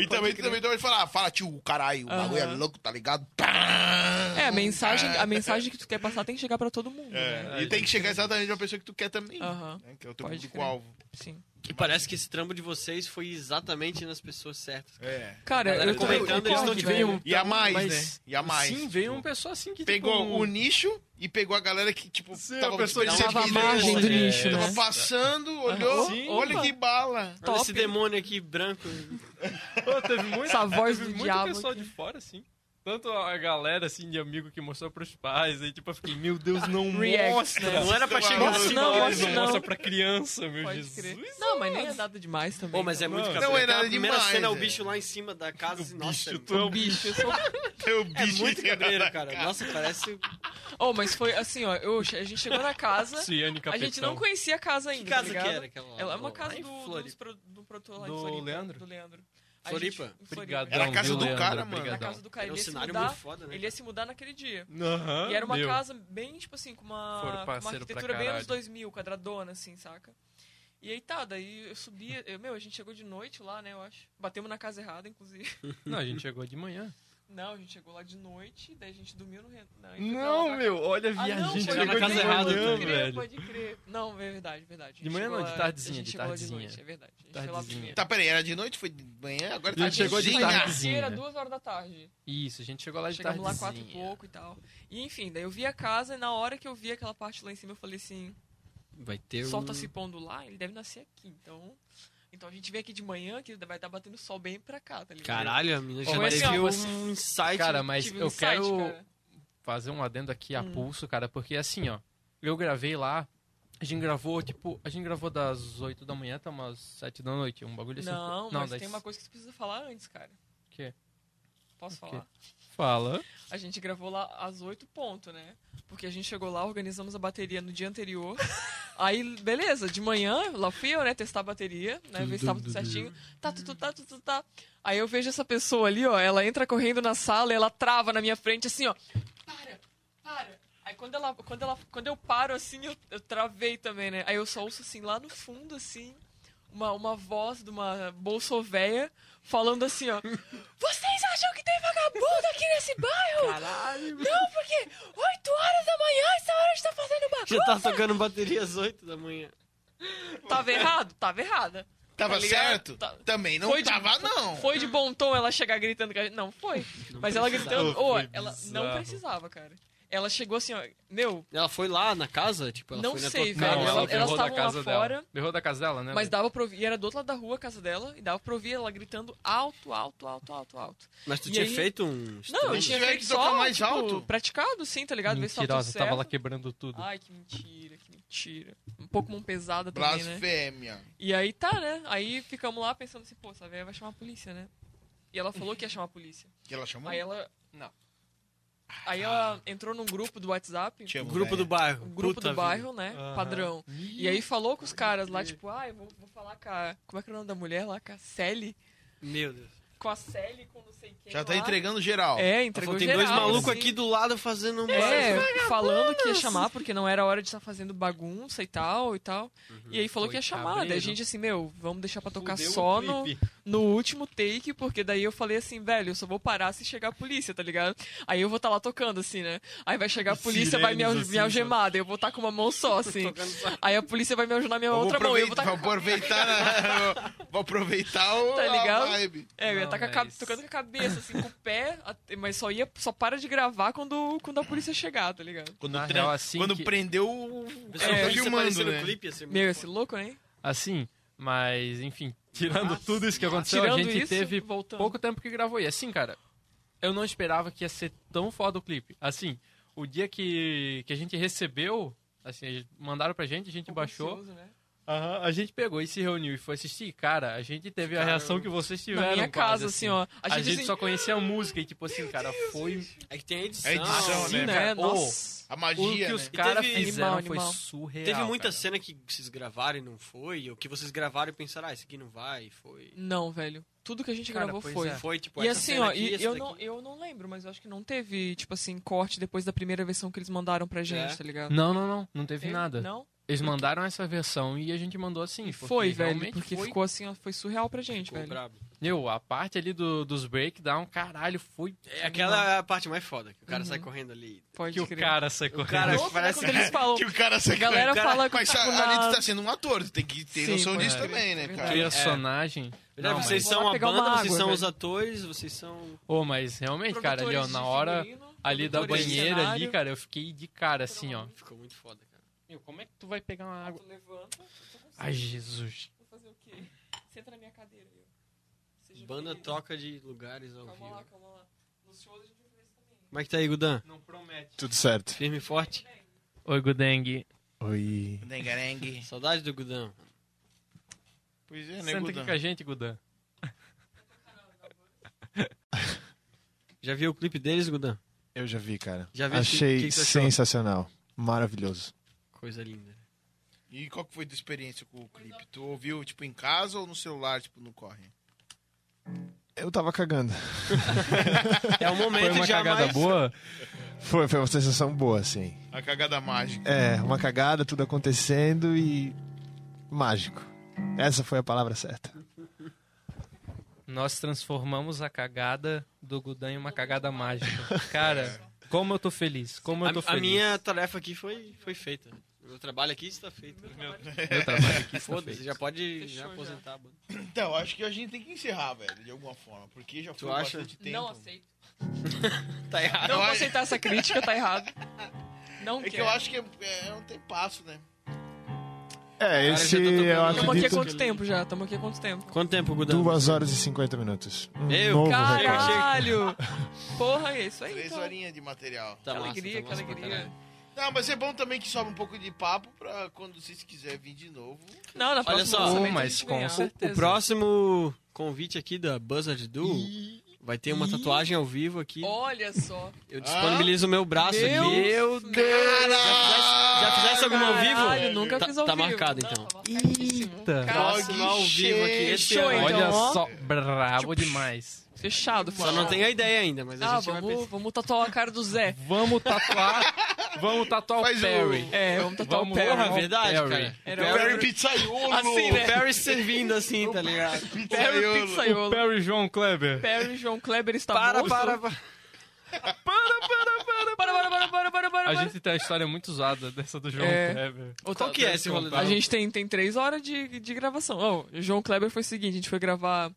A: E também, então também não pode falar, "Ah, fala tio, caralho, o bagulho é
B: Aham.
A: louco, tá ligado? Pá!
B: É, a mensagem, a mensagem que tu quer passar tem que chegar pra todo mundo, né?
A: É, e tem que chegar exatamente na pessoa que tu quer também.
B: Aham,
A: né, que é o teu
B: Ah, Pode
A: público-alvo.
B: sim.
C: E parece que esse trampo de vocês foi exatamente nas pessoas certas.
A: É.
B: Cara,
C: Galera,
B: eu comento
C: comentando, eles não
B: concordo,
C: deviam-
B: velho.
A: E a mais,
D: Mas-
A: né? E a mais.
D: Sim,
B: um
D: veio uma
E: um
D: pessoa assim que
A: Pegou um
D: tipo,
A: o nicho e pegou a galera que, tipo,
D: Sim,
A: tava
D: a pessoa que
B: Tava à
A: despercebida,
B: margem do
A: né?
B: nicho, né? Ah,
A: Tava passando, olhou,
B: Sim.
A: olha
B: Opa.
A: que bala.
C: Olha
B: Top.
C: esse demônio aqui branco.
D: Pô, teve muito,
B: Essa voz
D: teve
B: do
D: muita
B: diabo
D: pessoa de fora, assim. Tanto a galera, assim, de amigo que mostrou pros pais. Aí, tipo, eu fiquei, meu Deus, não
B: React,
D: mostra.
B: né?
C: Não era pra chegar
B: Nossa,
C: assim.
B: não,
D: Eles
B: acho
D: não
B: não.
D: mostra pra criança, meu
B: Pode
D: Jesus.
B: crer. Não, mas nem é nada demais também. né?
C: Pô, mas é muito
D: Não,
C: cabrão.
A: não é
C: Aquela
A: nada
C: primeira
A: demais,
C: cena é o
A: é.
C: bicho lá em cima da casa. assim, nossa,
D: bicho,
C: é-
D: tu é um
B: Bicho, eu sou...
A: Teu
C: é
A: bicho
C: muito cabreiro, cara. Nossa, parece...
B: oh, mas foi assim, ó. eu- a gente chegou na casa,
D: Ciane
B: a gente não conhecia a casa ainda,
C: Que
B: tá
C: casa que
B: ligado?
C: era aquela? lá?
B: Ela é uma
C: Lá
B: casa
C: em
B: do,
C: Floripa.
B: dos pro- do produtor lá de
D: Do
B: Floripa.
D: Leandro?
B: Do Leandro. A
C: Floripa? um
B: gente- em Floripa.
D: Obrigadão,
A: Era a casa
D: viu,
A: do
D: Leandro? né?
A: cara, mano.
B: Na
D: Obrigadão.
B: casa do cara.
C: Era um
B: Ele ia, se
C: cenário
B: mudar,
C: muito foda, né?
B: ele ia se mudar naquele dia.
D: Aham,
B: E era uma
D: meu.
B: casa bem, tipo assim, com uma,
D: Foram
B: com uma
D: parceiro pra
B: arquitetura bem
D: caralho.
B: anos 2000, quadradona, assim, saca? E aí tá, daí eu subia. eu- meu, a gente chegou de noite lá, né, eu acho. Batemos na casa errada, inclusive.
D: Não, a gente chegou de manhã.
B: Não, a gente chegou lá de noite, daí a gente dormiu no. re- Não, a gente foi pra
D: Não,
B: outra
D: meu, olha a
B: Ah,
D: viagem.
B: não,
D: a gente
B: foi
D: chegou
C: na casa
D: de
C: errada,
D: manhã,
B: pode
C: também.
B: crer,
D: velho.
B: pode crer. Não, é verdade, verdade. A
D: De
B: gente
D: manhã não,
B: chegou
D: de
B: lá-
D: tardezinha,
B: a gente
D: de
B: chegou lá
D: tardezinha.
B: noite, é verdade. A gente foi lá
D: Tardezinha.
B: primeiro.
A: Tá, peraí, era de noite, foi de manhã, agora
D: Ele
A: tá
B: A
A: de
D: chegou de
B: foi
A: manhã.
B: na
D: tarde. tardezinha.
B: terceira, duas horas da tarde.
D: Isso, a gente chegou lá de
B: Chegamos lá quatro e
D: tardezinha.
B: pouco e tal. E enfim, daí eu vi a casa e na hora que eu vi aquela parte lá em cima, eu falei assim:
C: Vai ter
B: o
C: um...
B: sol tá se pondo lá, ele deve nascer aqui. Então, então a gente vem aqui de manhã, que vai estar batendo sol bem pra cá, tá ligado?
C: Caralho, a menina já
D: Ô, mas
C: teve
D: assim, ó, você-
C: um insight.
D: Cara, mas
B: Tive um
D: eu
B: insight,
D: quero
B: cara.
D: fazer um adendo aqui a
B: Hum.
D: pulso, cara, porque assim, ó, eu gravei lá, a gente gravou, tipo, a gente gravou das 8 da manhã até umas 7 da noite, um bagulho assim.
B: Não, mas
D: das-
B: tem uma coisa que você precisa falar antes, cara.
D: Quê?
B: Posso
D: O quê?
B: falar?
D: Fala.
B: A gente gravou lá às 8 ponto, né? Porque a gente chegou lá, organizamos a bateria no dia anterior. Aí, beleza, de manhã, lá fui eu, né, testar a bateria, né, ver se tava tudo certinho. Tá, tu, tu, tá, tu, tu, tá. Aí eu vejo essa pessoa ali, ó, ela entra correndo na sala e ela trava na minha frente, assim, ó. Para, para. Aí quando, ela, quando, ela, quando eu paro, assim, eu, eu travei também, né? Aí eu só ouço, assim, lá no fundo, assim, uma, uma voz de uma bolsovéia falando assim, ó. Vocês acham que tem vagabundo aqui nesse bairro?
C: Caralho,
B: Não, porque 8 horas da manhã, essa hora a gente tá fazendo bagulho.
C: já tá tocando bateria às 8 da manhã.
B: Tava errado? Tava errada.
A: Tava
B: Tá ligado?
A: certo?
B: Tá-
A: Também não
B: Foi de-
A: tava, não.
B: Foi de bom tom ela chegar gritando que a gente... Não, foi. Mas ela
C: precisava.
B: gritando... Ô,
D: Foi
B: ela não
D: bizarro.
B: precisava, cara. Ela chegou assim, ó... Meu,
C: Ela foi lá na casa? Tipo, ela
B: Não
C: foi
B: sei,
C: na tua
B: velho.
C: casa?
B: Ela-
D: berrou
B: elas
D: da
B: estavam lá
D: casa dela.
B: fora.
D: Berrou da casa dela, né?
B: mas dava pra ouvir... E era do outro lado da rua a casa dela. E dava pra ouvir ela gritando alto, alto, alto, alto, alto.
C: Mas tu
B: E
C: tinha
B: aí-
C: feito um...
B: Não, eu
C: estranho?
B: tinha
A: tiver
B: feito
A: que tocar
B: só,
A: mais
B: tipo,
A: alto?
B: praticado, sim, tá ligado? Ver se tudo
D: Mentirosa, tava lá
B: certo.
D: quebrando tudo.
B: Ai, que mentira, que mentira. Um pouco mão pesada também, né?
A: Blasfêmia.
B: E aí tá, né? Aí ficamos lá pensando assim, pô, essa velha vai chamar a polícia, né? E ela falou que ia chamar a polícia.
A: Que ela chamou?
B: Aí ela.
D: Não.
B: Aí ela entrou num grupo do WhatsApp,
A: Te
C: O
A: amo,
C: grupo
A: velho.
C: do bairro.
B: um grupo
C: Puta
B: do bairro, né?
D: Aham.
B: Padrão. E aí falou com os caras lá, tipo, ah, eu vou, vou falar com a. Como é que é o nome da mulher lá? Com a Sally?
C: vida. Meu Deus.
B: Com a Sally, com não sei quem.
A: Já tá
B: lá.
A: entregando geral.
B: É,
C: Ela
B: entregou
C: falou, tem
B: geral,
C: dois malucos
B: assim.
C: aqui do lado fazendo um
B: É,
C: barulho.
B: falando que ia chamar, porque não era hora de estar fazendo bagunça e tal e tal. e aí falou que ia
D: Foi
B: chamar. Daí a
D: cabreiro.
B: gente assim, meu, vamos deixar pra tocar
D: Fudeu o
B: só no,
D: clipe.
B: no último take, porque daí eu falei assim, velho, eu só vou parar se chegar a polícia, tá ligado? Aí eu vou estar lá tocando, assim, né? Aí vai chegar a polícia, vai me, al-
D: Sirenes, assim,
B: me algemar, daí eu vou estar com uma mão só, assim.
C: É,
B: Aí a polícia vai me algemar minha
A: Vamos
B: outra mão, e eu vou tá
A: aproveitar,
B: estar
A: vou aproveitar, na- vou aproveitar o,
B: Tá ligado?
A: a vibe.
B: É, eu ia
D: Não,
B: tá com a cabe-
D: mas-
B: tocando com a cabeça, assim, com o pé, até- mas só ia, só para de gravar quando, quando a polícia chegar, tá ligado?
A: Quando,
D: Na
A: tran-
D: real, assim
A: quando
D: que-
A: prendeu o.
B: É,
A: tá filmando, né?
C: clipe, assim,
B: Meu, esse louco, né? hein?
D: Assim, mas enfim, tirando tudo isso que aconteceu,
B: Ah, Tirando
D: a gente
B: isso,
D: teve
B: voltando.
D: pouco tempo que gravou. E assim, cara, eu não esperava que ia ser tão foda o clipe. Assim, o dia que, que a gente recebeu, assim, eles mandaram pra gente, a gente
B: Pouco
D: baixou.
B: ansioso, né?
D: Aham, a gente pegou e se reuniu e foi assistir. Cara, a gente teve a reação que vocês
B: Na
D: tiveram.
B: minha
D: quase,
B: casa, assim, ó.
D: A gente, só conhecia a música e, tipo assim, cara, foi.
C: É que tem a edição.
A: É edição,
B: assim,
A: né,
B: né?
D: cara?
B: Nossa.
A: A
D: O que
A: magia,
D: os
A: né?
D: caras
C: Teve-
D: fizeram
B: Animal, animal.
D: foi surreal.
C: Teve muita
D: cara.
C: cena que vocês gravaram e não foi, ou que vocês gravaram e pensaram, ah, esse aqui não vai, e foi.
B: Não, velho. Tudo que a gente
D: Cara,
B: gravou
D: pois
B: foi.
D: é.
C: Foi, tipo,
B: E
C: essa
B: assim,
C: cena
B: ó,
C: aqui,
B: e
C: essa
B: eu
C: daqui.
B: não, eu não lembro, mas eu acho que não teve, tipo assim, corte depois da primeira versão que eles mandaram pra gente,
C: É.
B: tá ligado?
D: Não, não, não. Não teve nada.
B: Não?
D: Eles mandaram essa versão e a gente mandou assim.
B: E
D: porque
B: foi, velho,
D: realmente
B: porque
D: foi-
B: ficou assim, ó, foi surreal pra gente,
C: Ficou
B: velho.
C: brabo.
D: Meu, a parte ali do, dos breakdown, caralho, foi.
C: É aquela parte mais foda, que o cara
B: Uhum.
C: sai correndo ali.
B: Pode
D: que o
B: crer.
D: cara sacou.
C: O cara
B: Louco, né,
C: parece-
B: quando eles falam,
A: Que o cara se
B: a galera
C: cara-
B: fala que
A: Mas
B: tá
A: a-
B: com
A: ali
B: na-
A: tu tá sendo um ator, tu tem que ter
B: Sim,
A: noção
B: pode
A: disso
B: crer, É
A: também, né,
B: verdade.
A: cara?
D: Trilha sonagem.
C: Verdade,
D: Não, mas-
C: vocês
B: Vou
C: são
B: lá
C: a
B: pegar uma
C: banda, vocês
B: água,
C: são
B: velho.
C: os atores, vocês são...
D: Ô, mas realmente, cara, ali, ó,
B: Produtores
D: na
B: de
D: hora
B: figurino,
D: ali da
B: produtores de
D: banheira ali,
B: cenário.
D: cara, eu fiquei de cara assim, ó.
C: Ficou muito foda, cara.
D: Meu, como é que tu vai pegar uma água?
B: Tu levanta, eu tô com
D: Ai,
B: sede,
D: Jesus.
B: vou fazer o quê? Senta na minha cadeira. eu. Seja
C: Banda
B: feliz.
C: troca de lugares ao
B: Calma lá,
C: vivo.
B: calma lá. Nos shows a gente vai fazer isso também.
C: Como é que tá aí, Gudan?
D: Não promete.
F: Tudo certo.
C: Firme e forte?
D: Oi, Gudengue.
F: Oi.
A: Dengarengue.
C: Saudade do Gudan.
A: Pois é, né,
D: Senta aqui
A: Gudan?
D: com a gente, Gudan.
C: Já viu o clipe deles, Gudan?
F: Eu já vi, cara.
C: Já vi?
F: Achei
C: Que que você achou?
F: sensacional. Maravilhoso.
C: Coisa linda.
A: E qual que foi a tua experiência com o clipe? Tu ouviu, tipo, em casa ou no celular, tipo, no corre?
F: Eu tava cagando.
C: É o
D: Foi
C: momento
D: uma
C: já
D: cagada
C: mais...
D: boa?
F: Foi, foi uma sensação boa, assim.
A: A cagada mágica.
F: É, uma cagada, tudo acontecendo e. mágico. Essa foi a palavra certa.
D: Nós transformamos a cagada do Gudan em uma cagada mágica. Cara, como eu tô feliz. Como eu tô
C: A, a
D: feliz.
C: minha tarefa aqui foi, foi feita. O meu trabalho aqui está feito.
D: Meu trabalho aqui está
C: Foda-se,
D: feito.
C: já pode
B: Fechou
C: já
B: já.
C: aposentar. a banda.
A: Então, acho que a gente tem que encerrar, velho, de alguma forma. Porque já foi
C: acha?
A: bastante tempo.
B: Não aceito.
C: Tá errado.
B: Não vou
A: ai.
B: aceitar essa crítica, tá errado. Não
A: É que
B: quero.
A: eu acho que é, é um tempasso, né?
B: Então.
F: É,
C: já
F: esse
C: tô tocando
F: eu
C: no-
B: Tamo aqui há
F: acredito.
B: quanto tempo já? Tamo aqui há quanto tempo?
C: Quanto tempo, Gudan?
F: 2 horas e 50 minutos. Um
C: Meu
F: novo recorde.
B: Caralho! Porra, é isso aí,
A: Três
B: então.
A: horinhas então, de material.
C: Tá
B: Que
C: massa,
B: alegria,
C: tá
B: que
C: massa pra
B: alegria.
C: caralho.
A: Não, mas é bom também que sobe um pouco de papo pra quando vocês quiserem vir de novo.
B: Não, na próxima
C: só.
B: lançamento
D: Pô,
B: a
D: mas
B: gente
D: com
B: ganha.
D: certeza.
C: O próximo convite aqui da Buzzard Duo vai ter uma tatuagem ao vivo aqui.
B: Olha só.
C: Eu disponibilizo o meu braço
B: Meu
C: aqui.
A: Caralho!
C: Já fizesse alguma ao
B: Caralho,
C: vivo?
B: nunca
C: Tá-
B: fiz ao
C: tá
B: vivo.
C: marcado,
B: Não,
C: então.
B: tá marcadíssimo.
D: Eita.
B: Caralho,
A: Dog
C: Próximo ao vivo aqui. Esse é
B: Show,
C: ano.
B: então,
D: Olha
B: ó.
D: só, brabo demais.
B: Fechado,
C: Só
B: fechado.
C: não tenho a ideia ainda, mas a
B: Ah,
C: gente vai pensar.
B: vamos, vamos tatuar a cara do Zé.
D: Vamos tatuar. vamos tatuar
A: Faz
D: o
A: o-
D: Perry.
B: É, vamos tatuar
D: Vamos,
B: o pé.
D: porra,
C: É verdade,
D: Perry.
C: cara.
B: Era
A: O Perry Pizzaiolo!
B: Assim, né?
C: O Perry servindo assim, tá ligado?
B: Perry
A: Pizzaiolo!
D: O
B: Pizzaiolo.
D: Perry João Kleber.
B: Perry João Kleber está
C: Para,
B: morto.
C: para, para.
B: para, para, para, para, para, para.
D: A gente tem uma história muito usada dessa do João
B: É.
D: Kleber.
C: Qual que é esse rolê?
B: A gente tem, tem três horas de, de gravação. Ó, o João Kleber foi o seguinte, a gente foi gravar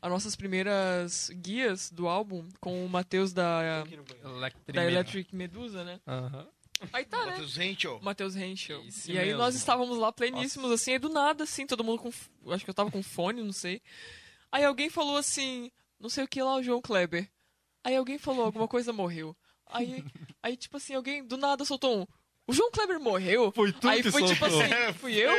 B: as nossas primeiras guias do álbum com o Matheus da, da
D: Electric.
B: Electric Medusa, né?
D: Aham.
B: Aí tá, né?
A: Matheus Henschel.
B: Matheus Henschel.
D: Esse
B: E aí
D: mesmo.
B: nós estávamos lá pleníssimos, assim, aí do nada, assim, todo mundo com... f- Acho que eu tava com fone, não sei. Aí alguém falou assim, não sei o que lá, o João Kleber. Aí alguém falou, alguma coisa morreu. Aí, aí tipo assim, alguém do nada soltou um... O João Kleber morreu?
D: Foi tu
B: Aí
D: que
B: foi tipo
D: soltou.
B: assim, fui eu?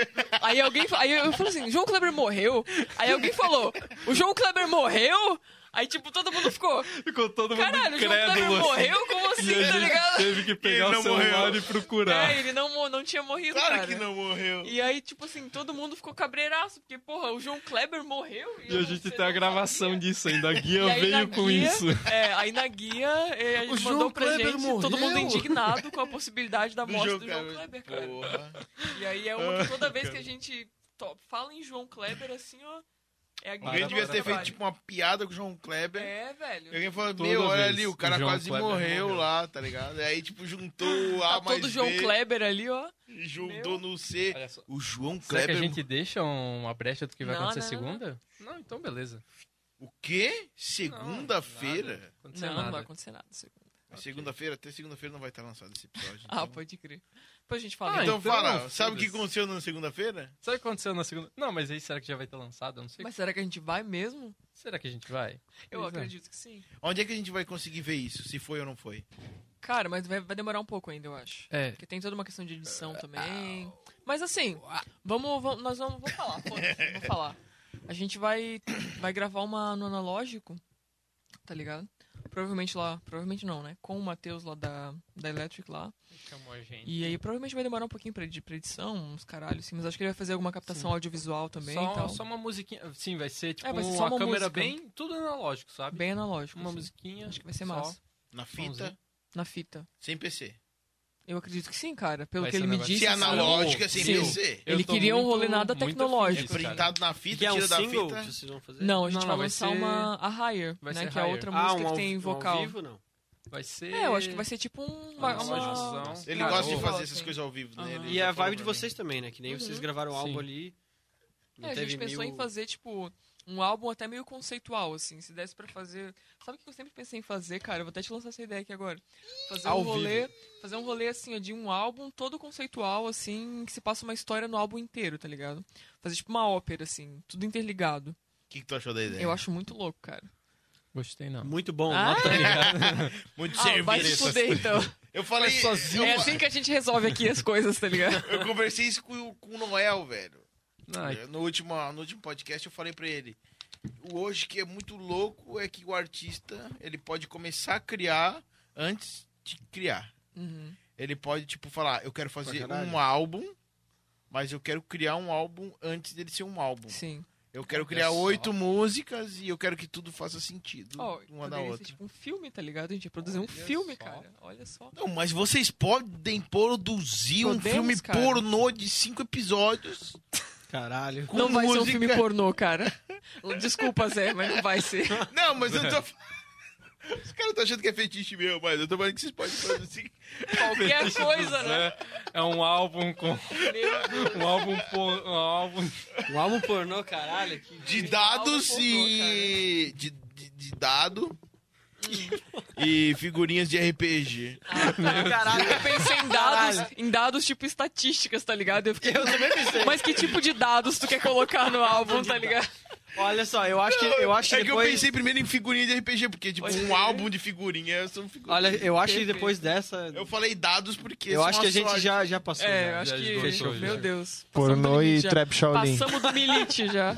B: Aí alguém... fa- Aí eu falei assim, João Kleber morreu? Aí alguém falou, o João Kleber morreu? Aí tipo, todo mundo ficou,
D: Ficou todo mundo
B: caralho, o João Kleber
D: incrédulo. assim.
B: morreu? Como
D: E
B: assim,
D: a
B: tá
D: gente
B: ligado?
D: teve que
A: Ele
D: pegar o
A: não
D: celular
A: morreu.
D: e procurar.
B: É, ele não, mo- não tinha morrido,
A: Claro
B: cara.
A: que não morreu.
B: E aí, tipo assim, todo mundo ficou cabreiraço, porque, porra, o João Kleber morreu.
D: E a gente tem a gravação disso ainda. A guia
B: E aí, na
D: veio com
B: guia,
D: isso.
B: É, aí na guia, é, a gente
C: João
B: mandou pra
C: Kleber
B: gente, todo
C: morreu?
B: mundo indignado com a possibilidade da
A: Do
B: morte
A: João
B: do João
A: Kleber.
B: Kleber, cara.
A: Porra.
B: E aí é
A: Ah,
B: uma que toda vez que a gente to- fala em João Kleber, assim, ó, é a guia
A: Alguém
B: do
A: devia
B: nosso
A: ter feito
B: trabalho.
A: tipo né? uma piada com o João Kleber.
B: É, velho.
A: Alguém falou,
D: Toda
A: meu, olha
D: vez
A: ali, o
D: o
A: cara
D: João
A: quase
D: Kleber
A: morreu
D: morreu.
A: lá, tá ligado? Aí, tipo, juntou o A
B: Tá
A: mais
B: todo João
A: B
B: Kleber ali, ó.
A: e juntou no C.
D: Olha só.
A: O João
D: Será que
A: Kleber...
D: a gente deixa uma brecha do que vai
B: Não,
D: acontecer
B: não, não, não.
D: segunda? Não, então beleza.
A: O quê? Segunda-feira?
D: Aconteceu
B: Não, não vai
D: nada.
B: acontecer nada. segunda.
A: Mas Segunda-feira, até segunda-feira não vai estar lançado esse episódio.
B: Ah,
A: então.
B: pode crer. Depois a gente fala.
D: Ah,
B: então.
A: Então
D: então,
A: fala, sabe o que
D: foda-se.
A: aconteceu na segunda-feira?
D: Sabe o que aconteceu na segunda? Não, mas aí será que já vai ter lançado? Eu não sei.
B: Mas será que a gente vai mesmo?
D: Será que a gente vai?
B: Eu
D: Pois é.
B: acredito que sim.
A: Onde é que a gente vai conseguir ver isso? Se foi ou não foi?
B: Cara, mas vai, vai demorar um pouco ainda, eu acho.
E: É,
D: É.
E: ah,
B: Porque tem toda uma questão de edição também. Mas assim, vamos, vamos- nós vamos, vou falar, foda-se, vou falar. A gente vai, vai gravar uma no analógico, tá ligado? Provavelmente lá, provavelmente não, né? Com o Matheus lá da, da Electric lá.
E: Chamou a gente.
B: E aí provavelmente vai demorar um pouquinho pra, edi- pra edição, uns caralho, assim. Mas acho que ele vai fazer alguma captação audiovisual também e
E: Só,
B: tal.
E: só uma musiquinha. Sim, vai ser tipo
B: É, vai ser só
E: uma,
B: uma
E: câmera
B: música.
E: bem. Tudo analógico, sabe?
B: Bem analógico.
E: uma
B: assim.
E: musiquinha.
B: Acho que vai ser
E: só.
B: massa.
A: Na fita,
E: Somzinho.
B: Na fita.
A: sem PC.
B: Eu acredito que sim, cara. Pelo
E: Vai ser
B: que ele
E: um
B: me
E: negócio-
A: Se
B: disse.
A: é
B: assim,
A: analógica, sem
B: Sim.
A: PC.
E: Eu
B: Ele
E: tô
B: queria um
E: muito-
B: rolê nada
E: muito afim
A: É
B: tecnológico.
E: disso, cara.
A: printado na
C: Que
A: fita,
C: é um
A: tira da
C: single que
A: fita.
C: vocês vão fazer?
B: Não, a gente
E: né? Não, não,
B: vai
E: vai
B: lançar
E: ser-
B: uma a Higher,
E: vai
B: né?
E: ser
B: Que é a
E: Higher.
B: outra
C: Ah,
B: música
C: um
B: que
C: ao,
B: tem
C: um
B: vocal.
C: ao vivo, não.
E: Vai ser.
B: É, eu acho que vai ser tipo um- uma.
E: Nossa,
B: uma...
C: é um
E: João.
A: Ele
E: Cara,
A: gosta
E: ô.
A: de fazer essas coisas ao vivo, né?
B: Aham.
A: Ele
C: E é
A: já
C: a
A: falou
C: vibe de
A: pra mim.
C: vocês também, né? Que nem
B: Uhum.
C: vocês gravaram um álbum
E: Sim.
C: ali.
B: É,
C: Não
B: a gente
C: teve
B: pensou
C: mil...
B: em fazer, tipo, um álbum até meio conceitual, assim. Se desse pra fazer. Sabe o que eu sempre pensei em fazer, cara? Eu vou até te lançar essa ideia aqui agora. Fazer
E: Ao
B: um rolê. Fazer um rolê, assim, ó, de um álbum todo conceitual, assim, que se passa uma história no álbum inteiro, tá ligado? Fazer tipo uma ópera, assim, tudo interligado.
A: O que, que tu achou da ideia?
B: Eu acho muito louco, cara.
E: Gostei, não.
C: Muito bom,
B: Ah!
C: nota
A: Muito
B: Ah, vai se
A: serviço.
B: fuder então.
A: Eu falei. Eu,
B: É assim que a gente resolve aqui as coisas, tá ligado?
A: eu conversei isso com, o- com o Noel, velho.
B: é
E: Ai,
A: No último, no último podcast eu falei pra ele. O hoje que é muito louco é que o artista, ele pode começar a criar antes de criar.
B: Uhum.
A: Ele pode, tipo, falar, eu quero fazer
C: Pra caralho.
A: um álbum, mas eu quero criar um álbum antes dele ser um álbum.
B: Sim.
A: Eu quero criar
E: só.
A: oito músicas e eu quero que tudo faça sentido
B: Ó,
A: uma da
B: poderia ser
A: outra.
B: tipo um filme, tá ligado? A gente ia produzir um
E: Olha
B: filme,
E: só.
B: cara. Olha só.
A: Não, mas vocês podem produzir um
B: Podemos,
A: filme
B: cara.
A: pornô de cinco episódios
C: Caralho.
A: com
B: não vai
A: música.
B: ser um filme pornô, cara. Desculpa, Zé, mas não vai ser.
A: Não, mas eu tô. Os caras estão achando que é fetiche meu, mas eu tô falando que vocês podem produzir.
B: Qualquer coisa, né?
E: É um álbum com.
D: É.
E: um álbum por. Um álbum.
C: Um álbum pornô, caralho. Que...
A: De
B: Tem
A: dados
B: algo
A: e. De, de, de dado.
B: Hum.
A: e figurinhas de RPG.
C: Ah, tá, Caralho.
B: Eu pensei em dados, em dados tipo estatísticas, tá ligado? Eu fiquei,
C: Eu também pensei.
B: mas que tipo de dados tu quer colocar no álbum, tá ligado?
C: Olha só, eu acho que, eu acho
A: é
C: que
A: que eu
C: depois... é.
A: pensei primeiro em figurinha de RPG, porque, tipo,
B: Pode
A: um
B: ser.
A: álbum de figurinha são figurinhas.
C: Olha, eu acho que
B: Perfeito.
C: depois dessa...
A: Eu falei dados porque.
C: Eu
A: são
C: acho que a
A: uma
C: gente
A: sorte.
C: já, já passou.
B: É, eu
C: né? já.
B: acho que.
E: esgotou,
B: meu
E: já.
B: Deus.
F: Pornô
B: Passamos do
F: e
B: limite já.
F: Trap Shaolin.
B: Passamos do milite já.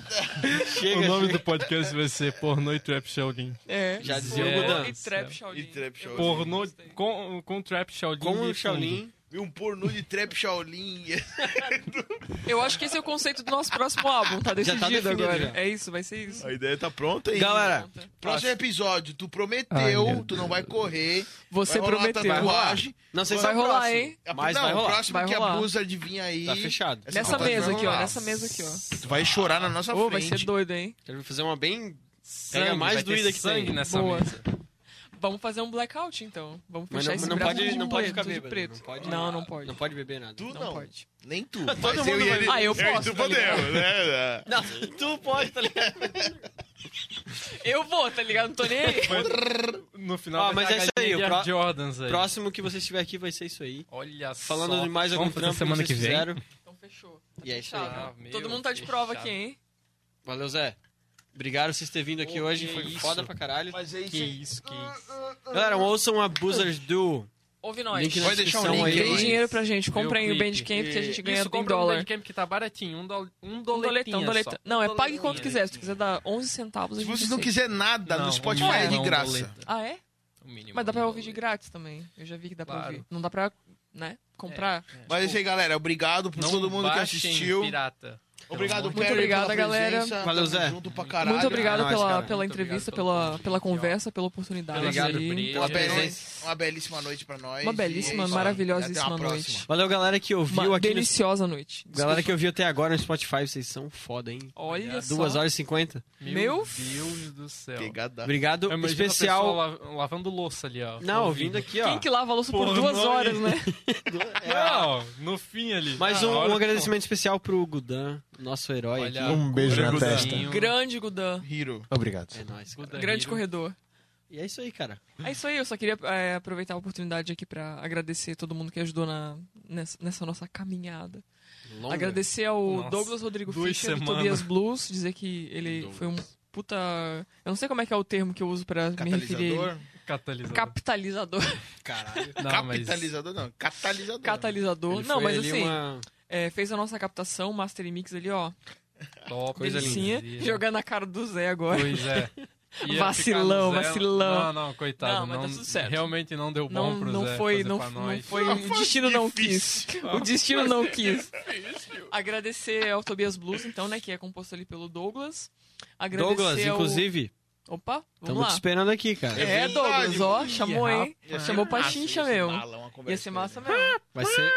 C: Chega,
E: o nome
C: chega.
E: do podcast vai ser Pornô e Trap Shaolin.
B: É.
C: Já dizia
E: o
B: Pornô
C: Budan.
B: e Trap Shaolin.
A: E Trap Shaolin.
E: Pornô
B: Gostei.
E: com, com Trap Shaolin.
C: Com
E: de
C: o
E: fundo.
C: Shaolin...
A: E um pornô de trap Shaolin. assim.
B: Eu acho que esse é o conceito do nosso próximo álbum, tá
C: Já
B: decidido,
C: tá definido,
B: agora.
C: já.
B: É isso, vai ser isso.
A: A ideia tá pronta aí.
C: Galera,
A: Próximo episódio, tu prometeu,
E: Ai, meu
A: tu não vai correr.
B: Você
A: vai rolar uma
B: prometeu.
A: tatuagem.
C: não sei se
B: Vai
C: é o
B: rolar,
C: próximo,
B: hein?
C: Mas
A: não,
C: vai rolar.
A: próximo
B: Vai
A: que
B: rolar.
A: a Blizzard vir aí.
C: Tá fechado.
A: Essa
B: Nessa
A: tatuagem
B: mesa
A: vai
B: aqui, ó.
A: rolar.
B: Nessa mesa aqui, ó.
A: Tu vai chorar na nossa
B: Ô, vai
A: frente.
B: ser doido, hein?
C: Quero fazer uma bem...
E: Sangue,
C: Pega mais
E: vai ter
C: doída que
E: sangue
C: tem.
E: nessa
B: Boa.
E: mesa.
B: Vamos fazer um blackout, então. Vamos
C: Mas
B: fechar
C: não-
B: esse
C: não
B: braço
C: pode-
B: de um
C: não pode ficar
B: preto, de
C: bêbado,
B: preto.
C: não pode-
B: Não, não pode.
C: Não pode beber nada.
A: Tu
B: Não
A: não.
B: pode.
A: Nem tu.
C: Todo mundo vai
B: Ah, eu
A: e
B: posso,
A: tu
B: tá ligado?
A: podemos, né?
C: Não, tu pode, tá ligado?
B: Eu vou, tá ligado? Não tô nem aí.
E: No final
C: Ah,
E: vai
C: mas
E: ter
C: é
E: a
C: isso aí,
E: galinha
C: o pró-
E: Jordans aí.
C: Próximo que você estiver aqui vai ser isso aí.
E: Olha
C: Falando
E: só.
C: de mais algum
E: Vamos fazer
C: trampo
E: semana
C: que vocês
E: que vem.
C: fizeram.
B: Então fechou.
C: E é isso aí.
E: Ah,
B: Fechado.
E: meu,
B: Todo mundo tá de prova aqui, hein?
C: Valeu, Zé. Obrigado por vocês terem vindo aqui
E: Pô,
C: hoje.
E: que
C: Foi
E: isso.
C: foda pra caralho.
A: Mas é
E: Que isso, que isso.
C: Galera, um ouçam a Buzzers do.
B: Ouve nós.
C: Link na
A: Pode deixar o
C: descrição
A: link
B: Dê
A: aí.
C: aí.
B: dinheiro pra gente. Comprem o
E: clipe.
B: Bandcamp que a gente ganha
E: Isso,
B: em
E: compra um
B: dólar.
E: Bandcamp que tá baratinho. Um, do... um
B: Um
E: doletinho
B: doletão, doletão.
E: só.
B: Não, é pague quanto
E: Doletinha.
B: quiser. Se tu quiser dar 11 centavos, a
A: Se
B: gente
A: vocês não
B: aceita.
A: quiserem nada,
E: Não,
A: no Spotify
E: um
A: é de
E: mínimo, um
A: graça.
E: doleta.
B: Ah, é?
E: O mínimo,
B: Mas dá
E: um
B: pra ouvir de
E: doleta.
B: grátis também. Eu já vi que dá pra
E: Claro.
B: ouvir. Não dá pra, né, comprar.
A: Mas é isso aí, galera. Obrigado por
E: Não
A: todo mundo que
E: baixem
A: assistiu.
E: Pirata.
A: Obrigado,
E: Muito
A: Perry,
B: obrigada,
A: pela
B: galera.
A: presença.
C: Valeu,
A: Tamo
C: Zé.
A: junto pra caralho.
B: Muito obrigado
C: É nóis,
B: pela,
C: cara.
B: pela
E: Muito
B: entrevista,
E: obrigado pela
B: pela, pela conversa, pela oportunidade.
E: Obrigado,
B: aí.
E: Brito.
A: Uma
E: É
A: belíssima, uma belíssima noite pra nós.
B: Uma belíssima,
A: E é isso aí.
B: maravilhosíssima
A: Até a
B: noite.
A: próxima.
C: Valeu, galera que ouviu
B: Uma
C: aqui. no-
B: deliciosa noite.
C: Galera que ouviu até agora no Spotify, vocês são foda, hein?
B: Olha só.
C: 2 horas e 50.
B: Meu
E: Deus do céu.
A: Pegada.
C: Obrigado,
E: Eu imagino a
C: especial.
E: pessoa la- lavando louça ali, ó.
C: Não, ouvindo
E: ouvindo
C: aqui, ó.
B: Quem que lava a louça por
E: Porra,
B: duas
E: não,
B: horas, né?
E: Não, no fim
D: É.
E: ali.
C: Mais
E: Na
C: um,
E: hora
C: um
E: que-
C: agradecimento especial pro Gudan, nosso herói
E: Olha,
C: aqui.
F: Um beijo na
E: Gudanho.
F: testa.
B: Grande Gudan.
A: Hiro.
F: Obrigado.
C: É nóis, cara.
E: Gudanho.
B: Grande corredor.
C: E é isso aí, cara.
B: É isso aí, eu só queria é, aproveitar a oportunidade aqui pra agradecer todo mundo que ajudou na, nessa, nessa nossa caminhada.
C: Longa.
B: Agradecer ao
E: Nossa,
B: Douglas Rodrigo
E: duas
B: Fischer, do
E: semanas.
B: Tobias Blues, dizer que ele foi um puta. Eu não sei como é que é o termo que eu uso pra me referir. a ele.
A: Catalisador.
E: Catalisador.
B: Capitalizador.
C: Caralho.
E: Não, mas-
A: Capitalizador não. Catalisador.
B: Catalisador.
C: Ele
B: Não,
C: foi
B: mas
C: ali
B: assim.
C: uma-
B: é, fez a nossa captação, master e mix ali, ó.
D: Top,
C: Coisa
B: Delicinha, jogando na cara do Zé agora.
D: Pois é. Ia
B: Vacilão,
D: ficar no zero.
B: vacilão.
D: Não, não, coitado.
B: Não, mas tá tudo certo.
D: Realmente não deu bom
B: Não,
D: pro
B: não
D: Zé
B: foi,
D: fazer
B: não,
D: pra
B: não
D: nós.
B: foi, o destino não quis. O destino não quis. Agradecer ao Tobias Blues, então, né, que é composto ali pelo Douglas. Agradecer
C: Douglas,
B: ao...
C: inclusive,
B: Opa, vamos
C: estamos te
B: lá.
C: esperando aqui, cara.
B: É,
A: verdade,
B: Douglas, ó,
A: Ih,
B: chamou, hein?
A: Ia ser
B: Chamou pra
A: É. massa,
B: chincha
A: ia ser
B: mesmo.
A: mala uma
B: Ia
A: conversa
B: ser
A: aí,
B: massa
A: né?
B: mesmo.
C: Vai ser.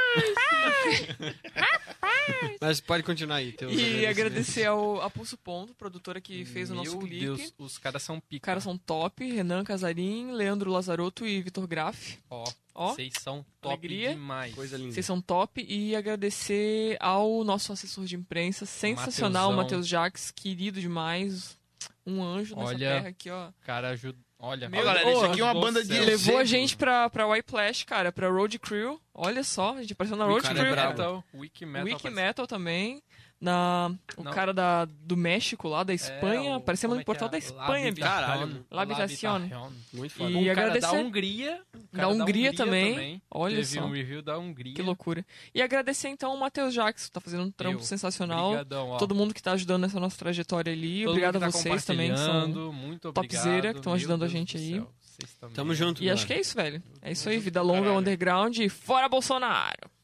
C: Mas pode continuar aí. teus
B: E
C: agradecimentos.
B: agradecer ao, a Pulso Ponto, produtora que fez o nosso
D: Meu
B: clipe.
D: Deus, os caras são
B: Os
D: pica.
B: caras são top. Renan Casarim, Leandro Lazarotto e Vitor Graff.
D: Ó,
B: Ó,
D: vocês são top
B: alegria.
D: demais.
C: Coisa linda.
B: vocês são top. E agradecer ao nosso assessor de imprensa, sensacional,
D: Mateusão.
B: Matheus Jaques, querido demais. Um anjo nessa
D: Olha.
B: terra aqui, ó.
D: O cara ajuda. Olha,
B: Meu
A: Ó, galera, isso
B: Deus.
A: aqui é uma
D: do
A: banda de...
D: céu.
A: Eu
B: Levou
A: sei.
B: a gente pra, pra Whiplash, cara, pra Road Crew. Olha só, a gente apareceu na
C: O
B: Road
C: cara
B: Crew.
C: é brabo.
D: Metal, Wiki Então, Metal.
B: Wiki
D: parece-
B: Metal também. Na, o
D: Não.
B: cara da, do México lá, da Espanha.
D: É, o-
B: Aparecemos
D: como
B: no
D: é que
B: portal
D: é?
B: da Espanha, bicho.
C: Caralho.
B: Labitacion.
D: Labitacion.
C: Muito
D: E
C: foda.
D: um cara da
B: agradecer-
D: Hungria. um
B: Da
D: cara
B: Hungria também. Olha
D: Teve
B: só.
D: um review da Hungria.
B: Que loucura. E agradecer então ao Matheus Jaques, que tá fazendo um trampo
D: Meu,
B: sensacional.
D: Obrigadão, ó.
B: Todo mundo que tá ajudando nessa nossa trajetória ali.
D: Todo
B: obrigado
D: mundo
B: a
D: que tá
B: vocês também. que são-
D: compartilhando, Muito obrigado.
B: topzera, que tão
D: Meu
B: ajudando a
D: Deus
B: gente
D: do
B: aí.
D: céu, vocês também.
C: Tamo junto.
B: E acho que é isso, velho. É isso aí. Vida longa, underground. e Fora Bolsonaro!